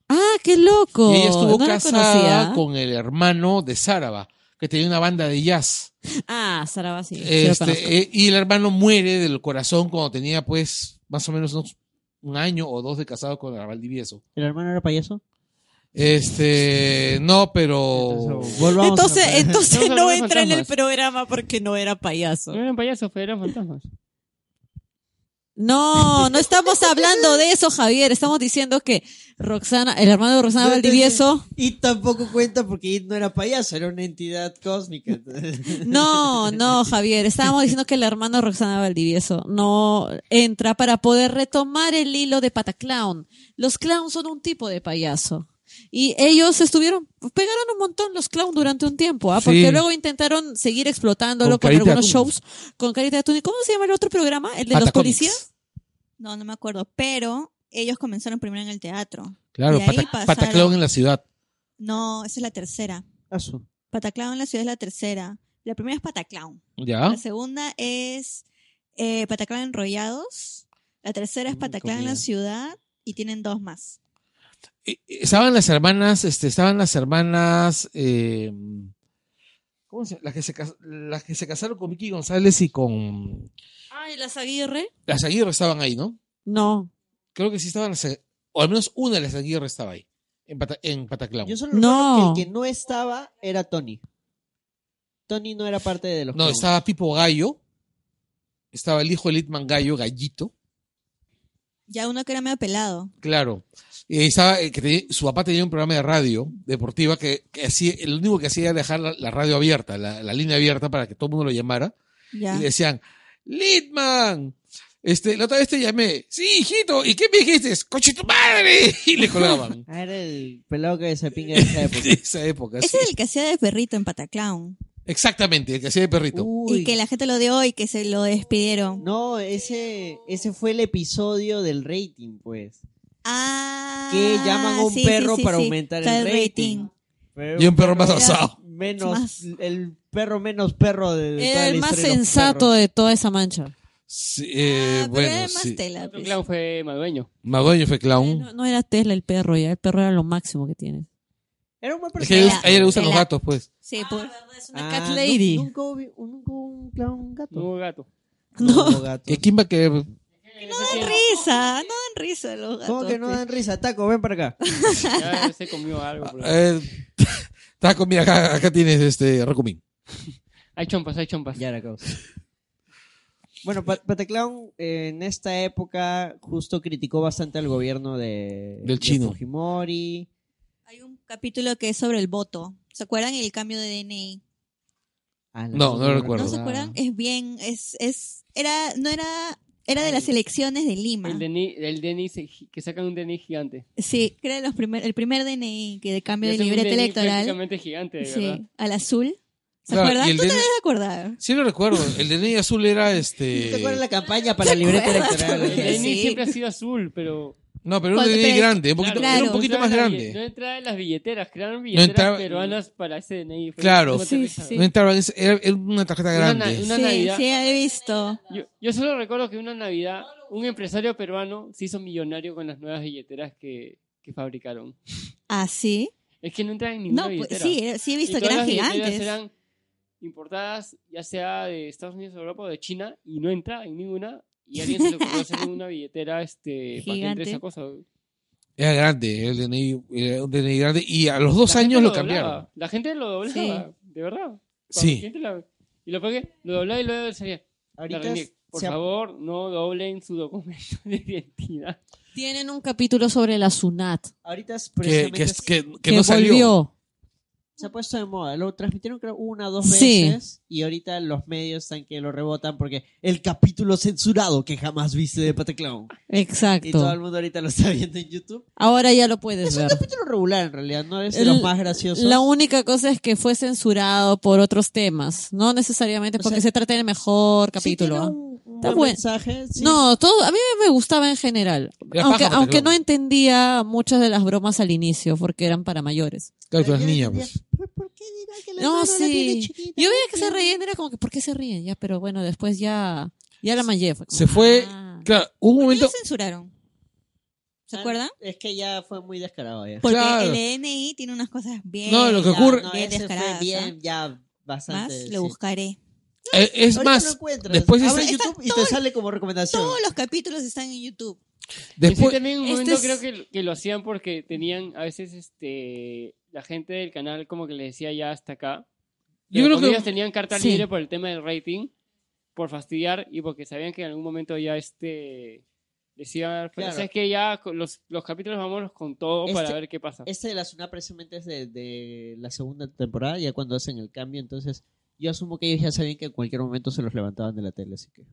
[SPEAKER 2] Ah, qué loco.
[SPEAKER 1] Y ella estuvo
[SPEAKER 2] no la
[SPEAKER 1] casada
[SPEAKER 2] conocía.
[SPEAKER 1] con el hermano de Saraba, que tenía una banda de jazz.
[SPEAKER 2] Ah, Saraba sí. sí lo
[SPEAKER 1] Este,
[SPEAKER 2] conozco.
[SPEAKER 1] eh, y el hermano muere del corazón cuando tenía, pues, más o menos unos- un año o dos de casado con la Valdivieso.
[SPEAKER 4] ¿El hermano era payaso?
[SPEAKER 1] Este, no, pero.
[SPEAKER 4] Entonces, volvamos
[SPEAKER 2] entonces,
[SPEAKER 4] a-
[SPEAKER 2] entonces
[SPEAKER 3] Estamos
[SPEAKER 2] no
[SPEAKER 3] hablando de
[SPEAKER 2] entra en el
[SPEAKER 3] fantasmas.
[SPEAKER 2] programa porque no era payaso.
[SPEAKER 3] No eran payasos, pero eran fantasmas.
[SPEAKER 2] No, no estamos hablando de eso, Javier. Estamos diciendo que Roxana, el hermano de Roxana
[SPEAKER 4] No, entonces-
[SPEAKER 2] Valdivieso,
[SPEAKER 4] Y tampoco cuenta porque It no era payaso, era una entidad cósmica.
[SPEAKER 2] no, no, Javier. Estábamos diciendo que el hermano de Roxana Valdivieso no entra para poder retomar el hilo de pataclown. Los clowns son un tipo de payaso. Y ellos estuvieron, pegaron un montón los clowns durante un tiempo, ¿ah?
[SPEAKER 1] Sí.
[SPEAKER 2] porque luego intentaron seguir explotándolo
[SPEAKER 1] Con
[SPEAKER 2] con,
[SPEAKER 1] Carita
[SPEAKER 2] algunos
[SPEAKER 1] Atún.
[SPEAKER 2] shows con Carita de Atún. ¿Y ¿Cómo se llama el otro programa? ¿El de los
[SPEAKER 1] Patacomics.
[SPEAKER 2] policías?
[SPEAKER 5] No, no me acuerdo, pero ellos comenzaron primero en el teatro.
[SPEAKER 1] Claro,
[SPEAKER 5] Y ahí
[SPEAKER 1] pata-
[SPEAKER 5] pasaron.
[SPEAKER 1] Pataclón en la ciudad.
[SPEAKER 5] No, esa es la tercera.
[SPEAKER 4] Asu.
[SPEAKER 5] Pataclown en la ciudad es la tercera. La primera es Pataclown.
[SPEAKER 1] ¿Ya?
[SPEAKER 4] Ah.
[SPEAKER 5] La segunda es eh, Pataclown Enrollados. La tercera es
[SPEAKER 4] Mm,
[SPEAKER 5] Pataclown en la
[SPEAKER 4] comida.
[SPEAKER 5] ciudad. Y tienen dos más.
[SPEAKER 1] Eh, eh, Estaban las hermanas, este, estaban las hermanas. eh, ¿Cómo se las que se, cas- las que se casaron con Vicky González y con.
[SPEAKER 2] Ay, las Ah, Aguirre.
[SPEAKER 1] Las Aguirre estaban ahí, ¿no?
[SPEAKER 2] No,
[SPEAKER 1] Creo que sí estaban las. Agu- O al menos una de las Aguirre estaba ahí. En, Pata- en Pataclón.
[SPEAKER 4] Yo solo
[SPEAKER 2] No.
[SPEAKER 4] recuerdo que el que no estaba era Tony. Tony no era parte de los
[SPEAKER 1] No,
[SPEAKER 4] clowns.
[SPEAKER 1] estaba Pipo Gallo. Estaba el hijo de Litman Gallo, Gallito.
[SPEAKER 5] Ya uno que era medio pelado.
[SPEAKER 1] Claro. Y estaba, eh, que tenía- su papá tenía un programa de radio deportiva que, que hacía, el único que hacía era dejar la, la radio abierta, la, la línea abierta para que todo el mundo lo llamara.
[SPEAKER 5] Ya.
[SPEAKER 1] Y le decían, Litman, este, la otra vez te llamé, sí, hijito, ¿y qué me dijiste? ¡Coche tu madre! Y le colgaban.
[SPEAKER 4] Ah, era el pelado que se pinga de esa época.
[SPEAKER 1] De esa época.
[SPEAKER 5] Ese
[SPEAKER 1] sí.
[SPEAKER 5] es el que hacía de perrito en Pataclown.
[SPEAKER 1] Exactamente, el que hacía de perrito.
[SPEAKER 5] Y que la gente lo dio y que se lo despidieron.
[SPEAKER 4] No, ese, ese fue el episodio del rating, pues.
[SPEAKER 5] Ah.
[SPEAKER 4] Que llaman a un
[SPEAKER 5] sí, sí,
[SPEAKER 4] perro
[SPEAKER 5] sí,
[SPEAKER 4] para
[SPEAKER 5] sí.
[SPEAKER 4] aumentar
[SPEAKER 5] Para
[SPEAKER 4] el rating. Pero
[SPEAKER 1] Y un perro más
[SPEAKER 4] era
[SPEAKER 1] osado.
[SPEAKER 4] Menos,
[SPEAKER 5] Más.
[SPEAKER 4] el perro menos perro de, de toda
[SPEAKER 2] Era
[SPEAKER 4] la
[SPEAKER 2] el más
[SPEAKER 4] historia de los
[SPEAKER 2] sensato
[SPEAKER 4] perros.
[SPEAKER 2] de toda esa mancha.
[SPEAKER 1] Sí, eh,
[SPEAKER 5] Ah, pero
[SPEAKER 1] bueno,
[SPEAKER 5] era más
[SPEAKER 1] sí.
[SPEAKER 5] tela,
[SPEAKER 3] Otro
[SPEAKER 5] pues.
[SPEAKER 3] clown fue Madueño.
[SPEAKER 1] Madueño fue clown.
[SPEAKER 2] No, no era Tesla el perro, ya el perro era lo máximo que tiene.
[SPEAKER 4] Era un buen
[SPEAKER 1] Es que a ella-
[SPEAKER 4] personaje.
[SPEAKER 5] Era-
[SPEAKER 1] a ella le gustan los
[SPEAKER 5] era-
[SPEAKER 1] gatos, pues.
[SPEAKER 5] Sí, por-
[SPEAKER 2] es
[SPEAKER 4] Ah,
[SPEAKER 2] cat
[SPEAKER 4] nu-
[SPEAKER 2] lady.
[SPEAKER 4] Nunca hubo, nunca hubo un clown
[SPEAKER 3] No
[SPEAKER 4] gato.
[SPEAKER 3] hubo gato.
[SPEAKER 2] No.
[SPEAKER 4] hubo gatos.
[SPEAKER 1] Eh, ¿Quién va a querer?
[SPEAKER 5] No dan risa, no dan risa los gatos.
[SPEAKER 4] ¿Cómo que no
[SPEAKER 5] pues.
[SPEAKER 4] dan risa? Taco, ven para acá.
[SPEAKER 3] Ya se comió algo. pero-
[SPEAKER 1] Eh, Taco, mira, acá, acá tienes este Racumín.
[SPEAKER 3] Hay chompas, hay chompas.
[SPEAKER 4] Ya la causa. Bueno, Pat- Pataclown eh, en esta época justo criticó bastante al gobierno de,
[SPEAKER 1] Del
[SPEAKER 4] de
[SPEAKER 1] chino.
[SPEAKER 4] Fujimori.
[SPEAKER 5] Hay un capítulo que es sobre el voto. ¿Se acuerdan el cambio de DNI?
[SPEAKER 4] Ah,
[SPEAKER 1] No, no lo recuerdo.
[SPEAKER 5] ¿No se acuerdan?
[SPEAKER 2] Ah.
[SPEAKER 5] Es bien, es, es, era, no era, era de las elecciones de Lima.
[SPEAKER 3] El DNI, el DNI se- que sacan un DNI gigante.
[SPEAKER 5] Sí, creo los primer, el primer DNI que de cambio de
[SPEAKER 3] Ese es un
[SPEAKER 5] libreta
[SPEAKER 3] DNI
[SPEAKER 5] electoral.
[SPEAKER 3] Prácticamente gigante, de ¿verdad?
[SPEAKER 5] Sí, al azul. ¿Se
[SPEAKER 1] Claro,
[SPEAKER 5] acuerdan?
[SPEAKER 1] y el
[SPEAKER 5] ¿Tú te
[SPEAKER 1] DNI
[SPEAKER 5] debes acordar?
[SPEAKER 1] Sí lo recuerdo. El DNI azul era
[SPEAKER 4] ¿Te acuerdas
[SPEAKER 1] este...
[SPEAKER 4] la campaña para la libreta
[SPEAKER 5] acuerdas?
[SPEAKER 3] El
[SPEAKER 4] electoral?
[SPEAKER 5] Sí.
[SPEAKER 3] DNI siempre ha sido azul, pero...
[SPEAKER 1] No, pero era un
[SPEAKER 5] Cuando-
[SPEAKER 1] DNI
[SPEAKER 5] pero-
[SPEAKER 1] grande. un poquito-
[SPEAKER 5] Claro.
[SPEAKER 1] Era un poquito
[SPEAKER 3] entraba
[SPEAKER 1] más
[SPEAKER 3] en la
[SPEAKER 1] grande.
[SPEAKER 3] bille- No entraba en las billeteras, crearon billeteras
[SPEAKER 1] entraba-
[SPEAKER 3] peruanas para ese DNI. Fue
[SPEAKER 1] Claro.
[SPEAKER 3] algo
[SPEAKER 5] Sí,
[SPEAKER 3] aterrizado.
[SPEAKER 5] sí.
[SPEAKER 1] No entraba, es- era, era una tarjeta
[SPEAKER 3] Una
[SPEAKER 1] grande.
[SPEAKER 3] na- una-
[SPEAKER 5] sí,
[SPEAKER 3] Navidad.
[SPEAKER 5] sí, he visto.
[SPEAKER 3] Yo, yo solo recuerdo que una Navidad, un empresario peruano se hizo millonario con las nuevas billeteras que, que fabricaron.
[SPEAKER 5] ¿Ah, sí?
[SPEAKER 3] Es que no entraban en ninguna
[SPEAKER 5] No, pues,
[SPEAKER 3] billetera.
[SPEAKER 5] sí, era- sí he
[SPEAKER 3] Y
[SPEAKER 5] visto que
[SPEAKER 3] todas
[SPEAKER 5] eran
[SPEAKER 3] las billeteras
[SPEAKER 5] gigantes.
[SPEAKER 3] eran importadas ya sea de Estados Unidos, Europa o de China y no entraba en ninguna. Y a alguien se le ocurrió hacer una billetera este, para que entre
[SPEAKER 5] Gigante.
[SPEAKER 3] esa cosa.
[SPEAKER 1] Era grande, el DNI, era un DNI grande. Y a los
[SPEAKER 3] La
[SPEAKER 1] dos
[SPEAKER 3] gente
[SPEAKER 1] años lo
[SPEAKER 3] doblaba,
[SPEAKER 1] cambiaron.
[SPEAKER 3] La gente lo doblaba,
[SPEAKER 5] Sí.
[SPEAKER 3] de verdad. Cuando
[SPEAKER 1] Sí.
[SPEAKER 3] la gente la- y lo pegué, lo doblaba y luego salía. La
[SPEAKER 4] Ahorita
[SPEAKER 3] René, por
[SPEAKER 4] se ha-
[SPEAKER 3] favor, no doblen su documento de identidad.
[SPEAKER 2] Tienen un capítulo sobre la SUNAT
[SPEAKER 4] Ahorita es
[SPEAKER 1] Que,
[SPEAKER 4] precisamente
[SPEAKER 1] que,
[SPEAKER 4] es-
[SPEAKER 1] que, que
[SPEAKER 2] que,
[SPEAKER 1] no salió.
[SPEAKER 2] volvió.
[SPEAKER 4] se ha puesto de moda. Lo transmitieron creo una o dos
[SPEAKER 2] Sí.
[SPEAKER 4] veces y ahorita los medios están que lo rebotan porque el capítulo censurado que jamás viste de Pateclown. Y todo el
[SPEAKER 2] Exacto.
[SPEAKER 4] mundo ahorita lo está viendo en YouTube.
[SPEAKER 2] Ahora ya lo puedes
[SPEAKER 4] Es un
[SPEAKER 2] ver.
[SPEAKER 4] capítulo regular en realidad, no es de
[SPEAKER 2] El-
[SPEAKER 4] los más graciosos.
[SPEAKER 2] La única cosa es que fue censurado por otros temas, no necesariamente
[SPEAKER 4] O
[SPEAKER 2] porque
[SPEAKER 4] sea,
[SPEAKER 2] se trata del mejor
[SPEAKER 4] Sí, tiene
[SPEAKER 2] capítulo. ¿ah?
[SPEAKER 4] un- un
[SPEAKER 2] Está
[SPEAKER 4] buen
[SPEAKER 2] bueno.
[SPEAKER 4] mensaje. sí.
[SPEAKER 2] No, todo, a mí me gustaba en general.
[SPEAKER 1] Era
[SPEAKER 2] aunque
[SPEAKER 1] paja,
[SPEAKER 2] aunque
[SPEAKER 1] Pataclown.
[SPEAKER 2] no entendía muchas de las bromas al inicio porque eran para mayores.
[SPEAKER 1] Claro, con las
[SPEAKER 4] Yo
[SPEAKER 1] niñas,
[SPEAKER 4] entendía,
[SPEAKER 1] pues.
[SPEAKER 4] "¿Pero ¿Por qué dirá que la
[SPEAKER 2] No,
[SPEAKER 4] mano la
[SPEAKER 2] sí.
[SPEAKER 4] tiene chiquita?".
[SPEAKER 2] Yo veía que se reían, era como que, ¿por qué se ríen? Ya, pero bueno, después ya, ya la mallé. Fue como,
[SPEAKER 1] Se fue-
[SPEAKER 2] ah.
[SPEAKER 1] Claro, hubo un
[SPEAKER 5] ¿Por qué lo
[SPEAKER 1] momento.
[SPEAKER 5] censuraron? ¿Se acuerdan?
[SPEAKER 4] Es que ya fue muy descarado ya.
[SPEAKER 5] Porque
[SPEAKER 1] Claro.
[SPEAKER 5] el DNI tiene unas cosas bien.
[SPEAKER 1] No, lo que
[SPEAKER 4] Ya,
[SPEAKER 1] ocurre-
[SPEAKER 4] no,
[SPEAKER 5] bien
[SPEAKER 4] ese fue
[SPEAKER 5] descaradas,
[SPEAKER 4] bien, ya bastante.
[SPEAKER 5] Más
[SPEAKER 4] sí.
[SPEAKER 5] lo buscaré.
[SPEAKER 1] eh, es
[SPEAKER 4] Ahorita lo
[SPEAKER 1] más,
[SPEAKER 4] encuentras.
[SPEAKER 1] después
[SPEAKER 4] Ahora
[SPEAKER 1] está-
[SPEAKER 4] YouTube y te sale como recomendación.
[SPEAKER 5] Todos los capítulos están en YouTube.
[SPEAKER 3] Después,
[SPEAKER 1] después.
[SPEAKER 3] también en un
[SPEAKER 2] este
[SPEAKER 3] momento
[SPEAKER 2] es-
[SPEAKER 3] creo que, que lo hacían porque tenían a veces este la gente del canal como que le decía ya hasta acá.
[SPEAKER 1] Yo
[SPEAKER 3] Pero
[SPEAKER 1] creo
[SPEAKER 3] como ellos
[SPEAKER 1] que.
[SPEAKER 3] tenían carta
[SPEAKER 2] sí.
[SPEAKER 3] libre por el tema del rating, por fastidiar y porque sabían que en algún momento ya este decían,
[SPEAKER 4] Claro.
[SPEAKER 3] ¿sabes qué? Ya con los, los capítulos vámonos con todo para
[SPEAKER 4] Este-
[SPEAKER 3] ver qué pasa.
[SPEAKER 4] Este de la Sunat precisamente es de, de la segunda temporada, ya cuando hacen el cambio, entonces yo asumo que ellos ya sabían que en cualquier momento se los levantaban de la tele, así que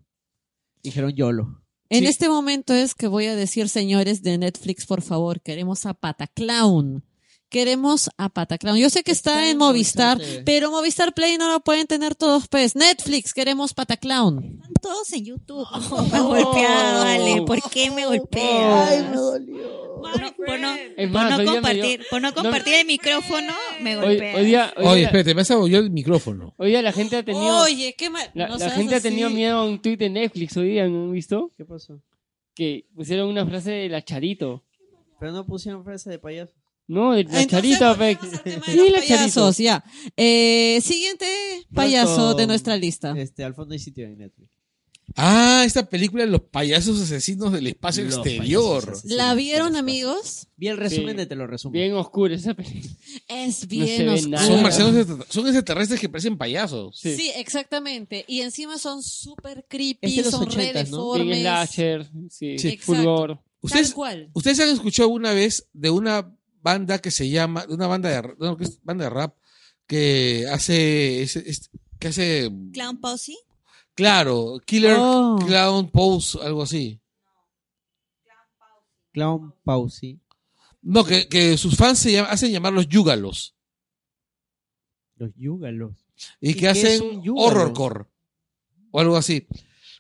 [SPEAKER 4] dijeron YOLO.
[SPEAKER 2] En
[SPEAKER 1] Sí.
[SPEAKER 2] este momento es que voy a decir, señores de Netflix, por favor, queremos a Pataclown. Queremos a Pataclown. Yo sé que está,
[SPEAKER 4] Está
[SPEAKER 2] en
[SPEAKER 4] en
[SPEAKER 2] Movistar,
[SPEAKER 4] Movistar TV.
[SPEAKER 2] pero Movistar Play no lo pueden tener todos, pues. Netflix, queremos Pataclown.
[SPEAKER 5] Están todos en YouTube. Me has golpeado, Ale. ¿Por qué me golpeas?
[SPEAKER 4] Oh. Ay, me dolió.
[SPEAKER 5] Por no, por no-
[SPEAKER 3] Es
[SPEAKER 5] por
[SPEAKER 3] más,
[SPEAKER 5] no
[SPEAKER 3] hoy día me dio-
[SPEAKER 5] compartir, por no compartir el micrófono, me
[SPEAKER 3] hoy,
[SPEAKER 5] golpeas.
[SPEAKER 3] hoy día, hoy
[SPEAKER 1] Oye,
[SPEAKER 3] día-
[SPEAKER 1] espérate, me has abollado el micrófono.
[SPEAKER 3] hoy día la gente ha tenido...
[SPEAKER 2] Oye, qué mal.
[SPEAKER 3] La,
[SPEAKER 2] no
[SPEAKER 3] la
[SPEAKER 2] seas
[SPEAKER 3] gente ha tenido
[SPEAKER 2] así.
[SPEAKER 3] miedo a un tuit de Netflix hoy día, ¿no han visto?
[SPEAKER 4] ¿Qué pasó?
[SPEAKER 3] Que pusieron una frase de la Charito.
[SPEAKER 4] Pero no pusieron frase de payaso.
[SPEAKER 3] No, de la
[SPEAKER 2] Entonces,
[SPEAKER 3] Charito. pues, pe-
[SPEAKER 2] volvemos al tema de
[SPEAKER 3] Sí,
[SPEAKER 2] los
[SPEAKER 3] la Charito.
[SPEAKER 2] payasos, ya. Eh, siguiente payaso
[SPEAKER 4] Pronto,
[SPEAKER 2] de nuestra lista.
[SPEAKER 4] Este, al fondo hay sitio de Netflix.
[SPEAKER 1] Ah, esta película de los payasos asesinos del espacio
[SPEAKER 4] Los
[SPEAKER 1] exterior.
[SPEAKER 4] payasos asesinos.
[SPEAKER 2] ¿La vieron,
[SPEAKER 4] Sí,
[SPEAKER 2] amigos?
[SPEAKER 4] Vi el resumen
[SPEAKER 3] Sí.
[SPEAKER 4] de te lo resumo.
[SPEAKER 3] Bien oscura esa película.
[SPEAKER 2] Es
[SPEAKER 3] se
[SPEAKER 2] bien
[SPEAKER 3] ve
[SPEAKER 2] oscura.
[SPEAKER 3] nada.
[SPEAKER 1] Son marcianos, extraterrestres- son extraterrestres que parecen payasos.
[SPEAKER 3] Sí.
[SPEAKER 2] Sí. exactamente. Y encima son súper
[SPEAKER 4] Es
[SPEAKER 2] creepy,
[SPEAKER 4] de los
[SPEAKER 2] son
[SPEAKER 4] 80s,
[SPEAKER 2] re
[SPEAKER 4] ¿no?
[SPEAKER 3] Bien
[SPEAKER 2] deformes.
[SPEAKER 3] slasher, sí,
[SPEAKER 1] Sí.
[SPEAKER 3] Exacto. fulgor.
[SPEAKER 1] Ustedes,
[SPEAKER 2] Tal cual.
[SPEAKER 1] ¿Ustedes han escuchado alguna vez de una banda que se llama, de una banda de, r- una orquesta- banda de rap que hace, ese- es- que hace,
[SPEAKER 5] Clown Posse.
[SPEAKER 1] claro, Killer
[SPEAKER 2] Oh.
[SPEAKER 1] Clown Pose, algo así?
[SPEAKER 4] Clown Pausi.
[SPEAKER 1] No, que, que sus fans se llama- hacen llamar los Yúgalos
[SPEAKER 4] Los Yúgalos.
[SPEAKER 1] y
[SPEAKER 4] ¿Y
[SPEAKER 1] que
[SPEAKER 4] qué es
[SPEAKER 1] hacen
[SPEAKER 4] un yúgalo?
[SPEAKER 1] horrorcore o algo así.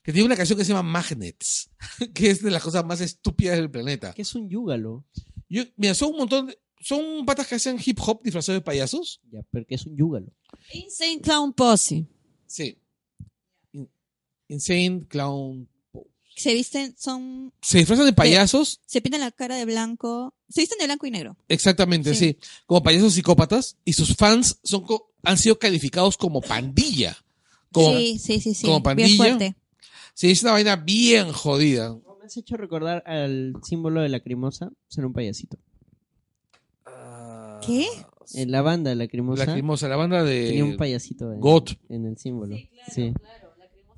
[SPEAKER 1] Que tiene una canción que se llama Magnets, que es de las cosas más estúpidas del planeta.
[SPEAKER 4] ¿Qué es un Yúgalo?
[SPEAKER 1] Yo- mira, son un montón de- son patas que hacen hip hop disfrazados de payasos.
[SPEAKER 4] Ya, pero ¿qué es un Yúgalo?
[SPEAKER 2] Insane Clown Posse.
[SPEAKER 1] Sí. In- Insane Clown
[SPEAKER 5] Se visten, son,
[SPEAKER 1] se disfrazan de payasos,
[SPEAKER 5] se pintan la cara de blanco. Se visten de blanco y negro.
[SPEAKER 1] exactamente, sí.
[SPEAKER 5] Sí.
[SPEAKER 1] como payasos psicópatas, y sus fans son co- han sido calificados como pandilla. Como, sí.
[SPEAKER 5] sí, sí, sí, sí.
[SPEAKER 1] como pandilla.
[SPEAKER 5] Bien fuerte.
[SPEAKER 1] es una vaina bien jodida.
[SPEAKER 4] Me has hecho recordar al símbolo de la crimosa ser un payasito.
[SPEAKER 5] ¿Qué?
[SPEAKER 7] Ah,
[SPEAKER 4] En la banda de la crimosa.
[SPEAKER 1] Lacrimosa, la banda
[SPEAKER 4] Tenía un
[SPEAKER 1] de
[SPEAKER 4] payasito en,
[SPEAKER 1] Got.
[SPEAKER 4] en el símbolo. Sí,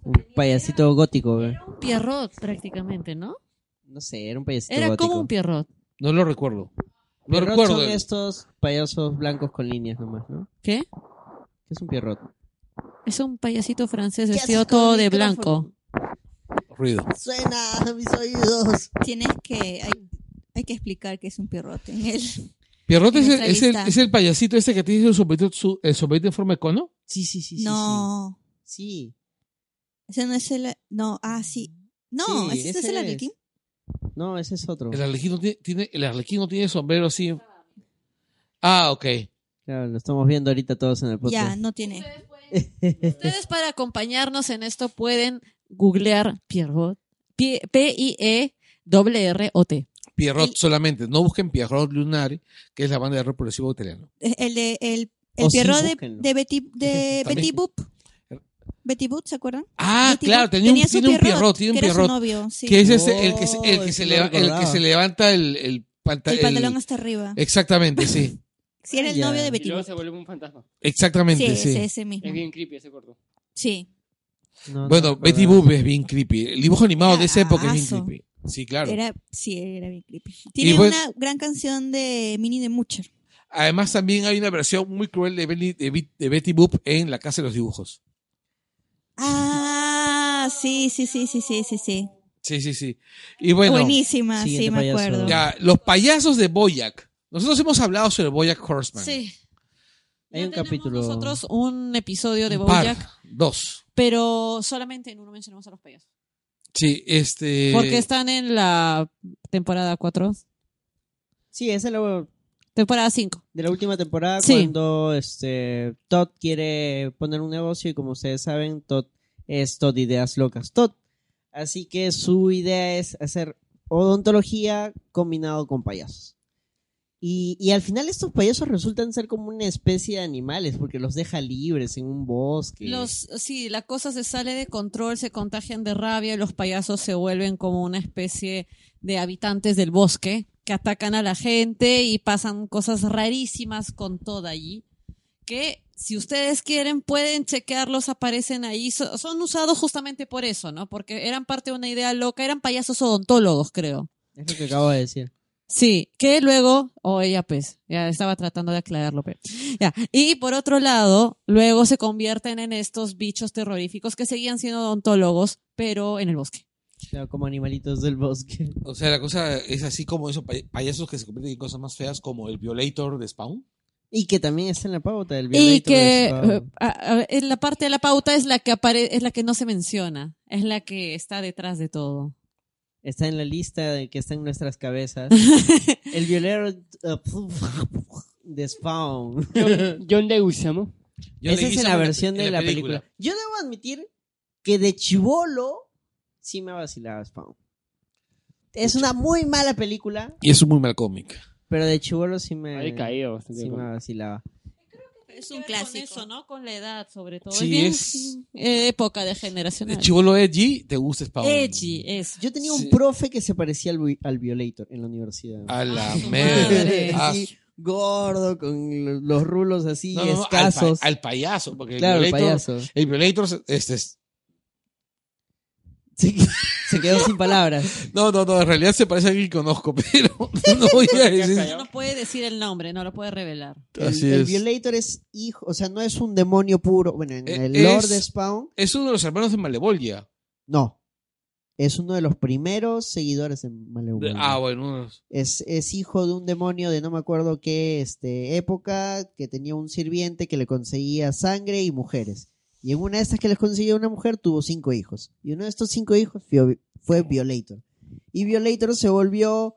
[SPEAKER 4] Un payasito gótico, güey.
[SPEAKER 2] Un Pierrot, prácticamente, ¿no?
[SPEAKER 4] No sé, era un payasito
[SPEAKER 2] Era
[SPEAKER 4] gótico.
[SPEAKER 2] como un Pierrot.
[SPEAKER 1] No lo recuerdo. No
[SPEAKER 4] Pierrot
[SPEAKER 1] recuerdo.
[SPEAKER 4] son estos payasos blancos con líneas nomás, ¿no?
[SPEAKER 2] ¿Qué?
[SPEAKER 4] ¿Qué es un pierrot?
[SPEAKER 2] Es un payasito francés
[SPEAKER 4] ¿Qué
[SPEAKER 2] vestido
[SPEAKER 4] haces con
[SPEAKER 2] todo
[SPEAKER 4] el
[SPEAKER 2] de
[SPEAKER 4] micrófono?
[SPEAKER 2] blanco.
[SPEAKER 1] Ruido.
[SPEAKER 4] Suena a mis oídos.
[SPEAKER 5] Tienes que. Hay, hay que explicar que es un pirrote. En él.
[SPEAKER 1] Pierrot
[SPEAKER 5] En
[SPEAKER 1] es el,
[SPEAKER 5] nuestra
[SPEAKER 1] es el-
[SPEAKER 5] lista.
[SPEAKER 1] es el payasito este que te dice el sorbetito, su- el sorbetito en forma de cono.
[SPEAKER 4] Sí, sí, sí. sí,
[SPEAKER 5] no.
[SPEAKER 4] Sí.
[SPEAKER 5] Ese no es el. No, ah, sí. No,
[SPEAKER 4] Sí,
[SPEAKER 5] ese, es
[SPEAKER 4] ese
[SPEAKER 5] el
[SPEAKER 4] es.
[SPEAKER 5] Arlequín.
[SPEAKER 4] sí. No, ese es otro.
[SPEAKER 1] El arlequino tiene, tiene- el arlequino tiene sombrero así. Ah, ok.
[SPEAKER 4] Claro, lo estamos viendo ahorita todos en el
[SPEAKER 5] Ya,
[SPEAKER 4] podcast.
[SPEAKER 5] no tiene.
[SPEAKER 2] Ustedes para acompañarnos en esto pueden googlear Pierrot. E, P-I-E-R-R-O-T.
[SPEAKER 1] Pierrot
[SPEAKER 5] El-
[SPEAKER 1] solamente. No busquen Pierrot Lunari, que es la banda de rock progresivo italiano.
[SPEAKER 5] El de. El, el
[SPEAKER 4] O sí,
[SPEAKER 5] Pierrot de,
[SPEAKER 4] búsquenlo.
[SPEAKER 5] de Betty, de
[SPEAKER 1] También.
[SPEAKER 5] Betty Boop. Betty Boop, ¿se acuerdan?
[SPEAKER 1] Ah,
[SPEAKER 5] Betty
[SPEAKER 1] claro,
[SPEAKER 5] Boop
[SPEAKER 1] tenía un,
[SPEAKER 5] su
[SPEAKER 1] tiene un Pierrot, tiene un
[SPEAKER 5] que era su
[SPEAKER 1] Pierrot.
[SPEAKER 5] novio, sí.
[SPEAKER 1] Que es ese, el que, se- el
[SPEAKER 4] Oh,
[SPEAKER 1] que,
[SPEAKER 4] eso
[SPEAKER 1] se,
[SPEAKER 4] no
[SPEAKER 1] leva-
[SPEAKER 4] lo
[SPEAKER 1] el que
[SPEAKER 4] recordaba.
[SPEAKER 1] se levanta el, el, panta-
[SPEAKER 5] El pantalón
[SPEAKER 1] el- eh,
[SPEAKER 5] hasta arriba.
[SPEAKER 1] Exactamente, sí.
[SPEAKER 5] Sí, era el
[SPEAKER 4] Ya.
[SPEAKER 5] novio de
[SPEAKER 3] Y
[SPEAKER 5] Betty
[SPEAKER 3] luego
[SPEAKER 5] Boop.
[SPEAKER 3] se vuelve un fantasma.
[SPEAKER 1] Exactamente,
[SPEAKER 5] Sí,
[SPEAKER 1] sí.
[SPEAKER 5] ese, ese mismo.
[SPEAKER 3] Es bien creepy ese corto.
[SPEAKER 5] Sí.
[SPEAKER 4] No, no
[SPEAKER 1] Bueno,
[SPEAKER 4] recordaba.
[SPEAKER 1] Betty Boop es bien creepy. El dibujo animado de esa época es bien
[SPEAKER 5] Bravazo.
[SPEAKER 1] creepy. Sí, claro.
[SPEAKER 5] Era, sí, era bien creepy. Tiene
[SPEAKER 1] pues-
[SPEAKER 5] una gran canción de Mini de Mucher.
[SPEAKER 1] Además, también hay una versión muy cruel de, Belly- de Bit- de Betty Boop en La Casa de los Dibujos.
[SPEAKER 5] Ah, sí, sí, sí, sí, sí, sí, sí.
[SPEAKER 1] Sí, sí, sí. Y bueno,
[SPEAKER 5] Buenísima, sí,
[SPEAKER 4] Siguiente
[SPEAKER 5] me
[SPEAKER 4] payaso.
[SPEAKER 5] acuerdo.
[SPEAKER 1] ya, los payasos de Boyac. Nosotros hemos hablado sobre Boyac Horseman.
[SPEAKER 2] Sí.
[SPEAKER 4] Hay
[SPEAKER 2] Ya
[SPEAKER 4] un
[SPEAKER 2] tenemos
[SPEAKER 4] capítulo-
[SPEAKER 2] Nosotros un episodio de
[SPEAKER 1] Un par,
[SPEAKER 2] Bojack,
[SPEAKER 1] dos.
[SPEAKER 2] pero solamente en uno mencionamos a los payasos.
[SPEAKER 1] Sí, este.
[SPEAKER 4] Eh,
[SPEAKER 2] Porque están en la temporada 4,
[SPEAKER 4] Sí, esa es la,
[SPEAKER 2] temporada 5.
[SPEAKER 4] de la última temporada
[SPEAKER 2] Sí.
[SPEAKER 4] cuando este Todd quiere poner un negocio y como ustedes saben, Todd es Todd Ideas Locas Todd. Así que su idea es hacer odontología combinado con payasos. Y, y al final estos payasos resultan ser como una especie de animales porque los deja libres en un bosque.
[SPEAKER 2] Los, sí, la cosa se sale de control, se contagian de rabia y los payasos se vuelven como una especie de habitantes del bosque que atacan a la gente y pasan cosas rarísimas con todo allí. Que si ustedes quieren pueden chequearlos, aparecen ahí. So- son usados justamente por eso, ¿no? Porque eran parte de una idea loca, eran payasos odontólogos, creo.
[SPEAKER 4] Es lo que acabo de decir.
[SPEAKER 2] Sí, que luego, oh, ella pues, ya estaba tratando de aclararlo, pero ya. Y por otro lado, luego se convierten en estos bichos terroríficos que seguían siendo odontólogos, pero en el bosque.
[SPEAKER 4] Claro, como animalitos del bosque.
[SPEAKER 1] O sea, la cosa es así como esos pay- payasos que se convierten en cosas más feas, como el Violator de Spawn.
[SPEAKER 4] Y que también está en la pauta del
[SPEAKER 2] Y
[SPEAKER 4] Violator
[SPEAKER 2] que
[SPEAKER 4] de Spawn.
[SPEAKER 2] eh, a- a- en la parte de la pauta es la que apare es la que no se menciona, es la que está detrás de todo.
[SPEAKER 4] está en la lista de que está en nuestras cabezas. El violero uh, de Spawn.
[SPEAKER 3] John, John de Usamo.
[SPEAKER 4] Esa es la versión de la, película. Yo debo admitir que de chivolo sí me vacilaba Spawn. Es una muy mala película,
[SPEAKER 1] Y es un muy mal cómic.
[SPEAKER 4] pero de chivolo sí
[SPEAKER 1] Eh,
[SPEAKER 3] Ha
[SPEAKER 4] me,
[SPEAKER 3] decaído bastante.
[SPEAKER 4] sí me vacilaba.
[SPEAKER 5] Es un clásico.
[SPEAKER 2] Con eso, ¿no? Con la edad, sobre todo.
[SPEAKER 1] Sí,
[SPEAKER 2] es bien
[SPEAKER 1] es-
[SPEAKER 2] eh, época de generación.
[SPEAKER 1] De Chivolo Edgy, te gusta Spawn.
[SPEAKER 2] Edgy, eso.
[SPEAKER 4] Yo tenía
[SPEAKER 1] Sí.
[SPEAKER 4] un profe que se parecía al, vi- al Violator en la universidad.
[SPEAKER 1] A la
[SPEAKER 2] Ah, su
[SPEAKER 1] merda.
[SPEAKER 2] madre.
[SPEAKER 1] Ah,
[SPEAKER 4] Así, gordo, con lo- los rulos así,
[SPEAKER 1] no, no, no, al, pa-
[SPEAKER 4] escasos.
[SPEAKER 1] al payaso. Porque
[SPEAKER 4] claro,
[SPEAKER 1] el
[SPEAKER 4] el
[SPEAKER 1] Violator,
[SPEAKER 4] payaso.
[SPEAKER 1] el Violator este, es-
[SPEAKER 4] Se- se quedó sin palabras.
[SPEAKER 1] No, no, no, en realidad se parece a alguien que conozco, pero no voy a decir.
[SPEAKER 2] No, no puede decir el nombre, no lo puede revelar.
[SPEAKER 4] El,
[SPEAKER 1] Así
[SPEAKER 4] el
[SPEAKER 1] es.
[SPEAKER 4] Violator es hijo, o sea, no es un demonio puro. Bueno, en
[SPEAKER 1] Eh,
[SPEAKER 4] el Lord
[SPEAKER 1] es-
[SPEAKER 4] de Spawn,
[SPEAKER 1] Es uno de los hermanos de Malevolia.
[SPEAKER 4] no. Es uno de los primeros seguidores de Malevolia.
[SPEAKER 1] Ah, bueno, unos-
[SPEAKER 4] es, es hijo de un demonio de no me acuerdo qué este, época, que tenía un sirviente que le conseguía sangre y mujeres. Y en una de estas que les conseguía una mujer tuvo cinco hijos. Y uno de estos cinco hijos fio- fue Violator. Y Violator se volvió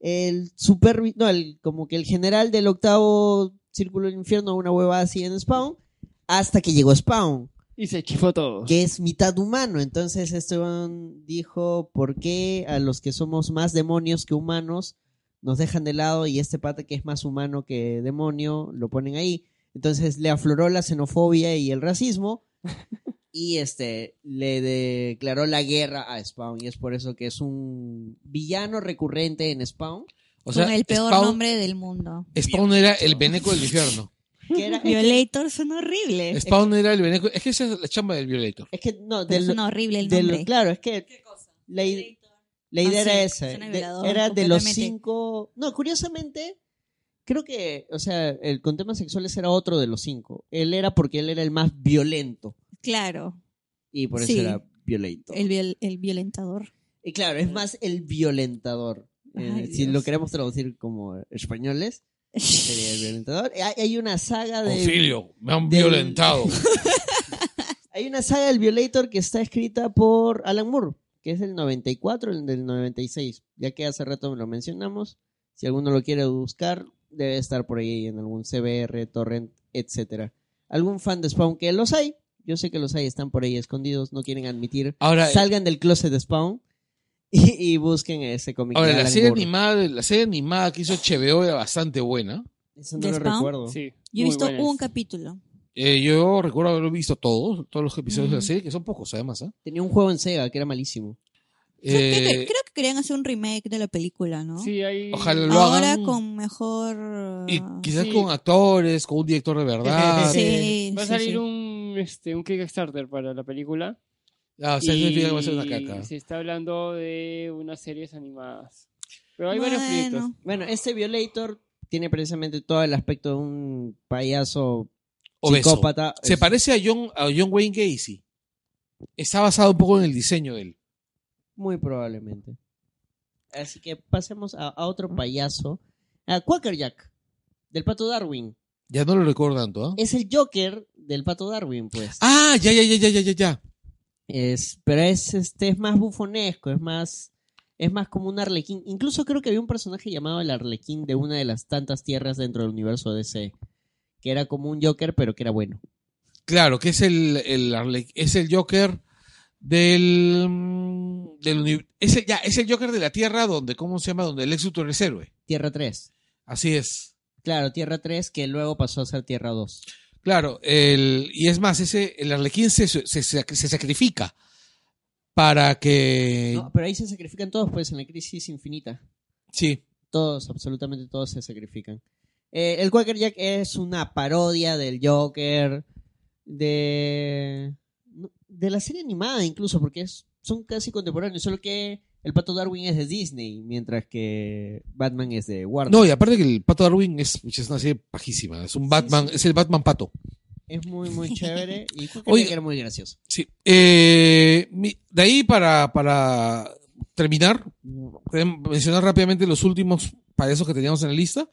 [SPEAKER 4] el super, no, el, como que el general del octavo círculo del infierno, una hueva así en Spawn, hasta que llegó Spawn
[SPEAKER 3] Y se chifó todo.
[SPEAKER 4] que es mitad humano. Entonces Esteban dijo, ¿por qué a los que somos más demonios que humanos nos dejan de lado y este pata que es más humano que demonio lo ponen ahí? Entonces le afloró la xenofobia y el racismo y este le declaró la guerra a Spawn y es por eso que es un villano recurrente en Spawn.
[SPEAKER 1] o sea,
[SPEAKER 5] con el peor
[SPEAKER 1] Spawn,
[SPEAKER 5] nombre del mundo.
[SPEAKER 1] Spawn era el veneco del infierno.
[SPEAKER 4] Que
[SPEAKER 3] este
[SPEAKER 4] era-
[SPEAKER 5] Violator suena horrible.
[SPEAKER 1] Spawn era el veneco. Es que esa es la chamba del Violator.
[SPEAKER 4] es que no,
[SPEAKER 5] Pero
[SPEAKER 4] del-
[SPEAKER 5] suena horrible el
[SPEAKER 4] del-
[SPEAKER 5] nombre.
[SPEAKER 4] claro, es que la idea La idea
[SPEAKER 5] Ah, sí,
[SPEAKER 4] era esa.
[SPEAKER 5] suena
[SPEAKER 4] de-
[SPEAKER 5] violador,
[SPEAKER 4] era de los
[SPEAKER 5] completamente.
[SPEAKER 4] cinco. No, curiosamente, creo que, o sea, el con temas sexuales era otro de los cinco. Él era porque él era el más violento.
[SPEAKER 5] Claro,
[SPEAKER 4] Y por eso
[SPEAKER 5] Sí.
[SPEAKER 4] era violento.
[SPEAKER 5] el, viol- el violentador.
[SPEAKER 4] Y claro, es más el violentador. Eh,
[SPEAKER 5] Ay,
[SPEAKER 4] si lo
[SPEAKER 5] Dios.
[SPEAKER 4] queremos traducir como españoles, sería el violentador. Hay, hay una saga de.
[SPEAKER 1] Auxilio, me han
[SPEAKER 4] del-
[SPEAKER 1] violentado.
[SPEAKER 4] Hay una saga del Violator que está escrita por Alan Moore, que es del 94, el del 96. Ya que hace rato lo mencionamos. Si alguno lo quiere buscar, debe estar por ahí en algún CBR, Torrent, etcétera. Algún fan de Spawn que los hay. Yo sé que los hay, están por ahí escondidos, no quieren admitir.
[SPEAKER 1] Ahora, eh,
[SPEAKER 4] Salgan del closet de Spawn y, y busquen ese cómic.
[SPEAKER 1] ahora
[SPEAKER 4] de
[SPEAKER 1] la,
[SPEAKER 4] Alan
[SPEAKER 1] serie
[SPEAKER 4] Moore.
[SPEAKER 1] animada, la serie animada que hizo HBO era bastante buena.
[SPEAKER 4] Eso no
[SPEAKER 5] ¿De
[SPEAKER 4] lo
[SPEAKER 5] Spawn?
[SPEAKER 4] recuerdo.
[SPEAKER 3] Sí,
[SPEAKER 5] Yo he
[SPEAKER 3] muy
[SPEAKER 5] visto
[SPEAKER 3] buenas.
[SPEAKER 5] un capítulo.
[SPEAKER 1] Eh, yo recuerdo haberlo visto todos, todos los episodios de la
[SPEAKER 5] Ujú.
[SPEAKER 1] serie, que son pocos además. ¿ah?
[SPEAKER 4] Tenía un juego en Sega que era malísimo.
[SPEAKER 5] Creo, que-
[SPEAKER 1] Eh,
[SPEAKER 5] creo que querían hacer un remake de la película, ¿no?
[SPEAKER 3] Sí, hay...
[SPEAKER 1] Ojalá lo
[SPEAKER 5] Ahora
[SPEAKER 1] hagan.
[SPEAKER 5] con mejor...
[SPEAKER 1] Y
[SPEAKER 5] uh,
[SPEAKER 1] quizás
[SPEAKER 3] sí.
[SPEAKER 1] con actores, con un director de verdad.
[SPEAKER 5] Sí,
[SPEAKER 3] Va a
[SPEAKER 5] sí,
[SPEAKER 3] salir
[SPEAKER 5] sí.
[SPEAKER 3] un, este, un Kickstarter para la película.
[SPEAKER 1] Ah, o sea, significa que va a ser una caca.
[SPEAKER 3] se está hablando de unas series animadas. Pero hay varios
[SPEAKER 5] Bueno.
[SPEAKER 3] proyectos.
[SPEAKER 4] Bueno, este Violator tiene precisamente todo el aspecto de un payaso
[SPEAKER 1] Obeso.
[SPEAKER 4] psicópata.
[SPEAKER 1] Se
[SPEAKER 4] Es-
[SPEAKER 1] parece a John, a John Wayne Gacy. Está basado un poco en el diseño de él.
[SPEAKER 4] Muy probablemente. Así que pasemos a, a otro payaso. A Quacker Jack, del Pato Darwin.
[SPEAKER 1] Ya no lo recuerdo tanto, ¿ah?
[SPEAKER 4] Es el Joker del Pato Darwin, pues.
[SPEAKER 1] Ah, ya, ya, ya, ya, ya, ya, ya.
[SPEAKER 4] Es, pero es, este, es más bufonesco, es más, es más como un arlequín. Incluso creo que había un personaje llamado el arlequín de una de las tantas tierras dentro del universo DC. Que era como un Joker, pero que era bueno.
[SPEAKER 1] Claro, que es el, el Arle- es el Joker del, mm, del uni- es el, ya, es el Joker de la Tierra donde, ¿cómo se llama? Donde el ex Luthor es héroe.
[SPEAKER 4] Tierra 3.
[SPEAKER 1] Así es.
[SPEAKER 4] Claro, Tierra 3, que luego pasó a ser Tierra 2.
[SPEAKER 1] Claro, el, y es más, ese, el Arlequín se, se, se- se sacrifica para que.
[SPEAKER 4] No, pero ahí se sacrifican todos, pues, en la crisis infinita.
[SPEAKER 1] Sí.
[SPEAKER 4] Todos, absolutamente todos se sacrifican. Eh, el Quaker Jack es una parodia del Joker, de, de la serie animada incluso, porque es- son casi contemporáneos, solo que el Pato Darwin es de Disney, mientras que Batman es de Warner.
[SPEAKER 1] No, y aparte que el Pato Darwin es, es una serie pajísima. Es un Batman,
[SPEAKER 4] sí.
[SPEAKER 1] es el Batman pato.
[SPEAKER 4] Es muy, muy chévere y Quaker
[SPEAKER 1] Oye.
[SPEAKER 4] Jack era muy gracioso.
[SPEAKER 1] Sí. Eh, mi- de ahí para, para terminar, quería mencionar rápidamente los últimos payasos que teníamos en la lista.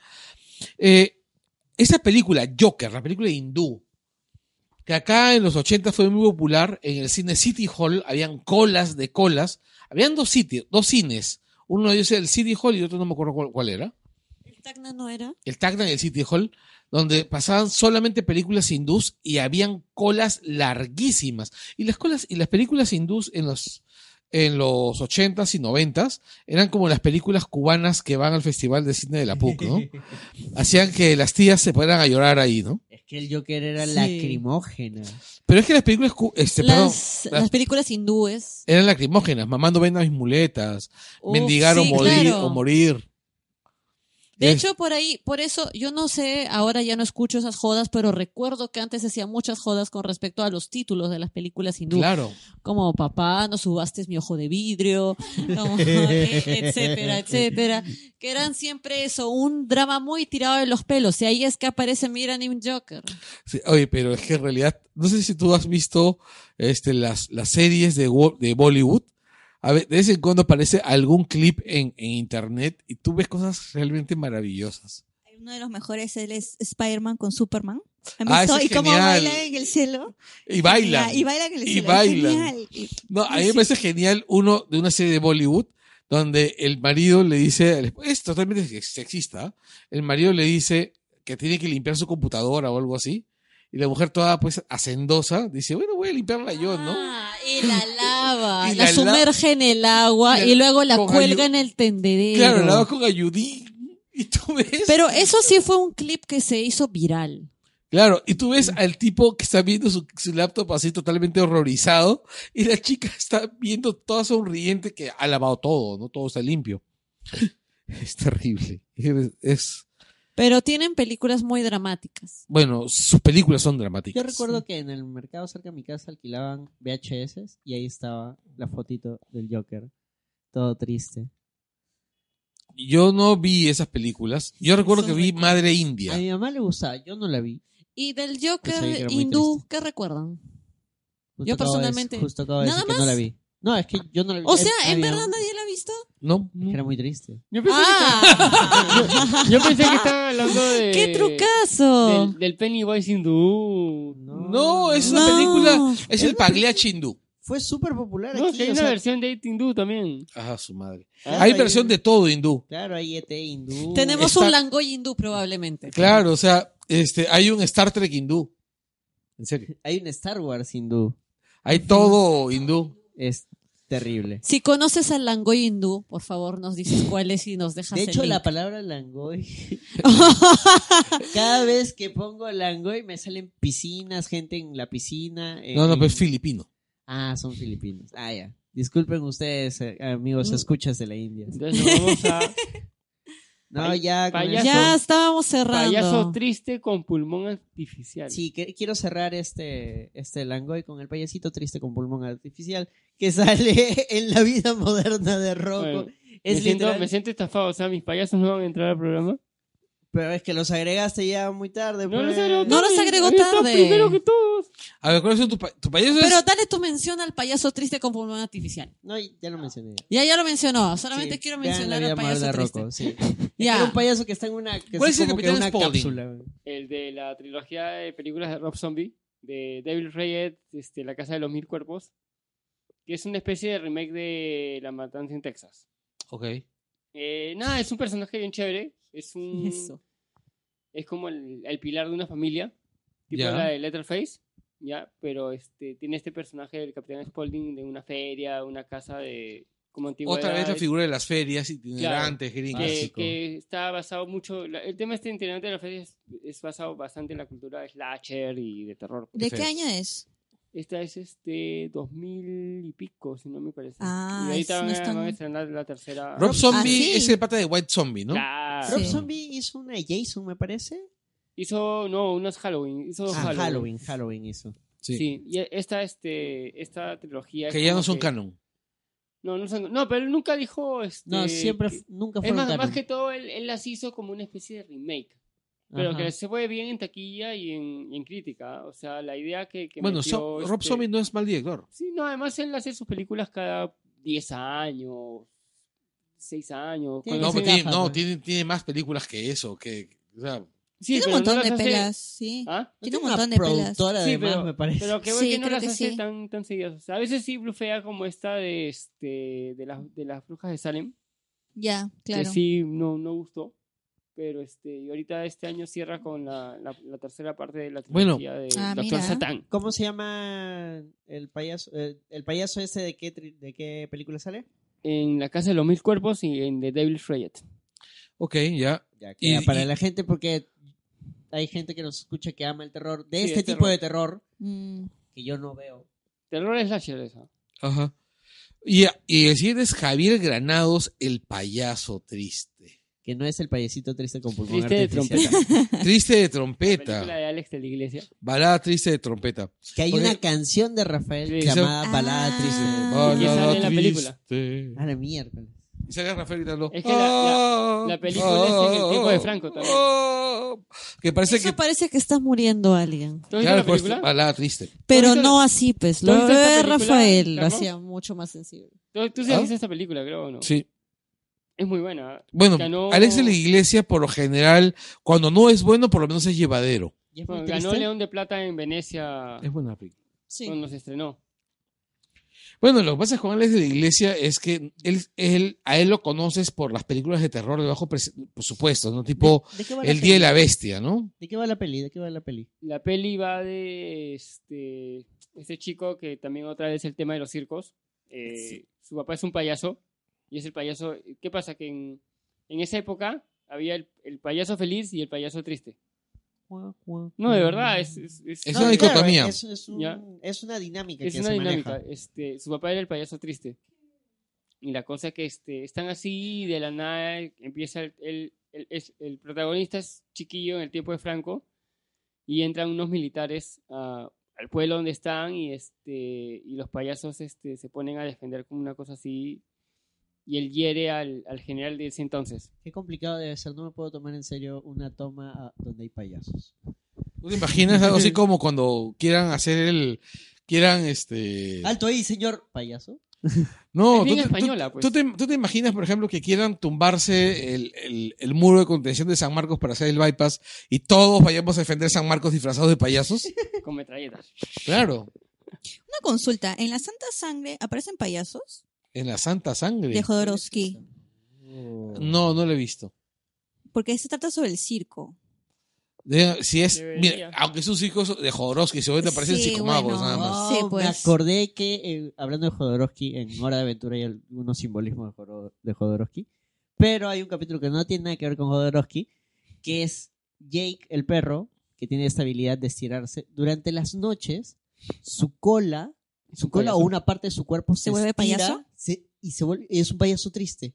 [SPEAKER 1] Eh, esa película, Joker, la película hindú, que acá en los 80 fue muy popular, en el cine City Hall habían colas de colas. Habían dos sitios, dos cines. Uno de ellos era el City Hall y otro no me acuerdo cuál- cuál era
[SPEAKER 5] ¿El Tacna no era?
[SPEAKER 1] el Tacna y el City Hall, donde pasaban solamente películas hindús y habían colas larguísimas. Y las colas y las películas hindús en los en los 80s y 90s eran como las películas cubanas que van al Festival de Cine de la PUC, ¿no? Hacían que las tías se fueran a llorar ahí, ¿no?
[SPEAKER 4] Es que el Joker era
[SPEAKER 5] Sí.
[SPEAKER 4] lacrimógena.
[SPEAKER 1] Pero es que las películas cu- este, perdón,
[SPEAKER 5] las, las películas hindúes.
[SPEAKER 1] eran lacrimógenas, mamando ven a mis muletas,
[SPEAKER 5] Uf,
[SPEAKER 1] mendigar o
[SPEAKER 5] sí,
[SPEAKER 1] morir Eh.
[SPEAKER 5] claro.
[SPEAKER 1] o morir.
[SPEAKER 2] De
[SPEAKER 1] Es-
[SPEAKER 2] hecho, por ahí, por eso, yo no sé, ahora ya no escucho esas jodas, pero recuerdo que antes se hacían muchas jodas con respecto a los títulos de las películas hindú.
[SPEAKER 1] claro.
[SPEAKER 2] Como papá, no subastes mi ojo de vidrio, no, etcétera, etcétera. Que eran siempre eso, un drama muy tirado de los pelos. Y ahí es que aparece Miran y un Joker.
[SPEAKER 4] Pues
[SPEAKER 1] Sí, oye, pero es que en realidad, no sé si tú has visto este, las, las series de, Wo- de Bollywood. A ver, de vez en cuando aparece algún clip en, en internet y tú ves cosas realmente maravillosas.
[SPEAKER 5] Uno de los mejores él es Spider-Man con Superman. ¿Han
[SPEAKER 1] Ah,
[SPEAKER 5] visto?
[SPEAKER 1] ese es
[SPEAKER 5] y cómo
[SPEAKER 1] genial.
[SPEAKER 5] baila en el cielo.
[SPEAKER 1] Y bailan.
[SPEAKER 5] Y baila en el
[SPEAKER 1] Y
[SPEAKER 5] cielo.
[SPEAKER 1] bailan.
[SPEAKER 5] Genial. Y-
[SPEAKER 1] No, a mí me parece genial uno de una serie de Bollywood donde el marido le dice, al esp- es totalmente sex- sexista, ¿ah? el marido le dice que tiene que limpiar su computadora o algo así. Y la mujer toda pues hacendosa dice, bueno, voy a limpiarla yo, ¿no?
[SPEAKER 2] Ah, y la lava,
[SPEAKER 1] Y
[SPEAKER 2] la,
[SPEAKER 1] la la-
[SPEAKER 2] sumerge en el agua
[SPEAKER 1] la-
[SPEAKER 2] y, luego la
[SPEAKER 1] con
[SPEAKER 2] cuelga
[SPEAKER 1] ayu-
[SPEAKER 2] en el tendedero.
[SPEAKER 1] Claro, la va con ayudín. Y tú ves.
[SPEAKER 2] Pero eso sí fue un clip que se hizo viral.
[SPEAKER 1] Claro, y tú ves al tipo que está viendo su, su laptop así totalmente horrorizado y la chica está viendo toda sonriente que ha lavado todo, ¿no? Todo está limpio. Es terrible. Es, es-
[SPEAKER 2] Pero tienen películas muy dramáticas.
[SPEAKER 1] bueno, sus películas son
[SPEAKER 4] Yo
[SPEAKER 1] dramáticas.
[SPEAKER 4] recuerdo que en el mercado cerca de mi casa alquilaban VHS y ahí estaba la fotito del Joker. Todo triste.
[SPEAKER 1] Yo no vi esas películas. Yo recuerdo
[SPEAKER 2] Son
[SPEAKER 1] que vi
[SPEAKER 2] recuerdos.
[SPEAKER 1] Madre
[SPEAKER 4] A
[SPEAKER 1] India.
[SPEAKER 4] mi mamá le gustaba, yo no la vi.
[SPEAKER 2] Y del
[SPEAKER 4] Pues ahí
[SPEAKER 2] Joker
[SPEAKER 4] era muy
[SPEAKER 2] hindú, ¿qué recuerdan?
[SPEAKER 4] Justo
[SPEAKER 2] Yo
[SPEAKER 4] acabo de-
[SPEAKER 2] personalmente-
[SPEAKER 4] justo acabo de
[SPEAKER 2] ¿Nada
[SPEAKER 4] decir que no la vi. No, es que yo no la vi.
[SPEAKER 2] O sea, ¿en
[SPEAKER 4] Eh, había-
[SPEAKER 2] verdad nadie la ha visto?
[SPEAKER 1] No,
[SPEAKER 4] es que Era muy triste.
[SPEAKER 3] Yo pensé,
[SPEAKER 2] ¡Ah!
[SPEAKER 3] que, yo pensé que estaban hablando de...
[SPEAKER 2] ¡Qué
[SPEAKER 1] Eh,
[SPEAKER 2] trucazo!
[SPEAKER 3] Del, del Pennywise hindú.
[SPEAKER 1] no, es una
[SPEAKER 2] No.
[SPEAKER 1] película. Es el Pagliacci hindú.
[SPEAKER 4] Fue súper popular
[SPEAKER 3] No,
[SPEAKER 4] aquí.
[SPEAKER 3] si hay
[SPEAKER 4] o
[SPEAKER 3] una
[SPEAKER 4] sea,
[SPEAKER 3] versión de hindú también.
[SPEAKER 1] Ah, su madre.
[SPEAKER 4] claro,
[SPEAKER 1] Hay versión de todo hindú.
[SPEAKER 4] Claro, hay ET hindú.
[SPEAKER 2] Tenemos
[SPEAKER 1] Está-
[SPEAKER 2] un langoy hindú probablemente.
[SPEAKER 1] Claro, o sea, este, hay un Star Trek hindú. En serio.
[SPEAKER 4] Hay un Star Wars hindú.
[SPEAKER 1] Hay todo hindú.
[SPEAKER 4] Es terrible.
[SPEAKER 2] Si conoces al langoy hindú, por favor nos dices cuál es y nos dejas
[SPEAKER 4] De hecho,
[SPEAKER 2] el
[SPEAKER 4] la
[SPEAKER 2] link.
[SPEAKER 4] palabra langoy. Cada vez que pongo langoy me salen piscinas, gente en la piscina. en-
[SPEAKER 1] No, pues, no, pero es filipino.
[SPEAKER 4] Ah, son filipinos. Ah, ya. Disculpen ustedes, eh, amigos, escuchas de la India.
[SPEAKER 3] Entonces nos vamos a...
[SPEAKER 4] No,
[SPEAKER 3] Pay-
[SPEAKER 4] ya. con
[SPEAKER 3] payaso.
[SPEAKER 2] Ya estábamos
[SPEAKER 3] Payaso
[SPEAKER 2] cerrando.
[SPEAKER 3] triste con pulmón artificial.
[SPEAKER 4] Sí, que- quiero cerrar este, este Langoy con el payasito triste con pulmón artificial que sale en la vida moderna de Rocco.
[SPEAKER 3] Bueno,
[SPEAKER 4] es
[SPEAKER 3] me, siento,
[SPEAKER 4] literal-
[SPEAKER 3] me siento estafado, o sea, mis payasos no van a entrar al programa.
[SPEAKER 4] Pero es que los agregaste ya muy tarde.
[SPEAKER 3] No
[SPEAKER 4] pues.
[SPEAKER 3] los agregó
[SPEAKER 2] No los
[SPEAKER 3] tarde,
[SPEAKER 2] agregó
[SPEAKER 3] había estado
[SPEAKER 2] tarde.
[SPEAKER 3] primero que todos.
[SPEAKER 1] A ver, ¿cuál es tu, pa- tu payaso? es-
[SPEAKER 2] Pero dale tu mención al payaso triste con pulmón artificial.
[SPEAKER 4] No, ya lo mencioné.
[SPEAKER 2] Ya, ya lo mencionó. Solamente
[SPEAKER 4] Sí,
[SPEAKER 2] quiero
[SPEAKER 4] vean la
[SPEAKER 2] mencionar
[SPEAKER 4] vida
[SPEAKER 2] al payaso
[SPEAKER 4] moderna de
[SPEAKER 2] triste.
[SPEAKER 4] Rocco, sí.
[SPEAKER 2] Ya.
[SPEAKER 4] Era un payaso que está en una, que
[SPEAKER 1] ¿Cuál
[SPEAKER 4] es
[SPEAKER 1] es el
[SPEAKER 4] como que
[SPEAKER 1] Capitán
[SPEAKER 4] una
[SPEAKER 1] Spaulding?
[SPEAKER 4] cápsula.
[SPEAKER 3] El de la trilogía de películas de Rob Zombie, de Devil Ray Ed, este, La Casa de los Mil Cuerpos, que es una especie de remake de La Matanza en Texas.
[SPEAKER 1] Ok.
[SPEAKER 3] Eh, nada, es un personaje bien chévere. Es un.
[SPEAKER 2] Eso.
[SPEAKER 3] Es como el, el pilar de una familia, tipo
[SPEAKER 1] Ya.
[SPEAKER 3] la de Letterface, ya, pero este tiene este personaje del Capitán Spaulding de una feria, una casa de como
[SPEAKER 1] Otra vez la
[SPEAKER 3] antigüedades.
[SPEAKER 1] figura de las ferias itinerantes,
[SPEAKER 3] que,
[SPEAKER 1] gringas.
[SPEAKER 3] que está basado mucho. la- el tema este interesante de la feria es, es basado bastante en la cultura de slasher y de terror.
[SPEAKER 5] ¿De
[SPEAKER 1] Sí.
[SPEAKER 5] qué año es?
[SPEAKER 3] Esta es este 2000 y pico, si no me parece.
[SPEAKER 5] Ah,
[SPEAKER 3] y ahorita
[SPEAKER 5] es-
[SPEAKER 3] van,
[SPEAKER 5] no
[SPEAKER 3] a-
[SPEAKER 5] es tan-
[SPEAKER 3] van a estrenar la tercera.
[SPEAKER 1] Rob Zombie
[SPEAKER 5] sí.
[SPEAKER 1] es el pata de White Zombie, ¿no?
[SPEAKER 3] Ah, Claro.
[SPEAKER 4] Rob
[SPEAKER 5] Sí.
[SPEAKER 4] Zombie hizo una Jason, me parece.
[SPEAKER 3] Hizo, no, unos Halloween. Hizo dos
[SPEAKER 4] Ah,
[SPEAKER 3] Halloween.
[SPEAKER 4] Halloween, Halloween hizo.
[SPEAKER 3] Sí. y e, esta, este, esta trilogía. es
[SPEAKER 1] Que ya
[SPEAKER 3] como
[SPEAKER 1] no son
[SPEAKER 3] que-
[SPEAKER 1] canon.
[SPEAKER 3] No, no son No, pero él nunca dijo. Este,
[SPEAKER 4] No, siempre,
[SPEAKER 3] que-
[SPEAKER 4] nunca fue
[SPEAKER 3] Es más, más que todo, él, él las hizo como una especie de remake. Pero que se fue bien en taquilla y en, y en crítica. O sea, la idea que. que
[SPEAKER 1] Bueno,
[SPEAKER 3] metió,
[SPEAKER 1] so- Rob
[SPEAKER 3] este-
[SPEAKER 1] Zombie no es mal director.
[SPEAKER 3] Sí, no, además él hace sus películas cada 10 años, 6 años.
[SPEAKER 4] Tiene
[SPEAKER 3] cuando
[SPEAKER 1] No, pero
[SPEAKER 3] se-
[SPEAKER 4] que ser
[SPEAKER 1] tiene,
[SPEAKER 4] gafa,
[SPEAKER 1] no
[SPEAKER 4] pues.
[SPEAKER 1] tiene, tiene más películas que eso. Que, o sea,
[SPEAKER 3] Sí,
[SPEAKER 5] Tiene
[SPEAKER 3] pero
[SPEAKER 5] un
[SPEAKER 3] no
[SPEAKER 5] montón
[SPEAKER 3] las
[SPEAKER 5] de
[SPEAKER 3] hace-
[SPEAKER 5] pelas, sí.
[SPEAKER 3] ¿Ah?
[SPEAKER 5] Tiene un montón de pelas.
[SPEAKER 4] productora
[SPEAKER 3] Sí,
[SPEAKER 4] además,
[SPEAKER 3] pero-
[SPEAKER 4] me parece.
[SPEAKER 3] Pero qué bueno
[SPEAKER 5] Sí,
[SPEAKER 3] que no
[SPEAKER 5] creo
[SPEAKER 3] las
[SPEAKER 5] que
[SPEAKER 3] hace
[SPEAKER 5] sí.
[SPEAKER 3] tan, tan seguidas. O sea, a veces sí blufea como esta de, este, de, las, de las brujas de Salem,
[SPEAKER 5] Ya, claro.
[SPEAKER 3] que sí no, no gustó. Pero este, y ahorita este año cierra con la, la, la tercera parte de la
[SPEAKER 1] Bueno.
[SPEAKER 3] trilogía de
[SPEAKER 5] Ah,
[SPEAKER 3] Doctor
[SPEAKER 5] mira.
[SPEAKER 3] Satán.
[SPEAKER 4] ¿Cómo se llama el payaso? eh, ¿El payaso ese de qué, tri- de qué película sale?
[SPEAKER 3] En La Casa de los Mil Cuerpos y en The Devil's Rayet.
[SPEAKER 1] ok, ya.
[SPEAKER 4] Ya,
[SPEAKER 1] Y-
[SPEAKER 4] queda para
[SPEAKER 1] y-
[SPEAKER 4] la gente porque hay gente que nos escucha que ama el terror, de
[SPEAKER 3] Sí,
[SPEAKER 4] este
[SPEAKER 3] el
[SPEAKER 4] tipo
[SPEAKER 3] terror.
[SPEAKER 4] de terror
[SPEAKER 5] Mm.
[SPEAKER 4] que yo no veo.
[SPEAKER 3] Terror slasher esa.
[SPEAKER 1] Ajá. Y, y el siguiente es Javier Granados, el payaso triste.
[SPEAKER 4] Que no es el payasito triste con pulmón
[SPEAKER 3] Triste este de
[SPEAKER 4] artificial.
[SPEAKER 3] trompeta.
[SPEAKER 1] Triste de
[SPEAKER 3] La película
[SPEAKER 1] trompeta.
[SPEAKER 3] de Alex de la Iglesia.
[SPEAKER 1] Balada triste de trompeta.
[SPEAKER 4] Que hay
[SPEAKER 1] Porque-
[SPEAKER 4] una canción de Rafael
[SPEAKER 3] Sí.
[SPEAKER 4] llamada
[SPEAKER 5] Ah.
[SPEAKER 4] Balada Triste.
[SPEAKER 5] Ah.
[SPEAKER 3] Y sale
[SPEAKER 1] Balada
[SPEAKER 3] en la película.
[SPEAKER 1] triste.
[SPEAKER 4] A la miércoles.
[SPEAKER 1] Y sale Rafael gritando.
[SPEAKER 3] Es que la- la-
[SPEAKER 1] "Ah,
[SPEAKER 3] la película es en el tiempo de Franco también".
[SPEAKER 1] ah", que parece
[SPEAKER 2] Eso
[SPEAKER 1] que.
[SPEAKER 2] parece que está muriendo alguien.
[SPEAKER 3] ¿Tú has visto
[SPEAKER 1] Claro,
[SPEAKER 3] la
[SPEAKER 1] pues,
[SPEAKER 3] película?
[SPEAKER 1] balada triste.
[SPEAKER 2] Pero
[SPEAKER 3] ¿Tú has visto
[SPEAKER 2] no así, pues.
[SPEAKER 3] ¿Tú
[SPEAKER 2] Lo
[SPEAKER 3] has visto esta
[SPEAKER 2] de
[SPEAKER 3] película,
[SPEAKER 2] Rafael lo
[SPEAKER 3] Carlos?
[SPEAKER 2] hacía mucho más sensible.
[SPEAKER 3] Tú, tú sí has
[SPEAKER 1] ¿Ah?
[SPEAKER 3] visto esta película, creo, ¿o no?
[SPEAKER 1] Sí.
[SPEAKER 3] Es muy buena.
[SPEAKER 1] Bueno,
[SPEAKER 3] Ganó-
[SPEAKER 1] Alex de la Iglesia, por lo general, cuando no es bueno, por lo menos es llevadero.
[SPEAKER 4] Y es muy
[SPEAKER 3] Bueno,
[SPEAKER 4] triste.
[SPEAKER 3] ganó León de Plata en Venecia
[SPEAKER 1] Ah. Es buena película.
[SPEAKER 2] Sí.
[SPEAKER 3] cuando se estrenó.
[SPEAKER 1] Bueno, lo que pasa con Alex de la Iglesia es que él, él, a él lo conoces por las películas de terror de bajo pres- presupuesto, ¿no? Tipo
[SPEAKER 4] ¿De qué va la
[SPEAKER 1] El Día de
[SPEAKER 4] peli?
[SPEAKER 1] la Bestia, ¿no?
[SPEAKER 4] ¿De qué va la peli? ¿De qué va la peli?
[SPEAKER 3] La peli va de este, este chico que también otra vez el tema de los circos. Eh, Su papá es un payaso y es el payaso. ¿Qué pasa? Que en, en esa época había el, el payaso feliz y el payaso triste. No, de verdad, es, es, es-
[SPEAKER 1] Es
[SPEAKER 4] No,
[SPEAKER 1] una
[SPEAKER 4] claro,
[SPEAKER 1] dicotomía.
[SPEAKER 4] es, es un-
[SPEAKER 3] Ya.
[SPEAKER 4] es una dinámica
[SPEAKER 3] es
[SPEAKER 4] que
[SPEAKER 3] una
[SPEAKER 4] se
[SPEAKER 3] dinámica.
[SPEAKER 4] maneja.
[SPEAKER 3] Este, su papá era el payaso triste. Y la cosa es que este, están así y de la nada empieza el, el, el- es- el protagonista es chiquillo en el tiempo de Franco y entran unos militares a- al pueblo donde están y, este, y los payasos este, se ponen a defender como una cosa así y él hiere al, al general de ese entonces.
[SPEAKER 4] Qué complicado debe ser. No me puedo tomar en serio una toma ah, donde hay payasos.
[SPEAKER 1] ¿Tú te imaginas algo así como cuando quieran hacer el quieran este...
[SPEAKER 4] Alto ahí, señor payaso.
[SPEAKER 1] No,
[SPEAKER 3] Es bien
[SPEAKER 1] tú te- tú-
[SPEAKER 3] española, pues.
[SPEAKER 1] tú te, tú te imaginas, por ejemplo, que quieran tumbarse el, el- el muro de contención de San Marcos para hacer el bypass y todos vayamos a defender San Marcos disfrazados de payasos?
[SPEAKER 3] con metralletas.
[SPEAKER 1] Claro,
[SPEAKER 5] Una consulta. ¿En la Santa Sangre aparecen payasos?
[SPEAKER 1] en la Santa Sangre.
[SPEAKER 5] De Jodorowsky.
[SPEAKER 1] No, no lo he visto.
[SPEAKER 5] Porque se trata sobre el circo.
[SPEAKER 1] De- si es,
[SPEAKER 3] Debería.
[SPEAKER 1] mira, aunque es un circo de Jodorowsky, seguramente aparecen
[SPEAKER 5] Sí,
[SPEAKER 1] psicomagos
[SPEAKER 5] bueno.
[SPEAKER 1] nada más.
[SPEAKER 5] Sí,
[SPEAKER 4] Oh, me
[SPEAKER 5] pues.
[SPEAKER 4] acordé que, eh, hablando de Jodorowsky, en Hora de Aventura hay algunos simbolismos de Joro- de Jodorowsky, pero hay un capítulo que no tiene nada que ver con Jodorowsky, que es Jake, el perro, que tiene esta habilidad de estirarse. Durante las noches, su cola, su cola o una parte de su cuerpo se,
[SPEAKER 5] ¿Se vuelve
[SPEAKER 4] estira,
[SPEAKER 5] payaso?
[SPEAKER 4] se- y se vuelve, es un payaso triste.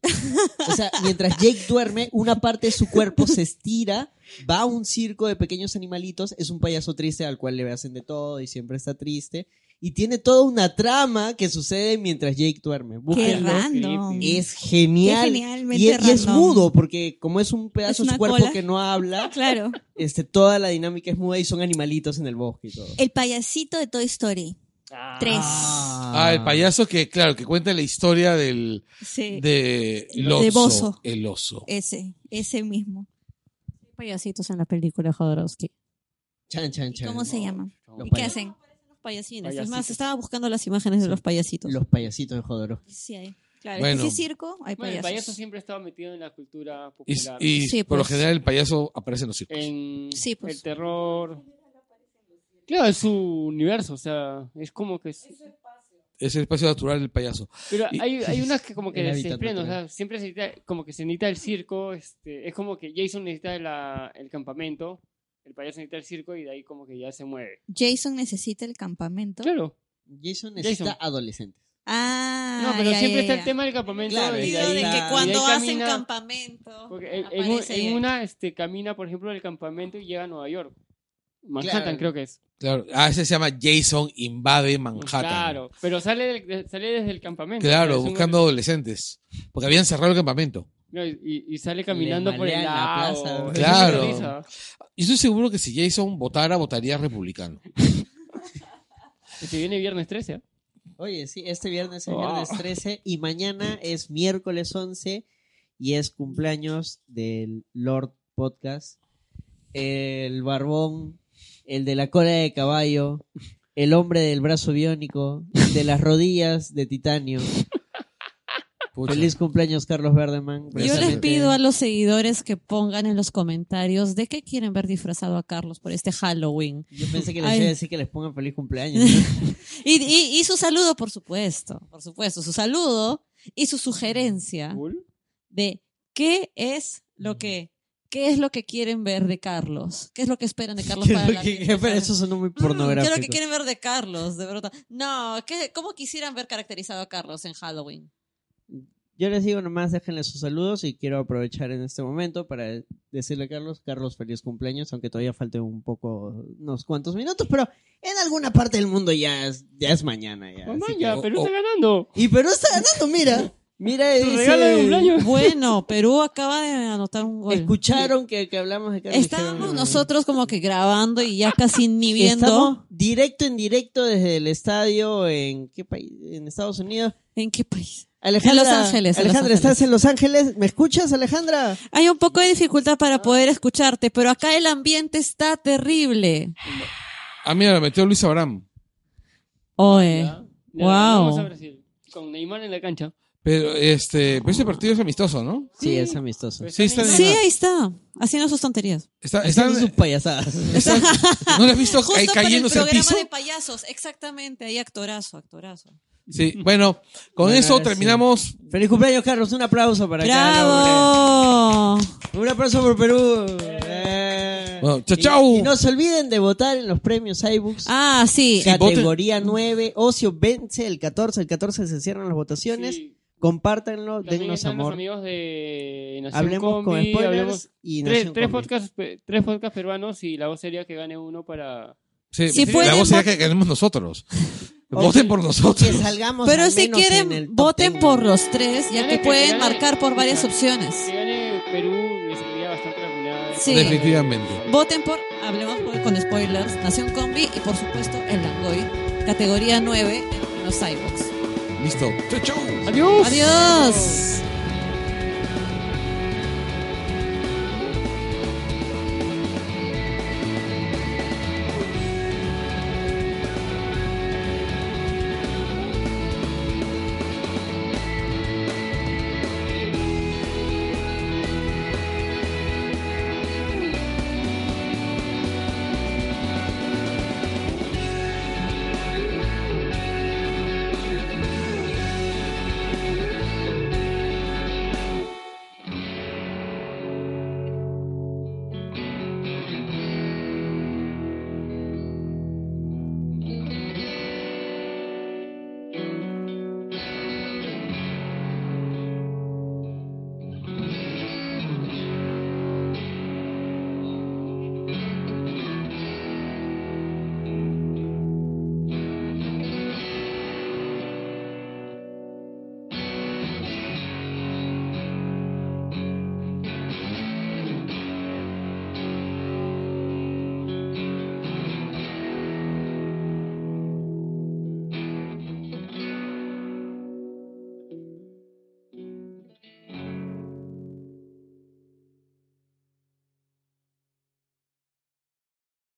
[SPEAKER 4] O sea, mientras Jake duerme, una parte de su cuerpo se estira, va a un circo de pequeños animalitos, es un payaso triste al cual le hacen de todo y siempre está triste. Y tiene toda una trama que sucede mientras Jake duerme.
[SPEAKER 5] Qué
[SPEAKER 4] Búsquenlo.
[SPEAKER 5] random.
[SPEAKER 3] creepy.
[SPEAKER 4] Es genial.
[SPEAKER 5] Mm. Qué
[SPEAKER 4] y,
[SPEAKER 5] genialmente
[SPEAKER 4] y es
[SPEAKER 5] random.
[SPEAKER 4] mudo, porque como es un pedazo de
[SPEAKER 5] Es
[SPEAKER 4] su
[SPEAKER 5] una
[SPEAKER 4] cuerpo
[SPEAKER 5] cola.
[SPEAKER 4] que no habla,
[SPEAKER 5] Claro.
[SPEAKER 4] este, toda la dinámica es muda y son animalitos en el bosque y todo.
[SPEAKER 5] El payasito de Toy Story.
[SPEAKER 3] Ah.
[SPEAKER 5] Tres.
[SPEAKER 1] Ah, el payaso que, claro, que cuenta la historia del
[SPEAKER 5] Sí.
[SPEAKER 1] de el
[SPEAKER 5] Eh, De
[SPEAKER 1] oso,
[SPEAKER 5] Bozo. Eh,
[SPEAKER 1] El oso.
[SPEAKER 5] Ese, ese mismo.
[SPEAKER 2] Payasitos en la película de Jodorowsky.
[SPEAKER 4] Chan, chan,
[SPEAKER 5] ¿Y
[SPEAKER 4] chan.
[SPEAKER 5] ¿Cómo se llama?
[SPEAKER 4] Los
[SPEAKER 5] ¿Y qué
[SPEAKER 4] payas-
[SPEAKER 5] hacen?
[SPEAKER 2] Los payasines. Es
[SPEAKER 3] Payasitos.
[SPEAKER 2] más, estaba buscando las imágenes de los payasitos.
[SPEAKER 4] Los payasitos de Jodorowsky.
[SPEAKER 5] Sí, hay. Claro,
[SPEAKER 1] Bueno.
[SPEAKER 5] si es circo, hay
[SPEAKER 3] Bueno, el
[SPEAKER 5] payasos.
[SPEAKER 3] payaso siempre estaba metido en la cultura
[SPEAKER 1] Y,
[SPEAKER 3] popular.
[SPEAKER 1] y
[SPEAKER 2] Sí,
[SPEAKER 1] por lo
[SPEAKER 2] pues.
[SPEAKER 1] general el payaso aparece en los circos.
[SPEAKER 3] en
[SPEAKER 5] Sí, pues.
[SPEAKER 3] el terror. Claro, es su universo, o sea, es como que... es-
[SPEAKER 1] Es el espacio natural del payaso.
[SPEAKER 3] Pero
[SPEAKER 1] Y-
[SPEAKER 3] hay, hay unas que como que
[SPEAKER 4] El hábitat
[SPEAKER 3] se desprenden, o
[SPEAKER 4] natural.
[SPEAKER 3] sea, siempre se necesita, como que se necesita el circo, este, es como que Jason necesita la- el campamento, el payaso necesita el circo y de ahí como que ya se mueve.
[SPEAKER 5] Jason necesita el campamento.
[SPEAKER 3] Claro.
[SPEAKER 4] Jason necesita
[SPEAKER 3] Jason.
[SPEAKER 4] adolescentes.
[SPEAKER 5] Ah,
[SPEAKER 3] No, pero
[SPEAKER 5] ya,
[SPEAKER 3] siempre
[SPEAKER 5] ya,
[SPEAKER 3] está
[SPEAKER 5] ya.
[SPEAKER 3] el tema del campamento.
[SPEAKER 4] Claro,
[SPEAKER 3] y
[SPEAKER 4] y
[SPEAKER 3] de
[SPEAKER 4] lo
[SPEAKER 3] ahí-
[SPEAKER 4] de que
[SPEAKER 3] y de ahí
[SPEAKER 4] cuando
[SPEAKER 3] camina-
[SPEAKER 2] campamento.
[SPEAKER 4] Pues
[SPEAKER 3] porque en, en un-
[SPEAKER 2] aparece
[SPEAKER 3] en
[SPEAKER 2] él.
[SPEAKER 3] una este, camina, por ejemplo, del campamento y llega a Nueva York. Manhattan
[SPEAKER 4] Claro.
[SPEAKER 3] creo que es.
[SPEAKER 1] Claro. Ah, ese se llama Jason Invade Manhattan.
[SPEAKER 3] Claro, pero sale, del- de- sale desde el campamento.
[SPEAKER 1] Claro,
[SPEAKER 3] Es un-
[SPEAKER 1] buscando adolescentes. Porque habían cerrado el campamento.
[SPEAKER 3] no, y, y sale caminando
[SPEAKER 4] Le
[SPEAKER 3] por el
[SPEAKER 4] malean la
[SPEAKER 3] lago.
[SPEAKER 4] plaza,
[SPEAKER 3] Es
[SPEAKER 4] ¿no?
[SPEAKER 3] una
[SPEAKER 1] Claro.
[SPEAKER 3] risa.
[SPEAKER 1] Y estoy seguro que si Jason votara, votaría republicano.
[SPEAKER 3] Y Se viene viernes 13. ¿ah?
[SPEAKER 4] Oye, sí, este viernes es
[SPEAKER 3] Oh.
[SPEAKER 2] Ah.
[SPEAKER 4] viernes 13 y mañana es miércoles 11 y es cumpleaños del Lord Podcast, el barbón, el de la cola de caballo, el hombre del brazo biónico, el de las rodillas de titanio.
[SPEAKER 1] Pucha.
[SPEAKER 4] Feliz cumpleaños, Carlos Verdeman.
[SPEAKER 1] Pues
[SPEAKER 2] Yo les
[SPEAKER 1] Precisamente.
[SPEAKER 2] pido a los seguidores que pongan en los comentarios de qué quieren ver disfrazado a Carlos por este Halloween.
[SPEAKER 4] Yo pensé que les
[SPEAKER 2] Ay.
[SPEAKER 4] iba a decir que les pongan feliz cumpleaños.
[SPEAKER 2] Y, y- y su saludo, por supuesto, por supuesto, su saludo y su
[SPEAKER 4] Ah.
[SPEAKER 2] sugerencia
[SPEAKER 3] Cool.
[SPEAKER 2] de qué es lo que, qué es lo que quieren ver de Carlos, qué es lo que esperan de Carlos para la
[SPEAKER 4] Que- que-
[SPEAKER 2] fiesta.
[SPEAKER 4] pero eso sonó
[SPEAKER 2] Mm, ¿Qué
[SPEAKER 4] muy
[SPEAKER 2] es lo que
[SPEAKER 4] pornográfico.
[SPEAKER 2] quieren ver de Carlos? De verdad. No, ¿qué- ¿cómo quisieran ver caracterizado a Carlos en Halloween?
[SPEAKER 4] Yo les digo nomás, déjenle sus saludos y quiero aprovechar en este momento para decirle a Carlos, Carlos, feliz cumpleaños, aunque todavía falte un poco, unos cuantos minutos, pero en alguna parte del mundo ya es, ya es mañana. Ya,
[SPEAKER 3] Mamá,
[SPEAKER 4] así que- oh,
[SPEAKER 3] ya,
[SPEAKER 1] o-
[SPEAKER 3] Perú
[SPEAKER 1] o-
[SPEAKER 3] está ganando.
[SPEAKER 4] Y Perú está ganando, mira. Mira,
[SPEAKER 3] Tu regalo de
[SPEAKER 4] dice,
[SPEAKER 3] cumpleaños.
[SPEAKER 2] Bueno, Perú acaba de anotar un gol.
[SPEAKER 4] escucharon que, que hablamos de Carlos.
[SPEAKER 2] Estábamos
[SPEAKER 4] dijeron,
[SPEAKER 2] nosotros como que grabando y ya casi ni viendo
[SPEAKER 4] Estamos directo en directo desde el estadio en qué país, en Estados Unidos.
[SPEAKER 2] en qué país.
[SPEAKER 4] Alejandra,
[SPEAKER 2] En Los Ángeles, en Los
[SPEAKER 4] Alejandra,
[SPEAKER 2] Ángeles.
[SPEAKER 4] estás en Los Ángeles. ¿Me escuchas, Alejandra?
[SPEAKER 2] Hay un poco de dificultad para poder escucharte, pero acá el ambiente está terrible.
[SPEAKER 1] Ah, mira, la metió Luis Abraham.
[SPEAKER 4] Eh,
[SPEAKER 2] Oye,
[SPEAKER 3] Ya. Le
[SPEAKER 2] Wow.
[SPEAKER 3] ganamos a Brasil, Con Neymar en la cancha.
[SPEAKER 1] Pero este, pero este partido es amistoso, ¿no?
[SPEAKER 4] Sí, es amistoso.
[SPEAKER 2] Pues
[SPEAKER 3] Pero
[SPEAKER 1] Sí,
[SPEAKER 3] está
[SPEAKER 1] está
[SPEAKER 3] Neymar.
[SPEAKER 2] sí, ahí está, haciendo sus tonterías.
[SPEAKER 1] Está,
[SPEAKER 4] Están
[SPEAKER 1] está-
[SPEAKER 4] sus payasadas.
[SPEAKER 1] está- ¿No lo has visto
[SPEAKER 2] Justo
[SPEAKER 1] ahí
[SPEAKER 2] para el
[SPEAKER 1] cayéndose al
[SPEAKER 2] programa
[SPEAKER 1] piso?
[SPEAKER 2] de payasos, exactamente, ahí actorazo, actorazo.
[SPEAKER 1] Sí, bueno, con
[SPEAKER 4] Bueno,
[SPEAKER 1] eso
[SPEAKER 4] ahora sí.
[SPEAKER 1] terminamos.
[SPEAKER 4] Feliz cumpleaños, Carlos. Un aplauso para Carlos.
[SPEAKER 2] ¡Bravo!
[SPEAKER 4] Un aplauso por Perú. Eh.
[SPEAKER 1] Bueno, chau,
[SPEAKER 4] Y-
[SPEAKER 1] chau.
[SPEAKER 4] Y, no se olviden de votar en los premios iBooks.
[SPEAKER 2] Ah, sí.
[SPEAKER 1] Sí. voten.
[SPEAKER 4] Categoría 9, Ocio vence el 14, el 14 se cierran las votaciones,
[SPEAKER 3] Sí,
[SPEAKER 4] compártanlo,
[SPEAKER 3] también
[SPEAKER 4] dennos
[SPEAKER 3] están los
[SPEAKER 4] amor,
[SPEAKER 3] amigos de Nación
[SPEAKER 4] hablemos con
[SPEAKER 3] Combi,
[SPEAKER 4] spoilers
[SPEAKER 3] hablemos-
[SPEAKER 4] y
[SPEAKER 3] Tres,
[SPEAKER 4] Nación
[SPEAKER 3] tres,
[SPEAKER 4] Combi.
[SPEAKER 3] podcasts, pe- tres podcasts peruanos y la voz sería que gane uno para...
[SPEAKER 1] Sí,
[SPEAKER 2] Si
[SPEAKER 1] la
[SPEAKER 2] pueden,
[SPEAKER 1] voz sería
[SPEAKER 2] voten.
[SPEAKER 1] que ganemos nosotros. Voten por nosotros.
[SPEAKER 4] que salgamos
[SPEAKER 2] Pero
[SPEAKER 4] al
[SPEAKER 2] si
[SPEAKER 4] menos en el
[SPEAKER 2] quieren,
[SPEAKER 4] top
[SPEAKER 2] voten
[SPEAKER 4] 10.
[SPEAKER 2] por los tres, ya
[SPEAKER 3] Tiene
[SPEAKER 2] que
[SPEAKER 3] que
[SPEAKER 2] pueden
[SPEAKER 3] ganar.
[SPEAKER 2] marcar por varias
[SPEAKER 3] Si
[SPEAKER 2] opciones.
[SPEAKER 3] gane Perú, le serviría bastante la comunidad.
[SPEAKER 2] Sí.
[SPEAKER 1] Definitivamente.
[SPEAKER 2] Voten por, hablemos por- con spoilers, Nación Combi y por supuesto el Langoy.
[SPEAKER 3] categoría 9 en los cyborgs.
[SPEAKER 2] Listo. Chau, chau.
[SPEAKER 1] Adiós.
[SPEAKER 3] Adiós.